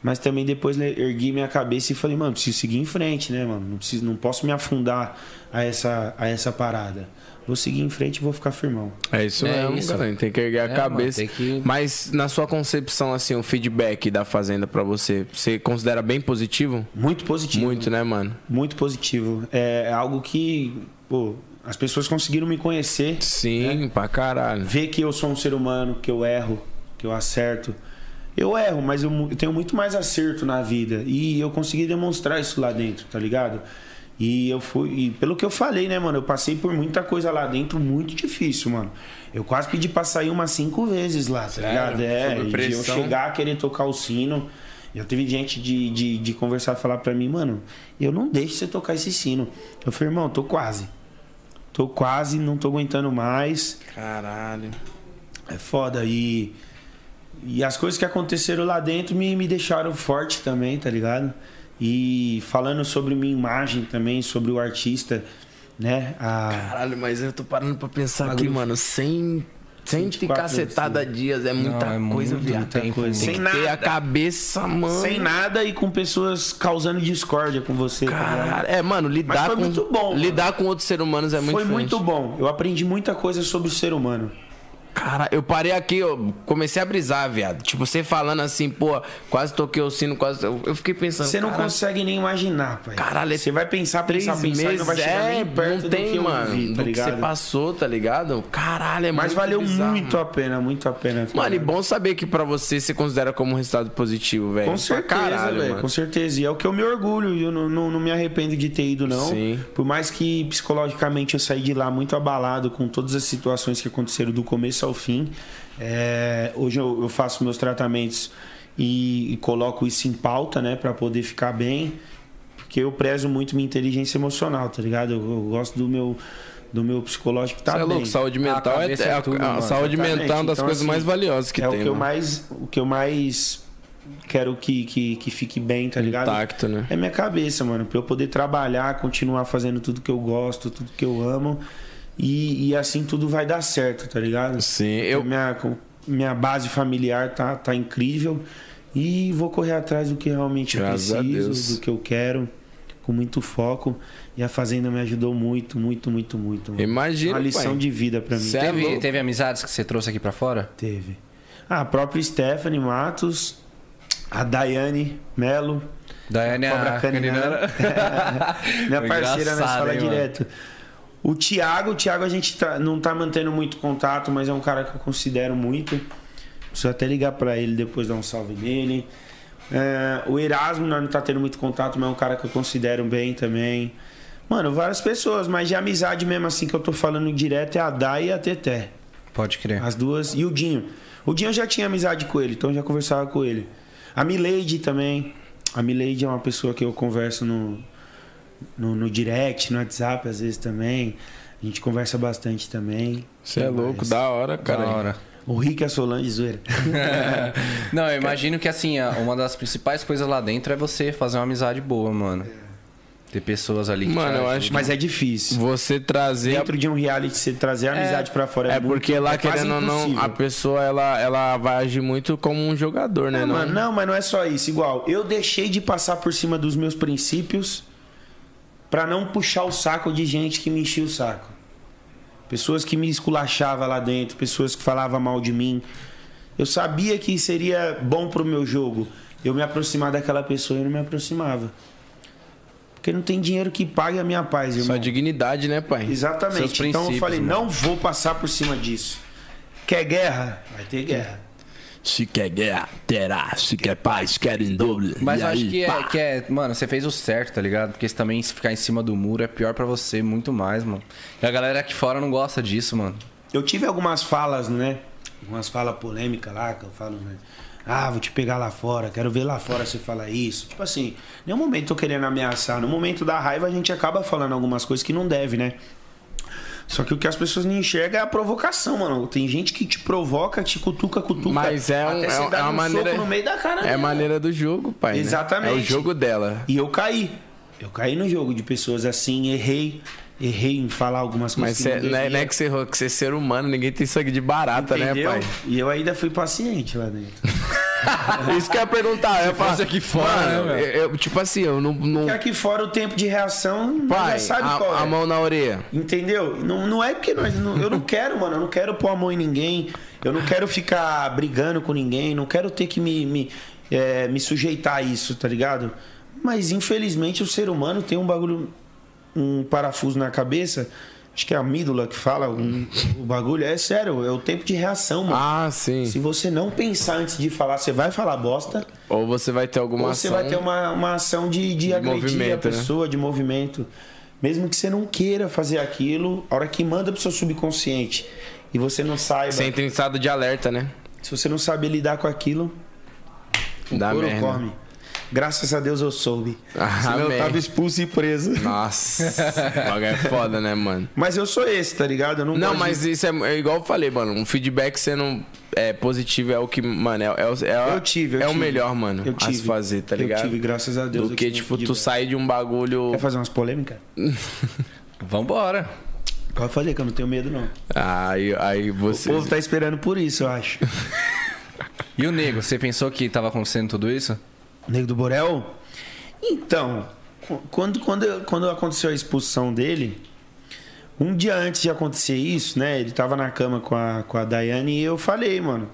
[SPEAKER 4] Mas também depois né, ergui minha cabeça e falei, mano, preciso seguir em frente, né, mano? Não, preciso, não posso me afundar a essa, a essa parada. Vou seguir em frente e vou ficar firmão.
[SPEAKER 3] É isso
[SPEAKER 1] É
[SPEAKER 3] mesmo,
[SPEAKER 1] isso.
[SPEAKER 3] galera. Tem que erguer a
[SPEAKER 1] É,
[SPEAKER 3] cabeça.
[SPEAKER 1] mano, tem que-
[SPEAKER 3] Mas na sua concepção, assim, o feedback da Fazenda pra você, você considera bem positivo?
[SPEAKER 4] Muito positivo.
[SPEAKER 3] Muito, né, mano?
[SPEAKER 4] Muito positivo. É algo que, pô, as pessoas conseguiram me conhecer,
[SPEAKER 3] Sim,
[SPEAKER 4] É.
[SPEAKER 3] pra caralho.
[SPEAKER 4] ver que eu sou um ser humano, que eu erro, que eu acerto. Eu erro, mas eu, mu- eu tenho muito mais acerto na vida. E eu consegui demonstrar isso lá dentro, tá ligado? E eu fui. E pelo que eu falei, né, mano? Eu passei por muita coisa lá dentro muito difícil, mano. Eu quase pedi pra sair umas cinco vezes lá, tá ligado? É,
[SPEAKER 1] Sob
[SPEAKER 4] de eu
[SPEAKER 1] pressão.
[SPEAKER 4] chegar chegar, querer tocar o sino. Já teve gente de, de, de conversar e falar pra mim, mano, eu não deixo você tocar esse sino. Eu falei, irmão, tô quase. Tô quase, não tô aguentando mais.
[SPEAKER 3] Caralho.
[SPEAKER 4] É foda. E, e as coisas que aconteceram lá dentro me, me deixaram forte também, tá ligado? E falando sobre minha imagem também, sobre o artista, né? A,
[SPEAKER 3] Caralho, mas eu tô parando pra pensar aqui, mano. Sem. Sem te
[SPEAKER 4] 24
[SPEAKER 3] cacetada dias, é muita
[SPEAKER 1] Não, é
[SPEAKER 3] coisa,
[SPEAKER 1] muito
[SPEAKER 3] viado.
[SPEAKER 1] tempo,
[SPEAKER 4] coisa.
[SPEAKER 3] Tem
[SPEAKER 4] Sem
[SPEAKER 3] que ter
[SPEAKER 4] nada.
[SPEAKER 3] a cabeça, mano.
[SPEAKER 4] sem nada e com pessoas causando discórdia com você. tá ligado?
[SPEAKER 3] Caralho. É, mano,
[SPEAKER 4] Mas
[SPEAKER 3] lidar
[SPEAKER 4] foi
[SPEAKER 3] com.
[SPEAKER 4] muito bom, mano.
[SPEAKER 3] lidar com outros seres humanos é muito
[SPEAKER 4] Foi
[SPEAKER 3] diferente. Então,
[SPEAKER 4] muito bom. Eu aprendi muita coisa sobre o ser humano.
[SPEAKER 3] Cara, eu parei aqui, eu comecei a brisar, viado. Tipo, você falando assim, pô, quase toquei o sino, quase. Eu, eu fiquei pensando.
[SPEAKER 4] Você não
[SPEAKER 3] cara,
[SPEAKER 4] consegue nem imaginar, pai.
[SPEAKER 3] Caralho, é
[SPEAKER 4] você vai pensar,
[SPEAKER 3] Três
[SPEAKER 4] pensar,
[SPEAKER 3] meses,
[SPEAKER 4] pensar e não vai chegar
[SPEAKER 3] é,
[SPEAKER 4] nem perto
[SPEAKER 3] não
[SPEAKER 4] do
[SPEAKER 3] tem,
[SPEAKER 4] que eu
[SPEAKER 3] mano.
[SPEAKER 4] vivi, tá
[SPEAKER 3] do que você
[SPEAKER 4] ligado?
[SPEAKER 3] passou, tá ligado? Caralho, é
[SPEAKER 4] Mas
[SPEAKER 3] muito
[SPEAKER 4] valeu
[SPEAKER 3] bizarro,
[SPEAKER 4] muito a pena, muito a pena. tá
[SPEAKER 3] Mano, e
[SPEAKER 4] ligado?
[SPEAKER 3] bom saber que pra você você considera como um resultado positivo, velho.
[SPEAKER 4] Com
[SPEAKER 3] Pra
[SPEAKER 4] certeza,
[SPEAKER 3] caralho,
[SPEAKER 4] velho.
[SPEAKER 3] mano.
[SPEAKER 4] Com certeza. E é o que eu me orgulho. E eu não, não, não me arrependo de ter ido, não.
[SPEAKER 3] Sim.
[SPEAKER 4] Por mais que psicologicamente eu saí de lá muito abalado com todas as situações que aconteceram do começo ao fim. É, hoje eu, eu faço meus tratamentos e, e coloco isso em pauta, né? Pra poder ficar bem. Porque eu prezo muito minha inteligência emocional, tá ligado? Eu, eu gosto do meu, do meu psicológico tá
[SPEAKER 3] Você é
[SPEAKER 4] bem.
[SPEAKER 3] louco, saúde mental é,
[SPEAKER 1] cabeça
[SPEAKER 3] é-
[SPEAKER 1] é tudo,
[SPEAKER 3] a- a
[SPEAKER 1] mano.
[SPEAKER 3] saúde
[SPEAKER 4] Exatamente.
[SPEAKER 3] mental é uma das
[SPEAKER 4] Então,
[SPEAKER 3] coisas
[SPEAKER 4] assim,
[SPEAKER 3] mais valiosas que
[SPEAKER 4] é
[SPEAKER 3] tem, né?
[SPEAKER 4] o que eu
[SPEAKER 3] mano.
[SPEAKER 4] mais o que eu mais quero que, que, que fique bem, tá ligado?
[SPEAKER 3] Intacto, né?
[SPEAKER 4] É minha cabeça, mano, pra eu poder trabalhar, continuar fazendo tudo que eu gosto, tudo que eu amo. E, e assim tudo vai dar certo, tá ligado?
[SPEAKER 3] Sim, eu,
[SPEAKER 4] Minha, com- minha base familiar tá, tá incrível. E vou correr atrás do que realmente eu
[SPEAKER 3] Graças a Deus.
[SPEAKER 4] preciso, do que eu quero, com muito foco. E a Fazenda me ajudou muito, muito, muito, muito. mano.
[SPEAKER 3] Imagino,
[SPEAKER 4] Uma lição
[SPEAKER 3] pai.
[SPEAKER 4] de vida pra mim.
[SPEAKER 3] Cê é
[SPEAKER 1] Teve,
[SPEAKER 3] louco.
[SPEAKER 1] teve amizades que você trouxe aqui pra fora?
[SPEAKER 4] Teve. Ah, a própria Stephanie Matos, a Daiane Melo,
[SPEAKER 1] Daiane é
[SPEAKER 4] Cobra
[SPEAKER 1] a
[SPEAKER 4] Caninana. minha
[SPEAKER 1] Foi
[SPEAKER 4] parceira
[SPEAKER 1] engraçado,
[SPEAKER 4] na sala
[SPEAKER 1] hein, mano?
[SPEAKER 4] direto. O Thiago, o Thiago a gente tá- não tá mantendo muito contato, mas é um cara que eu considero muito. Preciso até ligar pra ele depois dar um salve nele. É, o Erasmo nós não tá tendo muito contato, mas é um cara que eu considero bem também. Mano, várias pessoas, mas de amizade mesmo assim que eu tô falando direto é a Dai e a Teté.
[SPEAKER 1] Pode
[SPEAKER 3] É.
[SPEAKER 1] crer.
[SPEAKER 4] As duas. E o Dinho. O Dinho eu já tinha amizade com ele, então eu já conversava com ele. A Mileide também. A Mileide é uma pessoa que eu converso no, no, no direct, no WhatsApp, às vezes também. A gente conversa bastante também.
[SPEAKER 3] Você é louco, da hora, cara.
[SPEAKER 1] Da hora.
[SPEAKER 4] O Rick e a Solange zoeira.
[SPEAKER 1] Não, eu imagino que assim, a- uma das principais coisas lá dentro é você fazer uma amizade boa, mano. Ter pessoas ali que
[SPEAKER 3] Mano,
[SPEAKER 1] te
[SPEAKER 3] eu
[SPEAKER 1] ajudam.
[SPEAKER 3] acho
[SPEAKER 4] Mas é difícil.
[SPEAKER 3] Você trazer. a-
[SPEAKER 4] Dentro de um reality, você trazer a amizade pra fora é,
[SPEAKER 3] É
[SPEAKER 4] muito-
[SPEAKER 3] porque lá,
[SPEAKER 4] é quase
[SPEAKER 3] querendo ou não,
[SPEAKER 4] impossível.
[SPEAKER 3] a pessoa ela, ela vai agir muito como um jogador, né?
[SPEAKER 4] Não,
[SPEAKER 3] não?
[SPEAKER 4] mano, não, mas não é só isso. Igual, eu deixei de passar por cima dos meus princípios pra não puxar o saco de gente que me enchia o saco. Pessoas que me esculachava lá dentro, pessoas que falavam mal de mim. Eu sabia que seria bom pro meu jogo eu me aproximar daquela pessoa e eu não me aproximava. Porque não tem dinheiro que pague a minha paz, irmão.
[SPEAKER 3] Só dignidade, né, pai?
[SPEAKER 1] Seus
[SPEAKER 4] Exatamente. Então eu
[SPEAKER 1] princípios,
[SPEAKER 4] falei,
[SPEAKER 1] mano.
[SPEAKER 4] não vou passar por cima disso. Quer guerra? Vai ter guerra.
[SPEAKER 7] Se quer guerra, terá. Se quer paz, quer em dobro.
[SPEAKER 1] Mas
[SPEAKER 7] E
[SPEAKER 1] eu
[SPEAKER 7] aí,
[SPEAKER 1] acho que
[SPEAKER 7] pá.
[SPEAKER 1] é, que é. Mano, você fez o certo, tá ligado? Porque se também se ficar em cima do muro é pior pra você, muito mais, mano. E a galera aqui fora não gosta disso, mano.
[SPEAKER 4] Eu tive algumas falas, né? Algumas falas polêmicas lá, que eu falo, né? Ah, vou te pegar lá fora, quero ver lá fora você falar isso. Tipo assim, nenhum momento eu tô querendo ameaçar. No momento da raiva a gente acaba falando algumas coisas que não deve, né? Só que o que as pessoas não enxergam é a provocação, mano. Tem gente que te provoca, te cutuca, cutuca.
[SPEAKER 3] Mas é, um,
[SPEAKER 4] até você
[SPEAKER 3] é,
[SPEAKER 4] dar
[SPEAKER 3] é uma
[SPEAKER 4] um
[SPEAKER 3] maneira.
[SPEAKER 4] soco no meio da cara
[SPEAKER 3] é a
[SPEAKER 4] dela.
[SPEAKER 3] maneira do jogo, pai. né?
[SPEAKER 4] Exatamente.
[SPEAKER 3] É o jogo dela.
[SPEAKER 4] E eu caí. Eu caí no jogo de pessoas assim, errei. Errei em falar algumas coisas
[SPEAKER 3] Mas cê-
[SPEAKER 4] não
[SPEAKER 3] não, é,
[SPEAKER 4] devia.
[SPEAKER 3] não é que você errou, que você é ser humano, ninguém tem sangue de barata, né,
[SPEAKER 4] Entendeu?
[SPEAKER 3] pai?
[SPEAKER 4] E eu ainda fui paciente lá dentro.
[SPEAKER 3] Isso que eu ia perguntar. Eu ia falar,
[SPEAKER 1] fosse aqui fora,
[SPEAKER 3] mano,
[SPEAKER 1] né, velho?
[SPEAKER 3] eu- eu- tipo assim, eu não. não-
[SPEAKER 4] Porque aqui fora o tempo de reação,
[SPEAKER 3] pai,
[SPEAKER 4] já sabe
[SPEAKER 3] a,
[SPEAKER 4] qual é.
[SPEAKER 3] a mão na orelha.
[SPEAKER 4] Entendeu? Não, não é porque nós. não- eu não quero, mano. Eu não quero pôr a mão em ninguém. Eu não quero ficar brigando com ninguém. Não quero ter que me, me, é, me sujeitar a isso, tá ligado? Mas infelizmente o ser humano tem um bagulho. Um parafuso na cabeça. Acho que é a amígdala que fala um- o bagulho. É sério, é o tempo de reação, mano.
[SPEAKER 3] Ah, sim.
[SPEAKER 4] Se você não pensar antes de falar, você vai falar bosta.
[SPEAKER 3] Ou você vai ter alguma
[SPEAKER 4] Ou você
[SPEAKER 3] ação.
[SPEAKER 4] vai ter uma, uma ação de, de, agredir a
[SPEAKER 3] movimento, né?
[SPEAKER 4] pessoa, de movimento. Mesmo que você não queira fazer aquilo, a hora que manda pro seu subconsciente e você não saiba,
[SPEAKER 3] Você entra em um estado de alerta, né?
[SPEAKER 4] se você não sabe lidar com aquilo,
[SPEAKER 3] Dá
[SPEAKER 4] ouro
[SPEAKER 3] merda.
[SPEAKER 4] come. Graças a Deus eu soube.
[SPEAKER 3] Ah,
[SPEAKER 4] Senão eu
[SPEAKER 3] amém.
[SPEAKER 4] tava expulso e preso.
[SPEAKER 3] Nossa, o bagulho é foda, né, mano?
[SPEAKER 4] Mas eu sou esse, tá ligado? Eu não,
[SPEAKER 3] Não,
[SPEAKER 4] gosto
[SPEAKER 3] mas
[SPEAKER 4] de-
[SPEAKER 3] isso é, é igual eu falei, mano. Um feedback sendo é, positivo é o que, mano, é, é, o- é,
[SPEAKER 4] Eu tive, eu
[SPEAKER 3] é o
[SPEAKER 4] tive.
[SPEAKER 3] melhor, mano,
[SPEAKER 4] Eu
[SPEAKER 3] a
[SPEAKER 4] tive.
[SPEAKER 3] se fazer, tá
[SPEAKER 4] Eu
[SPEAKER 3] ligado?
[SPEAKER 4] tive, graças a Deus,
[SPEAKER 3] Do
[SPEAKER 4] eu
[SPEAKER 3] que,
[SPEAKER 4] tive
[SPEAKER 3] tipo, tu
[SPEAKER 4] feedback.
[SPEAKER 3] sair de um bagulho...
[SPEAKER 4] Quer fazer umas polêmicas?
[SPEAKER 1] Vambora.
[SPEAKER 4] Pode fazer, que eu não tenho medo, não.
[SPEAKER 3] Aí, aí
[SPEAKER 4] O
[SPEAKER 3] você...
[SPEAKER 4] povo tá esperando por isso, eu acho.
[SPEAKER 1] E o nego, você pensou que tava acontecendo tudo isso?
[SPEAKER 4] Nego do Borel? Então, qu- quando, quando, quando aconteceu a expulsão dele, um dia antes de acontecer isso, né? Ele tava na cama com a, com a Daiane e eu falei, mano.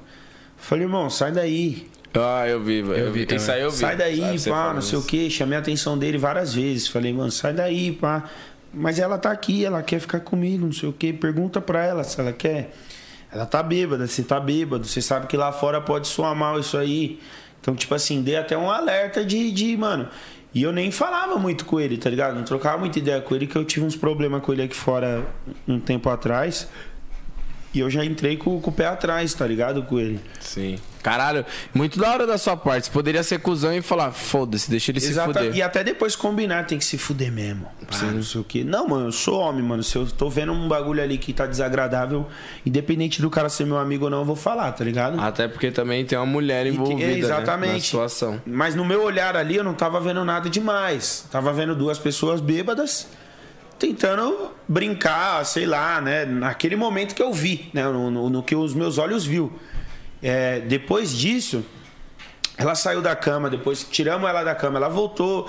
[SPEAKER 4] Falei, irmão, sai daí.
[SPEAKER 3] Ah, eu vi, velho.
[SPEAKER 1] Eu vi também.
[SPEAKER 3] Isso aí eu vi.
[SPEAKER 4] Sai daí,
[SPEAKER 3] Sabe, você
[SPEAKER 4] pá,
[SPEAKER 3] falando
[SPEAKER 4] não sei o
[SPEAKER 3] isso.
[SPEAKER 4] quê. Chamei a atenção dele várias vezes. Falei, mano, sai daí, pá. Mas ela tá aqui, ela quer ficar comigo, não sei o quê. Pergunta pra ela se ela quer. Ela tá bêbada, você tá bêbado. Você sabe que lá fora pode soar mal isso aí. Então, tipo assim, dei até um alerta de, de mano. E eu nem falava muito com ele, tá ligado? Não trocava muita ideia com ele, que eu tive uns problemas com ele aqui fora um tempo atrás. E eu já entrei com, com o pé atrás, tá ligado? Com ele.
[SPEAKER 3] Sim. Caralho, muito da hora da sua parte. Você poderia ser cuzão e falar, foda-se, deixa ele
[SPEAKER 4] Exata-
[SPEAKER 3] se fuder.
[SPEAKER 4] E até depois combinar, tem que se fuder mesmo. Ah, não sei o quê. Não, mano, eu sou homem, mano. Se eu tô vendo um bagulho ali que tá desagradável, independente do cara ser meu amigo ou não, eu vou falar, tá ligado?
[SPEAKER 3] Até porque também tem uma mulher
[SPEAKER 4] E te-
[SPEAKER 3] envolvida, né, na
[SPEAKER 4] exatamente.
[SPEAKER 3] situação.
[SPEAKER 4] Mas no meu olhar ali, eu não tava vendo nada demais. Tava vendo duas pessoas bêbadas tentando brincar, sei lá, né? Naquele momento que eu vi, né? No, no- no que os meus olhos viu. É, depois disso, ela saiu da cama, depois tiramos ela da cama, ela voltou.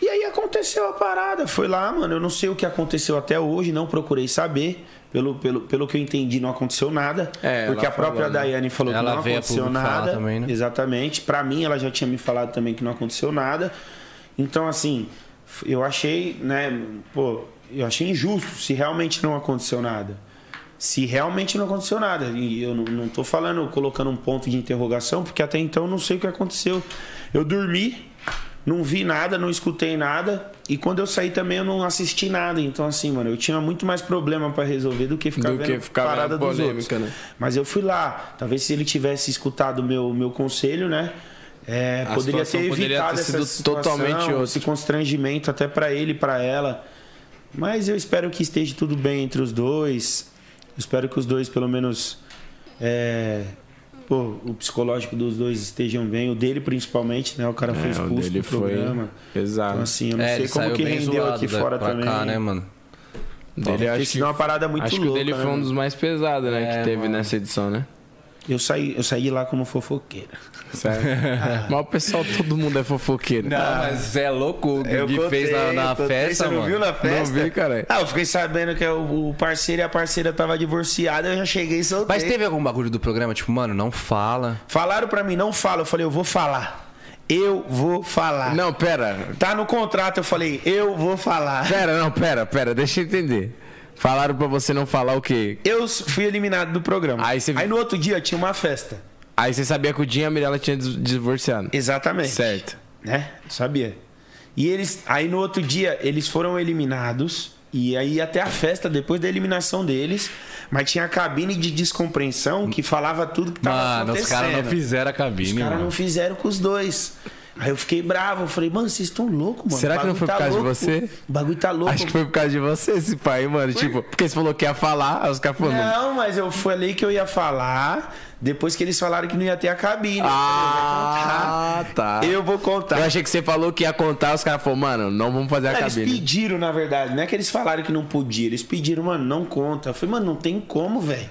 [SPEAKER 4] E aí aconteceu a parada. Foi lá, mano. Eu não sei o que aconteceu até hoje, não procurei saber. Pelo, pelo, pelo que eu entendi, não aconteceu nada.
[SPEAKER 3] É,
[SPEAKER 4] porque a
[SPEAKER 3] ela
[SPEAKER 4] própria
[SPEAKER 3] falou, né?
[SPEAKER 4] Daiane falou
[SPEAKER 1] Ela
[SPEAKER 4] que não
[SPEAKER 1] veio a
[SPEAKER 4] aconteceu
[SPEAKER 1] público falar
[SPEAKER 4] nada.
[SPEAKER 1] também, né?
[SPEAKER 4] Exatamente. Pra mim, ela já tinha me falado também que não aconteceu nada. Então, assim, f- eu achei, né, pô, eu achei injusto se realmente não aconteceu nada. Se realmente não aconteceu nada. E eu não, não tô falando, colocando um ponto de interrogação, porque até então eu não sei o que aconteceu. Eu dormi, não vi nada, não escutei nada. E quando eu saí também eu não assisti nada. Então, assim, mano, eu tinha muito mais problema pra resolver do que ficar
[SPEAKER 3] Do
[SPEAKER 4] vendo
[SPEAKER 3] que ficar vendo
[SPEAKER 4] parada dos outros.
[SPEAKER 3] polêmica, né?
[SPEAKER 4] Mas eu fui lá. Talvez se ele tivesse escutado o meu, meu conselho, né? É,
[SPEAKER 3] A
[SPEAKER 4] poderia ter
[SPEAKER 3] situação poderia
[SPEAKER 4] evitado
[SPEAKER 3] ter
[SPEAKER 4] essa
[SPEAKER 3] sido
[SPEAKER 4] situação,
[SPEAKER 3] totalmente outra.
[SPEAKER 4] esse constrangimento até pra ele, pra ela. Mas eu espero que esteja tudo bem entre os dois. Eu espero que os dois, pelo menos, é, pô, o psicológico dos dois estejam bem. O dele, principalmente, né? O cara foi
[SPEAKER 3] É, o
[SPEAKER 4] expulso
[SPEAKER 3] dele
[SPEAKER 4] do
[SPEAKER 3] foi.
[SPEAKER 4] programa.
[SPEAKER 3] Exato.
[SPEAKER 4] Então, assim, eu não
[SPEAKER 1] é,
[SPEAKER 4] sei
[SPEAKER 1] ele
[SPEAKER 4] como
[SPEAKER 1] saiu
[SPEAKER 4] que
[SPEAKER 1] bem
[SPEAKER 4] rendeu
[SPEAKER 1] zoado
[SPEAKER 4] aqui
[SPEAKER 1] da-
[SPEAKER 4] fora
[SPEAKER 1] pra
[SPEAKER 4] também.
[SPEAKER 1] cá, né, mano?
[SPEAKER 3] Dele,
[SPEAKER 4] Porque
[SPEAKER 3] acho que,
[SPEAKER 4] senão é uma parada muito
[SPEAKER 3] acho que o
[SPEAKER 4] louca.
[SPEAKER 3] dele
[SPEAKER 4] né,
[SPEAKER 3] foi um
[SPEAKER 4] mano?
[SPEAKER 3] dos mais pesados, né?
[SPEAKER 1] É,
[SPEAKER 3] que teve
[SPEAKER 1] mano.
[SPEAKER 3] nessa edição, né?
[SPEAKER 4] eu, saí, eu saí de lá como fofoqueira.
[SPEAKER 3] Sério. Mas o pessoal, todo mundo é fofoqueiro.
[SPEAKER 1] Não, mas é louco o que
[SPEAKER 4] Eu contei,
[SPEAKER 1] fez na, na
[SPEAKER 4] contei,
[SPEAKER 1] festa,
[SPEAKER 4] você
[SPEAKER 1] mano.
[SPEAKER 4] Não viu na festa?
[SPEAKER 3] vi, caralho.
[SPEAKER 4] Ah, eu fiquei sabendo que o o parceiro e a parceira tava divorciada, eu já cheguei e soltei.
[SPEAKER 1] Mas teve algum bagulho do programa, tipo, mano, não fala.
[SPEAKER 4] Falaram pra mim, não fala. Eu falei, eu vou falar. Eu vou falar.
[SPEAKER 3] Não, pera.
[SPEAKER 4] Tá no contrato, eu falei, eu vou falar.
[SPEAKER 3] Pera, não, pera, pera. Deixa eu entender. Falaram pra você não falar o quê?
[SPEAKER 4] Eu s- fui eliminado do programa.
[SPEAKER 3] Aí você-
[SPEAKER 4] no outro dia tinha uma festa.
[SPEAKER 3] Aí você sabia que o Dinho e a Mirella tinham des- divorciado.
[SPEAKER 4] Exatamente.
[SPEAKER 3] Certo.
[SPEAKER 4] Né? Eu Sabia. E eles. Aí no outro dia, eles foram eliminados. E aí até a festa, depois da eliminação deles. Mas tinha a cabine de descompreensão que falava tudo que tava
[SPEAKER 1] Mano, os
[SPEAKER 4] acontecendo.
[SPEAKER 1] caras não fizeram a cabine,
[SPEAKER 4] Os caras
[SPEAKER 1] mano.
[SPEAKER 4] não fizeram com os dois. Aí eu fiquei bravo, eu falei, mano, vocês estão loucos, mano.
[SPEAKER 3] Será
[SPEAKER 4] O
[SPEAKER 3] que não
[SPEAKER 4] bagulho
[SPEAKER 3] foi por
[SPEAKER 4] tá
[SPEAKER 3] causa de
[SPEAKER 4] louco.
[SPEAKER 3] você?
[SPEAKER 4] O bagulho tá louco.
[SPEAKER 3] Acho que foi por causa de você, esse pai, mano. Tipo, porque você falou que ia falar, aí os caras falaram. "Não,
[SPEAKER 4] Não, mas eu falei que eu ia falar depois que eles falaram que não ia ter a cabine. Eu
[SPEAKER 3] Ah, tá.
[SPEAKER 4] falei, Eu
[SPEAKER 3] Eu
[SPEAKER 4] vou contar. Eu vou contar.
[SPEAKER 3] achei que você falou que ia contar, os caras falaram, mano, não vamos fazer a
[SPEAKER 4] Eles
[SPEAKER 3] cabine.
[SPEAKER 4] pediram, na verdade. Não é que eles falaram que não podia. Eles pediram, mano, não conta. Eu falei, mano, não tem como, velho.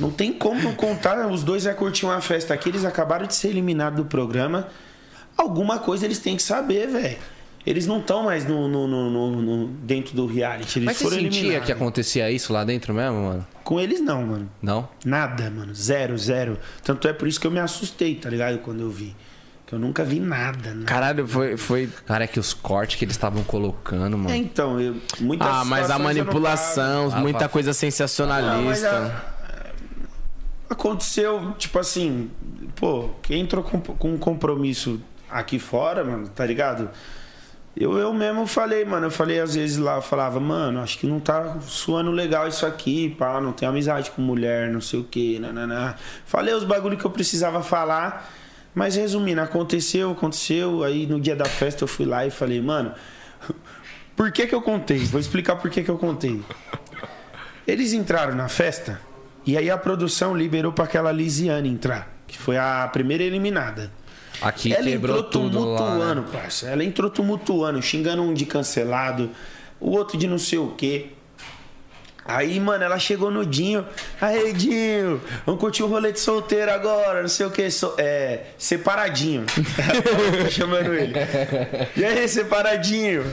[SPEAKER 4] Não tem como não contar. Os dois vai curtir uma festa aqui. Eles acabaram de ser eliminados do programa. Alguma coisa eles têm que saber, velho. Eles não estão mais no, no- no- no- no- dentro do reality. Eles
[SPEAKER 1] Mas você
[SPEAKER 4] foram
[SPEAKER 1] sentia
[SPEAKER 4] eliminados.
[SPEAKER 1] que acontecia isso lá dentro mesmo, mano?
[SPEAKER 4] Com eles não, mano.
[SPEAKER 1] Não?
[SPEAKER 4] Nada, mano. Zero, zero. Tanto é por isso que eu me assustei, tá ligado? Quando eu vi. Que eu nunca vi nada. nada.
[SPEAKER 3] Caralho, foi. foi...
[SPEAKER 1] Cara, é que os cortes que eles estavam colocando, mano.
[SPEAKER 4] É, então, eu, muitas
[SPEAKER 3] Ah, mas a
[SPEAKER 4] situações eu não tava.
[SPEAKER 3] manipulação,
[SPEAKER 1] Ah,
[SPEAKER 3] muita
[SPEAKER 1] pá.
[SPEAKER 3] coisa
[SPEAKER 4] Não, mas
[SPEAKER 3] sensacionalista.
[SPEAKER 4] a- aconteceu, tipo assim, pô, quem entrou com, com um compromisso aqui fora, mano, tá ligado? Eu, eu mesmo falei, mano, eu falei às vezes lá, eu falava, mano, acho que não tá suando legal isso aqui, pá, não tenho amizade com mulher, não sei o que, nananá. Falei os bagulho que eu precisava falar, mas resumindo, aconteceu, aconteceu, aí no dia da festa eu fui lá e falei, mano, por que que eu contei? Vou explicar por que que eu contei. Eles entraram na festa e aí a produção liberou pra aquela Lisiane entrar, que foi a primeira eliminada.
[SPEAKER 1] Aqui
[SPEAKER 4] Ela
[SPEAKER 1] quebrou
[SPEAKER 4] entrou
[SPEAKER 1] tudo lá.
[SPEAKER 4] tumultuando,
[SPEAKER 1] né?
[SPEAKER 4] parça. Ela entrou tumultuando, xingando um de cancelado, o outro de não sei o quê. Aí, mano, ela chegou no Dinho. Aí, Dinho, vamos curtir o rolê de solteiro agora, não sei o que. é, separadinho. Tá chamando ele. E aí, separadinho?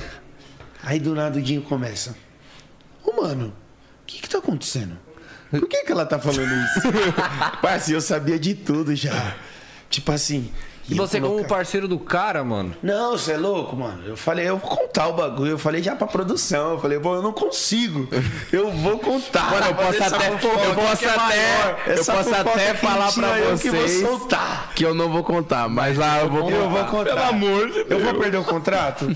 [SPEAKER 4] Aí do nada o Dinho começa. Ô, mano, o que que tá acontecendo? Por que que ela tá falando isso? Parceiro, eu sabia de tudo já. Tipo assim.
[SPEAKER 1] E
[SPEAKER 4] ia
[SPEAKER 1] você, um como
[SPEAKER 4] colocar-
[SPEAKER 1] parceiro do cara, mano.
[SPEAKER 4] não, você é louco, mano. Eu falei, eu vou contar o bagulho. Eu falei já pra produção. Eu falei, bom, eu não consigo. Eu vou contar.
[SPEAKER 3] Mano, eu posso
[SPEAKER 4] Essa
[SPEAKER 3] até-
[SPEAKER 4] fofoca
[SPEAKER 3] eu
[SPEAKER 4] que
[SPEAKER 3] posso
[SPEAKER 4] é
[SPEAKER 3] até-
[SPEAKER 4] maior.
[SPEAKER 3] eu
[SPEAKER 4] Essa
[SPEAKER 3] posso
[SPEAKER 4] fofoca
[SPEAKER 3] até falar
[SPEAKER 4] quentinha,
[SPEAKER 3] pra
[SPEAKER 4] eu que vou
[SPEAKER 3] vocês.
[SPEAKER 4] soltar.
[SPEAKER 3] Que eu não vou contar, mas lá eu vou.
[SPEAKER 4] Eu vou
[SPEAKER 3] contar.
[SPEAKER 4] contar. Pelo amor de Deus. Eu vou perder o contrato?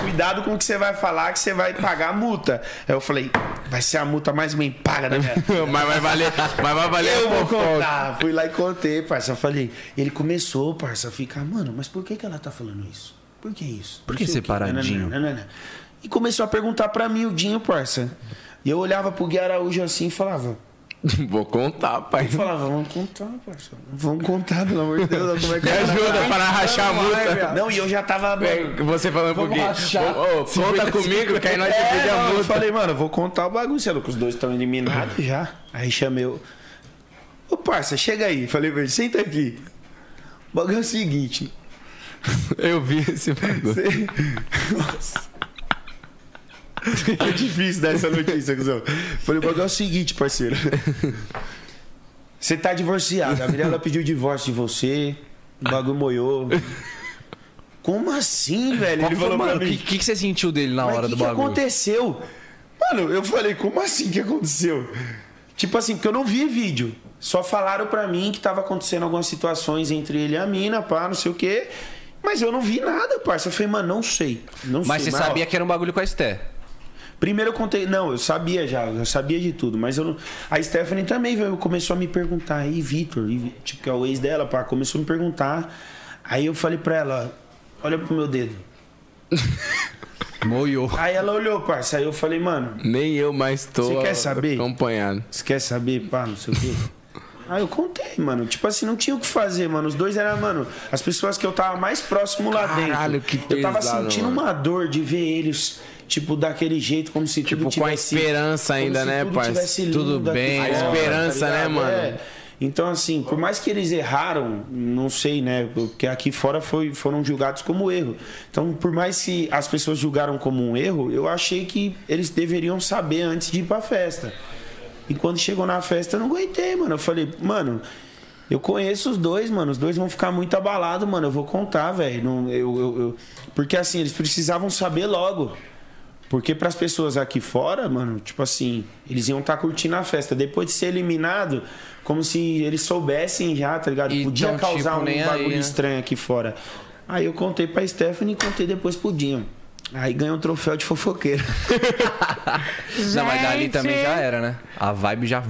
[SPEAKER 4] Cuidado com o que você vai falar, que você vai pagar a multa. Aí eu falei, vai ser a multa mais bem paga da minha vida.
[SPEAKER 3] mas vai valer, mas vai valer
[SPEAKER 4] Eu
[SPEAKER 3] a
[SPEAKER 4] vou
[SPEAKER 3] fofoca.
[SPEAKER 4] contar. Fui lá e contei, parça. Eu Falei. Ele começou, parça, a ficar, mano, mas por que, que ela tá falando isso? Por que isso?
[SPEAKER 1] Por que
[SPEAKER 4] Não sei o quê.
[SPEAKER 1] separadinho?
[SPEAKER 4] Nananana, nananana. E começou a perguntar pra mim, o Dinho, parça. E eu olhava pro Gui Araújo assim e falava.
[SPEAKER 3] Vou contar, pai.
[SPEAKER 4] Eu falava, vamos contar, parça. Vamos contar, pelo amor de Deus. Como é que
[SPEAKER 3] Me
[SPEAKER 4] ela tá
[SPEAKER 3] ajuda para rachar a multa.
[SPEAKER 4] falando?" Não, e eu já tava. mano,
[SPEAKER 3] É, Você falando pro Gui, ô, ô, conta comigo que aí nós
[SPEAKER 4] É,
[SPEAKER 3] dividimos a
[SPEAKER 4] não, eu
[SPEAKER 3] multa.
[SPEAKER 4] falei, mano, eu vou contar o bagulho, sendo que os dois estão eliminados já. Aí chamei o. Ô, parça, chega aí. Falei, velho, senta aqui. O bagulho é o seguinte.
[SPEAKER 3] Eu vi esse bagulho.
[SPEAKER 4] Você... Nossa. É difícil dar essa notícia, cuzão. Falei, o bagulho é o seguinte, parceiro. Você tá divorciado. A Mirella pediu o divórcio de você. O bagulho moiou. Como assim, velho?
[SPEAKER 1] Qual foi, mano, o que, que, que você sentiu dele na
[SPEAKER 4] Mas
[SPEAKER 1] hora
[SPEAKER 4] que
[SPEAKER 1] do
[SPEAKER 4] que
[SPEAKER 1] bagulho?
[SPEAKER 4] aconteceu? Mano, eu falei, como assim que aconteceu? Tipo assim, porque eu não vi vídeo. Só falaram pra mim que tava acontecendo algumas situações entre ele e a mina, pá, não sei o quê. Mas eu não vi nada, parça. Eu falei, mano, não sei. Não
[SPEAKER 1] Mas
[SPEAKER 4] sei.
[SPEAKER 1] você sabia
[SPEAKER 4] ó,
[SPEAKER 1] que era um bagulho com a Esté.
[SPEAKER 4] Primeiro eu contei. Não, eu sabia já. Eu sabia de tudo. Mas eu não. A Stephanie também veio, começou a me perguntar. E Vitor? E Vi-" Tipo, que é o ex dela, pá. Começou a me perguntar. Aí eu falei pra ela: olha pro meu dedo.
[SPEAKER 1] Moiou.
[SPEAKER 4] Aí ela olhou, parça. Aí eu falei, mano.
[SPEAKER 3] Nem eu mais tô
[SPEAKER 4] Você quer saber?
[SPEAKER 3] acompanhado.
[SPEAKER 4] Você quer saber, pá, não sei o quê? Aí eu contei, mano. Tipo assim, não tinha o que fazer, mano. Os dois eram, mano, as pessoas que eu tava mais próximo lá dentro.
[SPEAKER 3] Caralho, que
[SPEAKER 4] Eu tava
[SPEAKER 3] pesado,
[SPEAKER 4] sentindo
[SPEAKER 3] mano.
[SPEAKER 4] uma dor de ver eles, tipo, daquele jeito, como se
[SPEAKER 3] Tipo,
[SPEAKER 4] tudo
[SPEAKER 3] com a
[SPEAKER 4] tivesse...
[SPEAKER 3] esperança
[SPEAKER 4] como
[SPEAKER 3] ainda,
[SPEAKER 4] se
[SPEAKER 3] né,
[SPEAKER 4] tudo
[SPEAKER 3] parça?
[SPEAKER 4] tivesse
[SPEAKER 3] Tudo
[SPEAKER 4] lindo aqui
[SPEAKER 3] bem, a
[SPEAKER 4] fora,
[SPEAKER 3] esperança, né,
[SPEAKER 4] tá ligado?
[SPEAKER 3] mano?
[SPEAKER 4] É. Então, assim, por mais que eles erraram, não sei, né? Porque aqui fora foi, foram julgados como erro. Então, por mais que as pessoas julgaram como um erro, eu achei que eles deveriam saber antes de ir pra festa. E quando chegou na festa, eu não aguentei, mano. Eu falei, mano, eu conheço os dois, mano. Os dois vão ficar muito abalados, mano. Eu vou contar, velho. Não- eu- eu- eu- Porque assim, eles precisavam saber logo. Porque pras pessoas aqui fora, mano, tipo assim, eles iam estar curtindo a festa. Depois de ser eliminado, como se eles soubessem já, tá ligado?
[SPEAKER 1] E
[SPEAKER 4] Podia
[SPEAKER 1] tão,
[SPEAKER 4] causar
[SPEAKER 1] tipo, nem
[SPEAKER 4] um
[SPEAKER 1] aí,
[SPEAKER 4] bagulho
[SPEAKER 1] né?
[SPEAKER 4] estranho aqui fora. Aí eu contei pra Stephanie e contei depois pro Dinho. Aí ganhou um troféu de fofoqueiro.
[SPEAKER 1] Não, mas dali também
[SPEAKER 5] Gente.
[SPEAKER 1] já era, né? A vibe já.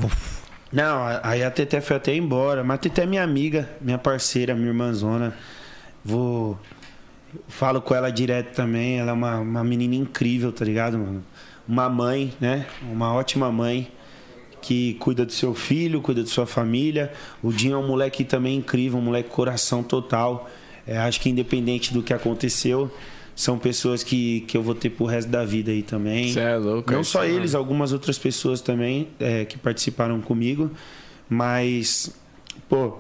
[SPEAKER 4] Não, a- aí a Teté foi até embora. Mas a Teté é minha amiga, minha parceira, minha irmãzona. Vou. Falo com ela direto também. Ela é uma, uma menina incrível, tá ligado, mano? Uma mãe, né? Uma ótima mãe. Que cuida do seu filho, cuida de sua família. O Dinho é um moleque também incrível, um moleque coração total. É, acho que independente do que aconteceu, são pessoas que, que eu vou ter pro resto da vida aí também.
[SPEAKER 3] Cê é louco,
[SPEAKER 4] Não
[SPEAKER 3] é
[SPEAKER 4] só
[SPEAKER 3] isso,
[SPEAKER 4] eles, algumas outras pessoas também é, que participaram comigo. Mas, pô,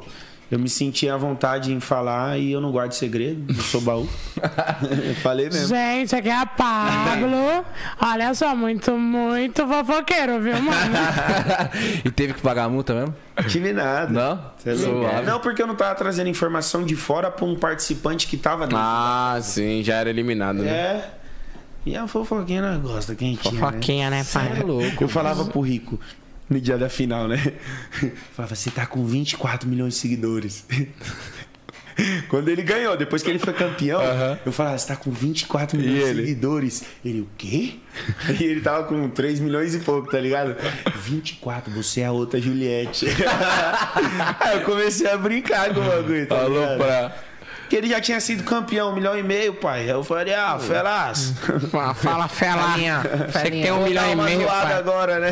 [SPEAKER 4] eu me senti à vontade em falar e eu não guardo segredo, não sou baú. Eu Falei mesmo.
[SPEAKER 5] Gente, aqui é a Pablo. Olha só, muito, muito fofoqueiro, viu, mano?
[SPEAKER 1] e teve que pagar a multa mesmo?
[SPEAKER 4] Tive nada.
[SPEAKER 1] Não?
[SPEAKER 4] Cê é louco.
[SPEAKER 1] Suave.
[SPEAKER 4] Não, porque eu não tava trazendo informação de fora pra um participante que tava dentro.
[SPEAKER 3] Ah, sim, já era eliminado, né?
[SPEAKER 4] É. E a fofoquinha nós gosta, quentinha. né?
[SPEAKER 5] Fofoquinha, né,
[SPEAKER 1] É
[SPEAKER 5] pai?
[SPEAKER 1] louco.
[SPEAKER 4] Eu falava pro Rico no dia da final, né? Eu Falava, você tá com 24 milhões de seguidores. Quando ele ganhou, depois que ele foi campeão, eu falava, você tá com 24 milhões de seguidores. Ele, o quê? E ele tava com 3 milhões e pouco, tá ligado? 24, você é a outra Juliette. Aí É, eu comecei a brincar com o bagulho, tá
[SPEAKER 3] Falou
[SPEAKER 4] ligado?
[SPEAKER 3] pra.
[SPEAKER 4] Porque ele já tinha sido campeão, um milhão e meio, pai. Eu falei, ah, Felas.
[SPEAKER 5] Fala, Fala, fela. Você que tem um
[SPEAKER 4] vou
[SPEAKER 5] milhão
[SPEAKER 4] dar
[SPEAKER 5] e
[SPEAKER 4] uma
[SPEAKER 5] meio,
[SPEAKER 4] zoada
[SPEAKER 5] pai.
[SPEAKER 4] agora, né?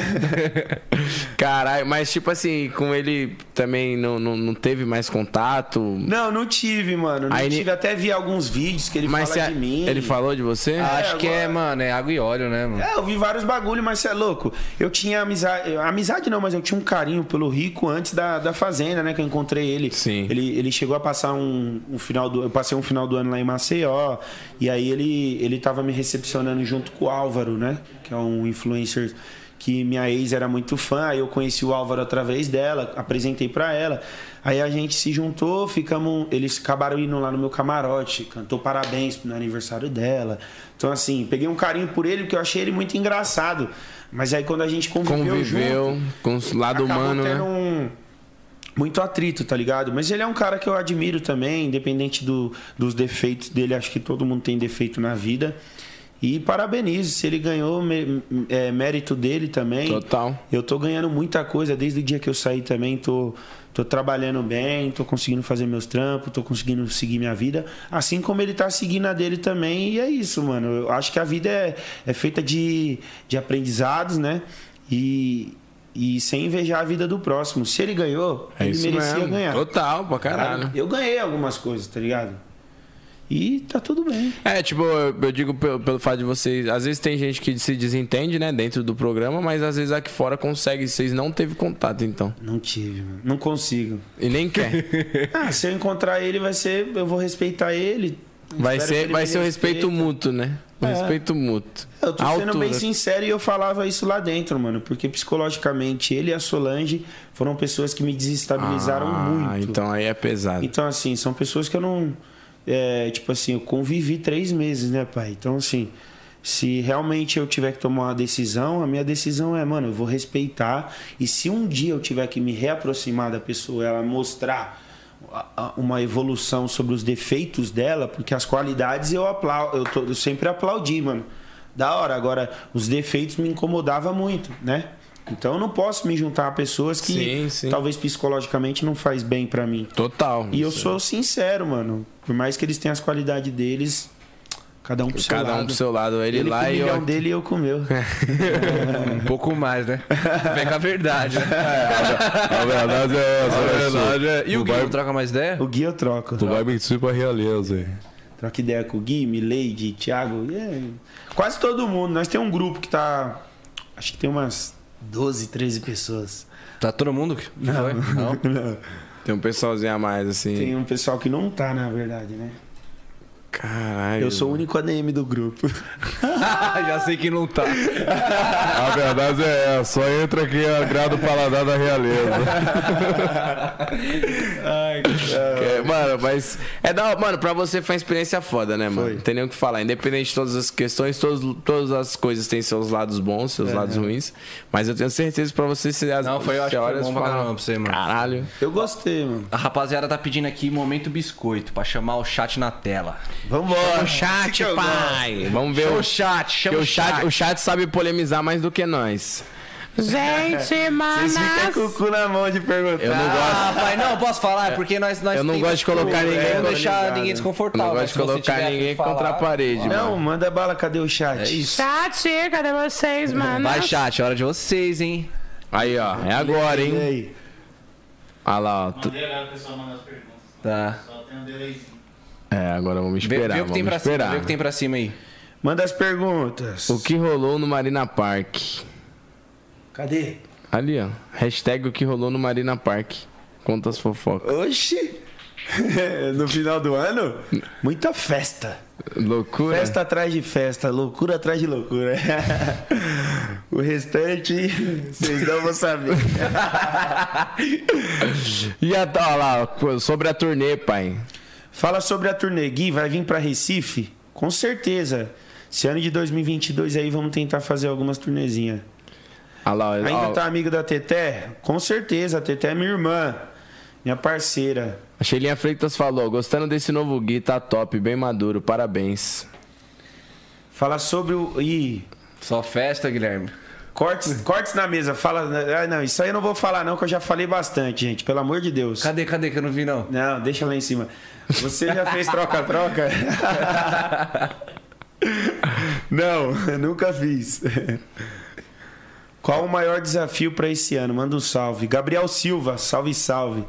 [SPEAKER 3] Caralho, mas tipo assim, com ele também não, não, não teve mais contato.
[SPEAKER 4] Não, não tive, mano. Não
[SPEAKER 3] Aí ele-
[SPEAKER 4] tive. Até vi alguns vídeos que ele
[SPEAKER 3] mas cê-
[SPEAKER 4] fala
[SPEAKER 3] é-
[SPEAKER 4] de mim.
[SPEAKER 3] ele falou de você?
[SPEAKER 4] Ah,
[SPEAKER 1] Acho que é,
[SPEAKER 4] agora-
[SPEAKER 1] mano, é água e óleo, né, mano?
[SPEAKER 4] É, eu vi vários bagulho, mas você é louco. Eu tinha amizade. eu- Amizade não, mas eu tinha um carinho pelo Rico antes da, da Fazenda, né? Que eu encontrei ele.
[SPEAKER 3] Sim.
[SPEAKER 4] Ele, ele chegou a passar um, um final do. Eu passei um final do ano lá em Maceió. E aí ele, ele tava me recepcionando junto com o Álvaro, né? Que é um influencer que minha ex era muito fã. Aí eu conheci o Álvaro através dela, apresentei pra ela. Aí a gente se juntou, ficamos. Eles acabaram indo lá no meu camarote, cantou parabéns no aniversário dela. Então, assim, peguei um carinho por ele, porque eu achei ele muito engraçado. Mas aí quando a gente conviveu, junto,
[SPEAKER 3] Conviveu com o lado
[SPEAKER 4] acabou
[SPEAKER 3] humano,
[SPEAKER 4] tendo
[SPEAKER 3] né?
[SPEAKER 4] um- muito atrito, tá ligado? Mas ele é um cara que eu admiro também, independente do- dos defeitos dele. Acho que todo mundo tem defeito na vida. E parabenizo, se ele ganhou, mé- é, mérito dele também.
[SPEAKER 3] Total.
[SPEAKER 4] Eu tô ganhando muita coisa desde o dia que eu saí também, tô, tô trabalhando bem, tô conseguindo fazer meus trampos, tô conseguindo seguir minha vida, assim como ele tá seguindo a dele também, e é isso, mano. Eu acho que a vida é, é feita de, de aprendizados, né? E, e sem invejar a vida do próximo. Se ele ganhou,
[SPEAKER 3] É
[SPEAKER 4] ele
[SPEAKER 3] isso
[SPEAKER 4] merecia
[SPEAKER 3] mesmo.
[SPEAKER 4] ganhar.
[SPEAKER 3] Total, pra caralho.
[SPEAKER 4] Eu ganhei algumas coisas, tá ligado? E tá tudo bem.
[SPEAKER 3] É, tipo, eu eu digo pelo, pelo fato de vocês. Às vezes tem gente que se desentende, né, dentro do programa, mas às vezes aqui fora consegue. Vocês não teve contato, então.
[SPEAKER 4] Não tive, mano. Não consigo.
[SPEAKER 3] E nem quer.
[SPEAKER 4] Ah, se eu encontrar ele, vai ser. Eu vou respeitar ele.
[SPEAKER 3] Vai
[SPEAKER 4] Espero que
[SPEAKER 3] ser,
[SPEAKER 4] ele
[SPEAKER 3] vai
[SPEAKER 4] me
[SPEAKER 3] ser o respeito
[SPEAKER 4] respeite.
[SPEAKER 3] mútuo, né? O
[SPEAKER 4] É.
[SPEAKER 3] respeito mútuo.
[SPEAKER 4] Eu tô
[SPEAKER 3] A
[SPEAKER 4] sendo bem
[SPEAKER 3] altura.
[SPEAKER 4] sincero e eu falava isso lá dentro, mano. Porque psicologicamente ele e a Solange foram pessoas que me desestabilizaram
[SPEAKER 3] Ah,
[SPEAKER 4] muito.
[SPEAKER 3] então aí é pesado.
[SPEAKER 4] Então, assim, são pessoas que eu não. é, tipo assim, eu convivi três meses, né, pai? Então, assim, se realmente eu tiver que tomar uma decisão, a minha decisão é, mano, eu vou respeitar. E se um dia eu tiver que me reaproximar da pessoa, ela mostrar a- a- uma evolução sobre os defeitos dela, porque as qualidades eu aplaudo, eu, tô- eu sempre aplaudi, mano. Da hora, agora os defeitos me incomodava muito, né? Então eu não posso me juntar a pessoas que
[SPEAKER 3] Sim, sim.
[SPEAKER 4] talvez psicologicamente não faz bem pra mim.
[SPEAKER 3] Total.
[SPEAKER 4] E eu
[SPEAKER 3] Isso.
[SPEAKER 4] sou sincero, mano. Por mais que eles tenham as qualidades deles, cada um pro seu
[SPEAKER 3] Cada
[SPEAKER 4] lado.
[SPEAKER 3] um pro seu lado. Ele,
[SPEAKER 4] Ele, com
[SPEAKER 3] lá
[SPEAKER 4] o
[SPEAKER 3] e eu.
[SPEAKER 4] milhão dele e eu com o meu.
[SPEAKER 1] Um pouco mais, né? Vem com a verdade.
[SPEAKER 2] É, A verdade é essa, né, senhor?
[SPEAKER 1] E o Gui, não troca mais ideia?
[SPEAKER 4] O Gui eu troco.
[SPEAKER 2] Tu vai mentir pra realeza, hein?
[SPEAKER 4] Troco ideia com o Gui, Mileide, Thiago. é, Quase todo mundo. Nós temos um grupo que tá. Acho que tem umas 12, 13 pessoas.
[SPEAKER 1] Tá todo mundo? que- que foi? Não.
[SPEAKER 3] Tem um pessoalzinho a mais, assim.
[SPEAKER 4] Tem um pessoal que não tá, na verdade, né?
[SPEAKER 3] Caralho.
[SPEAKER 4] Eu sou o único ADM do grupo.
[SPEAKER 1] Já sei que não tá.
[SPEAKER 2] A verdade é essa, só entra quem agrada o paladar da realeza.
[SPEAKER 3] É, mano, mas. É da hora- Mano, pra você foi uma experiência foda, né, mano? Não tem nem o que falar. Independente de todas as questões, todos, todas as coisas têm seus lados bons,
[SPEAKER 4] É.
[SPEAKER 3] seus lados ruins. Mas eu tenho certeza que pra você se as
[SPEAKER 1] Não, foi, eu acho
[SPEAKER 3] se
[SPEAKER 1] que foi
[SPEAKER 3] olha,
[SPEAKER 1] bom
[SPEAKER 3] você
[SPEAKER 1] pra
[SPEAKER 3] fala,
[SPEAKER 1] caramba pra você, mano.
[SPEAKER 3] Caralho.
[SPEAKER 4] Eu gostei, mano.
[SPEAKER 1] A rapaziada tá pedindo aqui momento biscoito pra chamar o chat na tela.
[SPEAKER 4] Vambora.
[SPEAKER 5] O Um chat, pai.
[SPEAKER 3] Vamos ver o chat.
[SPEAKER 1] chat,
[SPEAKER 3] Porque o chat, o chat sabe polemizar mais do que nós.
[SPEAKER 5] Gente, manas.
[SPEAKER 4] Fica com o cu na mão de perguntar.
[SPEAKER 3] Eu não gosto.
[SPEAKER 1] Ah, pai, não, posso falar, porque nós... nós
[SPEAKER 3] Eu não
[SPEAKER 1] tem-
[SPEAKER 3] gosto de colocar
[SPEAKER 1] É, Eu
[SPEAKER 3] ninguém
[SPEAKER 1] não deixar
[SPEAKER 4] ligado.
[SPEAKER 3] né?
[SPEAKER 1] ninguém
[SPEAKER 3] Eu
[SPEAKER 1] desconfortável.
[SPEAKER 3] não
[SPEAKER 1] mas
[SPEAKER 3] gosto de
[SPEAKER 1] se você
[SPEAKER 3] colocar
[SPEAKER 1] tiver que
[SPEAKER 3] ninguém
[SPEAKER 1] falar-
[SPEAKER 3] contra a parede, mano.
[SPEAKER 4] Não, É manda bala, cadê o chat?
[SPEAKER 5] Chat, cadê vocês, manas?
[SPEAKER 1] Vai, chat, é hora de vocês, hein?
[SPEAKER 3] Aí, ó. É agora,
[SPEAKER 4] E
[SPEAKER 3] hein?
[SPEAKER 4] aí?
[SPEAKER 3] Olha lá, ó. tu-
[SPEAKER 1] Tá.
[SPEAKER 3] É, agora vamos
[SPEAKER 1] Vê,
[SPEAKER 3] esperar.
[SPEAKER 1] vê o que tem
[SPEAKER 3] vamos
[SPEAKER 1] pra
[SPEAKER 3] esperar.
[SPEAKER 1] cima, vê o que tem pra cima aí.
[SPEAKER 4] Manda as perguntas.
[SPEAKER 3] O que rolou no Marina Park?
[SPEAKER 4] Cadê?
[SPEAKER 3] Ali, ó. Hashtag o que rolou no Marina Park. Conta as fofocas.
[SPEAKER 4] Oxi! no final do ano, muita festa.
[SPEAKER 3] Loucura.
[SPEAKER 4] É. Festa atrás de festa, loucura atrás de loucura. o restante, vocês não vão saber.
[SPEAKER 3] E a, ó lá, co- sobre a turnê, pai.
[SPEAKER 4] Fala sobre a turnê, Gui, vai vir pra Recife? Com certeza. Esse ano de 2022 aí vamos tentar fazer algumas turnezinhas.
[SPEAKER 3] Olha lá, ó,
[SPEAKER 4] Ainda
[SPEAKER 3] ó,
[SPEAKER 4] tá amigo da Teté? Com certeza, a Teté é minha irmã, minha parceira.
[SPEAKER 3] a Sheilinha Freitas falou, gostando desse novo Gui, tá top, bem maduro, parabéns.
[SPEAKER 4] Fala sobre o. Ih,
[SPEAKER 1] Só festa, Guilherme.
[SPEAKER 4] cortes, cortes na mesa. Fala. Ah, não, isso aí eu não vou falar, não, que eu já falei bastante, gente. Pelo amor de Deus.
[SPEAKER 1] Cadê, cadê que eu não vi, não?
[SPEAKER 4] Não, deixa lá em cima. Você já fez troca-troca? Não, eu nunca fiz. Qual o maior desafio pra esse ano? Manda um salve. Gabriel Silva, salve, salve.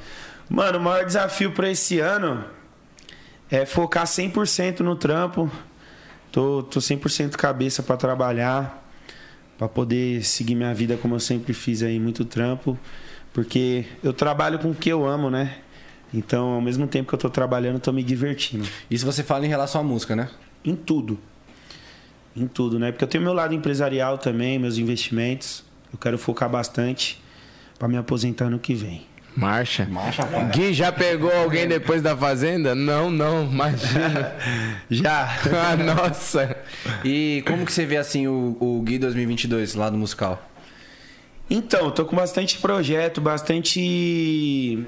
[SPEAKER 4] Mano, o maior desafio pra esse ano é focar 100% no trampo. Tô, tô 100% cabeça pra trabalhar, pra poder seguir minha vida como eu sempre fiz aí, muito trampo, porque eu trabalho com o que eu amo, né? Então, ao mesmo tempo que eu tô trabalhando, tô me divertindo.
[SPEAKER 1] Isso você fala em relação à música, né?
[SPEAKER 4] Em tudo. Em tudo, né? Porque eu tenho meu lado empresarial também, meus investimentos. Eu quero focar bastante pra me aposentar no que vem.
[SPEAKER 3] Marcha. Marcha, Gui já pegou alguém depois da fazenda? Não, não, imagina.
[SPEAKER 4] Já!
[SPEAKER 3] ah, nossa.
[SPEAKER 1] E como que você vê, assim, o, o Gui 2022, lado musical?
[SPEAKER 4] Então, eu tô com bastante projeto, bastante.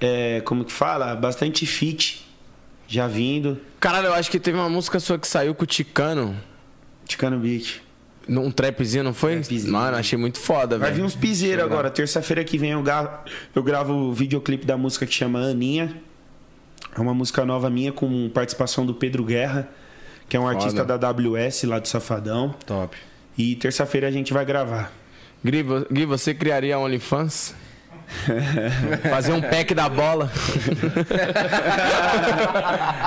[SPEAKER 4] é, como que fala? Bastante fit já vindo.
[SPEAKER 3] Caralho, eu acho que teve uma música sua que saiu com o Ticano.
[SPEAKER 4] Ticano Beat.
[SPEAKER 3] Um trapzinho, não foi?
[SPEAKER 4] Trapzinho.
[SPEAKER 3] Mano, achei muito foda,
[SPEAKER 4] Vai vir
[SPEAKER 3] velho.
[SPEAKER 4] uns piseiros agora. Terça-feira que vem eu gravo, eu gravo o videoclipe da música que chama Aninha. É uma música nova minha com participação do Pedro Guerra, que é um artista da WS lá do Safadão.
[SPEAKER 1] Top.
[SPEAKER 4] E terça-feira a gente vai gravar.
[SPEAKER 3] Gui, vo- Gui, você criaria um OnlyFans? Fazer um pack da bola.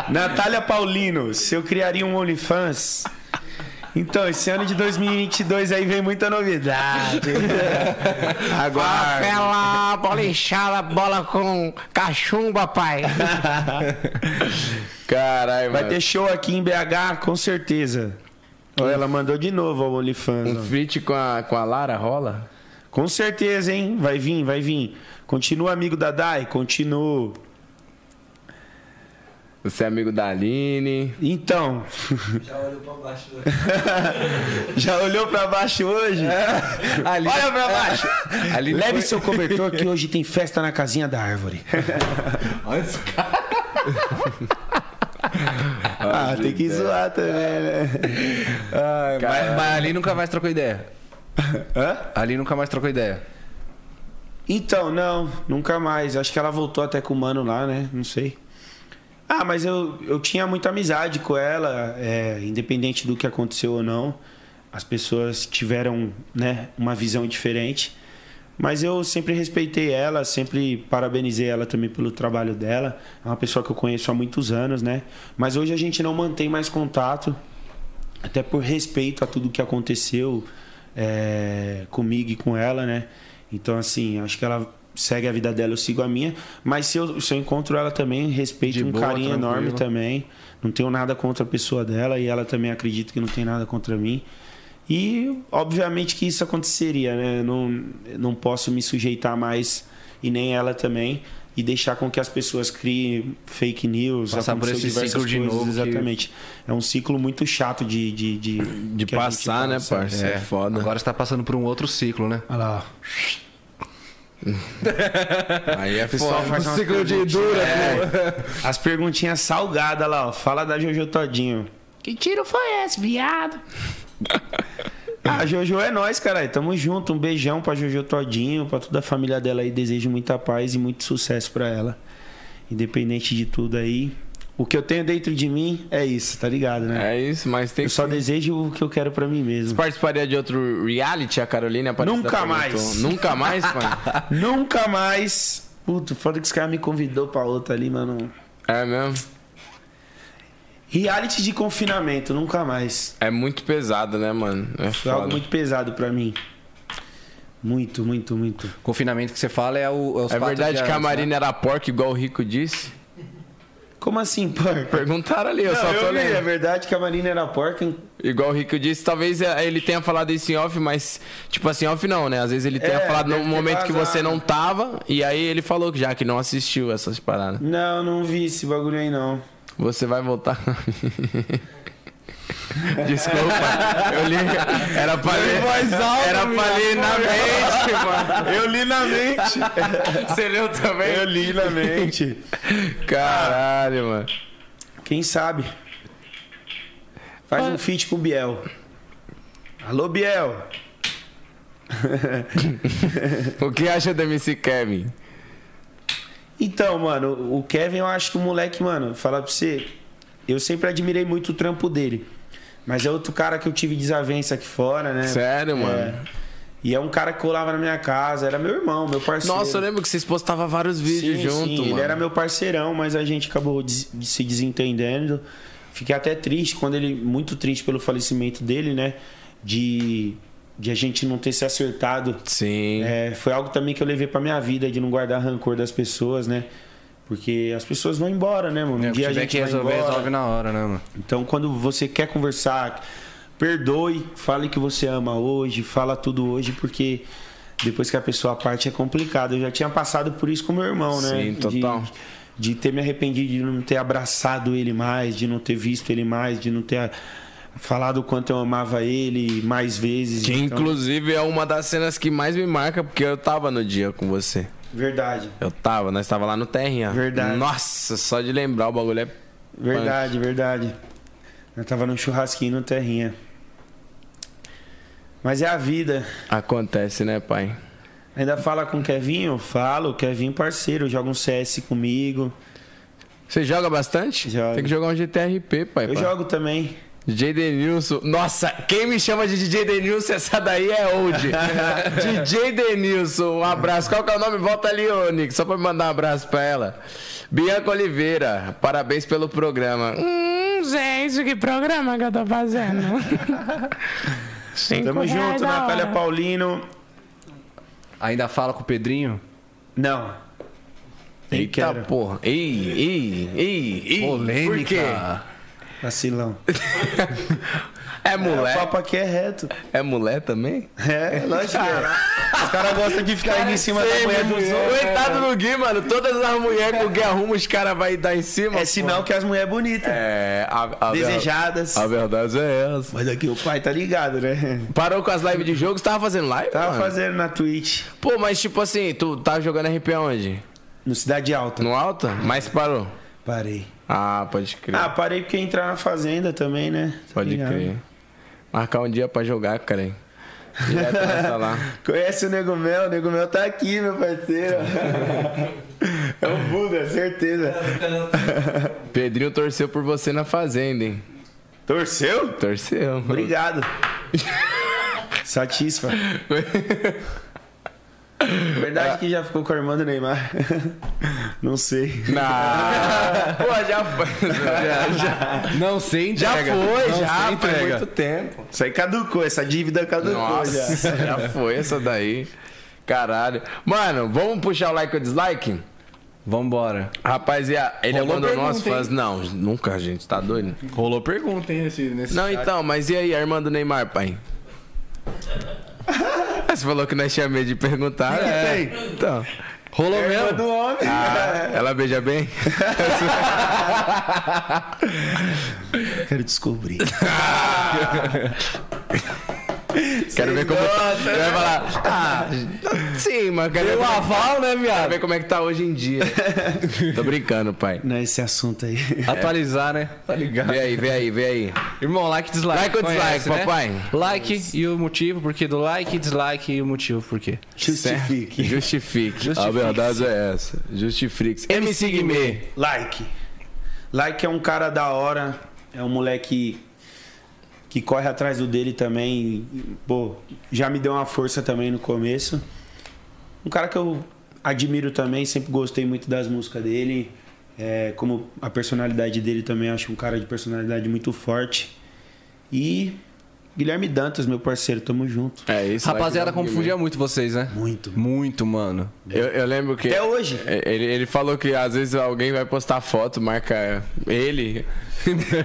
[SPEAKER 4] Natália Paulino, se eu criaria um OnlyFans. Então, esse ano de 2022 aí vem muita novidade. Agora.
[SPEAKER 3] Ela, bola inchada, bola com cachumba, pai. Caralho,
[SPEAKER 4] Vai
[SPEAKER 3] mano.
[SPEAKER 4] ter show aqui em BH, com certeza. Ó, Ela mandou de novo ao OnlyFans. ó.
[SPEAKER 3] Um feat com a, com a Lara rola?
[SPEAKER 4] Com certeza, hein? Vai vir, vai vir. Continua amigo da Dai? Continuo.
[SPEAKER 3] Você é amigo da Aline.
[SPEAKER 4] Então,
[SPEAKER 6] Já olhou pra baixo. né?
[SPEAKER 4] já olhou pra baixo hoje?
[SPEAKER 1] Ali...
[SPEAKER 4] Olha pra baixo!
[SPEAKER 1] Ali
[SPEAKER 4] É. Leve
[SPEAKER 1] foi-
[SPEAKER 4] seu cobertor que hoje tem festa na casinha da árvore.
[SPEAKER 1] Olha esse cara.
[SPEAKER 4] Ah, tem que zoar também, né?
[SPEAKER 3] É,
[SPEAKER 1] Mas, mas ali nunca mais trocou ideia.
[SPEAKER 4] Hã?
[SPEAKER 1] Ali nunca mais trocou ideia.
[SPEAKER 4] Então, não, nunca mais. Acho que ela voltou até com o mano lá, né? Não sei. Ah, mas eu, eu tinha muita amizade com ela, é, independente do que aconteceu ou não. As pessoas tiveram né, uma visão diferente. Mas eu sempre respeitei ela, sempre parabenizei ela também pelo trabalho dela. É uma pessoa que eu conheço há muitos anos, né? Mas hoje a gente não mantém mais contato, até por respeito a tudo que aconteceu é, comigo e com ela, né? Então, assim, acho que ela segue a vida dela, eu sigo a minha. Mas se eu, se eu encontro ela também, respeito
[SPEAKER 1] De
[SPEAKER 4] um
[SPEAKER 1] boa,
[SPEAKER 4] carinho
[SPEAKER 1] tranquilo.
[SPEAKER 4] enorme também. Não tenho nada contra a pessoa dela e ela também acredita que não tem nada contra mim. E obviamente que isso aconteceria, né? Eu não, eu não posso me sujeitar mais e nem ela também e deixar com que as pessoas criem fake news,
[SPEAKER 1] Passar por
[SPEAKER 4] aconteceu
[SPEAKER 1] esse
[SPEAKER 4] diversas
[SPEAKER 1] ciclo de novo que-
[SPEAKER 4] Exatamente. É um ciclo muito chato de. De, de,
[SPEAKER 3] De
[SPEAKER 4] que a gente
[SPEAKER 3] passar, né,
[SPEAKER 4] passa.
[SPEAKER 3] parça? É, foda.
[SPEAKER 1] Agora você tá passando por um outro ciclo, né?
[SPEAKER 4] Olha lá.
[SPEAKER 3] Aí é
[SPEAKER 4] Pessoal,
[SPEAKER 1] um
[SPEAKER 4] faz umas perguntinhas. É. As perguntinhas salgadas lá, ó. Fala da Jojo Todinho.
[SPEAKER 5] Que tiro foi esse, viado?
[SPEAKER 4] A Jojo é nós, caralho. Tamo junto. Um beijão pra Jojo Todinho, pra toda a família dela aí. Desejo muita paz e muito sucesso pra ela. Independente de tudo aí. O que eu tenho dentro de mim é isso, tá ligado, né?
[SPEAKER 3] É isso, mas tem
[SPEAKER 4] eu
[SPEAKER 3] que.
[SPEAKER 4] só desejo o que eu quero pra mim mesmo.
[SPEAKER 3] Participaria de outro reality, a Carolina? Aparecida
[SPEAKER 4] Nunca
[SPEAKER 3] perguntou.
[SPEAKER 4] mais.
[SPEAKER 3] Nunca mais, mano?
[SPEAKER 4] Nunca mais. Puto, foda que esse cara me convidou pra outra ali, mano.
[SPEAKER 3] É mesmo?
[SPEAKER 4] Reality de confinamento, nunca mais.
[SPEAKER 3] É muito pesado, né, mano? É
[SPEAKER 4] Foi
[SPEAKER 3] foda.
[SPEAKER 4] algo muito pesado pra mim. Muito, muito, muito.
[SPEAKER 1] Confinamento que você fala é, o, é os
[SPEAKER 3] É
[SPEAKER 1] quatro
[SPEAKER 3] verdade
[SPEAKER 1] dias
[SPEAKER 3] que a
[SPEAKER 1] antes, né?
[SPEAKER 3] Marina era porca, igual o Rico disse?
[SPEAKER 4] Como assim, porca?
[SPEAKER 3] Perguntaram ali, eu só
[SPEAKER 4] Não,
[SPEAKER 3] tô
[SPEAKER 4] eu vi, é
[SPEAKER 3] lendo.
[SPEAKER 4] verdade que a Marina era porca. hein?
[SPEAKER 3] Igual o Rico disse, talvez eh, ele tenha falado isso em off, mas, tipo assim, off não, né? Às vezes ele tenha
[SPEAKER 4] É,
[SPEAKER 3] falado num
[SPEAKER 4] deve ter
[SPEAKER 3] momento que você
[SPEAKER 4] vazado.
[SPEAKER 3] não tava, e aí ele falou que já que não assistiu essas paradas.
[SPEAKER 4] Não, não vi esse bagulho aí, não.
[SPEAKER 3] Você vai voltar. Desculpa, eu li. Era pra ler. era pra ler na mente, mano.
[SPEAKER 4] Eu li na mente.
[SPEAKER 3] Você leu também?
[SPEAKER 4] Eu li na mente.
[SPEAKER 3] Caralho, mano.
[SPEAKER 4] Quem sabe? Faz um feat com o Biel. Alô, Biel.
[SPEAKER 3] O que acha do MC Kevin?
[SPEAKER 4] Então, mano, o Kevin, eu acho que o moleque, mano, falar pra você, eu sempre admirei muito o trampo dele. Mas é outro cara que eu tive desavença aqui fora, né?
[SPEAKER 3] Sério, mano?
[SPEAKER 4] É. E é um cara que colava na minha casa, era meu irmão, meu parceiro.
[SPEAKER 3] Nossa, eu lembro que vocês postavam vários vídeos
[SPEAKER 4] Sim,
[SPEAKER 3] junto,
[SPEAKER 4] sim,
[SPEAKER 3] mano.
[SPEAKER 4] Ele era meu parceirão, mas a gente acabou des- de se desentendendo. Fiquei até triste quando ele. Muito triste pelo falecimento dele, né? De, de a gente não ter se acertado.
[SPEAKER 3] Sim.
[SPEAKER 4] É, foi algo também que eu levei pra minha vida, de não guardar rancor das pessoas, né? Porque as pessoas vão embora, né, mano? Um
[SPEAKER 1] É, o que
[SPEAKER 4] dia a
[SPEAKER 1] tiver
[SPEAKER 4] gente
[SPEAKER 1] que
[SPEAKER 4] vai
[SPEAKER 1] resolver,
[SPEAKER 4] embora.
[SPEAKER 1] resolve na hora, né, mano?
[SPEAKER 4] Então, quando você quer conversar, perdoe, fale que você ama hoje, fala tudo hoje, porque depois que a pessoa parte é complicado. Eu já tinha passado por isso com meu irmão, né?
[SPEAKER 3] Sim, total.
[SPEAKER 4] De, de ter me arrependido de não ter abraçado ele mais, de não ter visto ele mais, de não ter falado o quanto eu amava ele mais vezes.
[SPEAKER 3] Que
[SPEAKER 4] Então,
[SPEAKER 3] inclusive é uma das cenas que mais me marca, porque eu tava no dia com você.
[SPEAKER 4] Verdade,
[SPEAKER 3] Eu tava, nós tava lá no terrinha.
[SPEAKER 4] Verdade.
[SPEAKER 3] Nossa, só de lembrar o bagulho é.
[SPEAKER 4] verdade, verdade. Eu tava num churrasquinho no terrinha. Mas é a vida.
[SPEAKER 3] Acontece, né, pai?
[SPEAKER 4] Ainda fala com o Kevinho? Falo, Kevinho parceiro, joga um CS comigo.
[SPEAKER 3] Você joga bastante?
[SPEAKER 4] Jogo.
[SPEAKER 3] Tem que jogar um GTRP, pai.
[SPEAKER 4] Eu
[SPEAKER 3] pai.
[SPEAKER 4] jogo também.
[SPEAKER 3] DJ Denilson. Nossa, quem me chama de DJ Denilson, essa daí é old. DJ Denilson, um abraço. Qual que é o nome? Volta ali, ô Nick, só pra me mandar um abraço pra ela. Bianca Oliveira, parabéns pelo programa.
[SPEAKER 5] Hum, gente, que programa que eu tô fazendo. Cinco
[SPEAKER 4] Tamo
[SPEAKER 5] reais
[SPEAKER 4] junto,
[SPEAKER 5] a
[SPEAKER 4] Natália
[SPEAKER 5] hora.
[SPEAKER 4] Paulino.
[SPEAKER 1] Ainda fala com o Pedrinho?
[SPEAKER 4] Não. Nem
[SPEAKER 3] Eita
[SPEAKER 4] quero.
[SPEAKER 3] porra. Ei, ei, ei, ei. Por quê?
[SPEAKER 4] Vacilão.
[SPEAKER 3] É
[SPEAKER 4] O
[SPEAKER 3] mulher.
[SPEAKER 4] papo aqui é reto.
[SPEAKER 3] É mulher também?
[SPEAKER 4] É, lógico que é. Os caras gostam de ficar indo em cima da mulher dos né, outros.
[SPEAKER 3] Coitado do Gui, mano. Todas as mulheres que o Gui arruma, os caras vai dar em cima.
[SPEAKER 4] É sinal que as mulheres bonitas.
[SPEAKER 3] É, a, a-
[SPEAKER 4] Desejadas.
[SPEAKER 3] A verdade é essa.
[SPEAKER 4] Mas aqui o pai tá ligado, né?
[SPEAKER 3] Parou com as lives de jogo? Você tava fazendo live?
[SPEAKER 4] Tava
[SPEAKER 3] mano?
[SPEAKER 4] fazendo na Twitch,
[SPEAKER 3] Pô, mas tipo assim, tu tava jogando RP aonde?
[SPEAKER 4] no Cidade Alta.
[SPEAKER 3] No alta? Mas parou.
[SPEAKER 4] Parei.
[SPEAKER 3] Ah, pode crer.
[SPEAKER 4] Ah, parei porque ia entrar na fazenda também, né? Tá
[SPEAKER 3] pode
[SPEAKER 4] ligado?
[SPEAKER 3] crer. Marcar um dia pra jogar, cara. hein? Direto nessa lá.
[SPEAKER 4] Conhece o Nego Mel? O Nego Mel tá aqui, meu parceiro. É o Buda, certeza.
[SPEAKER 3] Pedrinho torceu por você na fazenda, hein?
[SPEAKER 4] Torceu?
[SPEAKER 3] Torceu.
[SPEAKER 4] Obrigado. Satisfa. Verdade que já ficou com a irmã do Neymar. Não sei.
[SPEAKER 3] Ah, pô, já foi. Já, já-
[SPEAKER 1] Não sei,
[SPEAKER 3] já
[SPEAKER 1] entrega.
[SPEAKER 3] foi,
[SPEAKER 1] Não sei,
[SPEAKER 3] já, faz
[SPEAKER 1] entrega.
[SPEAKER 3] muito tempo.
[SPEAKER 4] Isso aí caducou, essa dívida caducou
[SPEAKER 3] Nossa,
[SPEAKER 4] já.
[SPEAKER 3] já foi essa daí. Caralho. Mano, vamos puxar o like ou dislike?
[SPEAKER 1] Vambora.
[SPEAKER 3] Rapaziada, ele
[SPEAKER 1] Rolou
[SPEAKER 3] abandonou
[SPEAKER 1] pergunta,
[SPEAKER 3] as fãs. Não, nunca, gente, tá doido.
[SPEAKER 1] Rolou pergunta, hein, nesse, nesse
[SPEAKER 3] Não, então, mas e aí, a irmã do Neymar, pai? Você falou que nós tinha medo de perguntar. É, então.
[SPEAKER 1] Rolou mesmo?
[SPEAKER 4] É Do homem. Ah,
[SPEAKER 3] Ela beija bem?
[SPEAKER 4] Quero descobrir.
[SPEAKER 3] Quero ver como. tá. Vai falar. Ah, sim, mas quero ver. como é que tá-
[SPEAKER 1] né,
[SPEAKER 3] Quero ver como é que tá hoje em dia. Tô brincando, pai.
[SPEAKER 4] Não é esse assunto aí.
[SPEAKER 1] Atualizar, né? Tá ligado?
[SPEAKER 3] Vê aí, vê aí, vê aí.
[SPEAKER 1] Irmão, like e dislike.
[SPEAKER 3] Like ou dislike,
[SPEAKER 1] né?
[SPEAKER 3] papai?
[SPEAKER 1] Like e o motivo por quê do like, dislike e o motivo por quê.
[SPEAKER 4] Justifique.
[SPEAKER 3] Justifique. Ah, A verdade é essa. Justifique. MC Guimê.
[SPEAKER 4] Like. Like é um cara da hora, é um moleque que corre atrás do dele também. Pô, já me deu uma força também no começo. Um cara que eu admiro também, sempre gostei muito das músicas dele. É, como a personalidade dele também, acho um cara de personalidade muito forte. E Guilherme Dantas, meu parceiro, tamo junto.
[SPEAKER 3] É isso. lá que
[SPEAKER 1] Rapaziada,
[SPEAKER 3] dá um
[SPEAKER 1] confundia muito vocês, né?
[SPEAKER 4] Muito.
[SPEAKER 1] Muito, mano.
[SPEAKER 3] Eu, eu lembro que.
[SPEAKER 4] Até hoje.
[SPEAKER 3] Ele, ele falou que às vezes alguém vai postar foto, marca ele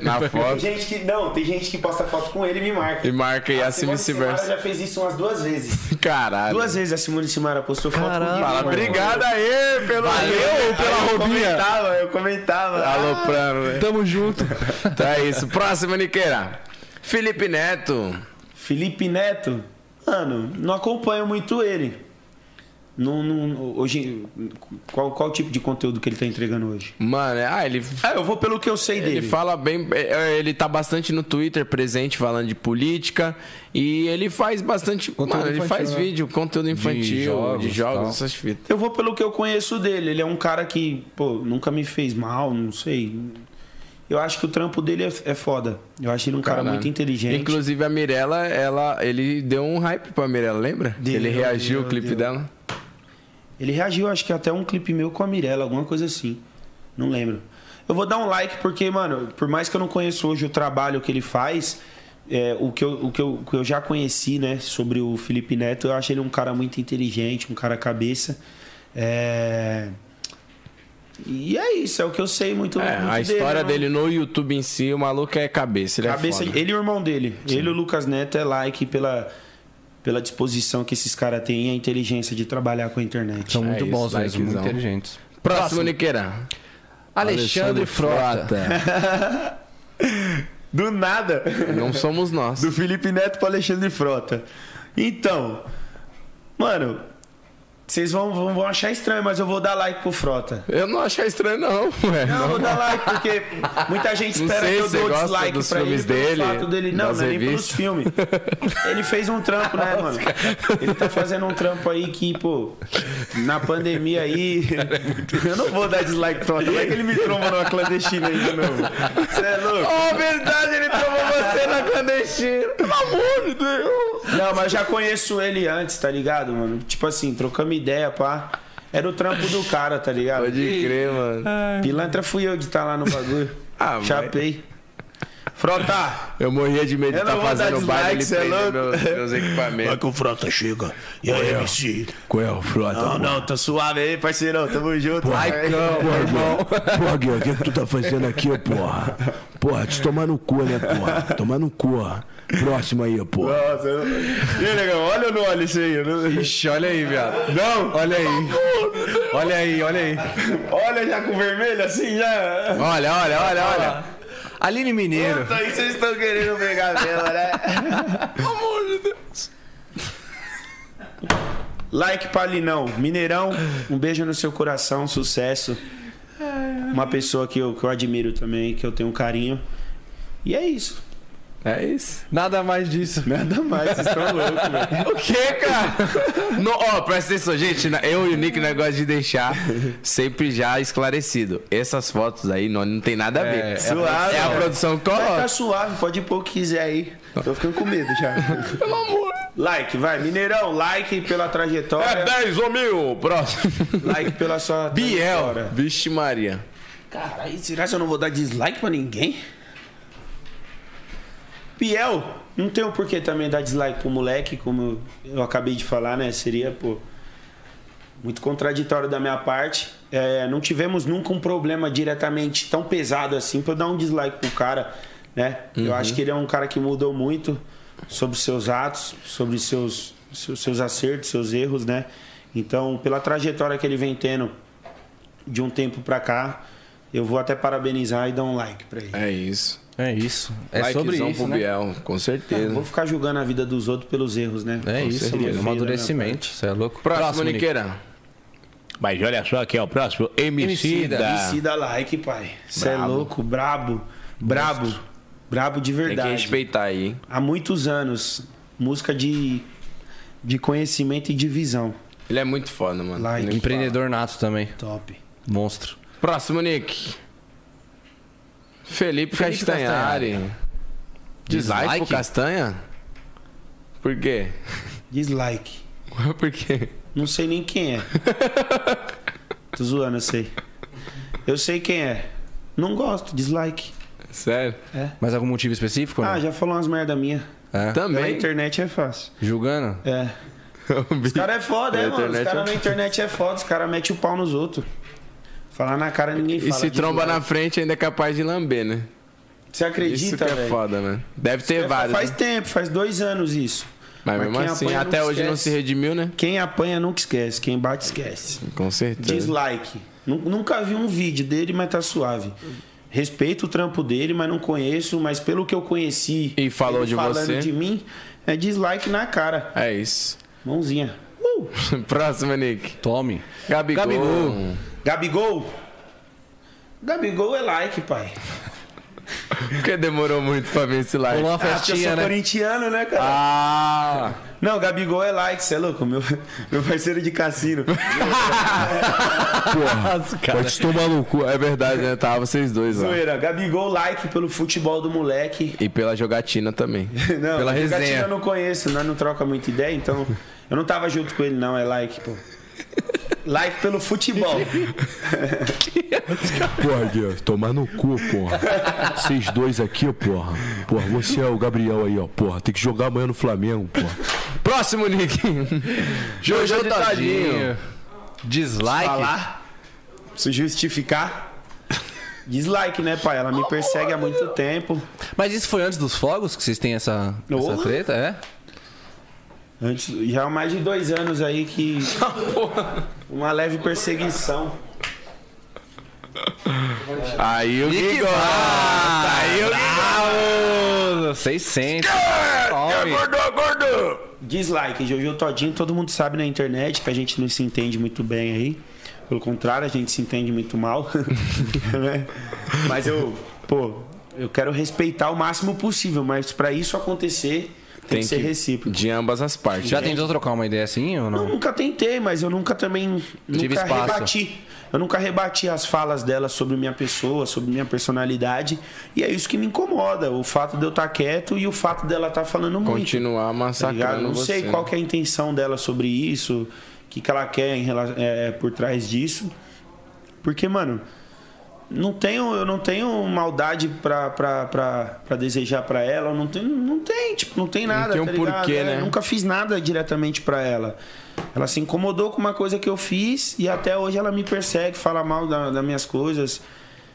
[SPEAKER 3] na
[SPEAKER 4] Tem
[SPEAKER 3] foto
[SPEAKER 4] gente que não, tem gente que posta foto com ele e me marca.
[SPEAKER 3] e marca e
[SPEAKER 4] A
[SPEAKER 3] assim
[SPEAKER 4] Simone Simara
[SPEAKER 3] vice-versa.
[SPEAKER 4] já fez isso umas duas vezes.
[SPEAKER 3] Caralho.
[SPEAKER 4] Duas vezes a Simone Simara postou foto
[SPEAKER 1] Caralho.
[SPEAKER 4] comigo.
[SPEAKER 3] Fala, obrigado aí pelo Valeu, pela
[SPEAKER 4] Eu
[SPEAKER 3] roubinha.
[SPEAKER 4] comentava, eu comentava.
[SPEAKER 3] Aloprando, velho.
[SPEAKER 1] Tamo junto.
[SPEAKER 3] Então é isso. Próximo, Niqueira. Felipe Neto.
[SPEAKER 4] Felipe Neto, mano, não acompanho muito ele. Não, não- hoje, qual, qual tipo de conteúdo que ele tá entregando hoje?
[SPEAKER 3] Mano, é- ah, ele.
[SPEAKER 4] Ah, eu vou pelo que eu sei
[SPEAKER 3] Ele
[SPEAKER 4] dele.
[SPEAKER 3] fala bem. é, Ele tá bastante no Twitter presente falando de política. E ele faz bastante.
[SPEAKER 1] Conteúdo
[SPEAKER 3] mano, ele
[SPEAKER 1] infantil,
[SPEAKER 3] faz
[SPEAKER 1] né?
[SPEAKER 3] vídeo, conteúdo infantil, de jogos,
[SPEAKER 1] jogos, tal.
[SPEAKER 3] essas fitas.
[SPEAKER 4] Eu vou pelo que eu conheço dele. Ele é um cara que, pô, nunca me fez mal, não sei. Eu acho que o trampo dele é, é foda. Eu acho ele um cara
[SPEAKER 3] Caralho.
[SPEAKER 4] muito inteligente.
[SPEAKER 3] Inclusive a Mirella, ela, ele deu um hype pra Mirella, lembra?
[SPEAKER 4] Deu,
[SPEAKER 3] ele reagiu
[SPEAKER 4] deu,
[SPEAKER 3] o clipe
[SPEAKER 4] deu.
[SPEAKER 3] dela.
[SPEAKER 4] Ele reagiu, acho que até um clipe meu com a Mirella, alguma coisa assim. Não lembro. Eu vou dar um like porque, mano, por mais que eu não conheça hoje o trabalho que ele faz, é, o, que eu, o, que eu, o que eu já conheci, né, sobre o Felipe Neto, eu acho ele um cara muito inteligente, um cara cabeça. É... E é isso, é o que eu sei muito,
[SPEAKER 3] É,
[SPEAKER 4] muito
[SPEAKER 3] a história
[SPEAKER 4] né?
[SPEAKER 3] dele no YouTube em si, o maluco é cabeça, ele
[SPEAKER 4] Cabeça-
[SPEAKER 3] é foda.
[SPEAKER 4] ele e o irmão dele. Ele e o Lucas Neto é like pela, pela disposição que esses caras têm e a inteligência de trabalhar com a internet.
[SPEAKER 1] São muito
[SPEAKER 3] É isso,
[SPEAKER 1] bons mesmo, muito
[SPEAKER 3] likezão.
[SPEAKER 1] inteligentes.
[SPEAKER 3] Próximo, Niqueira.
[SPEAKER 1] Alexandre, Frota.
[SPEAKER 4] Do nada.
[SPEAKER 3] Não somos nós.
[SPEAKER 4] Do Felipe Neto para Alexandre Frota. Então, mano, vocês vão, vão, vão achar estranho, mas eu vou dar like pro Frota.
[SPEAKER 3] Eu não achei estranho, não, ué.
[SPEAKER 4] Não, eu vou dar like, porque muita gente
[SPEAKER 3] Não
[SPEAKER 4] espera
[SPEAKER 3] sei
[SPEAKER 4] que eu
[SPEAKER 3] se você
[SPEAKER 4] dê o
[SPEAKER 3] gosta
[SPEAKER 4] dislike
[SPEAKER 3] dos
[SPEAKER 4] pra ele
[SPEAKER 3] filmes
[SPEAKER 4] pelo
[SPEAKER 3] dele,
[SPEAKER 4] fato dele. Não,
[SPEAKER 3] das
[SPEAKER 4] não é nem pelos
[SPEAKER 3] revistas.
[SPEAKER 4] filmes. Ele fez um trampo, né, mano? Ele tá fazendo um trampo aí que, pô, na pandemia aí. é Eu não vou dar dislike pro Frota. Como é que ele me tromba numa clandestina aí de novo? Você é louco?
[SPEAKER 3] Oh, verdade, ele tomou você na clandestina. Pelo amor de Deus.
[SPEAKER 4] Não, mas eu já conheço ele antes, tá ligado, mano? Tipo assim, trocamos ideia, pá. Era o trampo do cara, tá ligado?
[SPEAKER 3] Pode crer, mano.
[SPEAKER 4] Pilantra fui eu de estar lá no bagulho.
[SPEAKER 3] Ah, mas-
[SPEAKER 4] Chapei. Frota!
[SPEAKER 3] Eu morria de medo de
[SPEAKER 4] Eu
[SPEAKER 3] estar
[SPEAKER 4] não vou dar
[SPEAKER 3] fazendo
[SPEAKER 4] dislike,
[SPEAKER 3] baile e
[SPEAKER 4] cê é
[SPEAKER 3] prender
[SPEAKER 4] louco.
[SPEAKER 3] meus, meus equipamentos.
[SPEAKER 4] que o Frota chega. E aí, MC?
[SPEAKER 7] Qual é o frota?
[SPEAKER 4] Não, não, tô suave aí, parceirão. Tamo junto. Ai,
[SPEAKER 7] Porra, irmão. Porra, Gui, o que, que tu tá fazendo aqui, ô porra? Porra, te tomar no cu, né, porra? Tomar no cu. ó. Próximo aí, ô porra.
[SPEAKER 4] Nossa, eu... E aí, negão, olha ou não olha isso aí? Eu não-
[SPEAKER 1] Ixi, olha aí, viado. Não! Olha aí. Olha aí, olha aí.
[SPEAKER 4] Olha já com vermelho assim, já.
[SPEAKER 3] Olha, olha, olha, olha.
[SPEAKER 1] Aline Mineiro.
[SPEAKER 4] Puta, aí vocês estão querendo pegar mesmo, né? Like pra Linão. Mineirão, um beijo no seu coração, sucesso. Uma pessoa que eu, que eu admiro também, que eu tenho um carinho. E é isso.
[SPEAKER 3] É isso.
[SPEAKER 1] Nada mais disso.
[SPEAKER 4] Nada mais, vocês estão loucos, velho.
[SPEAKER 3] O que, cara? No- Ó, presta atenção, gente. na- Eu e o Nick, negócio de deixar sempre já esclarecido. Essas fotos aí não, não tem nada a ver.
[SPEAKER 1] É, é a
[SPEAKER 4] produção.
[SPEAKER 3] É a produção que
[SPEAKER 4] Vai tá
[SPEAKER 3] coloca.
[SPEAKER 4] suave, pode pôr o que quiser aí. Tô ficando com medo já. Pelo amor. Like, vai. Mineirão, like pela
[SPEAKER 2] É
[SPEAKER 4] trajetória.
[SPEAKER 2] 10 ou mil, próximo.
[SPEAKER 4] Like pela sua
[SPEAKER 3] Biel.
[SPEAKER 4] trajetória.
[SPEAKER 3] Vixe Maria.
[SPEAKER 4] Caralho, será que eu não vou dar dislike pra ninguém? Biel, não tem o porquê também dar dislike pro moleque, como eu acabei de falar, né? Seria, pô, muito contraditório da minha parte. É, não tivemos nunca um problema diretamente tão pesado assim pra eu dar um dislike pro cara, né? Eu acho que ele é um cara que mudou muito sobre seus atos, sobre seus, seus, seus acertos, seus erros, né? Então, pela trajetória que ele vem tendo de um tempo pra cá, eu vou até parabenizar e dar um like pra ele.
[SPEAKER 3] É isso.
[SPEAKER 1] É isso. É
[SPEAKER 3] Likezão
[SPEAKER 1] sobre isso,
[SPEAKER 3] pro
[SPEAKER 1] né?
[SPEAKER 3] Biel, com
[SPEAKER 4] Não
[SPEAKER 3] certeza.
[SPEAKER 4] vou ficar julgando a vida dos outros pelos erros, né?
[SPEAKER 1] É
[SPEAKER 4] Com
[SPEAKER 1] isso,
[SPEAKER 4] certeza.
[SPEAKER 1] mano.
[SPEAKER 4] Feio
[SPEAKER 1] Amadurecimento. Você é louco.
[SPEAKER 3] Próximo,
[SPEAKER 1] Nick.
[SPEAKER 3] Niqueira.
[SPEAKER 7] Mas olha só quem é o próximo.
[SPEAKER 1] Emicida.
[SPEAKER 4] da minha
[SPEAKER 7] Emicida.
[SPEAKER 4] parte. E se dá like, pai. Você é louco, brabo, brabo, brabo de
[SPEAKER 3] Tem que
[SPEAKER 4] verdade.
[SPEAKER 3] respeitar aí. hein?
[SPEAKER 4] Há muitos anos, música de, de conhecimento e de visão.
[SPEAKER 3] Ele é muito foda, mano.
[SPEAKER 4] Like.
[SPEAKER 3] Nem
[SPEAKER 1] Empreendedor nato também.
[SPEAKER 4] Top.
[SPEAKER 1] Monstro.
[SPEAKER 3] fala. Próximo, Nick. Felipe,
[SPEAKER 1] Felipe
[SPEAKER 3] Castanhari. Dislike,
[SPEAKER 1] Dislike?
[SPEAKER 3] pro Castanha? Por quê?
[SPEAKER 4] Dislike.
[SPEAKER 3] Por quê?
[SPEAKER 4] Não sei nem quem é. Tô zoando, eu sei. Eu sei quem é. Não gosto, dislike.
[SPEAKER 3] Sério?
[SPEAKER 1] Mas algum motivo específico?
[SPEAKER 4] Ah,
[SPEAKER 1] não?
[SPEAKER 4] já falou umas merda minha.
[SPEAKER 1] É.
[SPEAKER 4] Pela
[SPEAKER 3] Também.
[SPEAKER 4] internet é fácil.
[SPEAKER 1] Julgando?
[SPEAKER 4] É. Os caras é foda, é,
[SPEAKER 3] Pela
[SPEAKER 4] mano. Os
[SPEAKER 3] internet é
[SPEAKER 4] caras na internet é foda, os caras metem o pau nos outros. Falar na cara ninguém fala.
[SPEAKER 3] E se
[SPEAKER 4] de
[SPEAKER 3] tromba
[SPEAKER 4] boa.
[SPEAKER 3] na frente ainda é capaz de lamber, né?
[SPEAKER 4] Você acredita,
[SPEAKER 3] Isso que é
[SPEAKER 4] velho?
[SPEAKER 3] foda, né? Deve ter
[SPEAKER 4] É,
[SPEAKER 3] vários.
[SPEAKER 4] Faz
[SPEAKER 3] né?
[SPEAKER 4] tempo, faz dois anos isso.
[SPEAKER 3] Mas
[SPEAKER 4] mas
[SPEAKER 3] mesmo
[SPEAKER 4] quem
[SPEAKER 3] assim,
[SPEAKER 4] apanha não
[SPEAKER 3] até hoje não se
[SPEAKER 4] esquece.
[SPEAKER 3] redimiu, né?
[SPEAKER 4] Quem apanha nunca esquece, quem bate esquece.
[SPEAKER 3] Com certeza.
[SPEAKER 4] Dislike. Nu- Nunca vi um vídeo dele, mas tá suave. Respeito o trampo dele, mas não conheço. Mas pelo que eu conheci.
[SPEAKER 3] E falou
[SPEAKER 4] ele
[SPEAKER 3] de
[SPEAKER 4] falando
[SPEAKER 3] você?
[SPEAKER 4] de mim, é dislike na cara.
[SPEAKER 3] É isso.
[SPEAKER 4] Mãozinha. Uh!
[SPEAKER 3] Próxima, Nick.
[SPEAKER 1] Tome.
[SPEAKER 3] Gabigol.
[SPEAKER 1] Gabigol.
[SPEAKER 4] Gabigol. Gabigol é like, pai.
[SPEAKER 3] Por que demorou muito pra ver esse like?
[SPEAKER 1] Rolou uma
[SPEAKER 4] Ah, porque eu
[SPEAKER 1] festinha,
[SPEAKER 4] sou
[SPEAKER 1] né?
[SPEAKER 4] corintiano, né, cara?
[SPEAKER 3] Ah!
[SPEAKER 4] Não, Gabigol é like, você é louco? Meu, meu parceiro de cassino.
[SPEAKER 3] Pode te tomar no cu. É verdade, né? Tava vocês dois lá.
[SPEAKER 4] Zoeira. Gabigol like pelo futebol do moleque.
[SPEAKER 3] E pela jogatina também.
[SPEAKER 4] Não,
[SPEAKER 3] Pela
[SPEAKER 4] o Gatinho
[SPEAKER 3] resenha.
[SPEAKER 4] eu não conheço, nós não troca muita ideia, então. Eu não tava junto com ele, não, é like, pô. Like pelo futebol.
[SPEAKER 7] Porra, Gui, tomar no cu, porra. Vocês dois aqui, porra. Porra, você é o Gabriel aí, ó, porra. Tem que jogar amanhã no Flamengo, porra.
[SPEAKER 3] Próximo, Nick. Jojo
[SPEAKER 1] Tadinho.
[SPEAKER 3] Tadinho.
[SPEAKER 1] Dislike?
[SPEAKER 4] Falar. Se justificar. Dislike, né, pai? Ela me persegue há muito tempo.
[SPEAKER 1] Mas isso foi antes dos fogos que vocês têm essa, essa
[SPEAKER 4] Oh.
[SPEAKER 1] treta? É?
[SPEAKER 4] Antes, já há mais de dois anos aí que. Uma leve perseguição.
[SPEAKER 3] Aí o Nick gosta. Aí o
[SPEAKER 1] Bravo! Vocês sentem. Tome.
[SPEAKER 2] Gordo, gordo!
[SPEAKER 4] Dislike, Jojo Todinho, todo mundo sabe na internet que a gente não se entende muito bem aí. Pelo contrário, a gente se entende muito mal. né? Mas eu, pô, eu quero respeitar o máximo possível, mas pra isso acontecer, tem, que ser recíproco.
[SPEAKER 3] De ambas as partes.
[SPEAKER 1] Já tentou trocar uma ideia assim ou
[SPEAKER 4] Eu
[SPEAKER 1] não?
[SPEAKER 4] nunca tentei, mas eu nunca também
[SPEAKER 1] Tive
[SPEAKER 4] nunca
[SPEAKER 1] espaço.
[SPEAKER 4] rebati. Eu nunca rebati as falas dela sobre minha pessoa, sobre minha personalidade. E é isso que me incomoda, o fato de eu estar quieto e o fato dela estar falando muito.
[SPEAKER 3] Continuar
[SPEAKER 4] Tá ligado?
[SPEAKER 3] massacrando
[SPEAKER 4] Não
[SPEAKER 3] você.
[SPEAKER 4] sei qual que é a intenção dela sobre isso, o que, que ela quer em rela- é, por trás disso. Porque, mano, não tenho, eu não tenho maldade pra, pra, pra, pra desejar pra ela. eu Não tem, não tem, tipo, não tem nada.
[SPEAKER 3] tem um
[SPEAKER 4] tá ligado?
[SPEAKER 3] porquê,
[SPEAKER 4] É,
[SPEAKER 3] né?
[SPEAKER 4] eu Nunca fiz nada diretamente pra ela. Ela se incomodou com uma coisa que eu fiz e até hoje ela me persegue, fala mal da- das minhas coisas.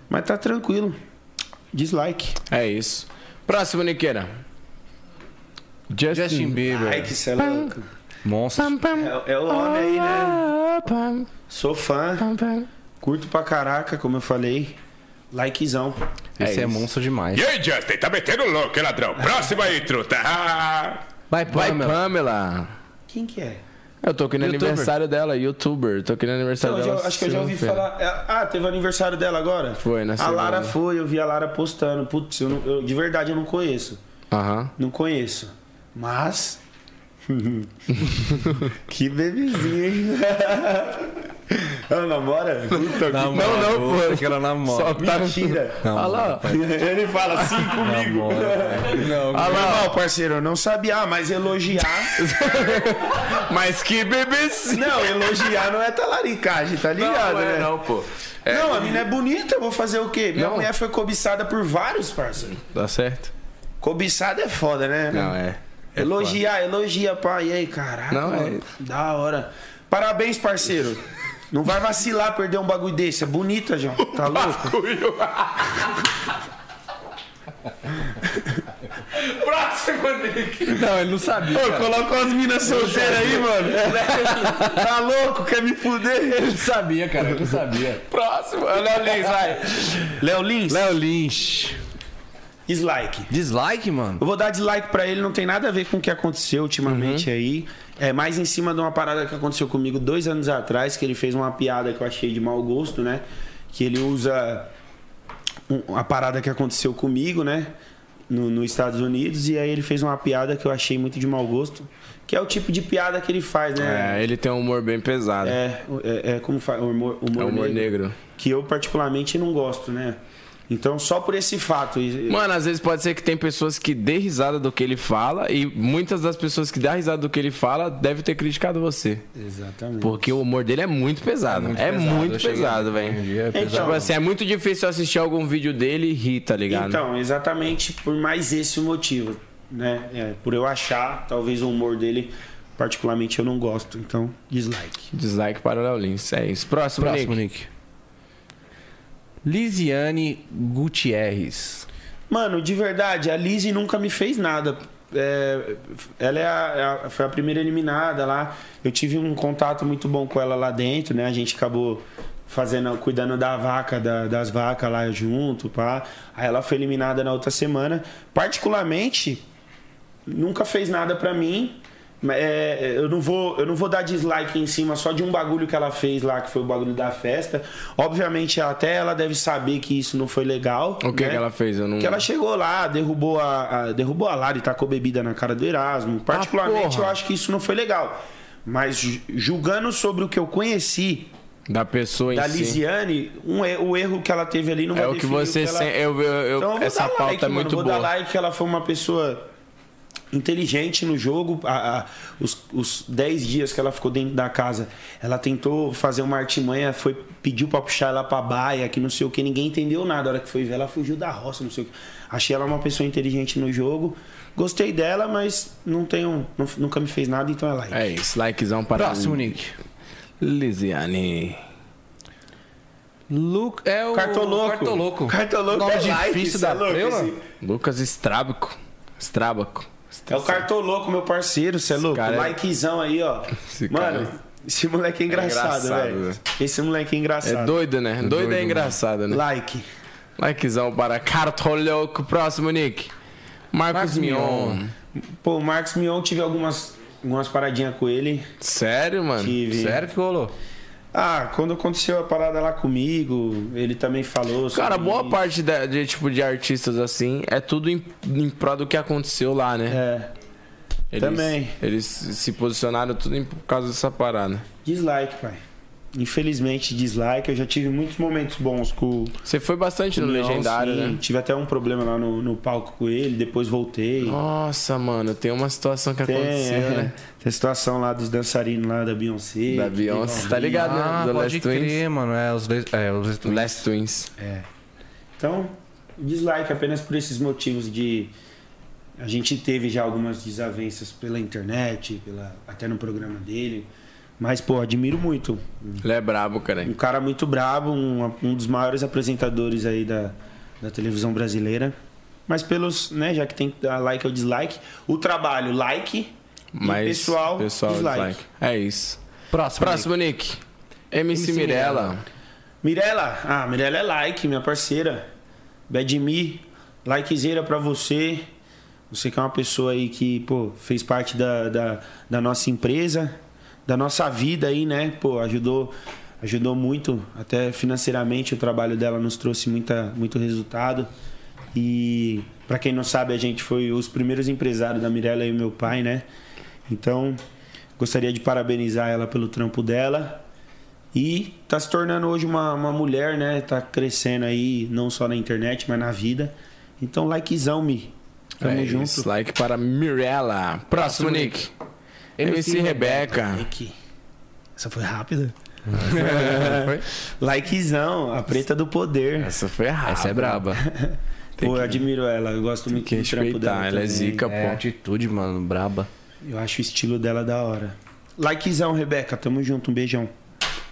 [SPEAKER 4] Mas tá tranquilo. Dislike.
[SPEAKER 3] É isso. Próximo, Niqueira. Justin,
[SPEAKER 1] Justin Bieber.
[SPEAKER 4] Ai, que cê é louco.
[SPEAKER 1] Monstro.
[SPEAKER 5] Pam, pam.
[SPEAKER 4] É, é o homem aí, né?
[SPEAKER 5] Ah, pam,
[SPEAKER 4] Sou fã.
[SPEAKER 5] pam, pam.
[SPEAKER 4] Curto pra caraca, como eu falei. Likezão.
[SPEAKER 1] Esse é,
[SPEAKER 3] isso.
[SPEAKER 1] monstro demais.
[SPEAKER 2] E aí, Justin, tá metendo louco, hein, ladrão? Próxima aí, truta. Ah.
[SPEAKER 1] Vai,
[SPEAKER 3] Vai,
[SPEAKER 1] Pamela.
[SPEAKER 3] Pamela.
[SPEAKER 4] Quem que é?
[SPEAKER 3] Eu tô aqui no
[SPEAKER 1] Youtuber.
[SPEAKER 3] aniversário dela, youtuber. Tô aqui no aniversário
[SPEAKER 4] Então, eu já-
[SPEAKER 3] dela.
[SPEAKER 4] acho que eu já ouvi
[SPEAKER 3] segunda-feira.
[SPEAKER 4] falar. é, Ah, teve o aniversário dela agora?
[SPEAKER 3] Foi, na
[SPEAKER 4] A Lara
[SPEAKER 3] segunda.
[SPEAKER 4] foi, eu vi a Lara postando. Putz, eu não- eu- de verdade eu não conheço.
[SPEAKER 3] Aham.
[SPEAKER 4] Não conheço. Mas. que bebezinho, hein? Ela namora? Puta
[SPEAKER 1] Não, é
[SPEAKER 3] Não, não, pô.
[SPEAKER 1] Que ela namora.
[SPEAKER 3] Só tá...
[SPEAKER 4] Mentira.
[SPEAKER 3] Olha lá.
[SPEAKER 4] Ele fala assim
[SPEAKER 3] Tá
[SPEAKER 4] comigo.
[SPEAKER 1] Não,
[SPEAKER 4] Ah, não, parceiro, eu não sabia, mas elogiar.
[SPEAKER 3] Mas que bebezinho.
[SPEAKER 4] Não, elogiar não é talaricagem, tá ligado?
[SPEAKER 3] é,
[SPEAKER 4] né?
[SPEAKER 3] pô.
[SPEAKER 4] Não, a mina é bonita, eu vou fazer o quê? Minha
[SPEAKER 3] Não.
[SPEAKER 4] mulher foi cobiçada por vários, parceiros.
[SPEAKER 3] Tá certo?
[SPEAKER 4] Cobiçada é foda, né?
[SPEAKER 3] Não, é. é
[SPEAKER 4] elogiar, elogia, pai. E aí, caraca,
[SPEAKER 3] Não, é-
[SPEAKER 4] mano, da hora. Parabéns, parceiro. Não vai vacilar perder um bagulho desse. É bonita, João. Tá louco?
[SPEAKER 1] não, ele não sabia.
[SPEAKER 4] Colocou as minas solteiras aí, mano. tá louco? Quer me fuder?
[SPEAKER 1] Ele sabia, cara. Ele não sabia.
[SPEAKER 3] Próximo. Léo Lins, vai.
[SPEAKER 4] Léo Lins,
[SPEAKER 1] Léo Lynch.
[SPEAKER 4] dislike.
[SPEAKER 1] Dislike, mano.
[SPEAKER 4] Eu vou dar dislike pra ele, não tem nada a ver com o que aconteceu ultimamente aí. É mais em cima de uma parada que aconteceu comigo dois anos atrás, que ele fez uma piada que eu achei de mau gosto, né? Que ele usa um- a parada que aconteceu comigo, né? No, nos Estados Unidos, e aí ele fez uma piada que eu achei muito de mau gosto, que é o tipo de piada que ele faz, né?
[SPEAKER 3] É, ele tem um humor bem pesado.
[SPEAKER 4] É,
[SPEAKER 3] É,
[SPEAKER 4] é- é como faz, humor, humor,
[SPEAKER 3] humor negro.
[SPEAKER 4] Que eu particularmente não gosto, né? Então, só por esse fato. e-
[SPEAKER 3] Mano, às vezes pode ser que tem pessoas que dê risada do que ele fala e muitas das pessoas que dá risada do que ele fala devem ter criticado você.
[SPEAKER 4] Exatamente.
[SPEAKER 3] Porque o humor dele é muito pesado. É
[SPEAKER 1] pesado,
[SPEAKER 3] muito
[SPEAKER 1] eu cheguei
[SPEAKER 3] pesado, velho.
[SPEAKER 1] É
[SPEAKER 4] pesado.
[SPEAKER 3] Tipo assim, é muito difícil assistir algum vídeo dele e rir, tá ligado?
[SPEAKER 4] Então, exatamente por mais esse motivo. né? É, por eu achar, talvez o humor dele, particularmente, eu não gosto. Então, dislike.
[SPEAKER 3] Dislike para o Léo Lins. É isso. Próximo,
[SPEAKER 1] Próximo,
[SPEAKER 3] Nick.
[SPEAKER 1] Nick. Lisiane Gutierrez.
[SPEAKER 4] Mano, de verdade, a Lizzie nunca me fez nada. É, ela é a- é a- foi a primeira eliminada lá. Eu tive um contato muito bom com ela lá dentro, né? A gente acabou fazendo, cuidando da vaca, da- das vacas lá junto, pá. Aí ela foi eliminada na outra semana. Particularmente, nunca fez nada pra mim. Mas, é, eu, não vou, eu não vou dar dislike em cima só de um bagulho que ela fez lá, que foi o bagulho da festa. Obviamente, ela- até ela deve saber que isso não foi legal.
[SPEAKER 3] O que, é
[SPEAKER 4] né?
[SPEAKER 3] que ela fez? Eu não...
[SPEAKER 4] Que ela chegou lá, derrubou a, a- derrubou a Lara e tacou bebida na cara do Erasmo. Particularmente,
[SPEAKER 3] Ah, porra.
[SPEAKER 4] eu acho que isso não foi legal. Mas ju- julgando sobre o que eu conheci
[SPEAKER 3] Da pessoa em
[SPEAKER 4] da
[SPEAKER 3] si.
[SPEAKER 4] Lisiane, um er- o erro que ela teve ali não
[SPEAKER 3] É
[SPEAKER 4] vai
[SPEAKER 3] o que
[SPEAKER 4] definir
[SPEAKER 3] você
[SPEAKER 4] ela-
[SPEAKER 3] sente. Eu, eu- eu-
[SPEAKER 4] Então, eu vou
[SPEAKER 3] essa
[SPEAKER 4] dar
[SPEAKER 3] pauta
[SPEAKER 4] like,
[SPEAKER 3] é
[SPEAKER 4] mano.
[SPEAKER 3] muito
[SPEAKER 4] vou
[SPEAKER 3] boa.
[SPEAKER 4] dar like, ela foi uma pessoa inteligente no jogo. A- a- os, os 10 dias que ela ficou dentro da casa, ela tentou fazer uma artimanha, foi pediu pra puxar ela pra baia, que não sei o que, ninguém entendeu nada. A hora que foi ver, ela fugiu da roça, não sei o que. Achei ela uma pessoa inteligente no jogo. Gostei dela, mas não tenho, nu- nunca me fez nada, então é like.
[SPEAKER 3] É isso. Likezão para
[SPEAKER 1] Próximo, Nick.
[SPEAKER 3] Lisiane.
[SPEAKER 1] Lu... É o
[SPEAKER 4] Cartoloco.
[SPEAKER 1] Cartoloco.
[SPEAKER 4] Cartoloco
[SPEAKER 1] Nome
[SPEAKER 4] é like,
[SPEAKER 1] difícil
[SPEAKER 4] cê é
[SPEAKER 1] da
[SPEAKER 4] louco,
[SPEAKER 1] trela.
[SPEAKER 4] esse-
[SPEAKER 3] Lucas Estrábico. Estrábico.
[SPEAKER 4] É o cartoloco, meu parceiro, você é louco?
[SPEAKER 3] cara é-
[SPEAKER 4] Likezão aí, ó.
[SPEAKER 3] Esse cara
[SPEAKER 4] Mano,
[SPEAKER 3] é-
[SPEAKER 4] esse moleque é engraçado,
[SPEAKER 3] engraçado,
[SPEAKER 4] velho.
[SPEAKER 3] velho.
[SPEAKER 4] Esse moleque é
[SPEAKER 3] É
[SPEAKER 4] engraçado.
[SPEAKER 3] doido, né? Doido,
[SPEAKER 1] doido,
[SPEAKER 3] é
[SPEAKER 1] mano.
[SPEAKER 3] engraçado, né?
[SPEAKER 4] Like.
[SPEAKER 3] Likezão para Cartoloco. Próximo, Nick. Marcos,
[SPEAKER 1] Marcos
[SPEAKER 3] Mion.
[SPEAKER 1] Mion.
[SPEAKER 4] Pô, o Marcos Mion, tive algumas, algumas paradinhas com ele.
[SPEAKER 3] Ah, Sério, mano?
[SPEAKER 4] Tive.
[SPEAKER 1] Sério que rolou?
[SPEAKER 4] Ah, quando aconteceu a parada lá comigo, ele também falou. sobre
[SPEAKER 3] Cara, boa
[SPEAKER 4] isso.
[SPEAKER 3] parte da- de, tipo, de artistas assim é tudo em, em prol do que aconteceu lá, né?
[SPEAKER 4] É,
[SPEAKER 3] Eles-
[SPEAKER 4] também.
[SPEAKER 3] Eles se posicionaram tudo em, por causa dessa parada.
[SPEAKER 4] dislike, pai. Infelizmente, dislike. Eu já tive muitos momentos bons com,
[SPEAKER 3] Você foi bastante
[SPEAKER 4] com o
[SPEAKER 3] no
[SPEAKER 4] Mion,
[SPEAKER 3] Legendário,
[SPEAKER 4] sim.
[SPEAKER 3] né?
[SPEAKER 4] Tive até um problema lá no, no palco com ele, depois voltei.
[SPEAKER 3] Nossa, mano, tem uma situação que
[SPEAKER 4] Tem,
[SPEAKER 3] aconteceu,
[SPEAKER 4] é,
[SPEAKER 3] né?
[SPEAKER 4] tem a situação lá dos dançarinos lá da Beyoncé.
[SPEAKER 3] Da
[SPEAKER 4] que
[SPEAKER 3] Beyoncé,
[SPEAKER 4] teve um
[SPEAKER 3] tá ligado,
[SPEAKER 1] Ah,
[SPEAKER 3] né? Do
[SPEAKER 1] pode
[SPEAKER 3] Last
[SPEAKER 1] crer,
[SPEAKER 3] Twins.
[SPEAKER 1] mano. É, os... Les- É, os... Les Twins.
[SPEAKER 3] Last Twins.
[SPEAKER 4] Então, dislike apenas por esses motivos de a gente teve já algumas desavenças pela internet, pela até no programa dele, mas pô, admiro muito.
[SPEAKER 3] Ele é brabo, cara.
[SPEAKER 4] Um cara muito brabo, um, um dos maiores apresentadores aí da, da televisão brasileira. Mas pelos, né, já que tem que dar like ou dislike, o trabalho like
[SPEAKER 3] Mas,
[SPEAKER 4] e pessoal, dislike.
[SPEAKER 3] É isso.
[SPEAKER 1] Próximo,
[SPEAKER 3] Próximo, Nick. MC,
[SPEAKER 1] MC
[SPEAKER 3] Mirella.
[SPEAKER 1] Mirella.
[SPEAKER 4] Mirela, ah, Mirela é like, minha parceira. Badmi, likezeira pra você. Você que é uma pessoa aí que, pô, fez parte da, da, da nossa empresa, da nossa vida aí, né? Pô, ajudou, ajudou muito, até financeiramente o trabalho dela nos trouxe muita, muito resultado. E pra quem não sabe, a gente foi os primeiros empresários da Mirela e o meu pai, né? Então, gostaria de parabenizar ela pelo trampo dela. E tá se tornando hoje uma, uma mulher, né? Tá crescendo aí, não só na internet, mas na vida. Então, likezão, Mi. Tamo
[SPEAKER 3] é
[SPEAKER 4] junto.
[SPEAKER 3] Isso. Like para Mirella. Próximo, Nick. MC, Rebeca.
[SPEAKER 4] Aqui. é Essa foi rápida? Likezão, a preta do poder.
[SPEAKER 3] Essa foi errada.
[SPEAKER 1] Essa é braba.
[SPEAKER 4] Pô, eu admiro ela, eu gosto muito
[SPEAKER 3] que
[SPEAKER 4] do trampo
[SPEAKER 3] respeitar,
[SPEAKER 4] dela.
[SPEAKER 3] ela é
[SPEAKER 4] também.
[SPEAKER 3] zica.
[SPEAKER 1] É, atitude, mano. Braba.
[SPEAKER 4] Eu acho o estilo dela da hora. Likezão, Rebeca, tamo junto, um beijão.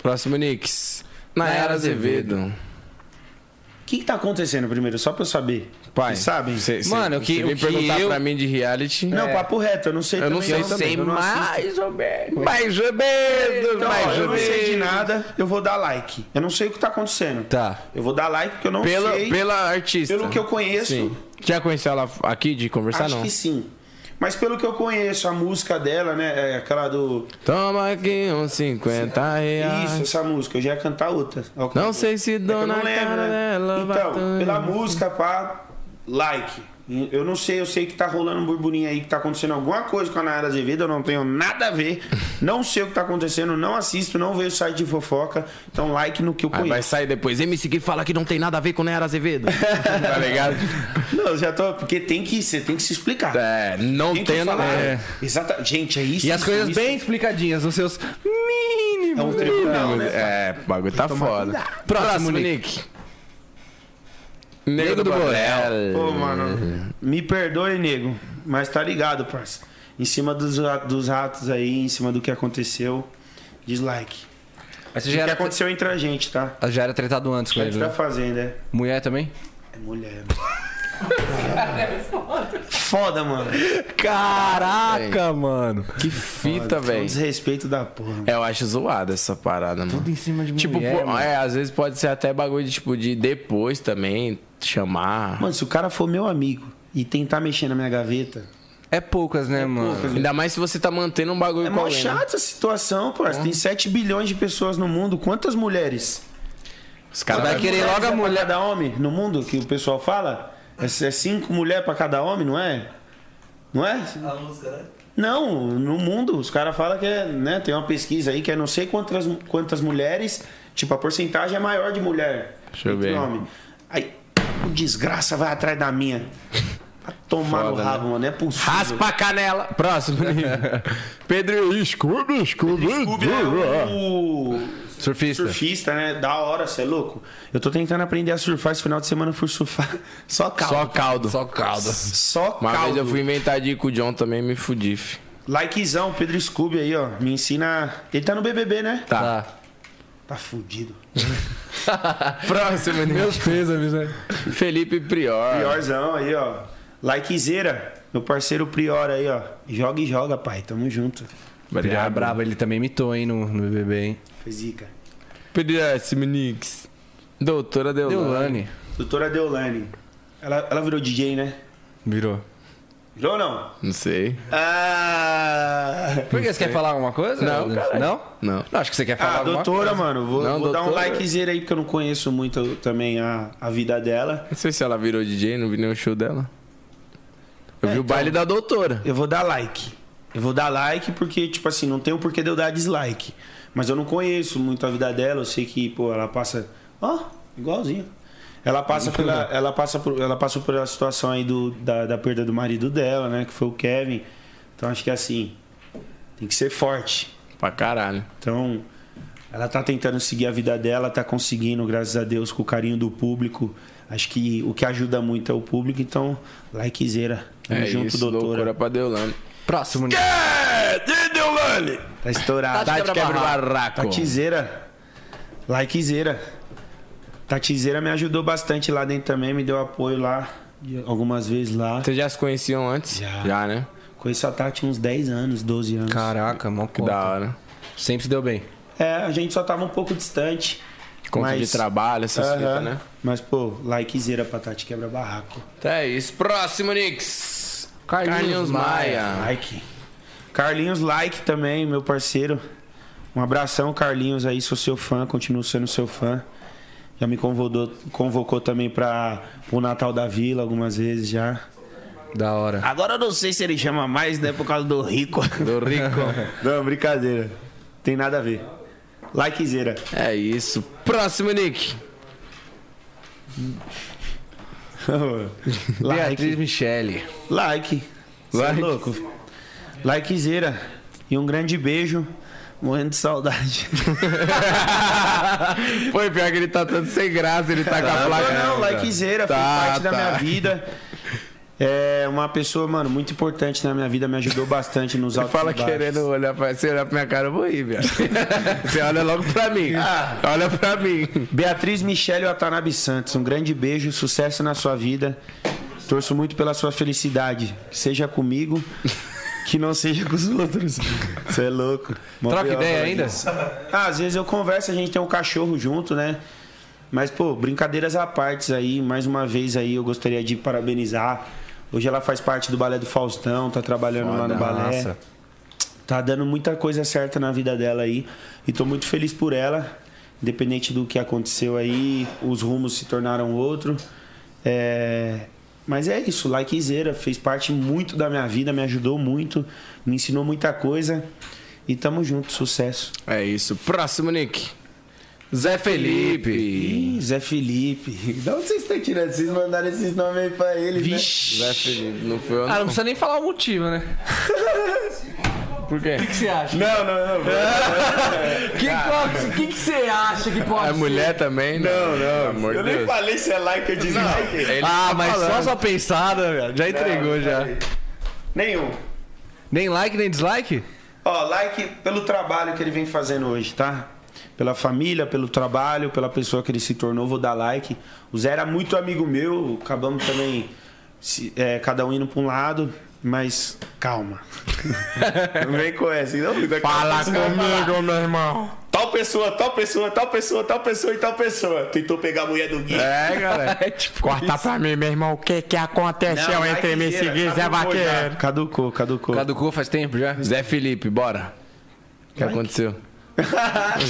[SPEAKER 3] Próximo, Nix. Nayara
[SPEAKER 1] Nayara
[SPEAKER 3] Azevedo.
[SPEAKER 4] O que, que tá acontecendo primeiro? Só pra eu saber.
[SPEAKER 3] Pai,
[SPEAKER 4] Vocês sabem?
[SPEAKER 3] Cê, cê,
[SPEAKER 1] Mano, o que-
[SPEAKER 3] cê vem
[SPEAKER 1] o que
[SPEAKER 3] perguntar
[SPEAKER 1] eu-
[SPEAKER 3] pra mim de reality.
[SPEAKER 4] Não, papo reto, eu não sei
[SPEAKER 3] eu não
[SPEAKER 4] também,
[SPEAKER 3] sei,
[SPEAKER 4] também,
[SPEAKER 3] sei
[SPEAKER 4] eu não assisto.
[SPEAKER 3] mais ou menos. Mais ou menos,
[SPEAKER 4] Então, ó,
[SPEAKER 3] mais
[SPEAKER 4] eu
[SPEAKER 3] ou
[SPEAKER 4] não sei de
[SPEAKER 3] menos.
[SPEAKER 4] nada, eu vou dar like. Eu não sei o que tá acontecendo.
[SPEAKER 1] Tá.
[SPEAKER 4] Eu vou dar like porque eu não
[SPEAKER 3] Pela,
[SPEAKER 4] sei.
[SPEAKER 3] pela artista.
[SPEAKER 4] Pelo que eu conheço.
[SPEAKER 3] Sim. Já conheceu ela aqui de conversar,
[SPEAKER 4] Acho
[SPEAKER 3] Tá, não?
[SPEAKER 4] que sim. Mas pelo que eu conheço, a música dela, né? É aquela do.
[SPEAKER 3] Toma aqui uns 50 reais.
[SPEAKER 4] Isso, essa música. Eu já ia cantar outra. Ó,
[SPEAKER 3] Não sei se
[SPEAKER 4] É que eu
[SPEAKER 3] dona
[SPEAKER 4] não lembro, né?
[SPEAKER 3] Carmela
[SPEAKER 4] Então,
[SPEAKER 3] bateu-
[SPEAKER 4] pela música, pá, like. Eu não sei, eu sei que tá rolando um burburinho aí, que tá acontecendo alguma coisa com a Nayara Azevedo, eu não tenho nada a ver, não sei o que tá acontecendo, não assisto, não vejo site de fofoca, então like no que eu
[SPEAKER 3] Aí vai
[SPEAKER 4] conheço.
[SPEAKER 3] sair depois. MC que fala que não tem nada a ver com Nayara Azevedo. tá ligado?
[SPEAKER 4] Não, eu já tô, porque tem que, você tem que se explicar.
[SPEAKER 3] É, né? não
[SPEAKER 4] Tem que
[SPEAKER 3] tem nada
[SPEAKER 4] falar.
[SPEAKER 3] a ver.
[SPEAKER 4] É. Exata, gente, é isso.
[SPEAKER 1] E as
[SPEAKER 4] isso,
[SPEAKER 1] coisas
[SPEAKER 4] isso.
[SPEAKER 1] bem explicadinhas, os seus
[SPEAKER 4] É um
[SPEAKER 1] mínimos.
[SPEAKER 4] tribunal, né?
[SPEAKER 3] É, o bagulho tá foda. Próximo, Nick. Nego do
[SPEAKER 1] do
[SPEAKER 3] Borel. É.
[SPEAKER 4] Pô, mano, me perdoe, nego. Mas tá ligado, parça. Em cima dos, ra- dos ratos aí, em cima do que aconteceu, dislike.
[SPEAKER 1] Mas você
[SPEAKER 4] O que
[SPEAKER 1] já era,
[SPEAKER 4] aconteceu entre a gente, tá?
[SPEAKER 1] já era tretado antes com
[SPEAKER 4] A gente
[SPEAKER 1] ele,
[SPEAKER 4] tá
[SPEAKER 1] né?
[SPEAKER 4] fazendo, é.
[SPEAKER 1] Mulher também?
[SPEAKER 4] É mulher, mano. Foda, mano.
[SPEAKER 1] Caraca, mano.
[SPEAKER 3] Que fita,
[SPEAKER 4] É um
[SPEAKER 3] velho.
[SPEAKER 4] desrespeito da porra. mano.
[SPEAKER 3] É, Eu acho zoada essa parada, mano.
[SPEAKER 1] Tudo em cima de
[SPEAKER 3] Tipo,
[SPEAKER 1] mulher,
[SPEAKER 3] pô,
[SPEAKER 1] mano.
[SPEAKER 3] é, às vezes pode ser até bagulho de, tipo, de depois também chamar.
[SPEAKER 4] Mano, se o cara for meu amigo e tentar mexer na minha gaveta,
[SPEAKER 1] É poucas, né, mano?
[SPEAKER 3] Ainda mais se você tá mantendo um bagulho
[SPEAKER 4] É
[SPEAKER 3] com
[SPEAKER 4] mó
[SPEAKER 3] alguém. né?
[SPEAKER 4] chata essa situação, parça. Tem 7 bilhões de pessoas no mundo. Quantas mulheres?
[SPEAKER 3] Os caras
[SPEAKER 1] Vai
[SPEAKER 3] vai-
[SPEAKER 1] querer logo a
[SPEAKER 4] pra
[SPEAKER 1] mulher.
[SPEAKER 4] cada homem no mundo, que o pessoal fala? É 5 mulheres pra cada homem, não é? Não é?
[SPEAKER 6] A música, né?
[SPEAKER 4] Não, no mundo, os caras falam que é, né? Tem uma pesquisa aí que é não sei quantas, quantas mulheres, tipo, a porcentagem é maior de mulher.
[SPEAKER 3] Deixa eu
[SPEAKER 4] entre
[SPEAKER 3] ver.
[SPEAKER 4] Homem. Aí, o desgraça vai atrás da minha. Pra tomar no
[SPEAKER 1] né?
[SPEAKER 4] rabo, mano. É possível.
[SPEAKER 3] Raspa a canela. Próximo nível. Pedro Isco.
[SPEAKER 2] Tudo escuro.
[SPEAKER 4] Scooby é o.
[SPEAKER 1] né? Surfista.
[SPEAKER 4] Surfista, né? Da hora, você é louco? Eu tô tentando aprender a surfar. Esse final de semana eu fui surfar. Só caldo.
[SPEAKER 3] Só
[SPEAKER 4] Só,
[SPEAKER 3] caldo.
[SPEAKER 1] Só calda.
[SPEAKER 3] Uma
[SPEAKER 4] caldo.
[SPEAKER 3] vez eu fui inventar de ir com o John também me fudi. fi.
[SPEAKER 4] Likezão, Pedro Scooby aí, ó. Me ensina. Ele tá no BBB, né?
[SPEAKER 3] Tá.
[SPEAKER 4] Tá fudido.
[SPEAKER 3] Próximo nível.
[SPEAKER 1] Meus pêsames, né?
[SPEAKER 3] Felipe Prior.
[SPEAKER 4] Priorzão aí, ó. Likezeira. Meu parceiro Prior aí, ó. Joga e joga, pai. Tamo junto.
[SPEAKER 1] Ele era brabo, ele também imitou, hein, no, no BBB, hein?
[SPEAKER 4] Foi zica.
[SPEAKER 3] Próximo Nix. Doutora Deolane.
[SPEAKER 1] Deolane.
[SPEAKER 4] Doutora Deolane. Ela, ela virou DJ, né?
[SPEAKER 1] Virou.
[SPEAKER 4] Virou ou não?
[SPEAKER 3] Não sei.
[SPEAKER 4] É. Ah!
[SPEAKER 1] Por que você quer falar alguma coisa?
[SPEAKER 3] Não, caralho.
[SPEAKER 1] Não?
[SPEAKER 3] Não.
[SPEAKER 1] Não, acho que você quer falar
[SPEAKER 4] Ah,
[SPEAKER 1] alguma
[SPEAKER 4] doutora, mano, vou,
[SPEAKER 3] Não,
[SPEAKER 4] vou dar um
[SPEAKER 3] doutora.
[SPEAKER 4] likezinho aí, porque eu não conheço muito também a, a vida dela.
[SPEAKER 3] Não sei se ela virou DJ, não vi nenhum show dela. Eu vi o baile da doutora.
[SPEAKER 4] Eu vou dar like. Eu vou dar like porque, tipo assim, não tem o porquê de eu dar dislike. Mas eu não conheço muito a vida dela, eu sei que, pô, ela passa. Ó, igualzinho. Ela passa pela. Ela passa por. Ela passou pela situação aí do, da, da perda do marido dela, né? Que foi o Kevin. Então acho que assim. Tem que ser forte.
[SPEAKER 3] Pra caralho.
[SPEAKER 4] Então, ela tá tentando seguir a vida dela, tá conseguindo, graças a Deus, com o carinho do público. Acho que o que ajuda muito é o público, então, likezeira. Tamo
[SPEAKER 3] É
[SPEAKER 4] junto,
[SPEAKER 3] isso,
[SPEAKER 4] doutora.
[SPEAKER 3] loucura pra Deolane.
[SPEAKER 1] coisa? Próximo, né?
[SPEAKER 4] Tá estourada.
[SPEAKER 3] Tati quebra o barraco.
[SPEAKER 4] Tatizeira. Likezeira. Tatizeira me ajudou bastante lá dentro também, me deu apoio lá algumas vezes lá.
[SPEAKER 3] Vocês já se conheciam antes?
[SPEAKER 4] Já.
[SPEAKER 3] Já, né?
[SPEAKER 4] Conheço a Tati uns 10 anos, 12 anos.
[SPEAKER 1] Caraca, mó
[SPEAKER 3] Que da hora.
[SPEAKER 1] Sempre se deu bem.
[SPEAKER 4] É, a gente só tava um pouco distante.
[SPEAKER 3] Conta de
[SPEAKER 4] Mas-
[SPEAKER 3] trabalho, essas
[SPEAKER 4] Aham.
[SPEAKER 3] fitas, né?
[SPEAKER 4] Mas, pô, likezeira pra Tati quebra barraco.
[SPEAKER 3] Então é isso. Próximo, Nix.
[SPEAKER 1] Carlinhos
[SPEAKER 3] Maia.
[SPEAKER 4] Like. Carlinhos Like também, meu parceiro. Um abração, Carlinhos aí, sou seu fã, continuo sendo seu fã. Já me convocou, convocou também para o Natal da Vila algumas vezes já.
[SPEAKER 1] Da hora.
[SPEAKER 4] Agora eu não sei se ele chama mais, né, por causa do Rico.
[SPEAKER 3] Do Rico.
[SPEAKER 4] não, brincadeira. Tem nada a ver. Likezeira.
[SPEAKER 3] É isso. Próximo, Nick.
[SPEAKER 1] Beatriz Michele.
[SPEAKER 4] Like. Cê é
[SPEAKER 3] Like.
[SPEAKER 4] louco. Likezera. E um grande beijo. Morrendo de saudade.
[SPEAKER 3] Foi pior que ele tá tanto sem graça, ele tá com a placa.
[SPEAKER 4] Não, não, likezeira,
[SPEAKER 3] Tá,
[SPEAKER 4] fez parte da
[SPEAKER 3] tá.
[SPEAKER 4] minha vida. É uma pessoa, mano, muito importante na minha vida, me ajudou bastante nos
[SPEAKER 3] Você
[SPEAKER 4] altos
[SPEAKER 3] fala
[SPEAKER 4] e baixos.
[SPEAKER 3] querendo olhar pra, você olhar pra minha cara, eu vou ir, viado. Você olha logo pra mim. Olha pra mim.
[SPEAKER 4] Beatriz Michele Watanabe Santos, um grande beijo, sucesso na sua vida. Torço muito pela sua felicidade, que seja comigo, que não seja com os outros. Você é louco. Mó
[SPEAKER 1] Troca
[SPEAKER 4] pior
[SPEAKER 1] ideia
[SPEAKER 4] falar
[SPEAKER 1] ainda?
[SPEAKER 4] disso. Ah, às vezes eu converso, a gente tem um cachorro junto, né? Mas, pô, brincadeiras à parte aí, mais uma vez aí eu gostaria de parabenizar. Hoje ela faz parte do Balé do Faustão, tá trabalhando lá no balé.
[SPEAKER 1] Massa.
[SPEAKER 4] Tá dando muita coisa certa na vida dela aí. E tô muito feliz por ela. Independente do que aconteceu aí, os rumos se tornaram outro. É, Mas é isso, likezeira fez parte muito da minha vida, me ajudou muito, me ensinou muita coisa. E tamo junto, sucesso.
[SPEAKER 3] É isso. Próximo, Nick. Zé Felipe.
[SPEAKER 4] Ih, Zé Felipe. Da onde vocês estão tirando? Vocês mandaram esses nomes aí pra ele, né?
[SPEAKER 1] Vixe.
[SPEAKER 3] Zé Felipe, não foi eu
[SPEAKER 1] Ah, não
[SPEAKER 3] não.
[SPEAKER 1] precisa nem falar o motivo, né?
[SPEAKER 3] Por quê?
[SPEAKER 4] né? Não, não, não.
[SPEAKER 8] Quem
[SPEAKER 3] Ah.
[SPEAKER 8] pode- quem que você acha que pode
[SPEAKER 3] É mulher também? Não, não. Amor de Deus.
[SPEAKER 4] falei se é like ou dislike.
[SPEAKER 3] Ele
[SPEAKER 1] ah,
[SPEAKER 3] tá
[SPEAKER 1] mas
[SPEAKER 3] falando.
[SPEAKER 1] só só pensada, velho. Já entregou já.
[SPEAKER 4] Nenhum.
[SPEAKER 1] Nem like, nem dislike?
[SPEAKER 4] Ó, like pelo trabalho que ele vem fazendo hoje, tá? Pela família, pelo trabalho, pela pessoa que ele se tornou, vou dar like. O Zé era muito amigo meu, acabamos também se- é, cada um indo pra um lado, mas calma. não vem com essa. então, Não,
[SPEAKER 2] Fala comigo, meu irmão.
[SPEAKER 4] Tal pessoa, tal pessoa, tal pessoa, tal pessoa e tal pessoa. Tentou pegar a mulher do Gui.
[SPEAKER 2] É, galera.
[SPEAKER 3] tipo
[SPEAKER 2] Corta pra mim, meu irmão. O que que aconteceu entre mim e seguir Zé Vaqueiro?
[SPEAKER 4] Caducou, caducou.
[SPEAKER 1] Caducou Tá faz tempo já?
[SPEAKER 3] Zé Felipe, bora. O que aconteceu?
[SPEAKER 1] É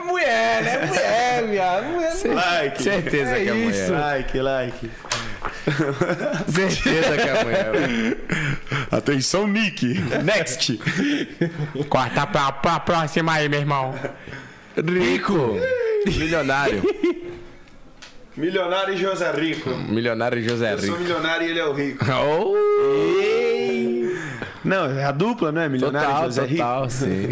[SPEAKER 1] mulher, né? Mulher, viado.
[SPEAKER 4] Like.
[SPEAKER 3] Certeza que é mulher.
[SPEAKER 4] Like, like.
[SPEAKER 3] Certeza que é mulher. velho.
[SPEAKER 2] Atenção, Nick.
[SPEAKER 4] Next.
[SPEAKER 2] Corta pra, pra próxima aí, meu irmão.
[SPEAKER 3] Rico! Milionário.
[SPEAKER 4] Milionário e José Rico.
[SPEAKER 3] Milionário José
[SPEAKER 4] Eu sou
[SPEAKER 3] Rico.
[SPEAKER 4] milionário e ele é o rico.
[SPEAKER 3] Oh,
[SPEAKER 4] Não, é a dupla, não é? Milionário e
[SPEAKER 3] Oh, total,
[SPEAKER 4] José Rico.
[SPEAKER 3] total, sim.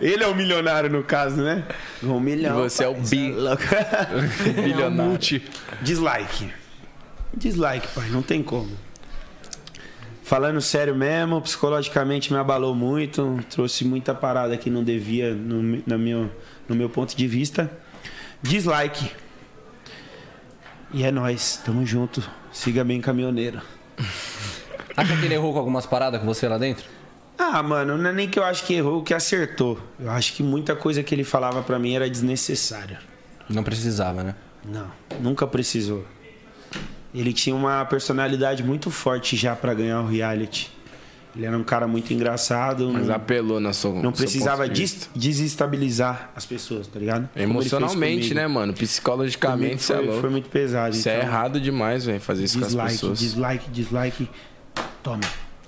[SPEAKER 4] Ele é o milionário no caso, né? Um milhão.
[SPEAKER 3] Você é Um o bi. Milionário.
[SPEAKER 4] Dislike. Dislike, pai, não tem como. Falando sério mesmo, psicologicamente me abalou muito, trouxe muita parada que não devia no, mi- na meu, no meu ponto de vista. Dislike. E é nóis, tamo junto. Siga bem caminhoneiro.
[SPEAKER 1] Acha que ele errou com algumas paradas com você lá dentro?
[SPEAKER 4] Ah, mano, não é nem que eu acho que errou, que acertou. Eu acho que muita coisa que ele falava pra mim era desnecessária.
[SPEAKER 1] Não precisava, né?
[SPEAKER 4] Não, nunca precisou. Ele tinha uma personalidade muito forte já pra ganhar o reality. Ele era um cara muito engraçado.
[SPEAKER 3] Mas
[SPEAKER 4] não,
[SPEAKER 3] apelou na sua.
[SPEAKER 4] não
[SPEAKER 3] seu
[SPEAKER 4] precisava
[SPEAKER 3] ponto de
[SPEAKER 4] des- desestabilizar as pessoas, tá ligado? Como ele fez
[SPEAKER 3] Emocionalmente,
[SPEAKER 4] comigo.
[SPEAKER 3] né, mano?
[SPEAKER 4] Comigo
[SPEAKER 3] Psicologicamente, você é
[SPEAKER 4] Foi,
[SPEAKER 3] louco.
[SPEAKER 4] foi muito pesado.
[SPEAKER 3] Isso é
[SPEAKER 4] então,
[SPEAKER 3] errado demais, velho, fazer isso com as
[SPEAKER 4] Dislike,
[SPEAKER 3] pessoas.
[SPEAKER 4] dislike, dislike. Toma.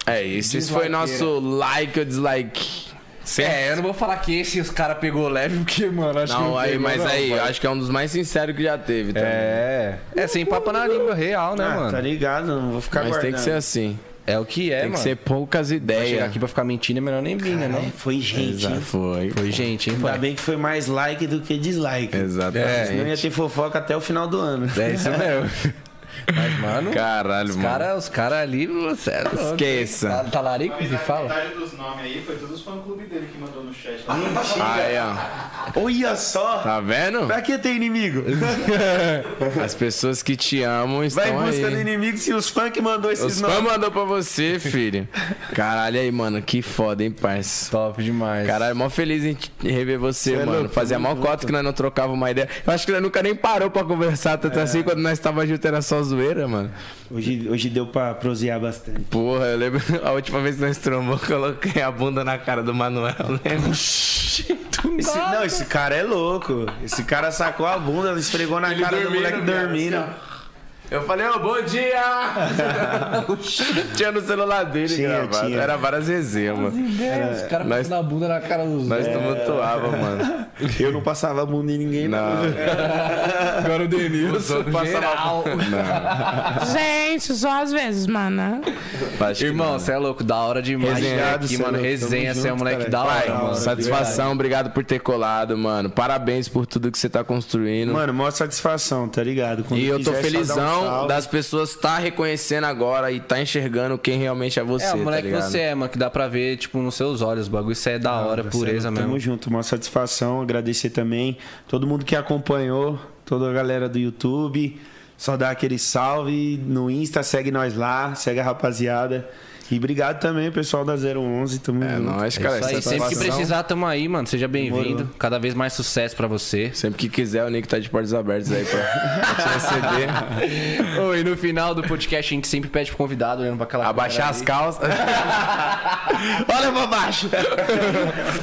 [SPEAKER 3] É, esse foi nosso like ou dislike.
[SPEAKER 1] É, eu não vou falar que esse os cara pegou leve, porque, mano, acho que.
[SPEAKER 3] Não, aí,
[SPEAKER 1] pegou,
[SPEAKER 3] mas
[SPEAKER 1] não,
[SPEAKER 3] aí,
[SPEAKER 1] pai.
[SPEAKER 3] acho que é um dos mais sinceros que já teve, tá?
[SPEAKER 1] É. É sem papo na língua, real, né,
[SPEAKER 4] Ah,
[SPEAKER 1] mano?
[SPEAKER 4] tá ligado? Não vou ficar
[SPEAKER 3] Mas
[SPEAKER 4] guardando.
[SPEAKER 3] tem que ser assim.
[SPEAKER 1] É o que Tá é,
[SPEAKER 3] Tem que
[SPEAKER 1] mano.
[SPEAKER 3] ser poucas
[SPEAKER 1] Pra Chegar
[SPEAKER 3] ideias.
[SPEAKER 1] aqui pra ficar mentindo é melhor nem vir, né?
[SPEAKER 4] É,
[SPEAKER 1] Não?
[SPEAKER 4] foi gente.
[SPEAKER 3] Já
[SPEAKER 4] hein?
[SPEAKER 3] foi. É,
[SPEAKER 1] Foi gente, hein,
[SPEAKER 4] Ainda
[SPEAKER 1] pai?
[SPEAKER 4] bem que foi mais like do que dislike. Senão
[SPEAKER 3] Exatamente.
[SPEAKER 4] ia ter fofoca até o final do ano.
[SPEAKER 1] É isso mesmo. Mas, mano,
[SPEAKER 3] Caralho,
[SPEAKER 1] Ah, os
[SPEAKER 3] mano.
[SPEAKER 1] caras os cara ali, você é louco.
[SPEAKER 3] Esqueça.
[SPEAKER 1] Tá- Talarico que se fala?
[SPEAKER 9] metade dos nomes aí foi todos os fã-clube dele que mandou no chat.
[SPEAKER 4] Ah, tá
[SPEAKER 3] Aí, ó.
[SPEAKER 4] Olha só!
[SPEAKER 3] Tá vendo?
[SPEAKER 4] Pra que ter inimigo?
[SPEAKER 3] Então As pessoas que te amam estão
[SPEAKER 4] Vai em busca do
[SPEAKER 3] aí.
[SPEAKER 4] inimigo se os funk mandou esses
[SPEAKER 3] é Os fãs
[SPEAKER 4] nomes.
[SPEAKER 3] mandou pra você, filho. Caralho aí, mano. Que foda, hein, parça.
[SPEAKER 1] Top demais.
[SPEAKER 3] Caralho, mó feliz em te- em rever você, mano. Fazia mó cota que nós não trocava uma ideia. Eu acho que nós nunca nem parou pra conversar, tanto assim, quando nós tava junto era só zoeira, mano.
[SPEAKER 4] Hoje, hoje deu pra prosear bastante.
[SPEAKER 3] Porra, eu lembro a última vez que nós trombou, eu coloquei a bunda na cara do Manuel, lembra?
[SPEAKER 4] Esse- não, esse cara é louco. Esse cara sacou a bunda, esfregou na cara do moleque dormindo.
[SPEAKER 3] Eu falei, ô, bom dia! tinha no celular dele
[SPEAKER 4] Tinha,
[SPEAKER 3] gravado.
[SPEAKER 4] tinha.
[SPEAKER 3] Era várias resenhas, mano.
[SPEAKER 1] Os caras
[SPEAKER 3] Nós-
[SPEAKER 1] passando a bunda na cara dos
[SPEAKER 3] Nós tumultuava, mano.
[SPEAKER 4] Eu não passava a bunda em ninguém, não.
[SPEAKER 3] Não.
[SPEAKER 1] Agora o
[SPEAKER 3] Os
[SPEAKER 1] Denilson.
[SPEAKER 3] outros passavam. Não,
[SPEAKER 5] Gente, só às vezes, mano.
[SPEAKER 3] acho que
[SPEAKER 1] Irmão,
[SPEAKER 3] não.
[SPEAKER 1] você é louco, da hora demais.
[SPEAKER 4] Resenha.
[SPEAKER 1] aqui, mano,
[SPEAKER 4] Cê é louco, tamo
[SPEAKER 1] resenha, você é um
[SPEAKER 4] junto,
[SPEAKER 1] moleque
[SPEAKER 4] cara.
[SPEAKER 1] da hora,
[SPEAKER 3] Pai,
[SPEAKER 1] mano.
[SPEAKER 3] satisfação, obrigado por ter colado, mano. Parabéns por tudo que você tá construindo.
[SPEAKER 4] Mano, maior satisfação, tá ligado? Quando
[SPEAKER 3] e eu tô
[SPEAKER 4] quiser, só dá um
[SPEAKER 3] felizão
[SPEAKER 4] salve.
[SPEAKER 3] das pessoas tá reconhecendo agora e tá enxergando quem realmente é você,
[SPEAKER 1] É, o moleque
[SPEAKER 3] tá
[SPEAKER 1] que
[SPEAKER 3] ligado?
[SPEAKER 1] você é, mano, que dá pra ver, tipo, nos seus olhos o bagulho. Isso é da hora, pureza
[SPEAKER 4] Tamo
[SPEAKER 1] mesmo.
[SPEAKER 4] junto, uma satisfação. Agradecer também todo mundo que acompanhou, toda a galera do YouTube. Só dá aquele salve no Insta, segue nós lá, segue a rapaziada. E obrigado também, pessoal da 011. Tamo
[SPEAKER 3] É
[SPEAKER 4] junto.
[SPEAKER 3] nóis, cara.
[SPEAKER 1] Isso aí, sempre que
[SPEAKER 3] satisfação.
[SPEAKER 1] precisar, tamo aí, mano. Seja bem-vindo. Cada vez mais sucesso pra você.
[SPEAKER 3] Sempre que quiser, o Nick tá de portas abertas aí pra pra te receber.
[SPEAKER 1] Ô, e no final do podcast, a gente sempre pede pro convidado, né? olhando pra aquela
[SPEAKER 3] Abaixar as calças.
[SPEAKER 1] Olha pra baixo!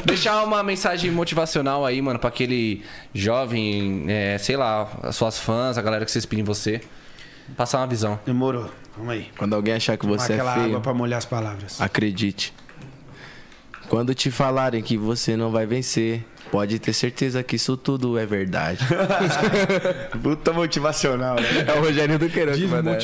[SPEAKER 1] Deixar uma mensagem motivacional aí, mano, pra aquele jovem, é, sei lá, as suas fãs, a galera que se inspira em você. Passar uma visão.
[SPEAKER 4] Demorou. Vamos aí.
[SPEAKER 3] Quando alguém achar que você
[SPEAKER 4] Aquela
[SPEAKER 3] é feio,
[SPEAKER 4] água pra molhar as palavras.
[SPEAKER 3] acredite. Quando te falarem que você não vai vencer, pode ter certeza que isso tudo é verdade.
[SPEAKER 4] Puta motivacional, né?
[SPEAKER 3] É o Rogério do Queiroz que vai dar.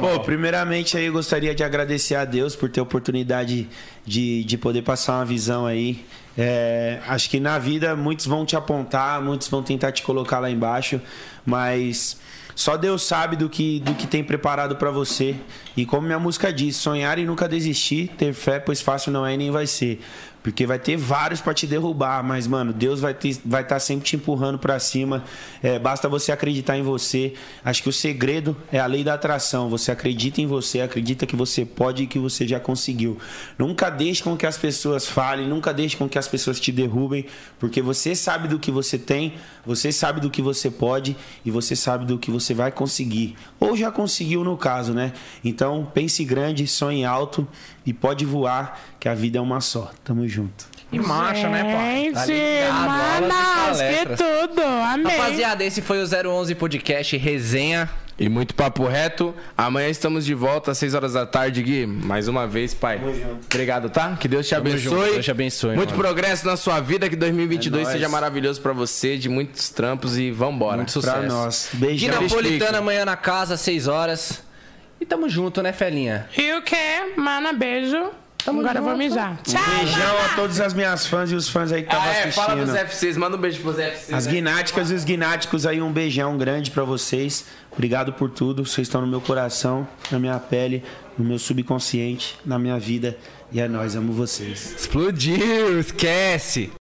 [SPEAKER 4] Pô, primeiramente aí eu gostaria de agradecer a Deus por ter a oportunidade de, de poder passar uma visão aí. É, acho que na vida muitos vão te apontar, muitos vão tentar te colocar lá embaixo, mas Só Deus sabe do que, do que tem preparado pra você. E como minha música diz, sonhar e nunca desistir, ter fé, pois fácil não é e nem vai ser. Porque vai ter vários pra te derrubar, mas, mano, Deus vai estar vai tá sempre te empurrando pra cima. É, basta você acreditar em você. Acho que o segredo é a lei da atração. Você acredita em você, acredita que você pode e que você já conseguiu. Nunca deixe com que as pessoas falem, nunca deixe com que as pessoas te derrubem, porque você sabe do que você tem, você sabe do que você pode e você sabe do que você vai conseguir. Ou já conseguiu, no caso, né? Então, pense grande, sonhe alto e pode voar, que a vida é uma só. Tamo junto.
[SPEAKER 1] E marcha, né, pai?
[SPEAKER 5] Gente,
[SPEAKER 3] Ah,
[SPEAKER 10] ligado, aula
[SPEAKER 5] manas,
[SPEAKER 10] de
[SPEAKER 5] É, que é
[SPEAKER 10] palestras.
[SPEAKER 5] tudo. Amei.
[SPEAKER 10] Rapaziada, esse foi o 011 Podcast Resenha.
[SPEAKER 3] E muito papo reto. Amanhã estamos de volta às 6 horas da tarde, Gui. Mais uma vez, pai. Obrigado, tá? Que Deus te abençoe.
[SPEAKER 1] junto, Deus te abençoe,
[SPEAKER 3] Muito
[SPEAKER 1] mano.
[SPEAKER 3] progresso na sua vida. Que 2022
[SPEAKER 4] É
[SPEAKER 3] seja
[SPEAKER 4] nóis.
[SPEAKER 3] maravilhoso pra você. De muitos trampos e vambora.
[SPEAKER 1] Muito
[SPEAKER 4] Pra
[SPEAKER 1] Sucesso.
[SPEAKER 4] nós. Beijão.
[SPEAKER 10] Gui Napolitano amanhã na casa, 6 horas. E tamo junto, né, Felinha?
[SPEAKER 5] E o que? Mana, beijo. Agora eu vou mijar. Tchau.
[SPEAKER 4] Beijão a todas as minhas fãs e os fãs aí que estavam
[SPEAKER 3] Ah, é, fala pros
[SPEAKER 4] assistindo.
[SPEAKER 3] FCs. Manda um beijo pros FCs.
[SPEAKER 4] As guináticas e os guináticos aí, um beijão grande pra vocês. Obrigado por tudo. Vocês estão no meu coração, na minha pele, no meu subconsciente, na minha vida. E é nóis, amo vocês.
[SPEAKER 10] Explodiu, esquece.